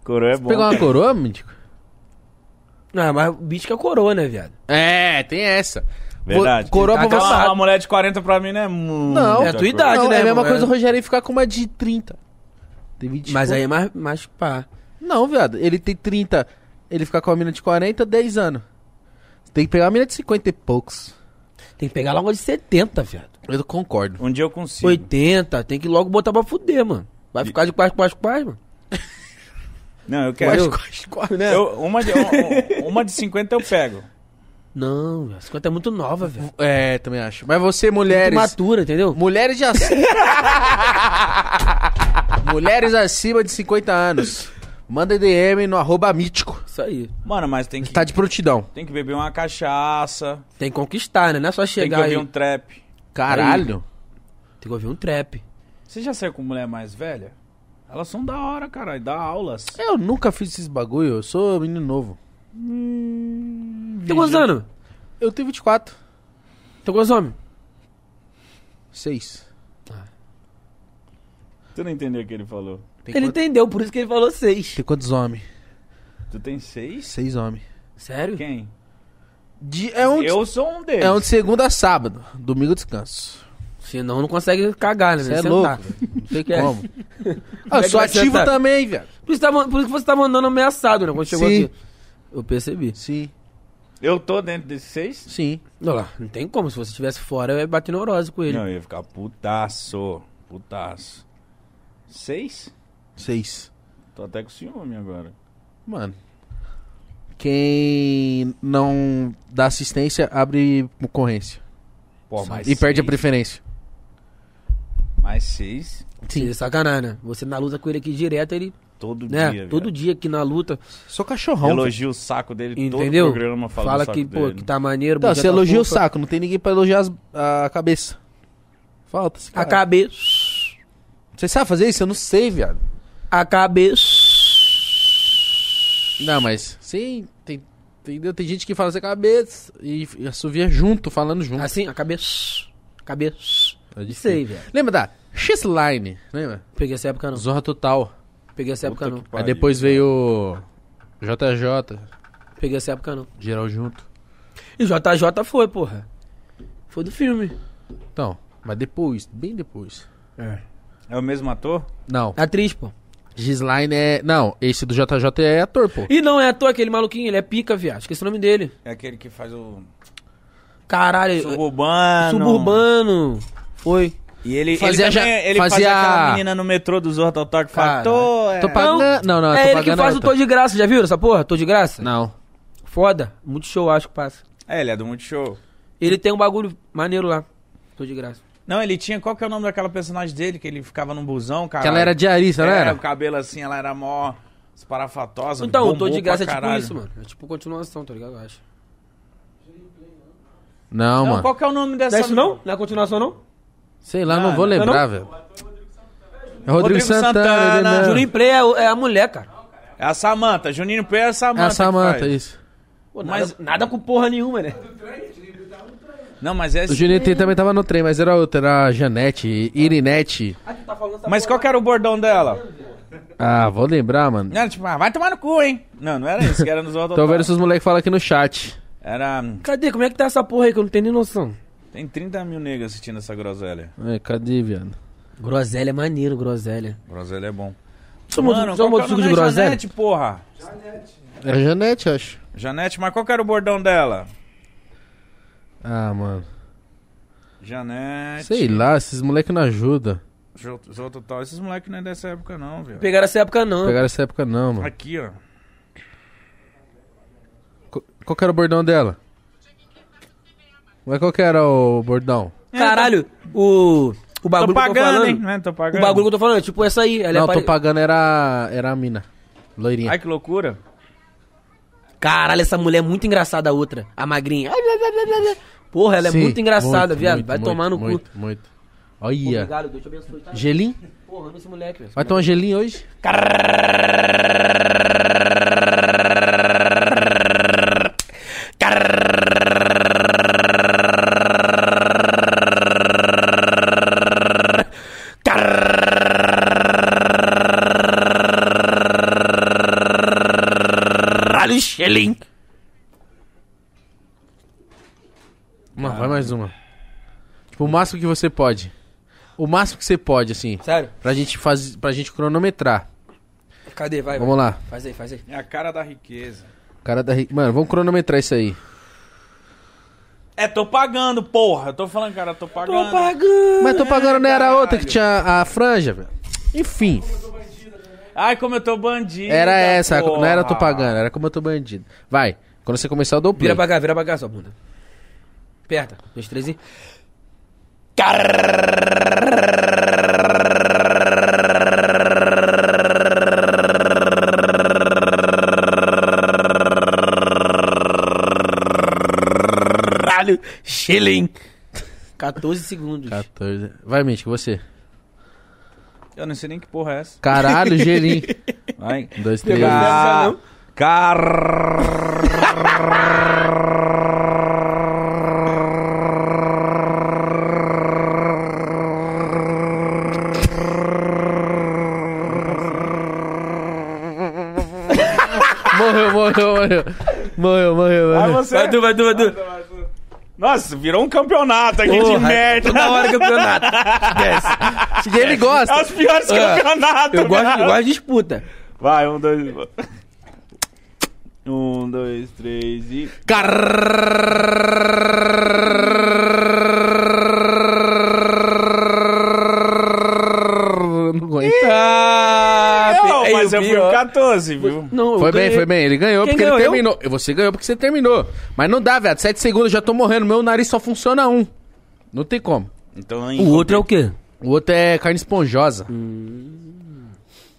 [SPEAKER 2] Coroa é bom.
[SPEAKER 1] Pegou uma coroa, Mítico?
[SPEAKER 3] Ah, mas o bicho que é coroa, né, viado?
[SPEAKER 1] É, tem essa.
[SPEAKER 2] Verdade.
[SPEAKER 1] Vo- Coroa
[SPEAKER 3] Tá
[SPEAKER 1] pra você.
[SPEAKER 2] Uma, uma mulher de 40 pra mim não é muito.
[SPEAKER 1] Não.
[SPEAKER 3] É a tua idade.
[SPEAKER 1] Não,
[SPEAKER 3] né,
[SPEAKER 1] é a mesma
[SPEAKER 3] mano?
[SPEAKER 1] coisa o Rogério ficar com uma de 30. Tem 20
[SPEAKER 3] Mas aí é mais, mais pá.
[SPEAKER 1] Não, viado. Ele tem 30. Ele ficar com a mina de 40, 10 anos. Você tem que pegar uma mina de 50 e poucos.
[SPEAKER 3] Tem que pegar logo de 70, viado.
[SPEAKER 1] Eu concordo.
[SPEAKER 2] Um dia eu consigo.
[SPEAKER 3] 80, tem que logo botar pra fuder, mano. Vai ficar de quase, quase, quase, mano.
[SPEAKER 2] Não, eu quero.
[SPEAKER 3] Entendeu?
[SPEAKER 2] Eu- uma, de, um- um- uma de 50 eu pego.
[SPEAKER 3] Não, viado, 50 é muito nova, velho.
[SPEAKER 1] É, também acho. Mas você, mulheres.
[SPEAKER 3] Matura, entendeu?
[SPEAKER 1] Mulheres de acima. mulheres acima de 50 anos. Manda DM no arroba mítico.
[SPEAKER 3] Isso Isso aí.
[SPEAKER 2] Mano, mas tem que,
[SPEAKER 1] Tá de prontidão.
[SPEAKER 2] tem que beber uma cachaça,
[SPEAKER 3] Tem que conquistar, né? Não é só
[SPEAKER 2] tem que
[SPEAKER 3] chegar
[SPEAKER 2] ouvir
[SPEAKER 3] aí.
[SPEAKER 2] um trap.
[SPEAKER 1] Caralho.
[SPEAKER 3] Tem que ouvir um trap.
[SPEAKER 2] Você já saiu com mulher mais velha? Elas são da hora, caralho, dá aulas.
[SPEAKER 1] Eu nunca fiz esses bagulho, eu sou menino novo.
[SPEAKER 3] Tem quantos anos?
[SPEAKER 1] Eu tenho 24.
[SPEAKER 3] Tem quantos homens?
[SPEAKER 1] 6.
[SPEAKER 2] Tu não entendeu o que ele falou.
[SPEAKER 1] Tem,
[SPEAKER 3] Ele
[SPEAKER 1] quant-
[SPEAKER 3] entendeu, por isso que ele falou seis.
[SPEAKER 1] tem quantos homens?
[SPEAKER 2] Tu tem seis?
[SPEAKER 1] Seis homens.
[SPEAKER 3] Sério?
[SPEAKER 2] Quem?
[SPEAKER 1] De- é, um de,
[SPEAKER 2] Eu sou um deles.
[SPEAKER 1] é um de segunda a sábado. Domingo eu descanso.
[SPEAKER 3] Senão não consegue cagar, né?
[SPEAKER 1] Você
[SPEAKER 3] Nem
[SPEAKER 1] é
[SPEAKER 3] sentar.
[SPEAKER 1] louco. velho. Não tem
[SPEAKER 3] Esquece.
[SPEAKER 1] é? como. Ah,
[SPEAKER 3] é
[SPEAKER 1] eu
[SPEAKER 3] que
[SPEAKER 1] sou
[SPEAKER 3] vai
[SPEAKER 1] ativo
[SPEAKER 3] sentar?
[SPEAKER 1] também, velho.
[SPEAKER 3] é. Por isso, tava- por isso que você tava andando ameaçado, né? Quando chegou
[SPEAKER 1] Sim.
[SPEAKER 3] aqui. Eu percebi.
[SPEAKER 1] Sim,
[SPEAKER 2] Eu tô dentro desses seis?
[SPEAKER 1] sim.
[SPEAKER 3] Não, lá, não tem como. Se você estivesse fora, eu ia bater neurose com ele.
[SPEAKER 2] Não, eu ia ficar putaço. Putaço. Seis?
[SPEAKER 1] Seis.
[SPEAKER 2] Tô até com ciúme agora.
[SPEAKER 1] Mano. Quem não dá assistência, abre concorrência.
[SPEAKER 2] Pô, mais
[SPEAKER 1] e perde a
[SPEAKER 2] seis?
[SPEAKER 1] preferência.
[SPEAKER 2] Mais seis?
[SPEAKER 3] Seria sacanagem, né? Você na luta com ele aqui direto, ele.
[SPEAKER 2] Todo
[SPEAKER 3] né?
[SPEAKER 2] dia.
[SPEAKER 3] todo dia aqui na luta.
[SPEAKER 1] Sou cachorrão. velho.
[SPEAKER 2] Elogio o saco dele
[SPEAKER 3] entendeu?
[SPEAKER 2] todo programa. Fala, do saco
[SPEAKER 3] que, pô,
[SPEAKER 2] dele.
[SPEAKER 3] que tá maneiro.
[SPEAKER 1] Não,
[SPEAKER 3] bunda
[SPEAKER 1] você
[SPEAKER 3] tá
[SPEAKER 1] elogia o
[SPEAKER 3] fofa.
[SPEAKER 1] saco, não tem ninguém pra elogiar as- a cabeça. Falta esse
[SPEAKER 3] A
[SPEAKER 1] cara.
[SPEAKER 3] cabeça.
[SPEAKER 1] Você sabe fazer isso? Eu não sei, viado.
[SPEAKER 3] A cabeça.
[SPEAKER 1] Não, mas sim, tem, entendeu? Tem gente que fala sem cabeça e, e assovia junto, falando junto.
[SPEAKER 3] Assim, a cabeça. A cabeça.
[SPEAKER 1] É
[SPEAKER 3] Não
[SPEAKER 1] difícil.
[SPEAKER 3] sei, velho.
[SPEAKER 1] Lembra da X-Line? Lembra?
[SPEAKER 3] Peguei essa época não.
[SPEAKER 1] Zorra Total.
[SPEAKER 3] Peguei essa época
[SPEAKER 2] Puta
[SPEAKER 3] não.
[SPEAKER 2] que
[SPEAKER 1] Aí
[SPEAKER 2] pariu.
[SPEAKER 1] depois veio JJ,
[SPEAKER 3] Peguei essa época não.
[SPEAKER 1] geral junto.
[SPEAKER 3] E JJ foi, porra. Foi do filme.
[SPEAKER 1] Então, mas depois, bem depois.
[SPEAKER 2] É o mesmo ator?
[SPEAKER 1] Não,
[SPEAKER 3] Atriz, pô.
[SPEAKER 1] X-Line é... Não, esse do JJ é ator, pô.
[SPEAKER 3] E não é à toa aquele maluquinho, ele é pica, viado. Esqueci o nome dele.
[SPEAKER 2] É aquele que faz o.
[SPEAKER 3] Caralho.
[SPEAKER 2] Suburbano.
[SPEAKER 3] Suburbano. Foi.
[SPEAKER 2] E ele
[SPEAKER 1] Fazia
[SPEAKER 2] ele, também-
[SPEAKER 1] já-
[SPEAKER 2] ele
[SPEAKER 1] fazia-
[SPEAKER 2] fazia aquela menina no metrô do Zorro Total que fala.
[SPEAKER 3] Cara,
[SPEAKER 2] "Tô, é."
[SPEAKER 1] Tô pagando... Não, não,
[SPEAKER 3] é
[SPEAKER 1] Ah, tô
[SPEAKER 3] ele que
[SPEAKER 1] pagando tá.
[SPEAKER 3] faz o
[SPEAKER 1] outra.
[SPEAKER 3] Tô de Graça, já viram essa porra? Tô de Graça?
[SPEAKER 1] Não.
[SPEAKER 3] Foda. Muito show, acho que passa.
[SPEAKER 2] É, ele é do Multishow.
[SPEAKER 3] Ele tem um bagulho maneiro lá. Tô de Graça.
[SPEAKER 2] Não, ele tinha. Qual que é o nome daquela personagem dele? Que ele ficava num busão, cara.
[SPEAKER 1] Que ela era diarista, não
[SPEAKER 2] É,
[SPEAKER 1] era?
[SPEAKER 2] o cabelo assim, ela era mó esparafatosa.
[SPEAKER 3] Então, o
[SPEAKER 2] bombou
[SPEAKER 3] Tô de Graça é
[SPEAKER 2] pra
[SPEAKER 3] tipo
[SPEAKER 2] caralho.
[SPEAKER 3] isso, mano. É tipo continuação, tá ligado? Eu acho.
[SPEAKER 1] Não,
[SPEAKER 2] Não,
[SPEAKER 1] mano.
[SPEAKER 2] qual que é o nome dessa.
[SPEAKER 3] Não é isso não? Não é continuação não?
[SPEAKER 1] Sei lá, não
[SPEAKER 2] Ah,
[SPEAKER 1] vou
[SPEAKER 2] não.
[SPEAKER 1] lembrar, velho. É Rodrigo
[SPEAKER 2] Rodrigo
[SPEAKER 1] Santana.
[SPEAKER 2] Santana,
[SPEAKER 1] ele mesmo.
[SPEAKER 3] Juninho Play é, o- é a mulher, cara.
[SPEAKER 2] É a Samanta. Juninho Pé é a
[SPEAKER 1] É
[SPEAKER 2] Samanta.
[SPEAKER 1] a
[SPEAKER 2] que
[SPEAKER 1] Samanta,
[SPEAKER 2] faz.
[SPEAKER 1] isso.
[SPEAKER 3] Pô, nada,
[SPEAKER 2] Mas-
[SPEAKER 3] mas nada com porra nenhuma, né?
[SPEAKER 2] Não, mas é.
[SPEAKER 1] O Juninho T também tava no trem, mas era outra, era a Janete, Irinete.
[SPEAKER 2] Tá Mas qual que era o bordão dela?
[SPEAKER 1] Ah, vou lembrar, mano.
[SPEAKER 2] Não era tipo, ah, vai tomar no cu, hein? Não, não era isso, que era nos outros.
[SPEAKER 1] Tô vendo esses moleques falar aqui no chat.
[SPEAKER 2] Era.
[SPEAKER 3] Cadê? Como é que tá essa porra aí que eu não tenho nem noção?
[SPEAKER 2] Tem 30 mil negros assistindo essa groselha.
[SPEAKER 1] É, cadê, viado?
[SPEAKER 3] Groselha é maneiro, groselha. um
[SPEAKER 2] Groselha é bom.
[SPEAKER 3] Somos- somos
[SPEAKER 2] qual que é o
[SPEAKER 3] suco de
[SPEAKER 2] nome?
[SPEAKER 3] groselha?
[SPEAKER 2] Janete, porra.
[SPEAKER 1] É a Janete, acho.
[SPEAKER 2] Janete, mas qual que era o bordão dela?
[SPEAKER 1] Ah, mano.
[SPEAKER 2] Janete.
[SPEAKER 1] Sei lá, esses moleques não ajudam.
[SPEAKER 2] Zo- Zo Total. Esses moleques não é dessa época, não, velho.
[SPEAKER 3] Pegaram essa época não.
[SPEAKER 1] Pegaram essa época não, mano.
[SPEAKER 2] Aqui, ó.
[SPEAKER 1] Co- Qual que era o bordão dela? Mas qual que era o bordão?
[SPEAKER 3] Caralho, o. O
[SPEAKER 2] Tô
[SPEAKER 3] bagulho que eu tô
[SPEAKER 2] pagando, É, tá- hein?
[SPEAKER 3] falando.
[SPEAKER 2] Né? Tô
[SPEAKER 3] O
[SPEAKER 2] pagando.
[SPEAKER 3] bagulho que eu tô falando é tipo essa aí. Ela é
[SPEAKER 1] não,
[SPEAKER 3] pare-
[SPEAKER 1] tô pagando era, era a mina. Loirinha.
[SPEAKER 2] Ai, que loucura.
[SPEAKER 3] Caralho, essa mulher é muito engraçada, a outra. A magrinha. Ai, blá, blá, blá, blá, blá. Porra, ela é
[SPEAKER 1] Sim,
[SPEAKER 3] muito engraçada, viado. Vai
[SPEAKER 1] muito,
[SPEAKER 3] tomar no
[SPEAKER 1] muito,
[SPEAKER 3] cu.
[SPEAKER 1] Muito, muito. Olha.
[SPEAKER 3] Obrigado, Deus te abençoe. Tá?
[SPEAKER 1] Gelim?
[SPEAKER 3] Porra, amo esse moleque, velho.
[SPEAKER 1] Vai tomar gelinho hoje?
[SPEAKER 3] Caralho, Xelim.
[SPEAKER 1] Uma, vai mais uma. Tipo, o máximo que você pode. O máximo que você pode, assim.
[SPEAKER 3] Sério?
[SPEAKER 1] Pra gente fazer. Pra gente cronometrar.
[SPEAKER 3] Cadê? Vai,
[SPEAKER 1] Vamos lá.
[SPEAKER 3] Faz aí, faz aí.
[SPEAKER 2] É a cara da riqueza.
[SPEAKER 1] O cara da. Ri- Mano, vamos cronometrar isso aí.
[SPEAKER 2] É, tô pagando, porra. Eu tô falando, cara, tô pagando.
[SPEAKER 3] Tô pagando.
[SPEAKER 1] Mas tô pagando não era a outra que
[SPEAKER 2] caralho.
[SPEAKER 1] tinha a franja, velho. Enfim,
[SPEAKER 2] Ai, como eu tô bandido.
[SPEAKER 1] era essa,
[SPEAKER 2] porra.
[SPEAKER 1] não era tô pagando, era como eu tô bandido. Vai, quando você começar eu dou play.
[SPEAKER 3] Vira pra cá, vira pra cá, sua bunda. Aperta. Um, Dois, três e. Caralho, Schilling. 14 segundos.
[SPEAKER 1] 14. Vai, Mitch, você.
[SPEAKER 2] Eu não sei nem que porra é essa.
[SPEAKER 1] Caralho, gelim.
[SPEAKER 2] Vai. Ah,
[SPEAKER 1] Um, dois, três.
[SPEAKER 2] Ca-
[SPEAKER 3] não.
[SPEAKER 1] Morreu, morreu, morreu. Morreu, morreu,
[SPEAKER 2] Vai
[SPEAKER 1] morreu.
[SPEAKER 2] você.
[SPEAKER 3] Vai tu, vai tu, vai tu.
[SPEAKER 2] Nossa, virou um campeonato aqui de
[SPEAKER 3] Porra,
[SPEAKER 2] merda.
[SPEAKER 3] Toda hora campeonato.
[SPEAKER 1] Ele
[SPEAKER 2] É os
[SPEAKER 1] gosta.
[SPEAKER 2] piores
[SPEAKER 3] Ah,
[SPEAKER 2] campeonatos.
[SPEAKER 3] Eu gosto,
[SPEAKER 2] cara.
[SPEAKER 3] eu gosto de disputa.
[SPEAKER 2] Vai, um, dois. Um, dois, três e.
[SPEAKER 1] Não aguento.
[SPEAKER 3] Ah,
[SPEAKER 2] Não,
[SPEAKER 3] pe-
[SPEAKER 2] Oh, mas eu fui É, o
[SPEAKER 3] pior.
[SPEAKER 2] 14, viu?
[SPEAKER 3] Não, eu
[SPEAKER 1] Foi bem,
[SPEAKER 3] ganhei.
[SPEAKER 1] foi bem. Ele ganhou
[SPEAKER 3] Quem
[SPEAKER 1] porque
[SPEAKER 3] ganhou?
[SPEAKER 1] ele
[SPEAKER 3] Eu?
[SPEAKER 1] terminou. Você ganhou porque você terminou. Mas não dá, velho. Sete segundos eu já tô morrendo. Meu nariz só funciona um. Não tem como.
[SPEAKER 2] Então,
[SPEAKER 3] O outro é o quê?
[SPEAKER 1] O outro é carne esponjosa.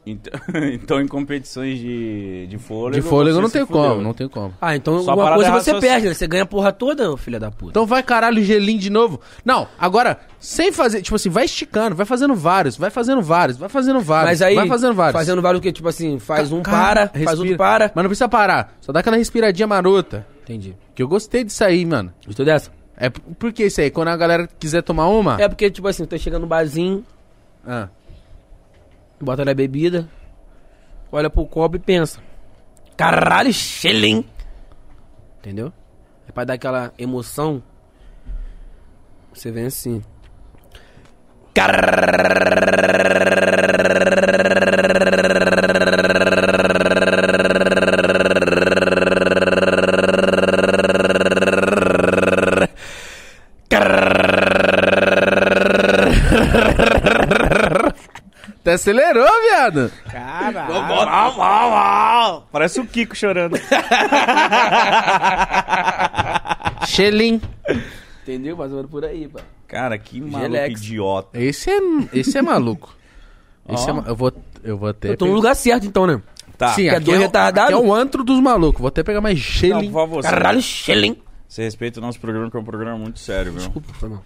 [SPEAKER 2] Então, então em competições de, de fôlego.
[SPEAKER 1] De fôlego
[SPEAKER 2] você
[SPEAKER 1] não
[SPEAKER 2] se
[SPEAKER 1] tem
[SPEAKER 2] fudeu.
[SPEAKER 1] como, não tem como.
[SPEAKER 3] Ah, então
[SPEAKER 2] Sua
[SPEAKER 3] alguma
[SPEAKER 2] parada
[SPEAKER 3] coisa
[SPEAKER 2] é
[SPEAKER 3] você
[SPEAKER 2] raciocínio.
[SPEAKER 3] perde, né? Você ganha a porra toda, ô filha da puta.
[SPEAKER 1] Então vai caralho, gelinho de novo. Não, agora, sem fazer, tipo assim, vai esticando, vai fazendo vários, vai fazendo vários, vai fazendo vários.
[SPEAKER 3] Mas aí,
[SPEAKER 1] vai fazendo vários.
[SPEAKER 3] Fazendo vários o quê? Tipo assim, faz
[SPEAKER 1] Ca-
[SPEAKER 3] um para,
[SPEAKER 1] cara,
[SPEAKER 3] faz
[SPEAKER 1] respira.
[SPEAKER 3] outro para.
[SPEAKER 1] Mas não precisa parar, só dá aquela respiradinha marota.
[SPEAKER 3] Entendi.
[SPEAKER 1] Que eu gostei disso aí, mano.
[SPEAKER 3] Gostou dessa?
[SPEAKER 1] É p- por que isso aí? Quando a galera quiser tomar uma.
[SPEAKER 3] É porque, tipo assim, tu chega no barzinho,
[SPEAKER 1] Ah,
[SPEAKER 3] bota na bebida, olha pro copo e pensa. Caralho, Xelim! Entendeu? É pra dar aquela emoção. Você vem assim.
[SPEAKER 1] Até acelerou, viado.
[SPEAKER 2] Ah, Uau, uau, uau. Parece o Kiko chorando.
[SPEAKER 1] Xelim.
[SPEAKER 3] Entendeu? Mais ou menos por aí, pá.
[SPEAKER 2] Cara, que maluco
[SPEAKER 3] Gelex.
[SPEAKER 2] idiota.
[SPEAKER 1] Esse é, esse é maluco. Esse é ma- eu vou eu vou até
[SPEAKER 3] Eu tô no lugar certo, então, né?
[SPEAKER 2] Tá.
[SPEAKER 1] Sim,
[SPEAKER 3] é
[SPEAKER 1] aqui
[SPEAKER 3] dois
[SPEAKER 1] o- aqui
[SPEAKER 3] retardado?
[SPEAKER 1] é o antro dos malucos. Vou até pegar mais
[SPEAKER 2] Não,
[SPEAKER 1] gelinho.
[SPEAKER 2] por favor, você-
[SPEAKER 3] Caralho, Xelim!
[SPEAKER 2] Você respeita o nosso programa, que é um programa muito sério, viu?
[SPEAKER 3] Desculpa, foi mal.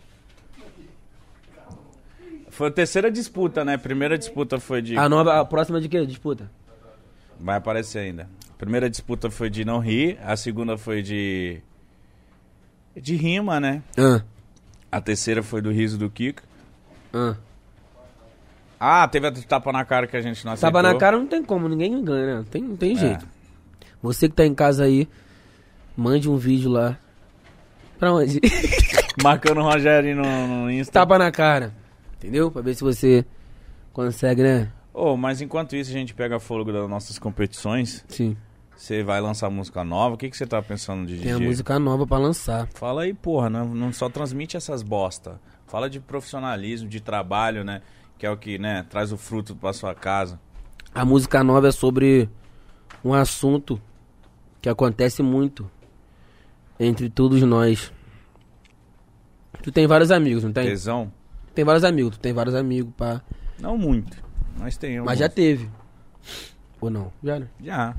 [SPEAKER 2] Foi a terceira disputa, né? Primeira disputa foi de.
[SPEAKER 1] Ah,
[SPEAKER 3] A, nova, a próxima é de quê? Disputa?
[SPEAKER 2] Vai aparecer ainda. A primeira disputa foi de não rir, a segunda foi de. de rima, né?
[SPEAKER 3] Ah,
[SPEAKER 2] A terceira foi do riso do Kiko.
[SPEAKER 3] ah.
[SPEAKER 2] Ah, teve a do tapa na cara que a gente não aceitou.
[SPEAKER 3] Tapa na cara não tem como, ninguém ganha, né? Não Tem, não tem jeito. Você que tá em casa aí, mande um vídeo lá. Pra onde?
[SPEAKER 2] Marcando o Rogério no, no Insta.
[SPEAKER 3] Tapa na cara. Entendeu? Pra ver se você consegue, né?
[SPEAKER 2] Ô, mas enquanto isso a gente pega fogo das nossas competições,
[SPEAKER 3] Sim.
[SPEAKER 2] você vai lançar música nova. O que, que você tá pensando de
[SPEAKER 3] Tem a
[SPEAKER 2] DJ?
[SPEAKER 3] música nova pra lançar.
[SPEAKER 2] Fala aí, porra, não, não só transmite essas bosta. Fala de profissionalismo, de trabalho, né? Que é o que, né, traz o fruto pra sua casa.
[SPEAKER 3] A música nova é sobre um assunto que acontece muito entre todos nós. Tu tem vários amigos, não tem?
[SPEAKER 2] Tesão?
[SPEAKER 3] Tem vários amigos, tu tem vários amigos, pá.
[SPEAKER 2] Não muito, mas tem
[SPEAKER 3] Mas já
[SPEAKER 2] alguns.
[SPEAKER 3] teve. Ou não? Já, né?
[SPEAKER 2] Já.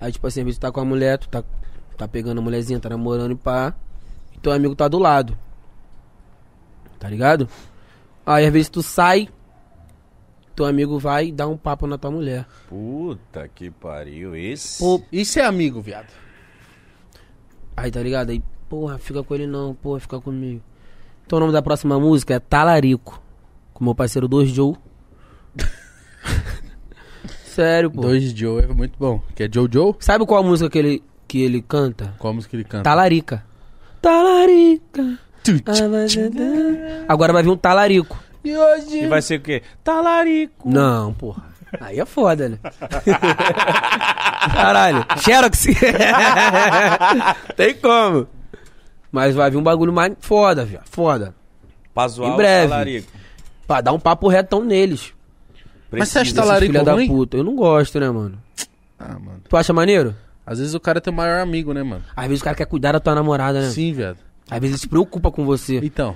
[SPEAKER 3] Aí, tipo assim, às vezes tu tá com a mulher, tu tá, tá pegando a mulherzinha, tá namorando e pá. E teu amigo tá do lado. Tá ligado? Aí, às vezes tu sai, teu amigo vai dar um papo na tua mulher.
[SPEAKER 2] Puta que pariu, esse...
[SPEAKER 3] Pô,
[SPEAKER 1] Isso é amigo, viado.
[SPEAKER 3] aí, tá ligado? Aí, porra, fica com ele não, porra, fica comigo. Então, o nome da próxima música é Talarico. Com meu parceiro Dois Joe. Sério, pô.
[SPEAKER 1] Dois Joe é muito bom. Que é Jojo?
[SPEAKER 3] Sabe qual a música que ele, que ele canta?
[SPEAKER 1] Qual a música ele
[SPEAKER 3] Tá
[SPEAKER 1] canta?
[SPEAKER 3] Talarica. Talarica. Ah, é
[SPEAKER 1] Tu, tch.
[SPEAKER 3] Agora vai vir um talarico.
[SPEAKER 1] E hoje...
[SPEAKER 2] E vai ser o quê? Talarico.
[SPEAKER 3] Não, porra. Aí é foda, né? Caralho. Xerox. Tem como. Mas vai vir um bagulho mais foda, viado. Foda.
[SPEAKER 2] Pra zoar
[SPEAKER 3] Em
[SPEAKER 2] o
[SPEAKER 3] breve.
[SPEAKER 2] talarico.
[SPEAKER 3] Pra dar um papo retão neles.
[SPEAKER 1] Mas você acha
[SPEAKER 2] Precisa.
[SPEAKER 1] talarico é
[SPEAKER 3] filha da
[SPEAKER 1] ruim?
[SPEAKER 3] puta. Eu não gosto, né, mano?
[SPEAKER 1] Ah, mano.
[SPEAKER 3] Tu acha maneiro?
[SPEAKER 1] Às vezes o cara é teu maior amigo, né, mano?
[SPEAKER 3] Às vezes o cara quer cuidar da tua namorada, né?
[SPEAKER 1] Sim, viado.
[SPEAKER 3] Às vezes ele se preocupa com você.
[SPEAKER 1] Então,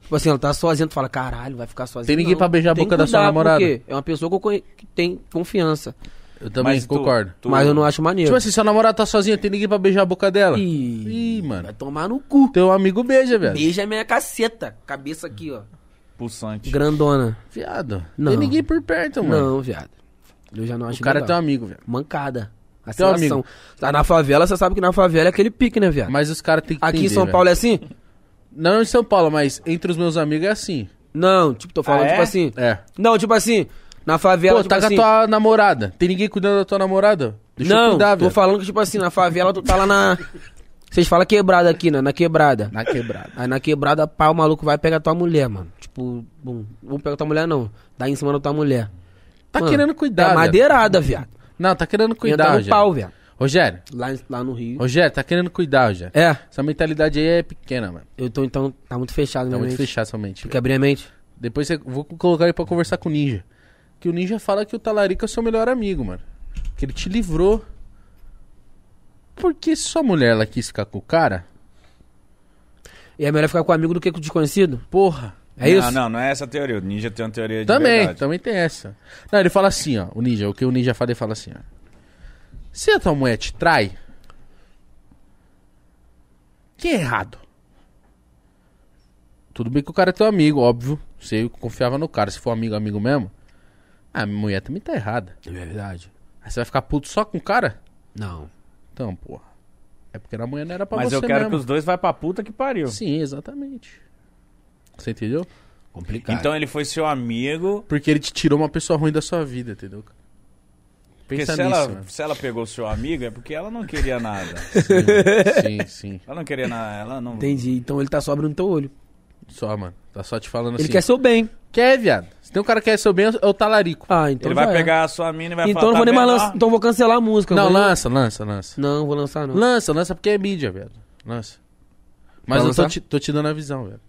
[SPEAKER 3] Tipo assim, ela tá sozinha, tu fala, caralho, vai ficar sozinha.
[SPEAKER 1] Tem ninguém
[SPEAKER 3] não.
[SPEAKER 1] pra beijar a
[SPEAKER 3] Tem
[SPEAKER 1] boca
[SPEAKER 3] que
[SPEAKER 1] da sua
[SPEAKER 3] cuidar,
[SPEAKER 1] namorada.
[SPEAKER 3] porque É uma pessoa que, eu conhe- que tem confiança.
[SPEAKER 1] Eu também
[SPEAKER 2] Mas tu-
[SPEAKER 1] concordo.
[SPEAKER 2] tu- é.
[SPEAKER 3] Mas eu não acho maneiro.
[SPEAKER 1] Tipo assim, se a namorada tá sozinha, tem ninguém pra beijar a boca dela.
[SPEAKER 3] Ih,
[SPEAKER 1] Ih, mano.
[SPEAKER 3] Vai tomar no cu.
[SPEAKER 1] Teu amigo beija, velho.
[SPEAKER 3] Beija minha caceta. Cabeça aqui, ó.
[SPEAKER 2] Pulsante.
[SPEAKER 3] Grandona.
[SPEAKER 1] Viado.
[SPEAKER 3] Não.
[SPEAKER 1] Tem ninguém por perto, mano.
[SPEAKER 3] Não, viado. Eu já não acho
[SPEAKER 1] o cara é
[SPEAKER 3] legal.
[SPEAKER 1] teu amigo, velho.
[SPEAKER 3] Mancada.
[SPEAKER 1] Teu
[SPEAKER 3] Aceleração.
[SPEAKER 1] amigo.
[SPEAKER 3] Tá na favela, você sabe que na favela é aquele pique, né, viado?
[SPEAKER 1] Mas os caras têm que
[SPEAKER 3] Aqui em
[SPEAKER 1] entender,
[SPEAKER 3] São
[SPEAKER 1] velho.
[SPEAKER 3] Paulo é assim?
[SPEAKER 1] Não em São Paulo, mas entre os meus amigos é assim.
[SPEAKER 3] Não, tipo, tô falando
[SPEAKER 2] Ah, é?
[SPEAKER 3] tipo assim.
[SPEAKER 1] É.
[SPEAKER 3] Não, tipo assim, na favela,
[SPEAKER 1] Pô,
[SPEAKER 3] tipo
[SPEAKER 1] tá
[SPEAKER 3] assim...
[SPEAKER 1] com a tua namorada. Tem ninguém cuidando da tua namorada? Deixa
[SPEAKER 3] não,
[SPEAKER 1] eu cuidar,
[SPEAKER 3] tô
[SPEAKER 1] velho.
[SPEAKER 3] falando que, tipo assim, na favela tu tá lá na... Vocês falam quebrada aqui, né? Na quebrada.
[SPEAKER 1] Na quebrada.
[SPEAKER 3] Aí na quebrada, pá, o maluco vai pegar tua mulher, mano. Tipo, bum, não pega tua mulher não. Dá em cima da tua mulher.
[SPEAKER 1] Tá
[SPEAKER 3] Mano,
[SPEAKER 1] querendo cuidar,
[SPEAKER 3] É
[SPEAKER 1] velho.
[SPEAKER 3] madeirada, viado.
[SPEAKER 1] Não, tá querendo cuidar,
[SPEAKER 3] Entra no
[SPEAKER 1] Rogério.
[SPEAKER 3] pau, viado.
[SPEAKER 1] Rogério,
[SPEAKER 3] Lá, em- lá no Rio.
[SPEAKER 1] Rogério, tá querendo cuidar, Rogério.
[SPEAKER 3] É,
[SPEAKER 1] Essa mentalidade aí é pequena, mano.
[SPEAKER 3] eu tô então... Tá muito fechado,
[SPEAKER 1] Tá
[SPEAKER 3] né?
[SPEAKER 1] muito fechada essa mente.
[SPEAKER 3] Tem
[SPEAKER 1] velho.
[SPEAKER 3] que abrir a mente.
[SPEAKER 1] Depois você, vou colocar ele pra conversar com o Ninja. Que o Ninja fala que o Talarica é o seu melhor amigo, mano. Que ele te livrou. Porque se sua mulher ela quis ficar com o cara,
[SPEAKER 3] E é melhor ficar com amigo do que com desconhecido?
[SPEAKER 1] porra.
[SPEAKER 3] É
[SPEAKER 2] não,
[SPEAKER 3] isso?
[SPEAKER 2] Não, não é essa a teoria. O ninja tem uma teoria de
[SPEAKER 1] também,
[SPEAKER 2] É verdade.
[SPEAKER 1] também tem essa. Não, ele fala assim, ó. O Ninja, o que o Ninja fala, ele fala assim, ó. Se a tua mulher te trai, que é errado? Tudo bem que o cara é teu amigo, óbvio. Você confiava no cara. Se for amigo, amigo mesmo. Ah, minha mulher também tá errada.
[SPEAKER 3] É verdade.
[SPEAKER 1] Aí você vai ficar puto só com o cara?
[SPEAKER 3] Não.
[SPEAKER 1] Então, porra. É porque na manhã não era pra
[SPEAKER 2] Mas
[SPEAKER 1] você
[SPEAKER 2] eu quero que
[SPEAKER 1] mesmo.
[SPEAKER 2] os dois vá pra puta que pariu.
[SPEAKER 1] Sim, exatamente. Você entendeu?
[SPEAKER 3] Complicado.
[SPEAKER 2] Então ele foi seu amigo.
[SPEAKER 1] Porque ele te tirou uma pessoa ruim da sua vida, entendeu? cara?
[SPEAKER 2] Porque
[SPEAKER 1] Pensa
[SPEAKER 2] se
[SPEAKER 1] nisso,
[SPEAKER 2] ela,
[SPEAKER 1] mano.
[SPEAKER 2] se ela pegou seu amigo, é porque ela não queria nada.
[SPEAKER 1] Sim, sim.
[SPEAKER 2] Ela não queria nada. Ela não.
[SPEAKER 3] Entendi. Então ele tá só abrindo teu olho.
[SPEAKER 1] Só, mano. Tá só te falando
[SPEAKER 3] Ele
[SPEAKER 1] Tipo assim.
[SPEAKER 3] quer seu bem.
[SPEAKER 1] Quer, viado. Se tem um cara que quer seu bem, é o talarico.
[SPEAKER 3] Ah, então
[SPEAKER 2] Ele vai
[SPEAKER 3] já é.
[SPEAKER 2] pegar a sua mina e vai
[SPEAKER 3] Então
[SPEAKER 2] falar.
[SPEAKER 3] não vou
[SPEAKER 2] tá
[SPEAKER 3] nem mais
[SPEAKER 2] vendo?
[SPEAKER 3] lançar. Então vou cancelar a música.
[SPEAKER 1] não,
[SPEAKER 3] vou nem-
[SPEAKER 1] lança, lança, lança.
[SPEAKER 3] Não, vou lançar não.
[SPEAKER 1] Lança, lança porque é mídia, velho. Lança. Mas
[SPEAKER 3] Pra
[SPEAKER 1] eu tô
[SPEAKER 3] lançar?
[SPEAKER 1] te, tô te dando a visão, velho.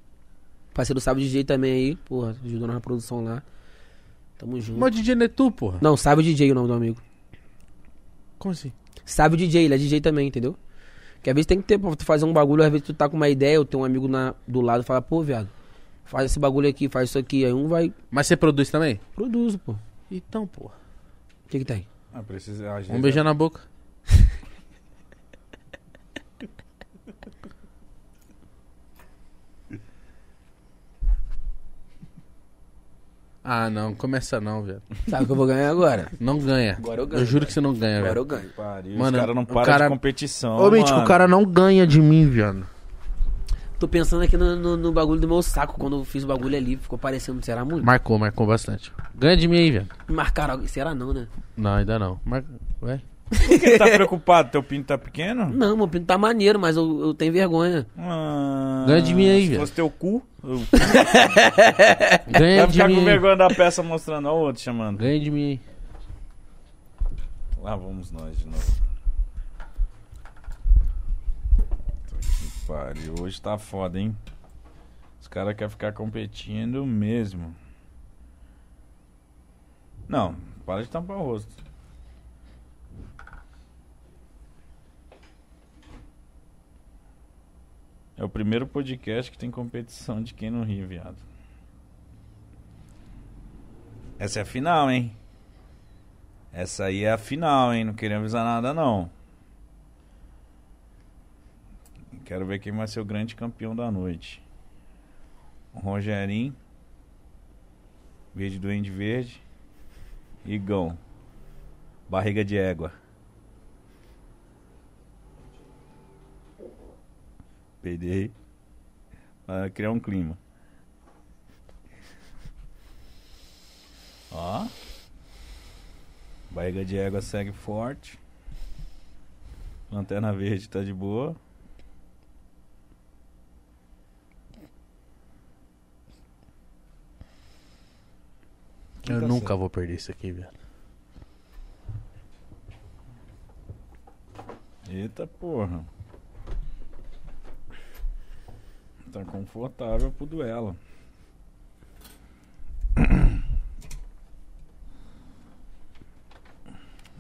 [SPEAKER 3] Parceiro Sábio DJ também aí, porra, ajudou na produção lá. Tamo junto.
[SPEAKER 1] Mas DJ Netu, porra.
[SPEAKER 3] Não, Sábio DJ é o nome do amigo.
[SPEAKER 1] Como assim?
[SPEAKER 3] Sábio DJ, ele é DJ também, entendeu? Que às vezes tem que ter pra tu fazer um bagulho, às vezes tu tá com uma ideia, ou tem um amigo na, do lado e fala, pô, viado, faz esse bagulho aqui, faz isso aqui. Aí um vai,
[SPEAKER 1] Mas você produz também?
[SPEAKER 3] produz, pô. O
[SPEAKER 1] Então, porra.
[SPEAKER 3] que que tem?
[SPEAKER 2] Ah, precisa, às
[SPEAKER 1] Um
[SPEAKER 2] vezes
[SPEAKER 1] beijar na boca. Ah, não, começa não, velho.
[SPEAKER 3] Sabe o que eu vou ganhar agora?
[SPEAKER 1] Não ganha.
[SPEAKER 3] Agora eu ganho,
[SPEAKER 1] Eu
[SPEAKER 2] né?
[SPEAKER 1] juro que você não ganha,
[SPEAKER 3] Agora
[SPEAKER 1] velho.
[SPEAKER 3] eu ganho.
[SPEAKER 2] Pariu,
[SPEAKER 1] Mano,
[SPEAKER 2] os caras não
[SPEAKER 1] o
[SPEAKER 2] param
[SPEAKER 1] cara-
[SPEAKER 2] de competição.
[SPEAKER 1] Ô, Mítico,
[SPEAKER 2] mano.
[SPEAKER 1] o cara não ganha de mim, viado.
[SPEAKER 3] Tô pensando aqui no, no- no bagulho do meu saco, quando eu fiz o bagulho ali, ficou parecendo, será muito?
[SPEAKER 1] Marcou, marcou bastante. Ganha de mim aí, velho.
[SPEAKER 3] Me Marcaram algo, será não, né?
[SPEAKER 1] Não, ainda não. Mar... Ué?
[SPEAKER 2] Por que tá
[SPEAKER 1] É.
[SPEAKER 2] preocupado? Teu pinto tá pequeno?
[SPEAKER 3] Não, meu pinto tá maneiro, mas eu, eu tenho vergonha.
[SPEAKER 2] Ah,
[SPEAKER 1] Ganha de mim aí,
[SPEAKER 2] Se
[SPEAKER 1] velho.
[SPEAKER 2] fosse teu cu, eu-
[SPEAKER 1] Ganha
[SPEAKER 2] vai
[SPEAKER 1] de
[SPEAKER 2] ficar com
[SPEAKER 1] mim aí.
[SPEAKER 2] vergonha da peça mostrando. Ó, o outro chamando.
[SPEAKER 1] Ganha de mim aí.
[SPEAKER 2] Lá Ah, vamos nós de novo. Puta que Pariu, hoje tá foda, hein? Os caras querem ficar competindo mesmo. Não, para de tampar o rosto. É o primeiro podcast que tem competição de quem não ri, viado. Essa é a final, hein? Essa aí é a final, hein? Não queria avisar nada, não. Quero ver quem vai ser o grande campeão da noite. O Rogerinho. Verde Duende Verde. Igão. Barriga de égua. Peidei. Para criar um clima. Ó. Barriga de égua segue forte. Lanterna verde tá de boa.
[SPEAKER 1] Eu
[SPEAKER 2] Tá
[SPEAKER 1] nunca vou perder isso aqui, velho.
[SPEAKER 2] Eita porra. Tá confortável pro duelo.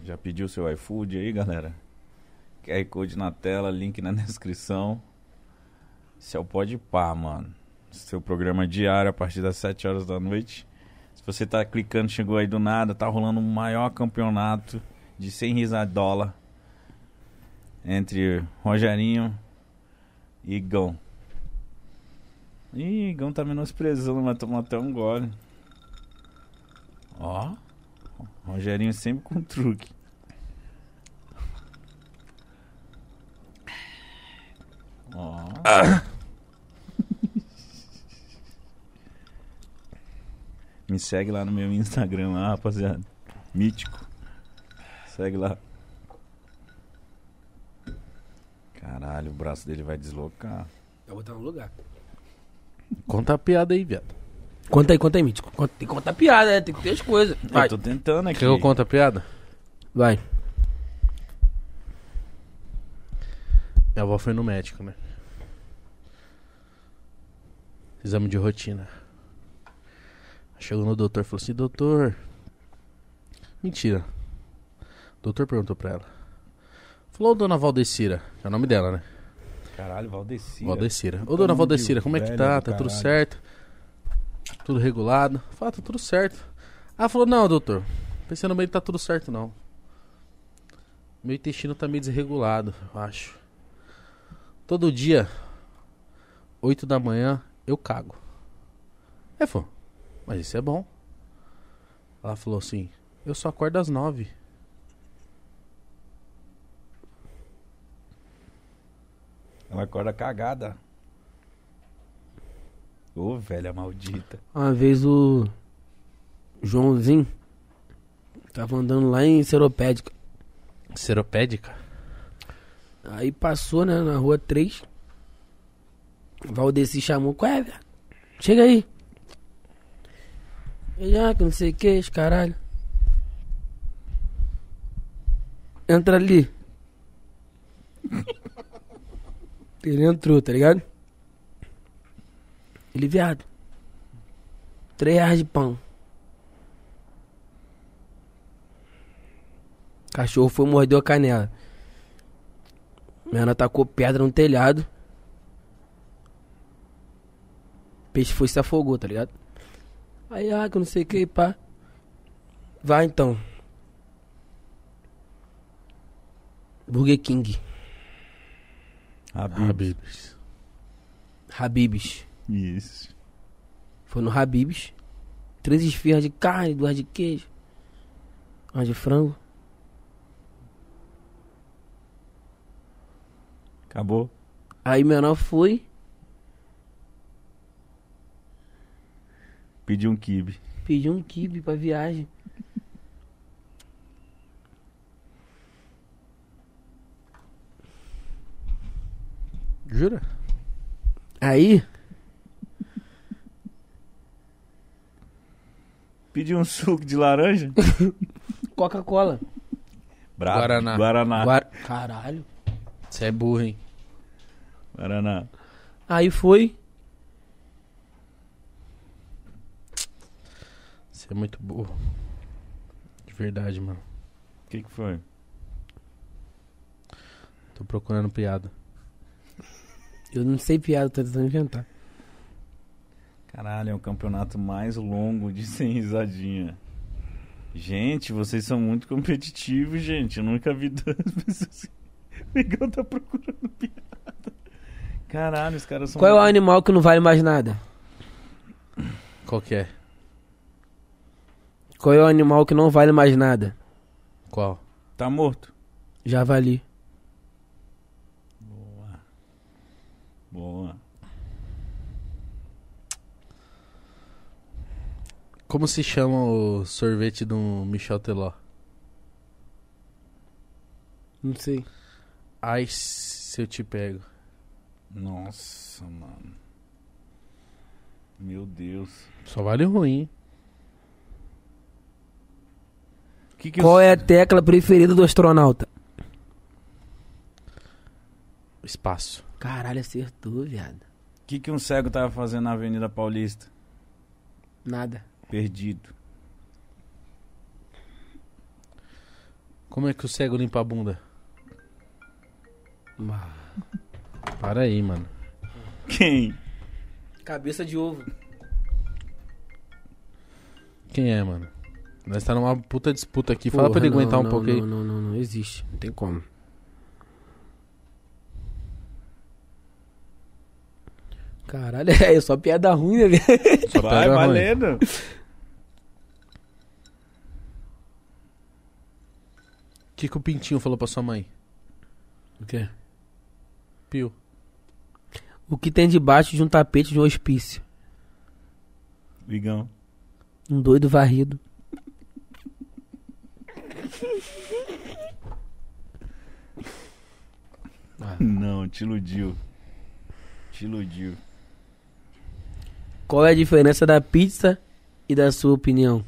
[SPEAKER 2] Já pediu seu iFood aí, galera? QR Code na tela, link na descrição. Esse é o Pode Par, mano. Seu programa diário a partir das 7 horas da noite. Se você tá clicando, chegou aí do nada, tá rolando o maior campeonato de 100 risadola entre Rogerinho e Igão. Ih, Igão tá menosprezando, mas tomou até um gole. Ó, Rogerinho sempre com truque. Ó. Me segue lá no meu Instagram lá, rapaziada. Mítico. Segue lá. Caralho, o braço dele vai deslocar.
[SPEAKER 3] Eu vou botar no lugar.
[SPEAKER 1] Conta a piada aí, viado.
[SPEAKER 3] Conta aí, conta aí, Mítico. Conta- tem que contar piada, né? Tem que ter as coisas. Vai,
[SPEAKER 2] Eu tô tentando aqui.
[SPEAKER 1] Quer que eu conte a piada?
[SPEAKER 3] vai.
[SPEAKER 1] Minha avó foi no médico, né? Exame de rotina. Chegou no doutor e falou assim: Doutor. Mentira. O doutor perguntou pra ela: Falou, dona Valdecira, é o nome dela, né?
[SPEAKER 2] Caralho, Valdeci.
[SPEAKER 1] Valdecira. Ô,
[SPEAKER 2] Todo
[SPEAKER 1] dona
[SPEAKER 2] mundo
[SPEAKER 1] Valdecira, como é que
[SPEAKER 2] velho
[SPEAKER 1] tá?
[SPEAKER 2] do
[SPEAKER 1] Tá tudo
[SPEAKER 2] caralho.
[SPEAKER 1] certo? Tudo regulado? Fala, tá tudo certo. Ela falou, não, doutor. Pensando bem, tá tudo certo, não. Meu intestino tá meio desregulado, eu acho. Todo dia, 8 da manhã, eu cago. É, falou, mas isso é bom. Ela falou assim, eu só acordo às 9.
[SPEAKER 2] Ela acorda É cagada. Ô, velha maldita.
[SPEAKER 3] Uma vez o Joãozinho tava andando lá em Seropédica.
[SPEAKER 1] Seropédica?
[SPEAKER 3] Aí passou, né, na rua 3. Valdeci chamou, qual é, velho? Chega aí. Ele, ah, que não sei o que, esse caralho. Entra ali. Ele entrou, tá ligado? Ele, viado. Três reais de pão. Cachorro foi e mordeu a canela. Minha Ana tacou pedra no telhado. Peixe foi e se afogou, tá ligado? Aí, ah, que eu não sei o que, pá. Vai então. Burger King,
[SPEAKER 1] Ah,
[SPEAKER 2] Habib.
[SPEAKER 1] Habibs.
[SPEAKER 3] Habibs.
[SPEAKER 2] Isso.
[SPEAKER 3] Foi no Habibs. Três esfirras de carne, duas de queijo. Uma de frango.
[SPEAKER 2] Acabou.
[SPEAKER 3] Aí minha Ana foi,
[SPEAKER 2] Pediu um kibe.
[SPEAKER 3] pediu um kibe pra viagem.
[SPEAKER 1] Jura?
[SPEAKER 3] Aí,
[SPEAKER 2] Pediu um suco de laranja?
[SPEAKER 3] Coca-Cola.
[SPEAKER 2] Bravo.
[SPEAKER 1] Guaraná.
[SPEAKER 2] Guaraná.
[SPEAKER 3] Guar- Caralho.
[SPEAKER 1] Você é burro, hein?
[SPEAKER 2] Guaraná.
[SPEAKER 3] Aí foi,
[SPEAKER 1] Você é muito burro. De verdade, mano.
[SPEAKER 2] O que, que foi?
[SPEAKER 1] Tô procurando piada.
[SPEAKER 3] Eu não sei piada, tô tentando inventar.
[SPEAKER 2] Caralho, é o campeonato mais longo de sem risadinha. Gente, vocês são muito competitivos, gente. Eu nunca vi duas pessoas. assim. O Igão tá procurando piada. Caralho, os caras são.
[SPEAKER 3] Qual é o animal que não vale mais nada?
[SPEAKER 1] Qual que é?
[SPEAKER 3] Qual é o animal que não vale mais nada?
[SPEAKER 1] Qual?
[SPEAKER 2] Tá morto?
[SPEAKER 3] Javali.
[SPEAKER 2] Boa. Boa.
[SPEAKER 1] Como se chama o sorvete do Michel Teló?
[SPEAKER 3] Não sei.
[SPEAKER 1] Ai, se eu te pego.
[SPEAKER 2] Nossa, mano. Meu Deus.
[SPEAKER 1] Só vale o ruim. hein?
[SPEAKER 2] Que que
[SPEAKER 3] Qual
[SPEAKER 2] os-
[SPEAKER 3] é a tecla preferida do astronauta?
[SPEAKER 1] Espaço.
[SPEAKER 3] Caralho, acertou, viado.
[SPEAKER 2] O que, que um cego tava fazendo na Avenida Paulista?
[SPEAKER 3] Nada.
[SPEAKER 2] Perdido.
[SPEAKER 1] Como é que o cego limpa a bunda? Para aí, mano.
[SPEAKER 2] Quem?
[SPEAKER 3] Cabeça de ovo.
[SPEAKER 1] Quem é, mano? Nós tá numa puta disputa aqui. Fala pra ele
[SPEAKER 3] Porra,
[SPEAKER 1] aguentar
[SPEAKER 3] não,
[SPEAKER 1] um pouco
[SPEAKER 3] não,
[SPEAKER 1] aí.
[SPEAKER 3] Não, não, não, não, existe. Não tem como. Caralho, é só piada ruim, né, velho?
[SPEAKER 2] Vai,
[SPEAKER 1] pega ruim.
[SPEAKER 2] valendo.
[SPEAKER 1] O que, que o Pintinho falou pra sua mãe? O quê? Pio.
[SPEAKER 3] O que tem debaixo de um tapete de um hospício?
[SPEAKER 2] Ligão.
[SPEAKER 3] Um doido varrido.
[SPEAKER 2] Não, te iludiu. Te iludiu.
[SPEAKER 3] Qual é a diferença da pizza e da sua opinião?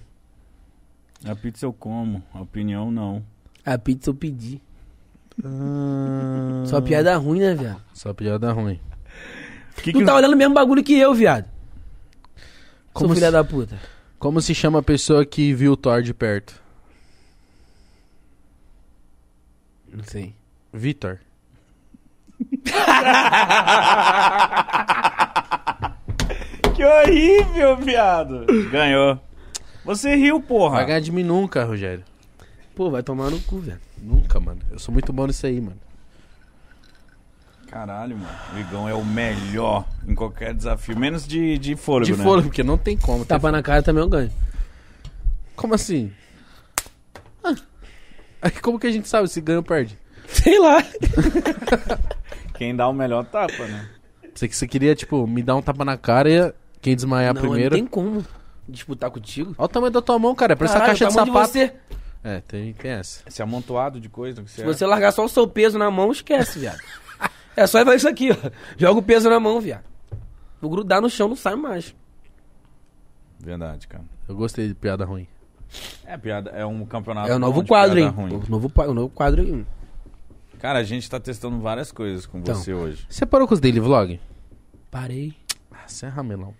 [SPEAKER 2] A pizza eu como, a opinião não.
[SPEAKER 3] A pizza eu pedi. Só piada ruim, né, viado?
[SPEAKER 1] Só piada ruim.
[SPEAKER 2] Que
[SPEAKER 3] Tu
[SPEAKER 2] que-
[SPEAKER 3] tá olhando o mesmo bagulho que eu, viado.
[SPEAKER 1] Como
[SPEAKER 3] Seu filho
[SPEAKER 1] se-
[SPEAKER 3] da puta.
[SPEAKER 1] Como se chama a pessoa que viu o Thor de perto?
[SPEAKER 3] Não sei.
[SPEAKER 1] Vitor.
[SPEAKER 2] que horrível, viado. Ganhou. Você riu,
[SPEAKER 1] Vai
[SPEAKER 2] porra.
[SPEAKER 1] ganhar de mim nunca, Rogério.
[SPEAKER 3] Pô, vai tomar no cu, velho.
[SPEAKER 1] Nunca, mano. Eu sou muito bom nisso aí, mano.
[SPEAKER 2] Caralho, mano. O Igão é o melhor em qualquer desafio. Menos de, de fôlego,
[SPEAKER 1] De
[SPEAKER 2] né?
[SPEAKER 1] fôlego, porque não tem como. ter-
[SPEAKER 3] Tapa na cara também eu ganho.
[SPEAKER 1] Como assim? Ah. Aí Como que a gente sabe se ganha ou perde?
[SPEAKER 3] Sei lá.
[SPEAKER 2] Tá Quem dá o melhor tapa, né?
[SPEAKER 1] Você, você queria, tipo, me dar um tapa na cara e quem desmaiar
[SPEAKER 3] não,
[SPEAKER 1] primeiro.
[SPEAKER 3] não tem como disputar contigo.
[SPEAKER 1] Olha o tamanho da tua mão, cara. Parece a
[SPEAKER 3] Caralho,
[SPEAKER 1] caixa de
[SPEAKER 3] tamanho
[SPEAKER 1] sapato.
[SPEAKER 3] você.
[SPEAKER 1] É, tem, tem essa.
[SPEAKER 2] Esse é amontoado de coisa que você,
[SPEAKER 3] Se
[SPEAKER 2] é.
[SPEAKER 3] você largar só o seu peso na mão, esquece, viado. é só isso aqui, ó. Joga o peso na mão, viado. Vou grudar no chão, não sai mais.
[SPEAKER 2] Verdade, cara.
[SPEAKER 1] Eu gostei de piada ruim.
[SPEAKER 2] É piada, é um campeonato.
[SPEAKER 3] É o
[SPEAKER 2] bom
[SPEAKER 3] novo
[SPEAKER 2] de
[SPEAKER 3] quadro, hein?
[SPEAKER 2] piada ruim.
[SPEAKER 3] O novo, pa- o novo quadro aí.
[SPEAKER 2] Cara, a gente tá testando várias coisas com
[SPEAKER 3] Então.
[SPEAKER 2] você hoje.
[SPEAKER 1] Você parou com os daily vlog?
[SPEAKER 3] Parei.
[SPEAKER 1] Ah, você é ramelão.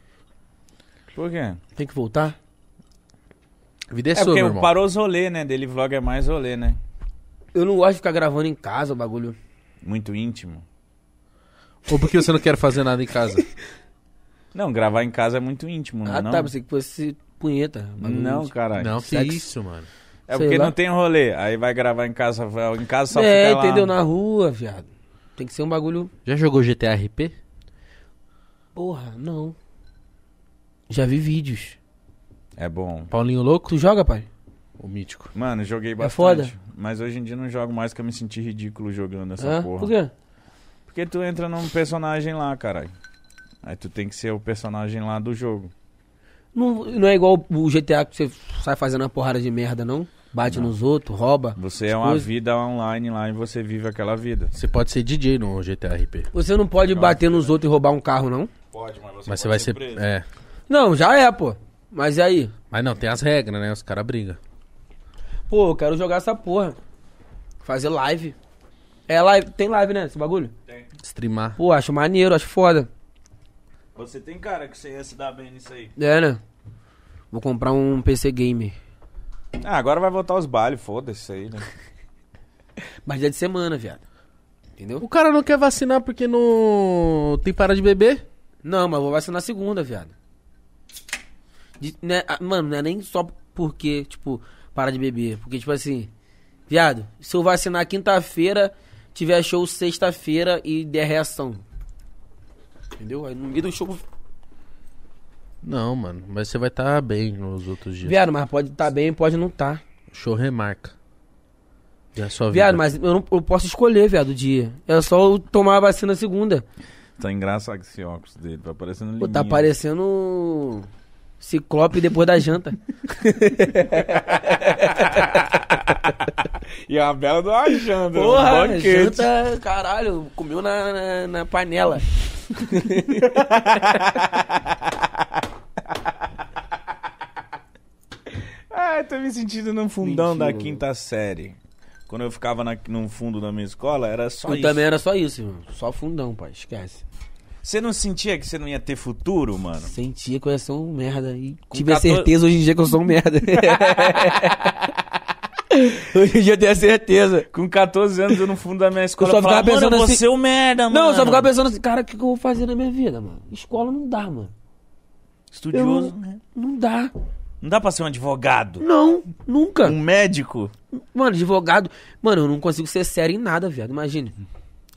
[SPEAKER 2] Por quê?
[SPEAKER 3] Tem que voltar?
[SPEAKER 1] A Vida é,
[SPEAKER 2] É,
[SPEAKER 1] sua,
[SPEAKER 2] porque
[SPEAKER 1] meu irmão.
[SPEAKER 2] parou os rolê, né? Dele vlog é mais rolê, né?
[SPEAKER 3] Eu não gosto de ficar gravando em casa o bagulho.
[SPEAKER 2] Muito íntimo.
[SPEAKER 1] Ou porque você não quer fazer nada em casa?
[SPEAKER 2] Não, gravar em casa é muito íntimo, não é?
[SPEAKER 3] ah,
[SPEAKER 2] não?
[SPEAKER 3] tá. Pensei que fosse punheta. bagulho
[SPEAKER 2] Não,
[SPEAKER 3] de-
[SPEAKER 2] caralho.
[SPEAKER 1] não, que
[SPEAKER 3] sexo.
[SPEAKER 1] isso, mano.
[SPEAKER 2] É
[SPEAKER 3] sei
[SPEAKER 2] porque
[SPEAKER 3] lá.
[SPEAKER 2] não tem rolê. Aí vai gravar em casa, vai- em casa só
[SPEAKER 3] É,
[SPEAKER 2] fica lá.
[SPEAKER 3] entendeu? Na rua, viado. Tem que ser um bagulho.
[SPEAKER 1] Já jogou GTA RP?
[SPEAKER 3] Porra, não. Já vi vídeos.
[SPEAKER 2] É bom.
[SPEAKER 1] Paulinho Louco?
[SPEAKER 3] Tu joga, pai?
[SPEAKER 1] O mítico.
[SPEAKER 2] Mano, joguei bastante.
[SPEAKER 3] É foda?
[SPEAKER 2] Mas hoje em dia não jogo mais que eu me senti ridículo jogando essa
[SPEAKER 3] Hã?
[SPEAKER 2] porra.
[SPEAKER 3] É? Por quê?
[SPEAKER 2] Porque tu entra num personagem lá, caralho. Aí tu tem que ser o personagem lá do jogo.
[SPEAKER 3] Não, não é igual o GTA que você sai fazendo uma porrada de merda, não? Bate nos outros, rouba.
[SPEAKER 2] Você
[SPEAKER 3] as
[SPEAKER 2] é uma
[SPEAKER 3] coisas.
[SPEAKER 2] vida online lá e você vive aquela vida.
[SPEAKER 1] Você pode ser DJ no GTA RP.
[SPEAKER 3] Você não pode bater nos outros e roubar um carro, não?
[SPEAKER 2] Pode, mas você,
[SPEAKER 1] Mas você vai ser. É.
[SPEAKER 3] Não, já é, pô. Mas e aí?
[SPEAKER 1] Mas não, tem as regras, né? Os caras brigam.
[SPEAKER 3] Pô, eu quero jogar essa porra. Fazer live. É live, tem live, né? Esse bagulho?
[SPEAKER 1] Streamar.
[SPEAKER 3] Pô, acho maneiro, acho foda.
[SPEAKER 2] Você tem cara que você ia se dar bem nisso aí.
[SPEAKER 3] É, né? Vou comprar um PC gamer.
[SPEAKER 2] Ah, agora vai voltar os bailes, foda-se isso aí, né?
[SPEAKER 3] Mas dia de semana, viado. Entendeu?
[SPEAKER 1] O cara não quer vacinar porque não tem para de beber?
[SPEAKER 3] Não, mas vou vacinar segunda, viado. De- né, ah, mano, não é nem só porque, tipo, para de beber. Porque, tipo assim, viado, se eu vacinar quinta-feira, tiver show sexta-feira e der reação. Entendeu? Aí no meio do show.
[SPEAKER 1] Não, mano. Mas você vai estar tá bem nos outros dias.
[SPEAKER 3] Viado, mas pode estar tá bem, pode não estar. Tá.
[SPEAKER 1] Show remarca. Já é a sua vida.
[SPEAKER 3] Viado, mas eu não eu posso escolher, viado, o dia. É só eu tomar a vacina segunda.
[SPEAKER 2] Tá engraçado esse óculos dele, tá parecendo
[SPEAKER 3] Pô,
[SPEAKER 2] lindo.
[SPEAKER 3] tá parecendo ciclope depois da janta.
[SPEAKER 2] E a bela do Ajanda,
[SPEAKER 3] Porra, tá
[SPEAKER 2] banquete.
[SPEAKER 3] janta, caralho, comeu na, na, na panela.
[SPEAKER 2] Ah, tô me sentindo no fundão
[SPEAKER 3] Mentira,
[SPEAKER 2] da quinta série. Quando eu ficava na, no fundo da minha escola, era só
[SPEAKER 3] eu
[SPEAKER 2] isso.
[SPEAKER 3] também era só isso, irmão. Só fundão, pai, esquece.
[SPEAKER 2] Você não sentia que você não ia ter futuro, mano?
[SPEAKER 3] Sentia que eu ia ser um merda. E
[SPEAKER 2] Com 14
[SPEAKER 3] tive a certeza hoje em dia que eu sou um merda. hoje em dia eu tenho a certeza.
[SPEAKER 2] Com 14 anos, eu no fundo da minha escola
[SPEAKER 3] Eu só ficava
[SPEAKER 2] falava, mano,
[SPEAKER 3] pensando
[SPEAKER 2] eu vou
[SPEAKER 3] assim-
[SPEAKER 2] ser o merda, mano.
[SPEAKER 3] Não, eu só ficava pensando assim, cara, o que, que eu vou fazer na minha vida, mano? Escola não dá, mano.
[SPEAKER 2] Estudioso,
[SPEAKER 3] Eu-
[SPEAKER 2] né?
[SPEAKER 3] Não dá.
[SPEAKER 2] Não dá pra ser um advogado.
[SPEAKER 3] Não, nunca.
[SPEAKER 2] Um médico.
[SPEAKER 3] Mano, advogado. Mano, eu não consigo ser sério em nada, viado. Imagine.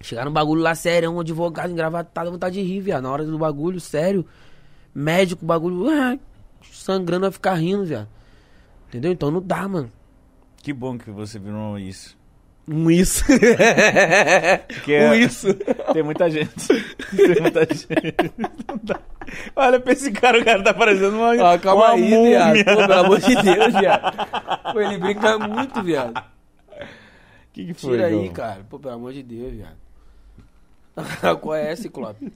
[SPEAKER 3] Chegar num bagulho lá sério, um advogado engravatado, vontade de rir, viado. Na hora do bagulho, sério. Médico, bagulho. ah, sangrando, vai ficar rindo, viado. Entendeu? Então não dá, mano.
[SPEAKER 2] Que bom que você virou isso.
[SPEAKER 3] Um isso.
[SPEAKER 2] Que é-
[SPEAKER 3] Um isso.
[SPEAKER 2] Tem muita gente. Tem muita gente. Não dá. Olha pra esse cara, o cara tá parecendo uma.
[SPEAKER 3] Ah, calma
[SPEAKER 2] uma
[SPEAKER 3] aí,
[SPEAKER 2] múmia.
[SPEAKER 3] viado. Pô, pelo amor de Deus, viado. Pô, ele brinca muito, viado.
[SPEAKER 2] Que que foi,
[SPEAKER 3] Tira aí,
[SPEAKER 2] João?
[SPEAKER 3] cara. Pô, pelo amor de Deus, viado. Qual é, Ciclope?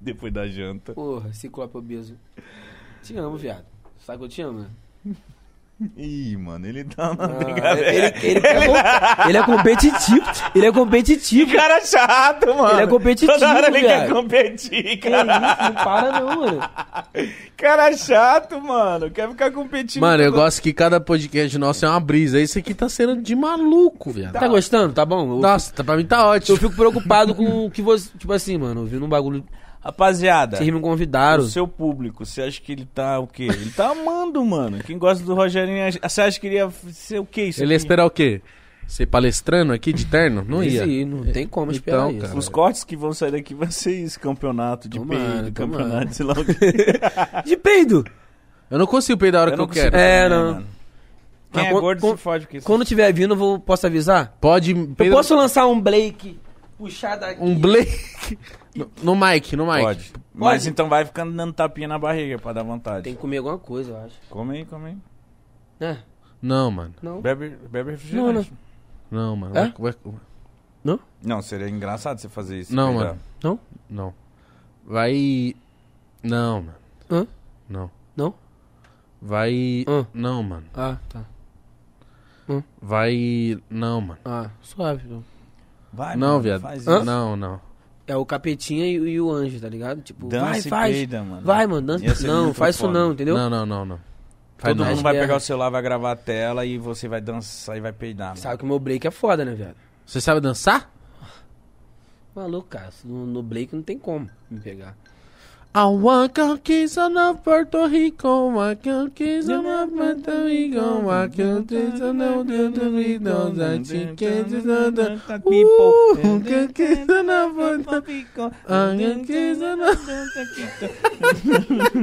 [SPEAKER 2] Depois da janta.
[SPEAKER 3] Porra, Ciclope obeso. Te amo, viado. Sabe que eu te amo, né?
[SPEAKER 2] Ih, mano, ele tá
[SPEAKER 3] Ah,
[SPEAKER 2] na
[SPEAKER 3] ele,
[SPEAKER 2] brincadeira.
[SPEAKER 3] ele- ele é com- ele é competitivo. Ele é competitivo.
[SPEAKER 2] Que cara chato, mano.
[SPEAKER 3] Ele é competitivo,
[SPEAKER 2] Toda hora ele quer
[SPEAKER 3] viado.
[SPEAKER 2] competir,
[SPEAKER 3] Que isso,
[SPEAKER 2] cara.
[SPEAKER 3] não para não, mano.
[SPEAKER 2] Cara chato, mano. Quer ficar competindo.
[SPEAKER 1] Mano, eu gosto que cada podcast nosso é uma brisa. Esse aqui tá sendo de maluco, viado.
[SPEAKER 3] Tá gostando? Tá bom? Eu,
[SPEAKER 1] Nossa, tá, pra mim tá
[SPEAKER 3] eu
[SPEAKER 1] ótimo.
[SPEAKER 3] fico preocupado com o que você. Tipo assim, mano, eu vi num bagulho.
[SPEAKER 2] Rapaziada,
[SPEAKER 3] Vocês me
[SPEAKER 2] o
[SPEAKER 3] convidaram.
[SPEAKER 2] seu público, você acha que ele tá o quê? Ele tá amando, mano. Quem gosta do Rogerinho, acha- você acha que ele ia ser o quê? Isso
[SPEAKER 3] é
[SPEAKER 1] Ele ia
[SPEAKER 2] aqui?
[SPEAKER 1] esperar o quê? Ser palestrando aqui de terno? Não
[SPEAKER 3] Isso
[SPEAKER 1] ia.
[SPEAKER 3] aí, não tem como esperar
[SPEAKER 1] Então,
[SPEAKER 3] isso.
[SPEAKER 1] cara.
[SPEAKER 2] Os cortes que vão sair daqui vai ser isso, campeonato de
[SPEAKER 3] Tomara,
[SPEAKER 2] peido,
[SPEAKER 3] tomara. É
[SPEAKER 2] campeonato, sei lá o quê.
[SPEAKER 3] De peido!
[SPEAKER 1] Eu não consigo peidar a hora
[SPEAKER 2] Eu
[SPEAKER 1] que
[SPEAKER 2] não
[SPEAKER 1] eu quero.
[SPEAKER 2] consigo
[SPEAKER 3] É,
[SPEAKER 2] também,
[SPEAKER 3] não.
[SPEAKER 2] mano. Quem
[SPEAKER 3] Mas
[SPEAKER 2] é
[SPEAKER 3] quando-
[SPEAKER 2] gordo
[SPEAKER 3] quando-
[SPEAKER 2] se fode com isso.
[SPEAKER 3] Quando tiver vindo, eu vou, posso avisar?
[SPEAKER 1] Pode.
[SPEAKER 3] Eu
[SPEAKER 1] peidar-
[SPEAKER 3] posso lançar um Blake puxar daqui?
[SPEAKER 1] Um Blake. No, no Mike, no Mike.
[SPEAKER 2] Pode. Mas então vai ficando dando tapinha na barriga pra dar vontade.
[SPEAKER 3] Tem que comer alguma coisa, eu acho.
[SPEAKER 2] Come aí, come aí.
[SPEAKER 3] Né?
[SPEAKER 1] Não, mano.
[SPEAKER 3] Não.
[SPEAKER 2] Bebe, bebe refrigerante.
[SPEAKER 3] Não,
[SPEAKER 2] Não,
[SPEAKER 1] Não, mano.
[SPEAKER 3] É?
[SPEAKER 1] Vai- vai-
[SPEAKER 2] seria engraçado você fazer isso.
[SPEAKER 1] Não,
[SPEAKER 2] verdade.
[SPEAKER 1] mano.
[SPEAKER 3] Não?
[SPEAKER 1] Não. Vai. Não, mano.
[SPEAKER 3] Hã?
[SPEAKER 1] Não.
[SPEAKER 3] Não?
[SPEAKER 1] Vai.
[SPEAKER 3] Hã?
[SPEAKER 1] Não, mano.
[SPEAKER 3] Ah, tá.
[SPEAKER 1] Vai. Não, mano.
[SPEAKER 3] Ah, suave. então.
[SPEAKER 2] Vai,
[SPEAKER 1] Não,
[SPEAKER 2] mano,
[SPEAKER 1] viado.
[SPEAKER 2] Faz
[SPEAKER 3] Hã?
[SPEAKER 2] isso.
[SPEAKER 1] Não, não.
[SPEAKER 3] É o capetinha e, e o anjo, tá ligado? Tipo,
[SPEAKER 2] Dança e
[SPEAKER 3] vai, faz.
[SPEAKER 2] peida, mano.
[SPEAKER 3] Vai, mano, dança.
[SPEAKER 2] Ia ser
[SPEAKER 3] Não,
[SPEAKER 2] muito
[SPEAKER 3] faz isso
[SPEAKER 2] foda.
[SPEAKER 3] não, entendeu?
[SPEAKER 1] Não, não, não, não. Faz
[SPEAKER 2] Todo
[SPEAKER 1] não.
[SPEAKER 2] mundo vai
[SPEAKER 3] Guerra.
[SPEAKER 2] pegar o celular, vai gravar a tela e você vai dançar e vai peidar. mano.
[SPEAKER 3] Sabe que o meu break é foda, né, viado?
[SPEAKER 1] Você sabe dançar?
[SPEAKER 3] Maluco, cara. se No, no break não tem como me pegar.
[SPEAKER 1] I want conquista of Puerto Rico, I can't kiss of Puerto Rico, I can't kiss of Puerto Rico, I can't
[SPEAKER 2] Tá
[SPEAKER 1] kiss of Uh, Puerto Ah,
[SPEAKER 2] tá
[SPEAKER 1] Rico.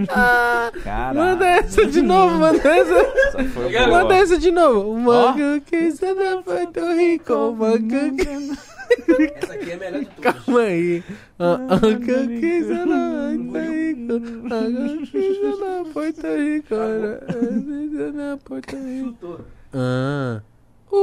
[SPEAKER 1] Ah, Manda
[SPEAKER 2] Caralho.
[SPEAKER 1] essa de novo, manda essa. Um
[SPEAKER 2] essa foi boa.
[SPEAKER 1] Manda essa de novo.
[SPEAKER 2] Ó.
[SPEAKER 1] Uma conquista of Puerto Rico, um uma conquista.
[SPEAKER 3] Essa aqui é melhor de tudo.
[SPEAKER 1] Calma aí. Um A conquista na Puerto Rico. um A conquista na Puerto Rico. A conquista na Puerto Rico. Ah. Uh.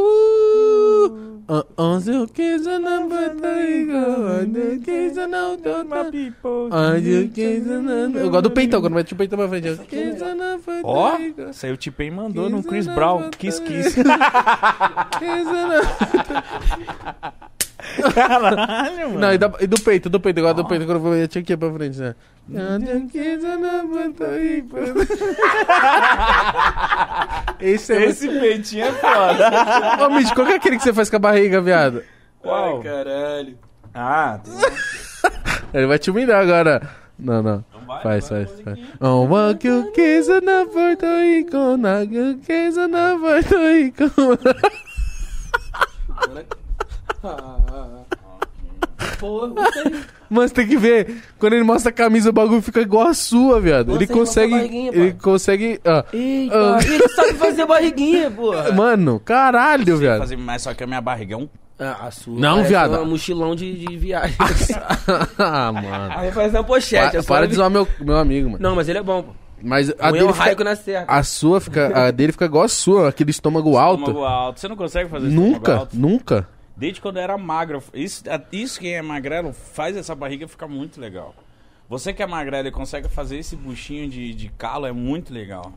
[SPEAKER 1] Ah, ah, se eu quiser na Puerto Rico. Ah, se eu quiser na
[SPEAKER 2] Tá
[SPEAKER 1] Puerto Rico. Ah, se eu quiser na- Eu gosto do peitão, quando mete o peitão pra frente. Eu quiser na
[SPEAKER 2] Ó,
[SPEAKER 1] Puerto Rico.
[SPEAKER 2] saiu o Tipei mandou no
[SPEAKER 1] Kiss
[SPEAKER 2] Chris
[SPEAKER 1] na
[SPEAKER 2] Brown.
[SPEAKER 1] Puerto
[SPEAKER 2] Kiss,
[SPEAKER 1] Rico.
[SPEAKER 2] kiss.
[SPEAKER 1] Quiser na-
[SPEAKER 2] Caralho, mano.
[SPEAKER 1] Não, e, da- e do peito, do peito, igual do peito, quando eu vou- eu tinha que ir pra frente, né? Esse é
[SPEAKER 2] Esse peitinho é foda.
[SPEAKER 1] muito... Ô, Mitch, qual que é aquele que você faz com a barriga, viado?
[SPEAKER 2] Qual?
[SPEAKER 3] Caralho.
[SPEAKER 2] Ah, tem-
[SPEAKER 1] Ele vai te humilhar agora. Não, não. Faz, faz, faz. Oh, uma que eu quis na Puerto Rico, na que eu quis na Puerto Rico.
[SPEAKER 3] Pô, gostei.
[SPEAKER 1] Mas tem que ver, quando ele mostra a camisa, o bagulho fica igual a sua, viado. Ele
[SPEAKER 3] Nossa, ele mostra a
[SPEAKER 1] consegue.
[SPEAKER 3] barriguinha,
[SPEAKER 1] Ele
[SPEAKER 3] pai.
[SPEAKER 1] consegue. ó.
[SPEAKER 3] Eita,
[SPEAKER 1] Ah.
[SPEAKER 3] ele sabe fazer barriguinha, porra.
[SPEAKER 1] Mano, caralho, viado.
[SPEAKER 2] fazer mais só que a minha barriga é um.
[SPEAKER 3] Ah, a sua
[SPEAKER 1] Não,
[SPEAKER 3] parece
[SPEAKER 1] viado.
[SPEAKER 3] uma mochilão de, de viagem.
[SPEAKER 1] ah, mano.
[SPEAKER 3] Aí faz na pochete.
[SPEAKER 1] Para,
[SPEAKER 3] a sua
[SPEAKER 1] para de
[SPEAKER 3] vi-
[SPEAKER 1] zoar meu, meu amigo, mano.
[SPEAKER 3] Não, mas ele é bom, pô.
[SPEAKER 1] Mas a
[SPEAKER 3] Um é um
[SPEAKER 1] dele,
[SPEAKER 3] raico
[SPEAKER 1] fica,
[SPEAKER 3] na serra.
[SPEAKER 1] a, sua fica, a dele fica igual a sua, aquele estômago alto.
[SPEAKER 2] Estômago alto. Você não consegue fazer estômago
[SPEAKER 1] Nunca,
[SPEAKER 2] alto?
[SPEAKER 1] nunca.
[SPEAKER 2] Desde quando eu era magro. Isso, a- isso quem é magrelo faz essa barriga ficar muito legal. Você que é magrelo e consegue fazer esse buchinho de, de calo é muito legal.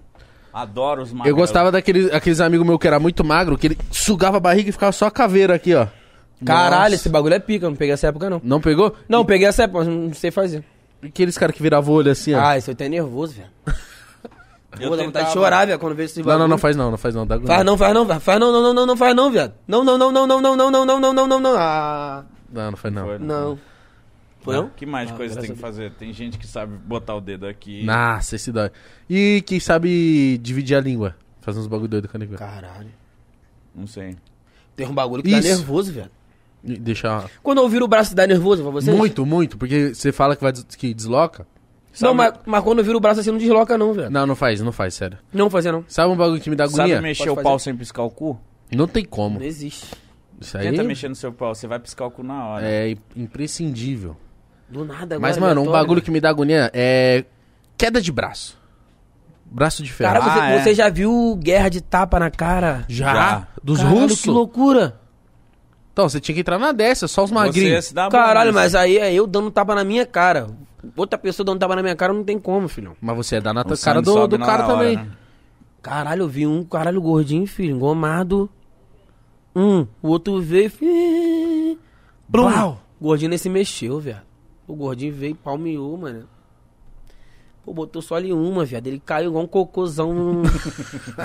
[SPEAKER 2] Adoro os
[SPEAKER 1] Eu
[SPEAKER 2] magrelos.
[SPEAKER 1] gostava daqueles aqueles amigos meus que era muito magro, que ele sugava a barriga e ficava só a caveira aqui, ó.
[SPEAKER 3] Caralho, esse
[SPEAKER 1] Nossa.
[SPEAKER 3] bagulho é pica, eu não peguei essa época, não.
[SPEAKER 1] Não pegou?
[SPEAKER 3] Não, peguei essa época, mas não sei fazer.
[SPEAKER 1] E Aqueles caras que viravam o olho assim, ó.
[SPEAKER 3] Ah, isso eu tenho nervoso, velho. Pô, dá vontade de chorar, velho, quando eu vejo esse
[SPEAKER 1] não, não, não, faz não, não faz não. Dá
[SPEAKER 3] Faz não, faz não, faz faz não, não, não, não, não, faz não, viado. Não, não, não, não, não, não, não, não, não, não, não, não, não. Ah,
[SPEAKER 1] Não, não faz não.
[SPEAKER 2] Foi,
[SPEAKER 3] não. Foi eu?
[SPEAKER 2] Que mais
[SPEAKER 3] Ah,
[SPEAKER 2] coisa
[SPEAKER 3] graças
[SPEAKER 2] tem que
[SPEAKER 3] a
[SPEAKER 2] fazer? Tem gente que sabe botar o dedo aqui.
[SPEAKER 1] Nossa, esse dói. E quem sabe dividir a língua. Fazer uns bagulho doido com a língua.
[SPEAKER 3] Caralho.
[SPEAKER 2] Não sei.
[SPEAKER 3] Tem um bagulho que dá
[SPEAKER 1] Isso.
[SPEAKER 3] nervoso, velho.
[SPEAKER 1] E Deixar.
[SPEAKER 3] Quando eu viro o braço, dá nervoso pra vocês?
[SPEAKER 1] Muito, muito, porque você fala que, vai des- que desloca.
[SPEAKER 2] Sabe-
[SPEAKER 3] Não, mas, mas quando eu viro o braço assim, não desloca não, velho.
[SPEAKER 1] Não, não faz, não faz, sério.
[SPEAKER 3] Não fazer não.
[SPEAKER 1] Sabe um bagulho que me dá
[SPEAKER 2] Sabe
[SPEAKER 1] agonia?
[SPEAKER 2] mexer
[SPEAKER 3] Pode
[SPEAKER 2] o
[SPEAKER 3] fazer.
[SPEAKER 2] pau sem piscar o cu?
[SPEAKER 1] Não tem como.
[SPEAKER 3] Não existe.
[SPEAKER 1] Isso aí
[SPEAKER 2] Tenta mexer no seu pau, você vai piscar o cu na hora.
[SPEAKER 1] é imprescindível.
[SPEAKER 3] Do nada agora.
[SPEAKER 1] Mas, mano, um
[SPEAKER 3] aleatório. né?
[SPEAKER 1] bagulho que me dá agonia é queda de braço. Braço de ferro.
[SPEAKER 3] Cara, você,
[SPEAKER 2] Ah, é.
[SPEAKER 3] você já viu guerra de tapa na cara?
[SPEAKER 1] já?
[SPEAKER 2] Já.
[SPEAKER 1] Dos
[SPEAKER 3] Caralho,
[SPEAKER 1] russos?
[SPEAKER 3] que loucura.
[SPEAKER 1] Então, você tinha que entrar na dessa, só os
[SPEAKER 2] Você é ia
[SPEAKER 1] magrinhos.
[SPEAKER 2] se dar
[SPEAKER 3] Caralho,
[SPEAKER 2] bom né, nisso.
[SPEAKER 3] mas aí é eu dando tapa na minha cara. Outra pessoa dando tapa na minha cara não tem como, filho.
[SPEAKER 1] Mas você é dar na
[SPEAKER 2] O
[SPEAKER 1] cara
[SPEAKER 2] sangue
[SPEAKER 1] do, do
[SPEAKER 2] sobe na
[SPEAKER 1] cara
[SPEAKER 2] hora,
[SPEAKER 1] também.
[SPEAKER 2] né?
[SPEAKER 3] Caralho, eu vi um caralho gordinho, filho, engomado. Um, o outro veio, filho. Blum.
[SPEAKER 1] Blau.
[SPEAKER 3] O gordinho nem se mexeu, velho. O gordinho veio, e palmeou, mano. Pô, botou só ali uma, viado. Ele caiu igual um cocôzão. no-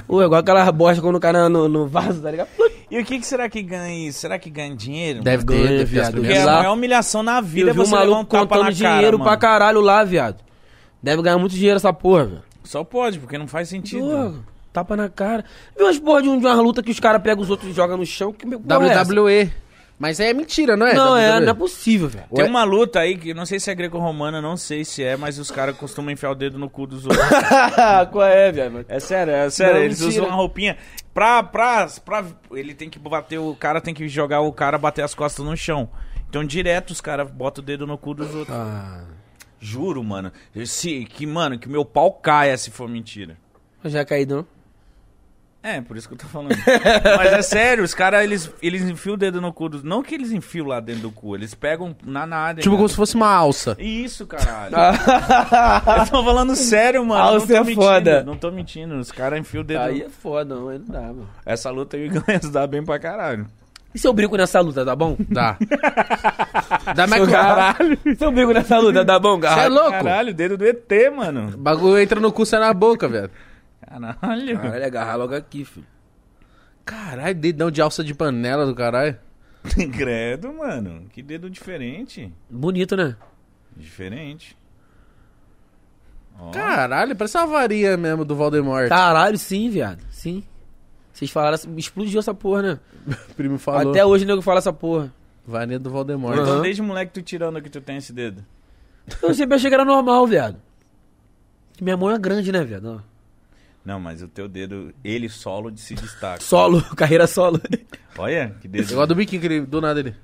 [SPEAKER 3] Ô, igual aquela bosta quando cai na- no, no vaso, tá ligado?
[SPEAKER 2] E o que, que será que ganha isso? Será que ganha dinheiro?
[SPEAKER 1] Deve ter,
[SPEAKER 3] Ganha,
[SPEAKER 1] deve ter as
[SPEAKER 3] viado.
[SPEAKER 2] Porque
[SPEAKER 1] primeiras.
[SPEAKER 2] É a
[SPEAKER 3] lá.
[SPEAKER 2] maior humilhação na vida é
[SPEAKER 3] Eu vi um
[SPEAKER 2] você levar um
[SPEAKER 3] maluco
[SPEAKER 2] tapa
[SPEAKER 3] contando
[SPEAKER 2] na cara,
[SPEAKER 3] dinheiro pra
[SPEAKER 2] mano.
[SPEAKER 3] caralho lá, viado. Deve ganhar muito dinheiro essa porra, velho.
[SPEAKER 2] Só pode, porque não faz sentido.
[SPEAKER 3] Pô, Tapa na cara. Viu umas porra de, um, de uma luta que os caras pegam os outros e jogam no chão? Que meu porra é essa?
[SPEAKER 1] WWE. Mas é mentira, não é?
[SPEAKER 3] Não, é,
[SPEAKER 1] WWE?
[SPEAKER 3] não é possível, velho.
[SPEAKER 2] Tem
[SPEAKER 1] Ué.
[SPEAKER 2] uma luta aí que não sei se é greco-romana, não sei se é, mas os caras costumam enfiar o dedo no cu dos outros.
[SPEAKER 3] Qual é, velho?
[SPEAKER 2] É sério, é sério.
[SPEAKER 3] Não,
[SPEAKER 2] eles
[SPEAKER 3] mentira.
[SPEAKER 2] usam uma roupinha pra, pra, pra. Ele tem que bater, o cara tem que jogar o cara bater as costas no chão. Então, direto, os caras botam o dedo no cu dos outros.
[SPEAKER 1] Ah.
[SPEAKER 2] Juro, mano. Eu se- que, mano, que meu pau caia se for mentira.
[SPEAKER 3] Já caído, não?
[SPEAKER 2] É, por isso que eu tô falando. Mas é sério, os caras, eles, eles enfiam o dedo no cu dos. Não que eles enfiam lá dentro do cu, eles pegam na nada.
[SPEAKER 1] Tipo como se fosse uma alça.
[SPEAKER 2] Isso, caralho. eu tô falando sério, mano.
[SPEAKER 3] Ah,
[SPEAKER 2] não tô
[SPEAKER 3] você é
[SPEAKER 2] mentindo,
[SPEAKER 3] foda.
[SPEAKER 2] Não tô mentindo. Os caras enfiam o dedo.
[SPEAKER 3] Aí é foda, não, aí não dá, mano.
[SPEAKER 2] Essa luta aí o Ganhas dá bem pra caralho.
[SPEAKER 3] E se eu brinco nessa luta, tá bom?
[SPEAKER 1] Dá. Dá mais
[SPEAKER 3] Se eu brinco nessa luta, tá bom,
[SPEAKER 1] Você é
[SPEAKER 3] cara?
[SPEAKER 1] louco?
[SPEAKER 2] Caralho, dedo do ET, mano.
[SPEAKER 1] O bagulho entra no cu, sai na boca, velho.
[SPEAKER 2] Caralho.
[SPEAKER 3] Caralho, é agarrar logo aqui, filho.
[SPEAKER 1] Caralho, dedão de alça de panela do caralho.
[SPEAKER 2] Credo, mano. Que dedo diferente.
[SPEAKER 3] Bonito, né?
[SPEAKER 2] Diferente. Ó.
[SPEAKER 1] Caralho, parece uma varia mesmo do Voldemort.
[SPEAKER 3] Caralho, sim, viado. Sim. Vocês falaram, assim, explodiu essa porra, né?
[SPEAKER 1] O primo falou.
[SPEAKER 3] Até hoje o Uhum. nego fala essa porra.
[SPEAKER 1] Varia do Voldemort.
[SPEAKER 2] Então,
[SPEAKER 3] Aham.
[SPEAKER 2] desde moleque, tu tirando que tu tem esse dedo.
[SPEAKER 3] Eu sempre achei que era normal, viado. Que Minha mão é grande, né, viado? Ó.
[SPEAKER 2] Não, mas o teu dedo, ele solo de se destaca.
[SPEAKER 3] Solo, carreira solo.
[SPEAKER 2] Olha, que dedo.
[SPEAKER 1] Eu gosto do biquinho que ele, do nada ele.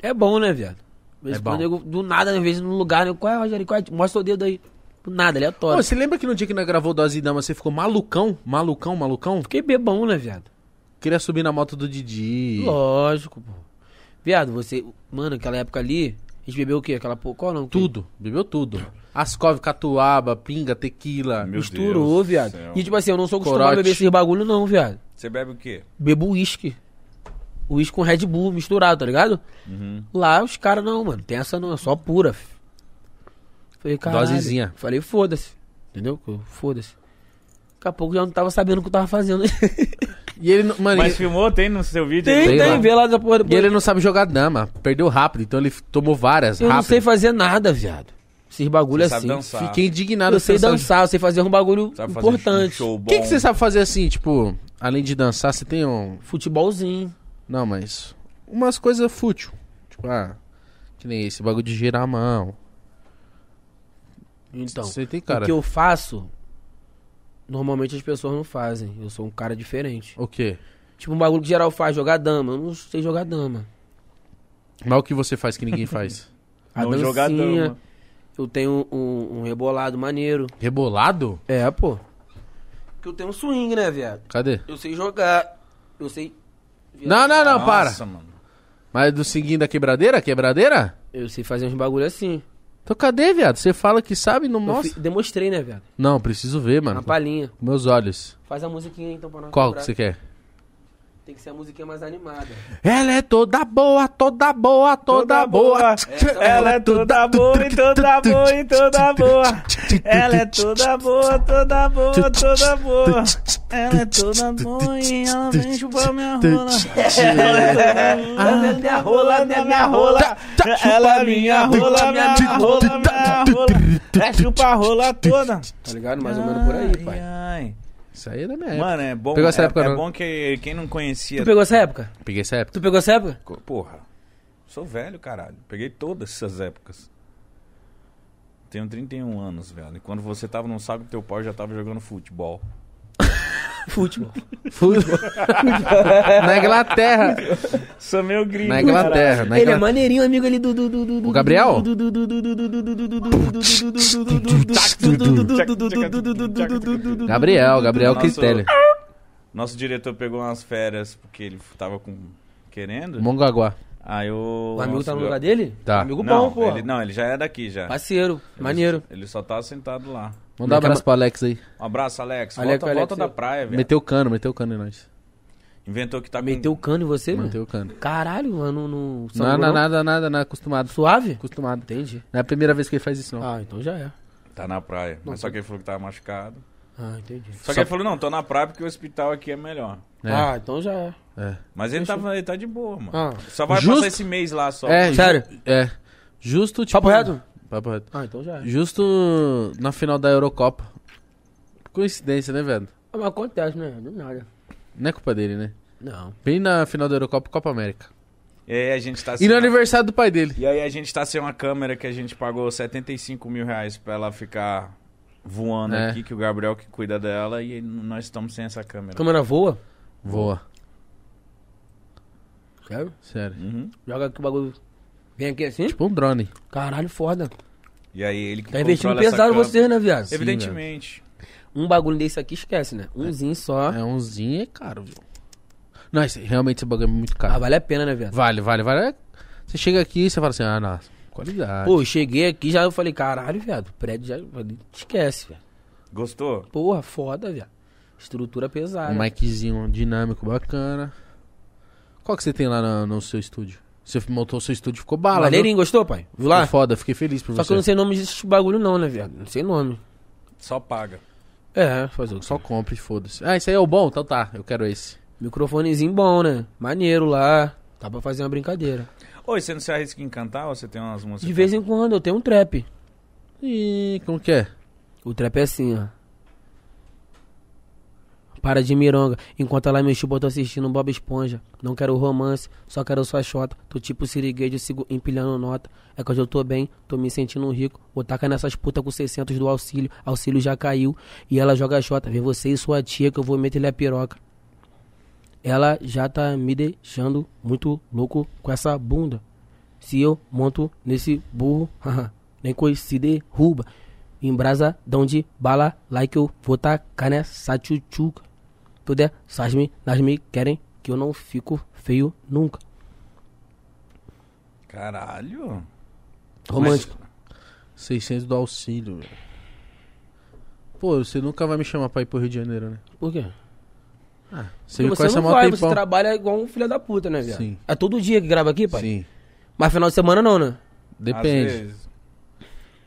[SPEAKER 3] É bom, né, viado?
[SPEAKER 1] É
[SPEAKER 3] Mas
[SPEAKER 1] bom.
[SPEAKER 3] quando eu, do nada, às vezes, num lugar, eu, qual é, Rogério? Qual é? Mostra o dedo aí. Do nada, é
[SPEAKER 1] Pô,
[SPEAKER 3] aleatório.
[SPEAKER 1] você lembra que no dia que nós gravou Dose e Dama, você ficou malucão? Malucão, malucão?
[SPEAKER 3] Fiquei bebão, né, viado?
[SPEAKER 1] Queria subir na moto do Didi.
[SPEAKER 3] Lógico, pô. Viado, você. Mano, aquela época ali, a gente bebeu o quê? Aquela porra. Qual não?
[SPEAKER 1] Tudo. Bebeu tudo. Ascov, catuaba, pinga, tequila.
[SPEAKER 2] Meu
[SPEAKER 3] Misturou,
[SPEAKER 2] Deus do
[SPEAKER 3] viado.
[SPEAKER 2] céu.
[SPEAKER 3] E tipo assim, eu não sou acostumado
[SPEAKER 1] Corote.
[SPEAKER 3] a beber esses bagulho, não, viado.
[SPEAKER 2] Você bebe o quê?
[SPEAKER 3] Bebo uísque. Uísque com Red Bull misturado, tá ligado? Lá os caras, não, mano, tem essa não, é só pura. fi. Falei, caralho.
[SPEAKER 1] Dosezinha.
[SPEAKER 3] Falei, foda-se. Entendeu? Foda-se. Daqui a pouco eu já não tava sabendo o que eu tava fazendo.
[SPEAKER 1] E ele, não- mano,
[SPEAKER 2] Mas
[SPEAKER 1] ele,
[SPEAKER 2] filmou, tem no seu vídeo?
[SPEAKER 3] tem,
[SPEAKER 1] Sei
[SPEAKER 3] tem,
[SPEAKER 1] lá.
[SPEAKER 3] vê lá essa porra
[SPEAKER 1] e
[SPEAKER 3] depois.
[SPEAKER 1] ele não sabe jogar dama. Perdeu rápido, então ele f- tomou várias
[SPEAKER 3] Eu não
[SPEAKER 1] rápido.
[SPEAKER 3] sei fazer nada, viado. Esses bagulho
[SPEAKER 2] Você sabe
[SPEAKER 3] assim.
[SPEAKER 2] dançar.
[SPEAKER 1] Fiquei indignado.
[SPEAKER 3] Eu sei
[SPEAKER 1] pensando-
[SPEAKER 3] dançar, eu sei fazer um bagulho
[SPEAKER 2] Sabe fazer
[SPEAKER 3] importante.
[SPEAKER 2] um show bom.
[SPEAKER 1] O que, que você sabe fazer assim, tipo, além de dançar, você tem um.
[SPEAKER 3] Futebolzinho.
[SPEAKER 1] Não, mas. Umas coisas fútil. Tipo, ah. Que nem esse bagulho de girar a mão.
[SPEAKER 3] Então,
[SPEAKER 1] Você tem cara.
[SPEAKER 3] o que eu faço, normalmente as pessoas não fazem. Eu sou um cara diferente.
[SPEAKER 1] O quê?
[SPEAKER 3] Tipo, um bagulho que geral faz, jogar dama. Eu não sei jogar dama.
[SPEAKER 1] Mas o que você faz que ninguém faz?
[SPEAKER 3] A
[SPEAKER 2] Ah, Não
[SPEAKER 3] dancinha,
[SPEAKER 2] jogar dama.
[SPEAKER 3] eu tenho um, um rebolado maneiro.
[SPEAKER 1] Rebolado?
[SPEAKER 3] É, pô. Porque eu tenho um swing, né, viado?
[SPEAKER 1] Cadê?
[SPEAKER 3] Eu sei jogar. Eu sei...
[SPEAKER 1] Não, não, não,
[SPEAKER 2] Nossa,
[SPEAKER 1] para.
[SPEAKER 2] mano.
[SPEAKER 1] Mas do seguinte da quebradeira? Quebradeira?
[SPEAKER 3] Eu sei fazer uns bagulho assim.
[SPEAKER 1] Então cadê, viado? Você fala que sabe, não
[SPEAKER 3] Eu
[SPEAKER 1] mostra.
[SPEAKER 3] fi- demonstrei, né, viado?
[SPEAKER 1] Não, preciso ver, mano.
[SPEAKER 3] Uma palhinha.
[SPEAKER 1] Com Meus olhos.
[SPEAKER 3] Faz a musiquinha aí, então, pra nós.
[SPEAKER 1] Qual que
[SPEAKER 3] lembrar.
[SPEAKER 1] você quer?
[SPEAKER 3] Tem que ser a musiquinha mais animada.
[SPEAKER 1] Ela é toda boa, toda boa, toda, boa.
[SPEAKER 2] Ela é toda boa e toda boa e toda boa. Ela é toda boa, toda boa, toda boa. Ela é toda boa e ela vem chupar minha rola.
[SPEAKER 3] Ela é minha rola, ela é minha rola.
[SPEAKER 2] Ela é minha rola, minha rola, minha rola. É chupa a rola toda.
[SPEAKER 3] Tá ligado? Mais ou menos por aí, pai.
[SPEAKER 2] Ai,
[SPEAKER 1] Isso aí é da minha
[SPEAKER 2] ai.
[SPEAKER 1] época.
[SPEAKER 2] Mano, é bom,
[SPEAKER 1] Pegou essa
[SPEAKER 2] é,
[SPEAKER 1] época,
[SPEAKER 2] é
[SPEAKER 1] não?
[SPEAKER 2] bom que quem não conhecia...
[SPEAKER 3] Tu pegou essa época?
[SPEAKER 1] Peguei essa época.
[SPEAKER 3] Tu pegou essa época?
[SPEAKER 2] Porra, sou velho, caralho. Peguei todas essas épocas. Tenho 31 anos, velho. E quando você tava, não sabe que teu pai já tava jogando futebol.
[SPEAKER 3] Futebol.
[SPEAKER 1] Futebol. na Inglaterra.
[SPEAKER 2] Sou é meu gringo.
[SPEAKER 1] Na Inglaterra. Na
[SPEAKER 3] Ele é
[SPEAKER 1] Inglaterra.
[SPEAKER 3] maneirinho, amigo ali do. do- do- do- do-
[SPEAKER 1] Gabriel?
[SPEAKER 3] do- do- do- do- do- do- do- do- do- do- do- do- do- do- do- do- do- do-
[SPEAKER 1] Gabriel, Gabriel
[SPEAKER 2] Nosso-
[SPEAKER 1] é Critério.
[SPEAKER 2] Nosso diretor pegou umas férias porque ele tava com... querendo.
[SPEAKER 1] Mongaguá.
[SPEAKER 2] Aí o.
[SPEAKER 3] O amigo tá
[SPEAKER 2] nosso-
[SPEAKER 3] no lugar dele?
[SPEAKER 1] Tá.
[SPEAKER 3] Amigo
[SPEAKER 2] não,
[SPEAKER 3] bom, pô.
[SPEAKER 2] Ele, não, ele já é daqui já.
[SPEAKER 3] Parceiro, maneiro.
[SPEAKER 2] Ele só tá sentado lá.
[SPEAKER 1] Manda um abraço pro Alex aí.
[SPEAKER 2] Um abraço, Alex.
[SPEAKER 3] Alex,
[SPEAKER 2] volta,
[SPEAKER 3] Alex,
[SPEAKER 2] volta da
[SPEAKER 3] eu-
[SPEAKER 2] praia, velho.
[SPEAKER 1] Meteu o cano, meteu o cano em nós.
[SPEAKER 2] Inventou que tá com-
[SPEAKER 3] Meteu o cano em você,
[SPEAKER 1] Meteu
[SPEAKER 3] mano?
[SPEAKER 1] o cano.
[SPEAKER 3] Caralho, mano, no.
[SPEAKER 1] Não, não, nada, nada, nada. Acostumado.
[SPEAKER 3] Suave?
[SPEAKER 1] Acostumado.
[SPEAKER 3] Entendi.
[SPEAKER 1] Não é a primeira vez que ele faz isso, não.
[SPEAKER 3] Ah, então já é.
[SPEAKER 2] Tá na praia. Mas só que ele falou que tava machucado.
[SPEAKER 3] Ah, entendi.
[SPEAKER 2] Só que ele falou, não, tô na praia porque o hospital aqui é melhor.
[SPEAKER 1] É.
[SPEAKER 3] Ah, então já é.
[SPEAKER 1] É.
[SPEAKER 2] Mas ele, tava, ele tá de boa, mano.
[SPEAKER 3] Ah.
[SPEAKER 2] Só vai
[SPEAKER 1] Justo.
[SPEAKER 2] passar esse mês lá só.
[SPEAKER 1] É, ju-
[SPEAKER 3] Sério?
[SPEAKER 1] É. Justo, tipo...
[SPEAKER 3] Papo reto?
[SPEAKER 1] Papo reto.
[SPEAKER 3] Ah, então já é.
[SPEAKER 1] Justo na final da Eurocopa. Coincidência, né, velho?
[SPEAKER 3] Ah, Mas acontece, né? Do nada.
[SPEAKER 1] Não é culpa dele, né?
[SPEAKER 3] Não.
[SPEAKER 1] Bem na final da Eurocopa e Copa América.
[SPEAKER 2] E aí a gente tá
[SPEAKER 1] E
[SPEAKER 2] sem.
[SPEAKER 3] Assim,
[SPEAKER 1] no aniversário do pai
[SPEAKER 3] né?
[SPEAKER 1] dele.
[SPEAKER 2] E aí a gente tá sem uma câmera que a gente pagou 75 mil reais pra ela ficar voando
[SPEAKER 1] É.
[SPEAKER 2] aqui, que o Gabriel que cuida dela, e nós estamos sem essa câmera.
[SPEAKER 3] Câmera voa?
[SPEAKER 1] Voa.
[SPEAKER 3] Sério?
[SPEAKER 1] Sério.
[SPEAKER 2] Uhum.
[SPEAKER 3] Joga aqui o bagulho. Vem aqui assim?
[SPEAKER 1] Tipo um drone.
[SPEAKER 3] Caralho, foda.
[SPEAKER 2] E aí ele que
[SPEAKER 3] Tá investindo
[SPEAKER 2] controla essa
[SPEAKER 3] pesado
[SPEAKER 2] câmera.
[SPEAKER 3] vocês, né, viado?
[SPEAKER 2] Evidentemente.
[SPEAKER 3] Um bagulho desse aqui esquece, né? Umzinho só.
[SPEAKER 1] É umzinho é caro, viu? Não, esse- realmente esse bagulho é muito
[SPEAKER 3] Ah,
[SPEAKER 1] caro.
[SPEAKER 3] vale a pena, né, viado?
[SPEAKER 1] Vale, vale, vale. É- Você chega aqui e você fala assim, ah, nossa, qualidade. um
[SPEAKER 3] Pô, eu cheguei aqui já eu falei, caralho, viado, o prédio já. eu falei, Esquece, viado.
[SPEAKER 2] Gostou?
[SPEAKER 3] Porra, foda, viado. Estrutura pesada.
[SPEAKER 1] um miczinho dinâmico bacana. Qual que você tem lá na- no, seu estúdio? Você montou o seu estúdio, ficou bala, viu?
[SPEAKER 3] Maneirinho, gostou, pai? Viu
[SPEAKER 1] Ficou
[SPEAKER 3] lá?
[SPEAKER 1] foda, fiquei feliz por
[SPEAKER 3] Só que
[SPEAKER 1] você.
[SPEAKER 3] eu não sei nome desses bagulho, não, né, viado? Não sei nome.
[SPEAKER 2] Só paga.
[SPEAKER 3] É, fazer o quê?
[SPEAKER 1] Só compre, foda-se. Ah, esse aí é o bom? Então tá, eu quero esse.
[SPEAKER 3] Microfonezinho bom, né? Maneiro lá. Dá pra fazer uma brincadeira.
[SPEAKER 2] Oi, você não se arrisca em cantar ou você tem umas músicas?
[SPEAKER 3] De vez em quando eu tenho um trap.
[SPEAKER 1] E como que é?
[SPEAKER 3] O trap é assim, ó. Para de mironga, enquanto ela me chupa, eu tô assistindo Bob Esponja. Não quero romance, só quero sua xota. Tô tipo siriguejo, sigo empilhando nota. É que hoje eu tô bem, tô me sentindo um rico. Vou tacar nessas putas com 600 do auxílio. Auxílio já caiu e ela joga a xota. Vê você e sua tia que eu vou meter-lhe a piroca. Ela já tá me deixando muito louco com essa bunda. Se eu monto nesse burro, haha, nem coisa se derruba. Embrasadão de bala, like eu vou tá tacar nessa tchutchuca. Tudo é, essas meninas me querem que eu não fico feio nunca.
[SPEAKER 2] Caralho.
[SPEAKER 3] Romântico.
[SPEAKER 1] 600 do auxílio, velho. Pô, você nunca vai me chamar pra ir pro Rio de Janeiro, né?
[SPEAKER 3] Por quê?
[SPEAKER 1] Você
[SPEAKER 3] Porque
[SPEAKER 1] me
[SPEAKER 3] você
[SPEAKER 1] conhece há
[SPEAKER 3] não
[SPEAKER 1] mó
[SPEAKER 3] vai, você
[SPEAKER 1] tempão.
[SPEAKER 3] trabalha igual um filho da puta, né, viado?
[SPEAKER 1] Sim.
[SPEAKER 3] É todo dia que grava aqui, pai?
[SPEAKER 1] Sim,
[SPEAKER 3] Mas final de semana não, né?
[SPEAKER 2] Às
[SPEAKER 1] depende.
[SPEAKER 2] vezes.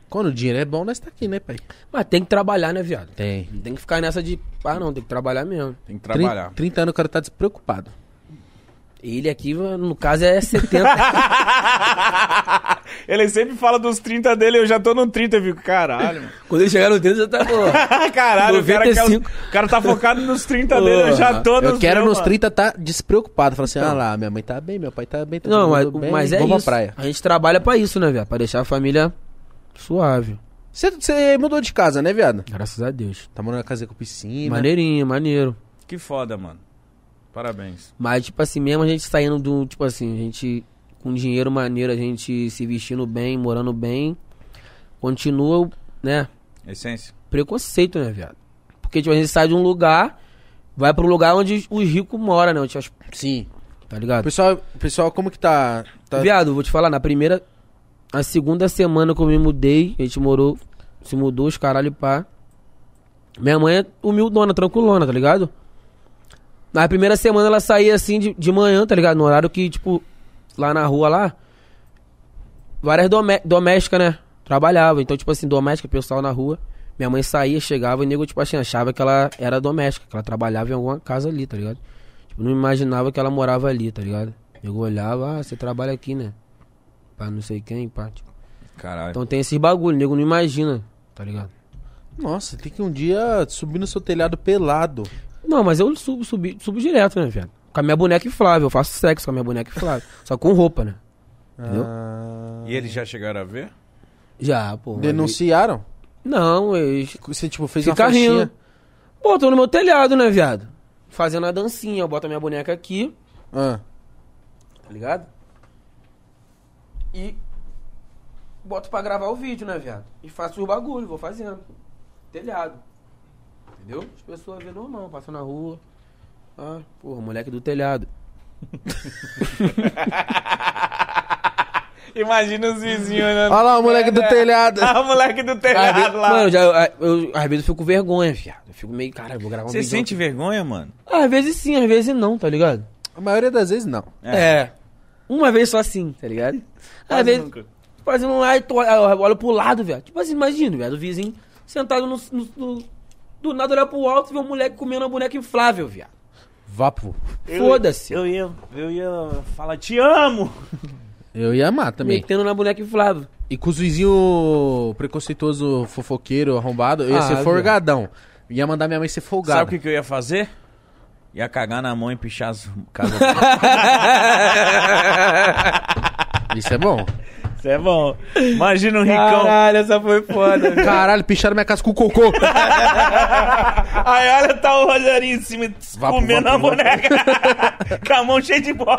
[SPEAKER 1] Quando o dinheiro é bom, nós tá aqui, né, pai?
[SPEAKER 3] Mas tem que trabalhar, né, viado?
[SPEAKER 1] Tem.
[SPEAKER 3] Não tem que ficar nessa de. Ah, não, tem que trabalhar mesmo.
[SPEAKER 2] Tem que trabalhar.
[SPEAKER 1] 30, anos o cara tá despreocupado.
[SPEAKER 3] Ele aqui, no caso, é 70.
[SPEAKER 2] Ele sempre fala dos 30 dele, eu já tô no 30, viu? Caralho, mano.
[SPEAKER 3] Quando ele chegar no 30, já tá. Pô,
[SPEAKER 2] Caralho, o cara, quer os-
[SPEAKER 3] 95.
[SPEAKER 2] o cara tá focado nos 30 dele, eu já tô
[SPEAKER 1] Eu
[SPEAKER 2] nos
[SPEAKER 1] quero
[SPEAKER 2] meus,
[SPEAKER 1] nos
[SPEAKER 2] mano.
[SPEAKER 1] 30
[SPEAKER 2] Então.
[SPEAKER 1] tá despreocupado. Fala assim, ah lá, minha mãe tá bem, meu pai tá bem, tá
[SPEAKER 3] Não, mas,
[SPEAKER 1] tudo bem,
[SPEAKER 3] mas é
[SPEAKER 1] vou pra
[SPEAKER 3] isso.
[SPEAKER 1] praia.
[SPEAKER 3] A gente trabalha pra isso, né, velho? Pra deixar a família suave.
[SPEAKER 1] Você- Você mudou de casa, né, viado?
[SPEAKER 3] Graças a Deus.
[SPEAKER 1] Tá morando na casa com piscina.
[SPEAKER 3] Maneirinho, maneiro.
[SPEAKER 2] Que foda, mano. Parabéns.
[SPEAKER 3] Mas, tipo assim, mesmo a gente saindo do. Tipo assim, a gente com dinheiro maneiro, a gente se vestindo bem, morando bem. Continua, né?
[SPEAKER 2] Essência.
[SPEAKER 3] Preconceito, né, viado? Porque, tipo, a gente sai de um lugar, vai pro lugar onde os ricos moram, né? Onde as-
[SPEAKER 1] Sim.
[SPEAKER 3] Tá ligado?
[SPEAKER 1] Pessoal, pessoal, como que tá? tá...
[SPEAKER 3] Viado, vou te falar, na primeira. A segunda semana que eu me mudei, a gente morou. Se mudou os caralho pá. Minha mãe é humildona, tranquilona, tá ligado? Na primeira semana ela saía assim de, de manhã, tá ligado? No horário que, tipo, lá na rua lá, várias domé domésticas, né? Trabalhava. Então, tipo assim, doméstica, pessoal na rua. Minha mãe saía, chegava e o nego, tipo assim, achava que ela era doméstica, que ela trabalhava em alguma casa ali, tá ligado? Tipo, não imaginava que ela morava ali, tá ligado? O nego olhava, ah, você trabalha aqui, né? Pra não sei quem, pá. tipo.
[SPEAKER 2] Caralho.
[SPEAKER 3] Então tem esses bagulho, o nego não imagina, tá ligado?
[SPEAKER 1] Nossa, tem que um dia subir no seu telhado pelado.
[SPEAKER 3] Não, mas eu subo, subi, subo direto, né, velho? Com a minha boneca inflável, eu faço sexo com a minha boneca inflável. só com roupa, né? Entendeu?
[SPEAKER 1] Ah,
[SPEAKER 2] E eles já chegaram a ver?
[SPEAKER 3] Já, pô.
[SPEAKER 1] Denunciaram?
[SPEAKER 3] mas- Não, eles
[SPEAKER 1] Você, tipo, fez
[SPEAKER 3] ficam
[SPEAKER 1] uma faixinha.
[SPEAKER 3] rindo. Pô, tô no meu telhado, né, viado? Fazendo a dancinha, eu boto a minha boneca aqui,
[SPEAKER 1] Ah,
[SPEAKER 3] tá ligado? E boto pra gravar o vídeo, né, viado? E faço os bagulho, vou fazendo. Telhado. Entendeu? As pessoas vêem normal, passam na rua. Ah, porra, moleque do telhado.
[SPEAKER 2] Imagina os vizinhos olhando.
[SPEAKER 1] Olha lá o moleque do telhado.
[SPEAKER 2] Ah, o moleque do
[SPEAKER 3] Às vezes-
[SPEAKER 2] telhado lá.
[SPEAKER 3] Mano, já, eu, eu- às vezes eu fico com vergonha, viado. Eu fico meio, cara, eu vou gravar um
[SPEAKER 2] Você
[SPEAKER 3] vídeo.
[SPEAKER 2] sente vergonha, mano?
[SPEAKER 3] Às vezes sim, às vezes não, tá ligado?
[SPEAKER 1] A maioria das vezes não.
[SPEAKER 2] É.
[SPEAKER 3] Uma vez só assim, tá ligado? Às
[SPEAKER 2] Quase
[SPEAKER 3] vezes,
[SPEAKER 2] nunca.
[SPEAKER 3] fazendo um lá, eu, tô- eu olho pro lado, velho. Tipo assim, imagina, velho, o vizinho sentado no, no- no- Do nada olhar pro alto e ver um moleque comendo uma boneca inflável, viado.
[SPEAKER 1] Vapo.
[SPEAKER 3] Foda-se.
[SPEAKER 2] Eu ia, eu ia falar, te amo!
[SPEAKER 1] Eu ia amar também.
[SPEAKER 3] Metendo na boneca inflável.
[SPEAKER 1] Então- E com os vizinhos preconceituoso, fofoqueiro, arrombado, eu ia
[SPEAKER 3] Ah,
[SPEAKER 1] ser
[SPEAKER 3] viu?
[SPEAKER 1] folgadão. Ia mandar minha mãe ser folgada.
[SPEAKER 2] Sabe o que, que eu ia fazer? Ia cagar na mão e pichar as casas.
[SPEAKER 1] Isso é bom.
[SPEAKER 2] Isso é bom. Imagina um ricão.
[SPEAKER 3] Caralho, essa foi foda. velho.
[SPEAKER 1] Caralho, picharam minha casa com cocô.
[SPEAKER 2] Aí olha, tá o Rogerinho em cima tss,
[SPEAKER 1] Vá pro-
[SPEAKER 2] comendo
[SPEAKER 1] vá
[SPEAKER 2] a
[SPEAKER 1] pro-
[SPEAKER 2] boneca. Com a mão cheia de bola.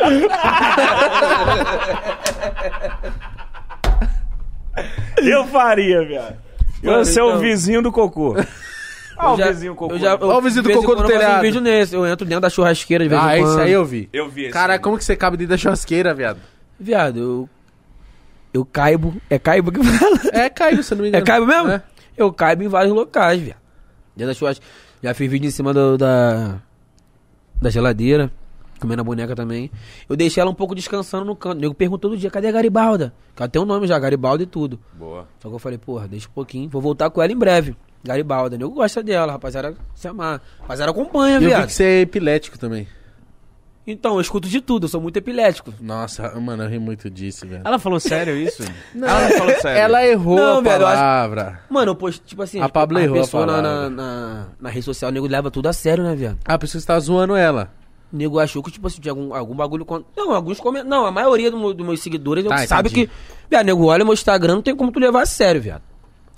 [SPEAKER 2] eu faria, viado. Eu ia
[SPEAKER 3] Mano,
[SPEAKER 2] ser o
[SPEAKER 3] então-
[SPEAKER 2] vizinho do cocô. Ah, o
[SPEAKER 3] Já-
[SPEAKER 2] vizinho cocô.
[SPEAKER 3] Eu já, eu,
[SPEAKER 1] Ó o vizinho do
[SPEAKER 3] de vez em
[SPEAKER 1] cocô do
[SPEAKER 3] quando eu faço
[SPEAKER 1] telhado.
[SPEAKER 3] Um vídeo nesse. Eu entro dentro da churrasqueira de vez
[SPEAKER 1] ah,
[SPEAKER 3] em quando.
[SPEAKER 1] isso aí eu vi.
[SPEAKER 2] Eu vi esse.
[SPEAKER 1] Caralho, como que você cabe dentro da churrasqueira, viado?
[SPEAKER 3] Viado, eu. Eu caibo. É caibo que fala?
[SPEAKER 1] É, caiu, se eu não me
[SPEAKER 3] É
[SPEAKER 1] engano.
[SPEAKER 3] caibo mesmo?
[SPEAKER 1] É.
[SPEAKER 3] Eu caibo em vários locais, viado. Dentro da churrasca. Já fiz vídeo em cima do- da. Da geladeira. Comendo a boneca também. Eu deixei ela um pouco descansando no canto. O nego perguntou todo dia: cadê a Garibalda? Que ela tem o nome já, Garibalda e tudo.
[SPEAKER 2] Boa.
[SPEAKER 3] Só que eu falei: porra, deixa um pouquinho. Vou voltar com ela em breve. Garibalda. O nego gosta dela, rapaziada. Se amar. Rapaziada acompanha,
[SPEAKER 1] E eu vi
[SPEAKER 3] viado.
[SPEAKER 1] que você é epilético também.
[SPEAKER 3] Então, eu escuto de tudo. Eu sou muito epilético.
[SPEAKER 1] Nossa, mano, eu ri muito disso, velho.
[SPEAKER 2] Ela falou sério isso? ela é- não falou sério.
[SPEAKER 1] Ela errou
[SPEAKER 3] Não,
[SPEAKER 1] a
[SPEAKER 3] velho, eu acho-
[SPEAKER 1] palavra.
[SPEAKER 3] Mano, eu posto, tipo assim,
[SPEAKER 1] A Pablo errou a
[SPEAKER 3] pessoa na,
[SPEAKER 1] palavra.
[SPEAKER 3] na, na, na rede social, o nego leva tudo a sério, né, viado?
[SPEAKER 1] Ah, por isso que você tá zoando ela.
[SPEAKER 3] O nego achou que, tipo assim, tinha algum, algum bagulho. con- Não, alguns comentários. Não, a maioria dos meus seguidores eu
[SPEAKER 1] Tá,
[SPEAKER 3] sabe
[SPEAKER 1] entendi.
[SPEAKER 3] que. Viado, nego olha meu Instagram, não tem como tu levar a sério, viado.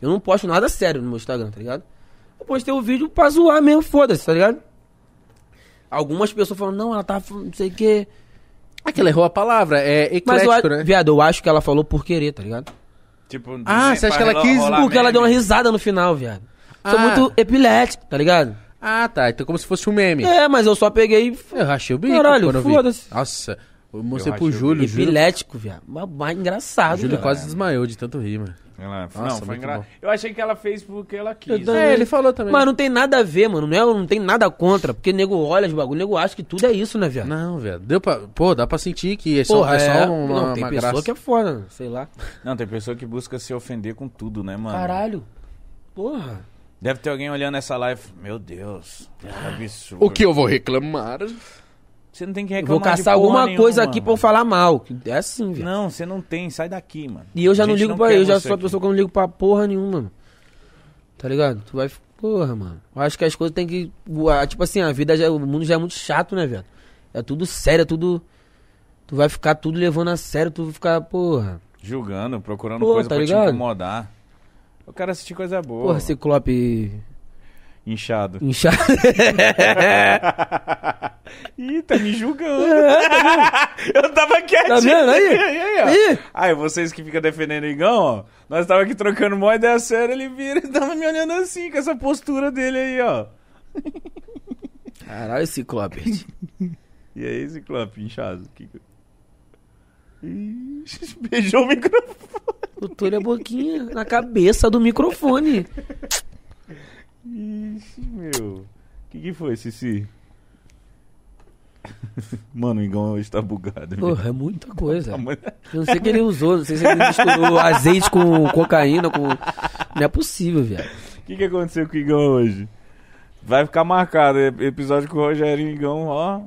[SPEAKER 3] Eu não posto nada sério no meu Instagram, tá ligado? Eu postei o vídeo pra zoar mesmo, foda-se, tá ligado? Algumas pessoas falam, não, ela tá falando não sei o quê.
[SPEAKER 1] Ah, que ela errou a palavra. É
[SPEAKER 3] Mas eu,
[SPEAKER 1] eclético,
[SPEAKER 3] acho-
[SPEAKER 1] né?
[SPEAKER 3] viado, eu acho que ela falou por querer, tá ligado?
[SPEAKER 2] Tipo,
[SPEAKER 1] Ah,
[SPEAKER 2] dizer-
[SPEAKER 1] você acha
[SPEAKER 2] pra
[SPEAKER 1] que ela quis-
[SPEAKER 2] rolar
[SPEAKER 3] Porque ela
[SPEAKER 2] meme.
[SPEAKER 3] deu uma risada no final, viado.
[SPEAKER 1] Ah.
[SPEAKER 3] Sou muito epilético, tá ligado?
[SPEAKER 1] Ah, tá. Então como se fosse um meme.
[SPEAKER 3] É, mas eu só peguei f-
[SPEAKER 1] Eu rachei o bico
[SPEAKER 3] Caralho,
[SPEAKER 1] quando eu vi.
[SPEAKER 3] foda-se.
[SPEAKER 1] Nossa, eu mostrei
[SPEAKER 2] Eu
[SPEAKER 1] pro
[SPEAKER 2] rachei o
[SPEAKER 1] Júlio. Júlio,
[SPEAKER 3] epilético, viado. Mas mais engraçado,
[SPEAKER 1] Júlio
[SPEAKER 3] viado.
[SPEAKER 1] quase desmaiou de tanto rir, mano.
[SPEAKER 2] Ela-
[SPEAKER 1] Nossa,
[SPEAKER 2] não, foi
[SPEAKER 1] muito bom.
[SPEAKER 2] engraçado. Eu achei que ela fez porque ela quis.
[SPEAKER 3] dou-
[SPEAKER 1] É, ele falou também.
[SPEAKER 3] Mas não tem nada a ver, mano. Não, é, não tem nada contra. Porque nego olha os bagulho, nego acha que tudo é isso, né, viado?
[SPEAKER 1] Não, velho. Deu pra. Pô, dá pra sentir que é só,
[SPEAKER 3] Porra,
[SPEAKER 1] é só uma,
[SPEAKER 3] não, tem
[SPEAKER 1] uma
[SPEAKER 3] pessoa
[SPEAKER 1] graça.
[SPEAKER 3] que é foda, né? sei lá.
[SPEAKER 2] Não, tem pessoa que busca se ofender com tudo, né, mano?
[SPEAKER 3] Caralho. Porra.
[SPEAKER 2] Deve ter alguém olhando essa live. Meu Deus, que
[SPEAKER 3] Ah,
[SPEAKER 2] absurdo.
[SPEAKER 1] O que eu vou reclamar?
[SPEAKER 2] Você não tem É que
[SPEAKER 3] Eu
[SPEAKER 2] reclamar
[SPEAKER 3] vou caçar
[SPEAKER 2] de porra
[SPEAKER 3] alguma coisa
[SPEAKER 2] nenhuma.
[SPEAKER 3] aqui pra eu falar mal. É assim, viado.
[SPEAKER 2] Não, você não tem. Sai daqui, mano.
[SPEAKER 3] E eu já
[SPEAKER 2] A
[SPEAKER 3] não
[SPEAKER 2] gente
[SPEAKER 3] ligo pra.
[SPEAKER 2] quer
[SPEAKER 3] Eu já
[SPEAKER 2] você
[SPEAKER 3] sou a
[SPEAKER 2] aqui.
[SPEAKER 3] pessoa que eu não ligo pra porra nenhuma, mano. Tá ligado? Tu vai. Porra, mano. Eu acho que as coisas tem que. o- a- Tipo assim, a vida já. O mundo já é muito chato, né, velho? É tudo sério, é tudo. Tu vai ficar tudo levando a sério, tu vai ficar, porra.
[SPEAKER 2] Julgando, procurando
[SPEAKER 3] Pô,
[SPEAKER 2] coisa
[SPEAKER 3] tá
[SPEAKER 2] pra te
[SPEAKER 3] ligado?
[SPEAKER 2] incomodar. Eu quero assistir coisa boa.
[SPEAKER 3] Porra, ciclope
[SPEAKER 2] Inchado.
[SPEAKER 3] inchado.
[SPEAKER 2] Ih, tá me julgando. eu tava quietinho.
[SPEAKER 3] É, Tá vendo aí?
[SPEAKER 2] aí, ó.
[SPEAKER 3] Ih.
[SPEAKER 2] Aí, vocês que ficam defendendo o Igão, ó. Nós tava aqui trocando uma ideia séria, ele vira e tava me olhando assim, com essa postura dele aí, ó.
[SPEAKER 3] Caralho, ciclope.
[SPEAKER 2] E aí, Ciclope, inchado? Que... que- Ih, Beijou o microfone.
[SPEAKER 3] Eu tô a é boquinha na cabeça do microfone.
[SPEAKER 2] Ixi, meu. O que, que foi, Cici? Mano, o Igão hoje tá bugado. velho.
[SPEAKER 3] Porra, é muita coisa.
[SPEAKER 2] Mano,
[SPEAKER 3] Eu não sei o que ele usou, não sei se ele misturou azeite com cocaína, com. Não é possível, viado.
[SPEAKER 2] O que, que aconteceu com o Igão hoje? Vai ficar marcado. e- Episódio com o Rogério e Igão, ó.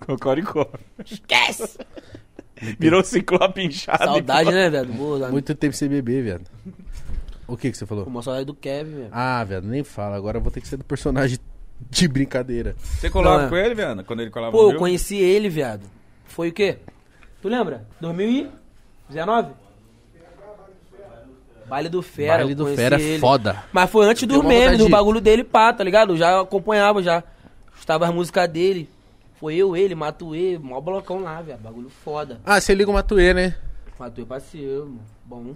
[SPEAKER 2] Cocoricó.
[SPEAKER 3] Esquece!
[SPEAKER 2] Virou ciclope inchado. e
[SPEAKER 3] Saudade,
[SPEAKER 2] pô-
[SPEAKER 3] né, viado? Boa,
[SPEAKER 1] Muito tempo sem beber, viado. O que que você falou?
[SPEAKER 3] Uma saudade do Kevin, velho.
[SPEAKER 1] Ah, viado, nem fala. Agora eu vou ter que ser do personagem de brincadeira.
[SPEAKER 2] Você colava
[SPEAKER 3] Não, é.
[SPEAKER 2] com ele, Viana? Quando ele colava
[SPEAKER 3] Pô,
[SPEAKER 2] no
[SPEAKER 3] eu
[SPEAKER 2] meu?
[SPEAKER 3] conheci ele, viado. Foi o quê? Tu lembra? 2019? Baile do Fera.
[SPEAKER 1] Baile
[SPEAKER 3] eu
[SPEAKER 1] do
[SPEAKER 3] conheci
[SPEAKER 1] Fera é
[SPEAKER 3] ele.
[SPEAKER 1] foda.
[SPEAKER 3] Mas foi antes
[SPEAKER 1] Deu
[SPEAKER 3] do
[SPEAKER 1] uma
[SPEAKER 3] meme,
[SPEAKER 1] vontade
[SPEAKER 3] do
[SPEAKER 1] de-
[SPEAKER 3] bagulho dele, pá, tá ligado? Eu já acompanhava, já. Gostava as músicas dele. Foi eu, ele, Matuê, mó blocão lá, velho. Bagulho foda.
[SPEAKER 1] Ah, você liga o Matuê, né?
[SPEAKER 3] Matuê passeou, mano. Bom.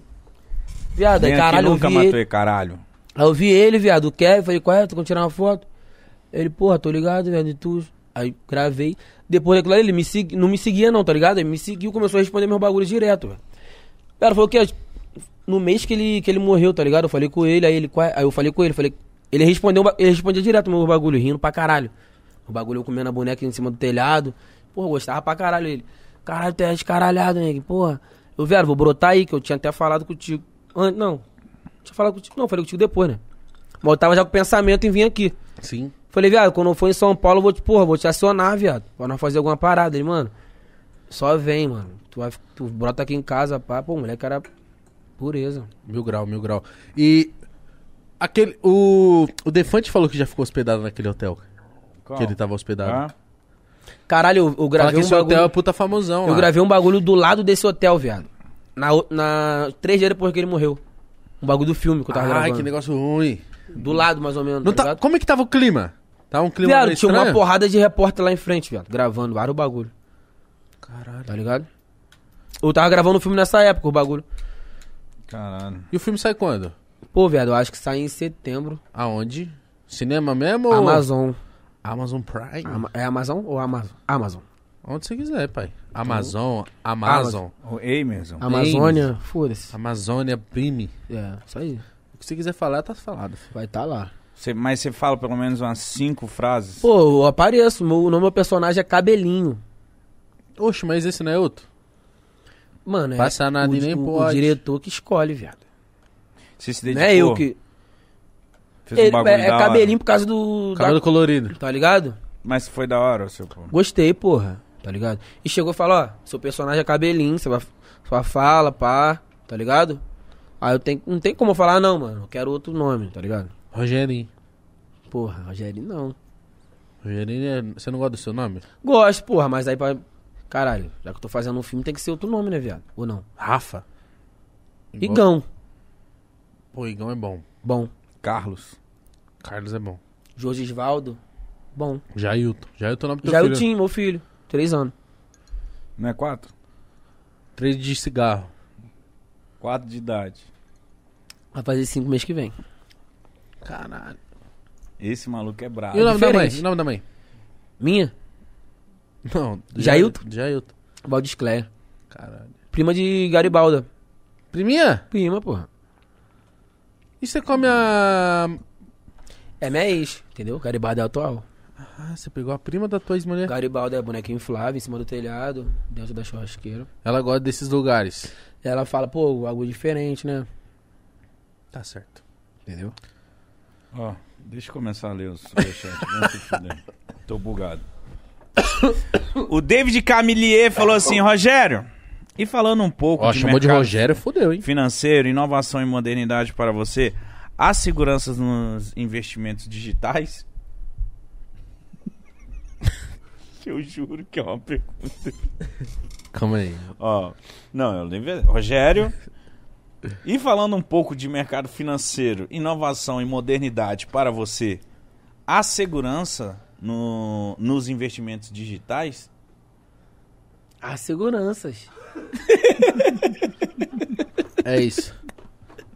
[SPEAKER 3] Viado, aí
[SPEAKER 2] Vem aqui,
[SPEAKER 3] caralho, eu
[SPEAKER 2] nunca
[SPEAKER 3] vi
[SPEAKER 2] matou
[SPEAKER 3] ele.
[SPEAKER 2] ele, caralho.
[SPEAKER 3] Aí eu vi ele, viado, o Kevin, falei, qual é? Tô querendo tirar uma foto. Ele, porra, tô ligado, viado, e tu? Aí gravei. Depois daquilo ali, ele me segui- não me seguia não, tá ligado? Ele me seguiu, começou a responder meus bagulhos direto, velho. Cara, falou que é no mês que ele, que ele morreu, tá ligado? Eu falei com ele, aí ele, "Qual é?" aí eu falei com ele, falei, ele respondeu, ele respondia direto meus bagulho, rindo pra caralho. O bagulho eu comendo a boneca em cima do telhado. Porra, eu gostava pra caralho ele. Caralho, tu é descaralhado, né? Porra. Eu, velho, vou brotar aí, que eu tinha até falado contigo. An- Não, tinha falado contigo, não, falei contigo depois, né? Mas eu tava já com o pensamento em vir aqui.
[SPEAKER 1] Sim.
[SPEAKER 3] Falei, viado, quando eu for em São Paulo, eu vou te, porra, vou te acionar, viado. Pra nós fazer alguma parada. Ele, mano, só vem, mano. Tu, vai, tu brota aqui em casa, pá. Pô, o moleque era pureza.
[SPEAKER 1] Mil grau, mil grau. E aquele. O, o Defante falou que já ficou hospedado naquele hotel. Que ele tá tava hospedado.
[SPEAKER 2] Ah,
[SPEAKER 3] Caralho, eu, eu
[SPEAKER 1] Fala que
[SPEAKER 3] gravei um
[SPEAKER 1] esse
[SPEAKER 3] bagulho.
[SPEAKER 1] hotel é puta famosão.
[SPEAKER 3] Eu
[SPEAKER 1] lá.
[SPEAKER 3] gravei um bagulho do lado desse hotel, viado. Na, o- na, três dias depois que ele morreu. Um bagulho do filme que eu tava
[SPEAKER 1] Ai,
[SPEAKER 3] gravando.
[SPEAKER 1] que negócio ruim.
[SPEAKER 3] Do lado, mais ou menos.
[SPEAKER 1] Não tá-
[SPEAKER 3] ligado?
[SPEAKER 1] Como é que tava o clima? Tava um clima
[SPEAKER 3] Viado,
[SPEAKER 1] meio
[SPEAKER 3] tinha uma
[SPEAKER 1] estranho?
[SPEAKER 3] porrada de repórter lá em frente, viado. Gravando vários bagulho.
[SPEAKER 1] Caralho.
[SPEAKER 3] Tá ligado? Eu tava gravando o filme nessa época, o bagulho.
[SPEAKER 2] caralho.
[SPEAKER 1] E o filme sai quando?
[SPEAKER 3] Pô, viado, eu acho que sai em setembro.
[SPEAKER 1] Aonde? Cinema mesmo? ou-
[SPEAKER 3] Amazon.
[SPEAKER 1] Amazon Prime?
[SPEAKER 3] Ama- é Amazon ou Amazon? Amazon.
[SPEAKER 1] Onde você quiser, pai. Amazon, Amazon,
[SPEAKER 2] O Emerson.
[SPEAKER 3] Amazônia, foda-se.
[SPEAKER 1] Amazônia Prime.
[SPEAKER 3] É, isso aí.
[SPEAKER 1] O que você quiser falar, tá falado. filho.
[SPEAKER 3] Vai tá lá.
[SPEAKER 2] Você- mas você fala pelo menos umas cinco frases.
[SPEAKER 3] Pô, eu apareço. Meu, o nome do meu personagem é Cabelinho.
[SPEAKER 1] Oxe, mas esse não é outro?
[SPEAKER 3] Mano, é
[SPEAKER 1] Passa nada
[SPEAKER 3] o,
[SPEAKER 1] e nem
[SPEAKER 3] o, o
[SPEAKER 1] pode.
[SPEAKER 3] diretor que escolhe, viado.
[SPEAKER 2] Você se
[SPEAKER 3] Não
[SPEAKER 2] dedicou.
[SPEAKER 3] é eu que.
[SPEAKER 2] Fez um
[SPEAKER 3] Ele,
[SPEAKER 2] bagulho
[SPEAKER 3] é, é
[SPEAKER 2] da hora.
[SPEAKER 3] cabelinho por causa do. da-
[SPEAKER 1] Cabelo colorido.
[SPEAKER 3] Tá ligado?
[SPEAKER 2] Mas foi da hora, seu pô.
[SPEAKER 3] Gostei, porra. Tá ligado? E chegou e falou, ó, seu personagem é cabelinho, você vai, sua fala, pá, tá ligado? Aí eu tenho. Não tem como eu falar, não, mano. Eu quero outro nome, tá ligado?
[SPEAKER 1] Rogerinho.
[SPEAKER 3] Porra, Rogério, não.
[SPEAKER 1] Rogerinho, é- você não gosta do seu nome?
[SPEAKER 3] Gosto, porra, mas aí pra. Caralho, já que eu tô fazendo um filme, tem que ser outro nome, né, viado? Ou não?
[SPEAKER 1] Rafa.
[SPEAKER 3] Igão.
[SPEAKER 1] Pô, Igão é bom.
[SPEAKER 3] Bom.
[SPEAKER 2] Carlos.
[SPEAKER 1] Carlos é bom.
[SPEAKER 3] Josisvaldo. Bom.
[SPEAKER 1] Jailton. Jailton é o nome do teu filho.
[SPEAKER 3] Jailtinho, meu filho. Três anos.
[SPEAKER 2] Não é quatro?
[SPEAKER 1] Três de cigarro.
[SPEAKER 2] Quatro de idade.
[SPEAKER 3] Vai fazer cinco mês que vem.
[SPEAKER 1] Caralho.
[SPEAKER 2] Esse maluco é
[SPEAKER 3] Ah,
[SPEAKER 2] brabo.
[SPEAKER 1] E o nome da mãe?
[SPEAKER 3] diferente.
[SPEAKER 1] E o nome da mãe?
[SPEAKER 3] Minha?
[SPEAKER 1] Não.
[SPEAKER 3] Jailton?
[SPEAKER 1] Jailton.
[SPEAKER 3] Valdiscléia.
[SPEAKER 1] Caralho.
[SPEAKER 3] Prima de Garibalda.
[SPEAKER 1] Priminha,
[SPEAKER 3] Prima, porra.
[SPEAKER 1] e você come a...
[SPEAKER 3] É minha ex, entendeu? Garibalda é atual.
[SPEAKER 1] Ah, você pegou a prima da tua ex-mulher.
[SPEAKER 3] Garibalda é bonequinho inflável em cima do telhado, dentro da churrasqueira.
[SPEAKER 1] Ela gosta desses lugares.
[SPEAKER 3] Ela fala, pô, algo diferente, né?
[SPEAKER 1] Tá certo.
[SPEAKER 3] Entendeu?
[SPEAKER 2] Ó, deixa eu começar a ler os superchats. Vamos se fuder. Tô bugado. O David Camillier falou assim, Rogério, e falando um pouco
[SPEAKER 1] Ó,
[SPEAKER 2] de
[SPEAKER 1] chamou de
[SPEAKER 2] mercado
[SPEAKER 1] Rogério, fodeu, hein?
[SPEAKER 2] financeiro, inovação e modernidade para você, há seguranças nos investimentos digitais? Eu juro que é uma pergunta.
[SPEAKER 1] Calma aí.
[SPEAKER 2] Ó, não, eu levei. Rogério. E falando um pouco de mercado financeiro, inovação e modernidade para você, há segurança no, nos investimentos digitais?
[SPEAKER 3] As seguranças.
[SPEAKER 1] É isso.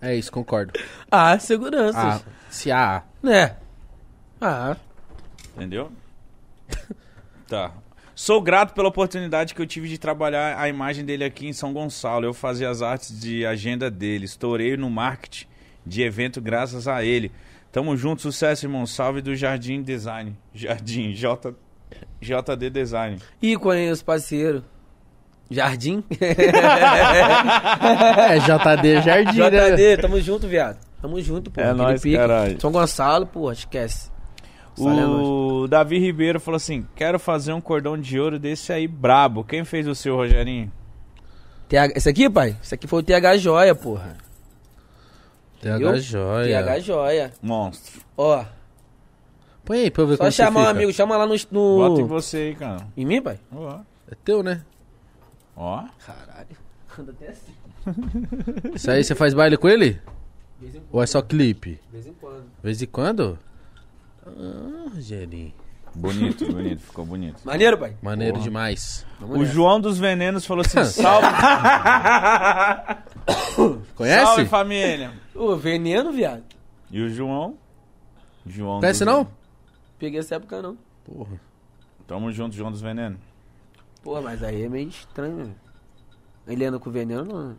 [SPEAKER 1] É isso, concordo.
[SPEAKER 3] Ah, seguranças.
[SPEAKER 1] Ah, se há.
[SPEAKER 3] Né? Ah,
[SPEAKER 2] Entendeu? tá. Sou grato pela oportunidade que eu tive de trabalhar a imagem dele aqui em São Gonçalo. Eu fazia as artes de agenda dele, estourei no marketing de evento graças a ele. Tamo junto, sucesso, irmão. Salve do Jardim Design. Jardim, J... JD Design.
[SPEAKER 3] Ícone, os parceiro. Jardim?
[SPEAKER 1] É, JD Jardim, né?
[SPEAKER 3] JD, tamo junto, viado. Tamo junto, pô.
[SPEAKER 2] É
[SPEAKER 3] Aquele
[SPEAKER 2] nóis,
[SPEAKER 3] pique.
[SPEAKER 2] caralho.
[SPEAKER 3] São Gonçalo, pô, esquece. Salve, é nóis.
[SPEAKER 2] O Davi Ribeiro falou assim: quero fazer um cordão de ouro desse aí brabo. Quem fez o seu, Rogerinho?
[SPEAKER 3] TH... Esse aqui, pai? Esse aqui foi o TH Joia, porra.
[SPEAKER 1] TH
[SPEAKER 3] Eu?
[SPEAKER 1] Joia.
[SPEAKER 3] TH Joia.
[SPEAKER 2] Monstro.
[SPEAKER 3] Ó,
[SPEAKER 1] Põe aí pra eu ver
[SPEAKER 3] só
[SPEAKER 1] como
[SPEAKER 3] chamar um
[SPEAKER 1] você fica.
[SPEAKER 3] amigo, chama lá no.
[SPEAKER 2] Bota em
[SPEAKER 3] no...
[SPEAKER 2] você aí, cara.
[SPEAKER 3] Em mim, pai?
[SPEAKER 2] Ó.
[SPEAKER 1] É teu, né?
[SPEAKER 2] Ó.
[SPEAKER 3] Caralho. Anda até assim.
[SPEAKER 1] Isso aí, você faz baile com ele?
[SPEAKER 3] De vez em-
[SPEAKER 1] Ou é só clipe?
[SPEAKER 3] de vez em quando.
[SPEAKER 1] Vez em quando? Ah, Rogerinho.
[SPEAKER 2] Bonito, bonito, ficou bonito.
[SPEAKER 3] Maneiro, pai?
[SPEAKER 1] Maneiro demais.
[SPEAKER 3] Vamos
[SPEAKER 2] O
[SPEAKER 3] nessa.
[SPEAKER 2] João dos Venenos falou assim: salve,
[SPEAKER 1] Conhece?
[SPEAKER 2] salve família.
[SPEAKER 3] Ô, veneno, viado.
[SPEAKER 2] E o João? João.
[SPEAKER 1] Conhece
[SPEAKER 2] dos-
[SPEAKER 1] não?
[SPEAKER 3] Peguei essa época, não.
[SPEAKER 1] Porra.
[SPEAKER 2] Tamo junto, João dos Venenos.
[SPEAKER 3] Pô, mas aí é meio estranho, né? Ele anda com veneno, não.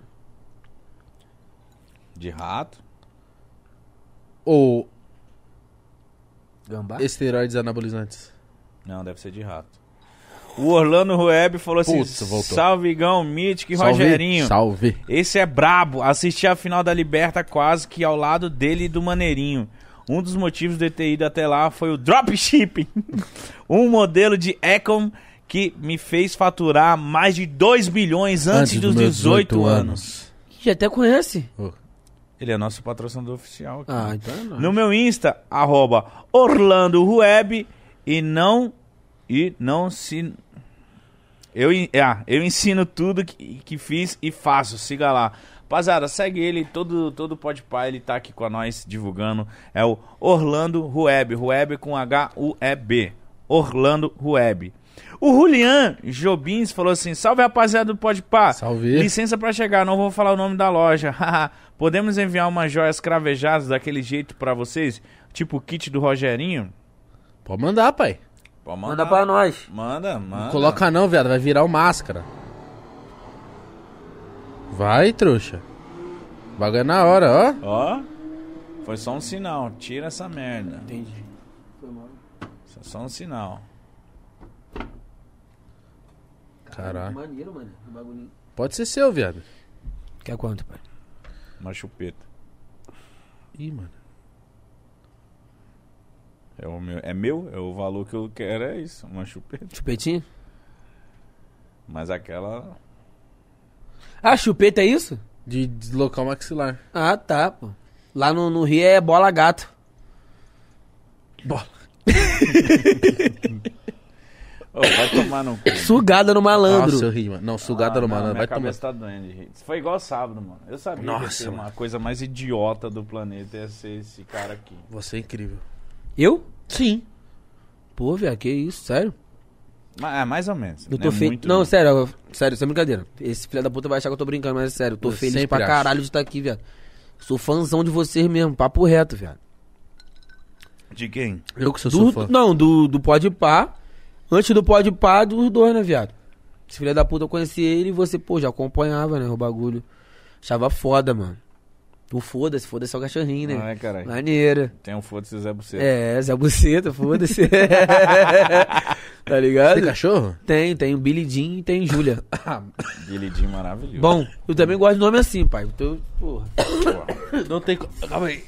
[SPEAKER 2] De rato.
[SPEAKER 1] Ou
[SPEAKER 3] Gambá?
[SPEAKER 1] esteroides anabolizantes.
[SPEAKER 2] Não, deve ser de rato. O Orlando Rueb falou assim:
[SPEAKER 1] Putz, voltou.
[SPEAKER 2] Salve, Igão, Mítico e
[SPEAKER 1] Salve,
[SPEAKER 2] Rogerinho.
[SPEAKER 1] Salve.
[SPEAKER 2] Esse é brabo. Assisti a final da Liberta quase que ao lado dele e do Maneirinho. Um dos motivos de ter ido até lá foi o dropshipping. um modelo de Ecom que me fez faturar mais de 2 milhões antes, dos
[SPEAKER 1] meus
[SPEAKER 2] 18 anos.
[SPEAKER 3] Já até conhece.
[SPEAKER 2] Ele é nosso patrocinador oficial. Aqui.
[SPEAKER 3] Ah, então não.
[SPEAKER 2] No meu Insta, arroba Orlando Rueb e não. E não se. Eu, en- ah, eu ensino tudo que, que fiz e faço, siga lá. Rapaziada, segue ele, todo, todo podpah ele tá aqui com a nós divulgando. É o Orlando Rueb, Rueb com H-U-E-B. Orlando Rueb. O Julian Jobins falou assim: Salve rapaziada do Podpah.
[SPEAKER 1] Salve.
[SPEAKER 2] Licença pra chegar, não vou falar o nome da loja. Haha. Podemos enviar umas joias cravejadas daquele jeito pra vocês? Tipo o kit do Rogerinho?
[SPEAKER 1] Pode mandar, pai.
[SPEAKER 2] Pode
[SPEAKER 3] Manda pra nós.
[SPEAKER 2] Manda, manda.
[SPEAKER 1] Coloca não, viado. Vai virar o máscara. Vai, trouxa. O Bagulho é na hora, ó.
[SPEAKER 2] Ó. Foi só um sinal. Tira essa merda.
[SPEAKER 3] Entendi. Foi mal.
[SPEAKER 2] Isso é Só um sinal.
[SPEAKER 1] Caralho.
[SPEAKER 3] Maneiro, mano. um O bagulho.
[SPEAKER 1] Pode ser seu, viado.
[SPEAKER 3] Quer quanto, pai?
[SPEAKER 2] Uma chupeta.
[SPEAKER 1] Ih, mano.
[SPEAKER 2] É, o meu, é meu? É o valor que eu quero, é isso. Uma chupeta.
[SPEAKER 3] Chupetinho?
[SPEAKER 2] Mas aquela.
[SPEAKER 3] Ah, chupeta é isso?
[SPEAKER 1] De deslocar o maxilar.
[SPEAKER 3] Ah, tá, pô. Lá no, no Rio é bola gato.
[SPEAKER 1] Bola.
[SPEAKER 2] Ô, vai tomar no cu.
[SPEAKER 3] Sugada no malandro.
[SPEAKER 1] Nossa, eu ri, mano. Não, sugada
[SPEAKER 2] Ah,
[SPEAKER 1] no
[SPEAKER 2] não,
[SPEAKER 1] mano.
[SPEAKER 2] Minha
[SPEAKER 1] Vai tomar.
[SPEAKER 2] cabeça tá doendo de rir. Isso Foi igual sábado, mano. Eu sabia que ia
[SPEAKER 1] Nossa,
[SPEAKER 2] ser uma
[SPEAKER 1] mano.
[SPEAKER 2] coisa mais idiota do planeta ia ser esse cara aqui.
[SPEAKER 1] Você é incrível.
[SPEAKER 3] Eu?
[SPEAKER 1] Sim.
[SPEAKER 3] Pô, velho, que isso, sério?
[SPEAKER 2] Ma- é, mais ou menos.
[SPEAKER 3] Eu
[SPEAKER 2] né?
[SPEAKER 3] tô feliz.
[SPEAKER 2] Muito
[SPEAKER 3] Não,
[SPEAKER 2] não.
[SPEAKER 3] sério, eu- sério, sem brincadeira. Esse filho da puta vai achar que eu tô brincando, mas é sério, eu tô
[SPEAKER 1] Eu
[SPEAKER 3] feliz
[SPEAKER 1] sempre
[SPEAKER 3] pra
[SPEAKER 1] acho.
[SPEAKER 3] caralho de estar aqui, viado. Sou fãzão de vocês mesmo, papo reto, viado.
[SPEAKER 2] De quem?
[SPEAKER 1] Eu que sou
[SPEAKER 3] Do-
[SPEAKER 1] seu fã.
[SPEAKER 3] não, do, do pode pá. Antes do pode pá, dos dois, né, viado? Esse filho da puta eu conheci ele e você, pô, já acompanhava, né, o bagulho. Achava foda, mano. O foda-se, foda-se é o cachorrinho,
[SPEAKER 2] Não
[SPEAKER 3] né?
[SPEAKER 2] é, caralho.
[SPEAKER 3] Maneira.
[SPEAKER 2] Tem um foda-se Zé Buceta.
[SPEAKER 3] É, Zé Buceta, foda-se. tá ligado?
[SPEAKER 1] Tem cachorro?
[SPEAKER 3] Tem, tem o Billy Jean e tem Júlia.
[SPEAKER 1] É.
[SPEAKER 2] Guilidinho maravilhoso.
[SPEAKER 3] Bom, eu também gosto de nome assim, pai. Então, porra.
[SPEAKER 1] Não tem. co- Calma aí.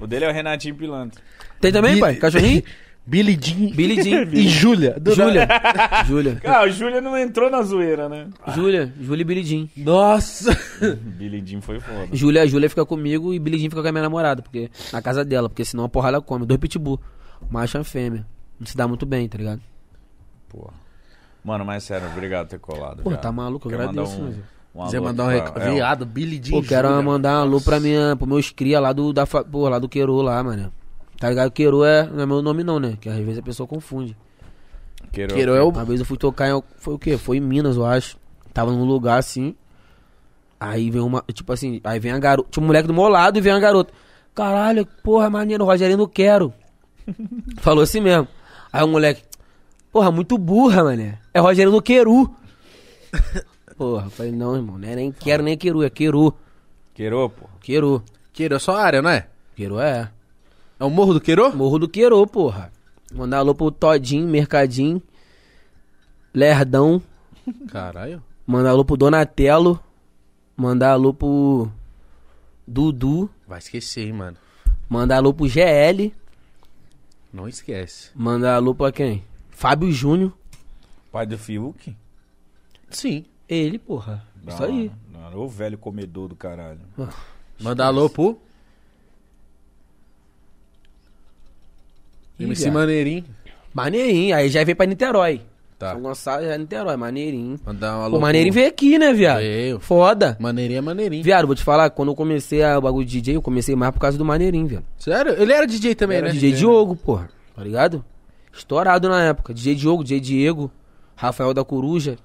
[SPEAKER 2] O dele é o Renatinho Pilantra.
[SPEAKER 3] Tem também,
[SPEAKER 1] Bi-
[SPEAKER 3] pai? Cachorrinho?
[SPEAKER 1] Billy Jean.
[SPEAKER 3] Billy Jean.
[SPEAKER 1] E Júlia. Do-
[SPEAKER 3] Júlia. Júlia.
[SPEAKER 2] Ah, o Júlia não entrou na zoeira, né?
[SPEAKER 3] Júlia. Júlia e Billy Jean.
[SPEAKER 1] Nossa.
[SPEAKER 2] Guilidinho foi foda.
[SPEAKER 3] Júlia, a Júlia fica comigo e Billy Jean fica com a minha namorada, porque na casa dela, porque senão a porrada come. Dois pitbull. Macho e uma fêmea. Não se dá muito bem, tá ligado?
[SPEAKER 2] Porra. Mano, mas sério, obrigado por ter colado.
[SPEAKER 3] Pô,
[SPEAKER 2] viado.
[SPEAKER 3] tá maluco, eu
[SPEAKER 2] Quer
[SPEAKER 3] agradeço,
[SPEAKER 2] mandar um-
[SPEAKER 3] velho.
[SPEAKER 2] um
[SPEAKER 1] Você
[SPEAKER 2] alô
[SPEAKER 1] mandar um
[SPEAKER 2] pra-
[SPEAKER 1] recado.
[SPEAKER 2] é,
[SPEAKER 1] Viado, Billy Jean.
[SPEAKER 3] Pô, quero
[SPEAKER 1] Júlia.
[SPEAKER 3] mandar um alô pra minha, pro meus cria lá do, da, fa- pô, lá do Queiro lá, mano. Tá ligado? Queiro é, não é meu nome não, né? Que às vezes a pessoa confunde.
[SPEAKER 2] Queiro.
[SPEAKER 1] Quero é o.
[SPEAKER 3] Uma vez eu fui tocar em. Foi o quê? Foi em Minas, eu acho. Tava num lugar assim. Aí vem uma. Tipo assim, aí vem a garota. Tinha um moleque do meu lado e vem a garota. Caralho, porra, maneiro, Rogerinho não quero. Falou assim mesmo. Aí o moleque. Porra, muito burra, mané. É Rogerinho do Queru. Porra, eu falei, não, irmão, não é nem quero nem Queru, é Queru.
[SPEAKER 2] Queiro, pô.
[SPEAKER 3] Queru.
[SPEAKER 1] Quero é só área, não é?
[SPEAKER 3] Queru é.
[SPEAKER 1] É o Morro do Queirô?
[SPEAKER 3] Morro do Queirô, porra. Mandar alô pro Todinho, Mercadinho, Lerdão.
[SPEAKER 1] Caralho.
[SPEAKER 3] Mandar alô pro Donatello. Mandar alô pro Dudu.
[SPEAKER 1] Vai esquecer, hein, mano.
[SPEAKER 3] Mandar alô pro GL.
[SPEAKER 1] Não esquece.
[SPEAKER 3] Mandar alô pra quem? Fábio Júnior.
[SPEAKER 2] Pai do Fiuk?
[SPEAKER 1] Sim.
[SPEAKER 3] Ele, porra. Isso aí.
[SPEAKER 2] Da hora. Ô velho comedor do caralho.
[SPEAKER 1] Manda alô pro
[SPEAKER 3] Ih,
[SPEAKER 1] MC
[SPEAKER 3] viado.
[SPEAKER 1] Maneirinho.
[SPEAKER 3] Maneirinho. Aí já veio pra Niterói.
[SPEAKER 1] Tá.
[SPEAKER 3] São Gonçalo já é Niterói. Maneirinho.
[SPEAKER 1] Mandar um
[SPEAKER 3] O
[SPEAKER 1] alô
[SPEAKER 3] Pô, Maneirinho
[SPEAKER 1] pro...
[SPEAKER 3] veio aqui, né, viado?
[SPEAKER 1] Veio.
[SPEAKER 3] Foda.
[SPEAKER 1] Maneirinho é maneirinho.
[SPEAKER 3] Viado, vou te falar, quando eu comecei a, o bagulho de DJ, eu comecei mais por causa do Maneirinho, viado.
[SPEAKER 1] Sério? Ele era DJ também,
[SPEAKER 3] Era
[SPEAKER 1] né?
[SPEAKER 3] DJ Diogo, porra. Tá ligado? Estourado na época. DJ Diogo, DJ Diego, Rafael da Coruja.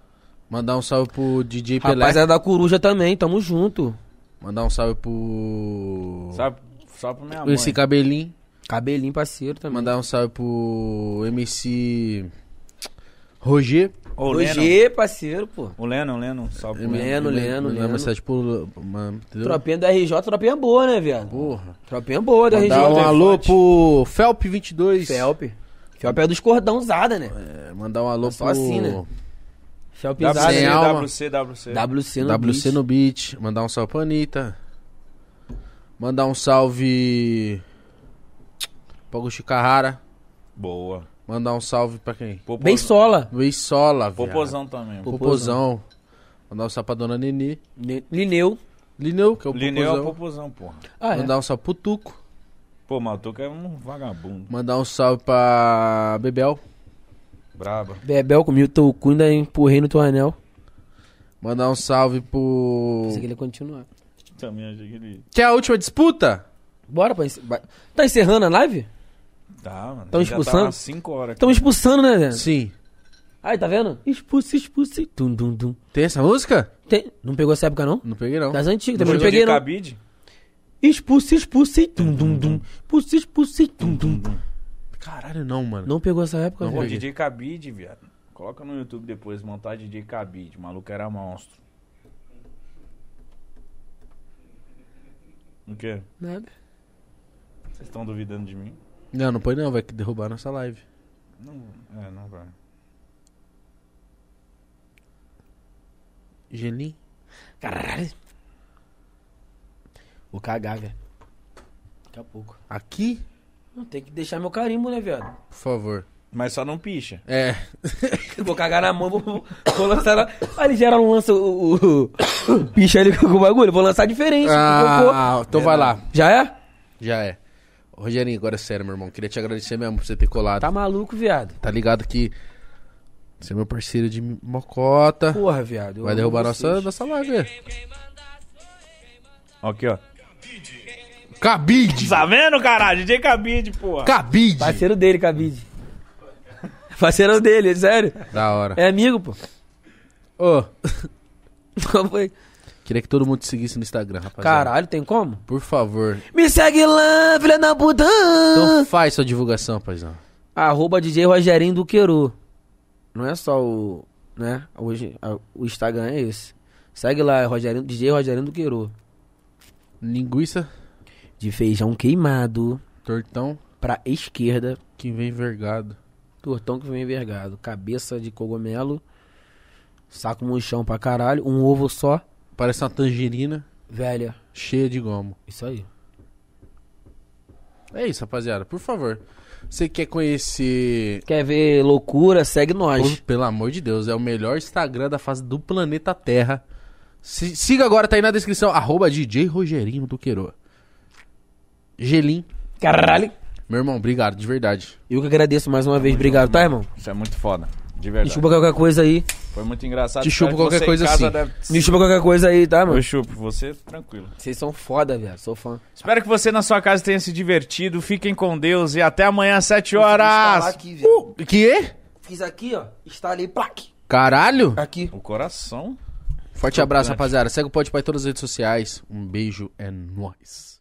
[SPEAKER 1] Mandar um salve pro DJ Pelé.
[SPEAKER 3] Rapaziada da Coruja também, tamo junto.
[SPEAKER 1] Mandar um salve pro...
[SPEAKER 2] Só, só pra minha mãe.
[SPEAKER 1] MC Cabelinho.
[SPEAKER 3] Cabelinho parceiro também.
[SPEAKER 1] Mandar um salve pro MC Roger.
[SPEAKER 2] Ô, o Lennon.
[SPEAKER 3] Hoje, é parceiro, pô.
[SPEAKER 2] O Lennon, o Lennon. Salve pro Lennon.
[SPEAKER 3] Leno,
[SPEAKER 1] Mandar
[SPEAKER 3] Leno,
[SPEAKER 1] uma
[SPEAKER 3] Leno.
[SPEAKER 1] mensagem pro... uma- entendeu?
[SPEAKER 3] Tropinha do RJ, tropinha boa, né, viado?
[SPEAKER 1] Porra.
[SPEAKER 3] Tropinha boa do RJ.
[SPEAKER 1] Mandar um
[SPEAKER 3] né?
[SPEAKER 1] alô pro Felp22.
[SPEAKER 3] Felp. Felp é dos cordão usada, né?
[SPEAKER 1] É, mandar um alô
[SPEAKER 3] É só
[SPEAKER 1] pro...
[SPEAKER 3] assim, né? Felp usada.
[SPEAKER 1] Sem
[SPEAKER 2] WC,
[SPEAKER 3] né?
[SPEAKER 1] alma.
[SPEAKER 2] WC, WC.
[SPEAKER 3] WC no
[SPEAKER 1] WC
[SPEAKER 3] beat.
[SPEAKER 1] no beat. Mandar um salve pra Anitta. Mandar um salve pra Gusti Carrara.
[SPEAKER 2] Boa.
[SPEAKER 1] Mandar um salve pra quem?
[SPEAKER 2] Popozão.
[SPEAKER 3] Bem sola.
[SPEAKER 1] Luiz Sola, viado.
[SPEAKER 2] Popozão também.
[SPEAKER 1] Popozão.
[SPEAKER 3] Popozão.
[SPEAKER 1] Mandar um salve pra Dona Nini.
[SPEAKER 3] Li- Lineu.
[SPEAKER 1] Lineu, que é o
[SPEAKER 2] Lineu é o
[SPEAKER 1] Popozão.
[SPEAKER 2] Popozão, porra.
[SPEAKER 3] Ah, é.
[SPEAKER 1] Mandar um salve pro Tuco.
[SPEAKER 2] Pô, Matuca é um vagabundo.
[SPEAKER 1] Mandar um salve pra Bebel.
[SPEAKER 2] Braba.
[SPEAKER 1] um-
[SPEAKER 3] Bebel comigo teu cu, ainda empurrei no teu anel.
[SPEAKER 1] Mandar um salve pro...
[SPEAKER 3] Pensei que ele ia continuar.
[SPEAKER 2] Também achei que ele...
[SPEAKER 1] Quer a última disputa?
[SPEAKER 3] Bora, pra encer- ba- Tá encerrando a live?
[SPEAKER 2] Tá, mano.
[SPEAKER 3] Tão
[SPEAKER 2] Já
[SPEAKER 3] expulsando?
[SPEAKER 2] Tá umas 5 horas.
[SPEAKER 3] Estão
[SPEAKER 2] aqui.
[SPEAKER 3] expulsando, né, velho?
[SPEAKER 1] Sim.
[SPEAKER 3] Aí, tá vendo? Expulse, expulse. Dum, dum, dum.
[SPEAKER 1] Tem essa música?
[SPEAKER 3] Tem... Não pegou essa época, não?
[SPEAKER 1] Não peguei, não.
[SPEAKER 3] Das antigas, também não
[SPEAKER 2] Jogo
[SPEAKER 3] peguei,
[SPEAKER 2] de
[SPEAKER 3] não.
[SPEAKER 2] cabide?
[SPEAKER 3] Expulse, expulse. Dum, dum, dum. Expulse, expulse. Dum, dum, dum.
[SPEAKER 1] Caralho, não, mano.
[SPEAKER 3] Não pegou essa época,
[SPEAKER 1] Não
[SPEAKER 2] Pô,
[SPEAKER 3] velho?
[SPEAKER 1] peguei.
[SPEAKER 2] DJ Cabide, viado. Coloca no YouTube depois, montar DJ Cabide. O maluco era monstro. O quê?
[SPEAKER 3] Nada.
[SPEAKER 2] Vocês estão duvidando de mim?
[SPEAKER 1] Não, não põe não, vai derrubar a nossa live.
[SPEAKER 2] Não, é, não vai.
[SPEAKER 1] Gelinho.
[SPEAKER 3] Caralho. Vou cagar, velho. Daqui a pouco.
[SPEAKER 1] Aqui?
[SPEAKER 3] Não tem que deixar meu carimbo, né, viado?
[SPEAKER 1] Por favor.
[SPEAKER 2] Mas só não picha.
[SPEAKER 1] É.
[SPEAKER 3] Eu Vou cagar na mão, vou, vou- vou lançar. Na... Ah, eles geraram lança o, o, o bicho ali com o bagulho. Vou lançar diferente.
[SPEAKER 1] Ah, então vai
[SPEAKER 2] Verdade.
[SPEAKER 1] lá.
[SPEAKER 3] vou- Já é?
[SPEAKER 1] Já é. Ô, Rogerinho, agora é sério, meu irmão. Queria te agradecer mesmo por você ter colado.
[SPEAKER 3] Tá
[SPEAKER 1] Tá,
[SPEAKER 3] maluco, viado.
[SPEAKER 1] ligado que você é meu parceiro de mocota.
[SPEAKER 3] Porra, viado. eu
[SPEAKER 1] vai
[SPEAKER 3] amo
[SPEAKER 1] derrubar
[SPEAKER 3] vocês.
[SPEAKER 1] nossa, nossa live.
[SPEAKER 2] Ó, Aqui, ó.
[SPEAKER 1] Cabide!
[SPEAKER 2] Tá vendo, caralho? DJ Cabide, porra.
[SPEAKER 1] Cabide!
[SPEAKER 3] Parceiro dele, Cabide. Parceiro dele, é sério.
[SPEAKER 1] Da hora.
[SPEAKER 3] É amigo, pô. É.
[SPEAKER 1] Ô,
[SPEAKER 3] Então foi.
[SPEAKER 1] queria que todo mundo te seguisse no Instagram, rapaziada.
[SPEAKER 3] Caralho, tem como?
[SPEAKER 1] Por favor.
[SPEAKER 3] Me segue lá, filha da puta. Ah.
[SPEAKER 1] Então faz sua divulgação, paizão.
[SPEAKER 3] Arroba DJ Rogerinho do Queiro. Não é só o. Né? Hoje, a- o Instagram é esse. Segue lá, é Rogerinho, DJ Rogerinho do Queiro.
[SPEAKER 1] Linguiça,
[SPEAKER 3] De feijão queimado
[SPEAKER 1] tortão,
[SPEAKER 3] pra esquerda.
[SPEAKER 1] que vem vergado.
[SPEAKER 3] Tortão que vem envergado. Cabeça de cogumelo. Saco murchão pra caralho. Um ovo só.
[SPEAKER 1] Parece uma tangerina
[SPEAKER 3] Velha.
[SPEAKER 1] cheia de gomo.
[SPEAKER 3] Isso aí.
[SPEAKER 1] É isso, rapaziada. Por favor. Você quer conhecer.
[SPEAKER 3] Quer ver loucura? Segue nós.
[SPEAKER 1] Pô, pelo amor de Deus, é o melhor Instagram da face do planeta Terra. Si- siga agora, tá aí na descrição. Arroba DJ Rogerinho do Queiroa. Gelim.
[SPEAKER 3] Caralho.
[SPEAKER 1] Meu irmão, obrigado, de verdade.
[SPEAKER 3] Eu que agradeço mais uma vez. Obrigado, tá, irmão?
[SPEAKER 2] Isso é muito foda. De verdade.
[SPEAKER 3] Desculpa qualquer coisa aí.
[SPEAKER 2] Foi muito engraçado.
[SPEAKER 1] Te chupo
[SPEAKER 2] Espero que
[SPEAKER 1] qualquer
[SPEAKER 2] você em
[SPEAKER 1] coisa
[SPEAKER 2] casa
[SPEAKER 1] assim.
[SPEAKER 2] deve-
[SPEAKER 3] Me desculpa qualquer coisa aí, tá, mano?
[SPEAKER 2] Eu chupo você, tranquilo.
[SPEAKER 3] Vocês são foda, velho. Sou fã.
[SPEAKER 2] Espero que você na sua casa tenha se divertido. Fiquem com Deus e até amanhã às 7 horas.
[SPEAKER 3] aqui, velho.
[SPEAKER 1] Que?
[SPEAKER 3] Fiz aqui, ó. Instalei, plaque.
[SPEAKER 1] Caralho!
[SPEAKER 3] Aqui.
[SPEAKER 2] O coração.
[SPEAKER 1] Forte abraço, rapaziada. Segue o Pode Pai em todas as redes sociais. Um beijo, é nóis.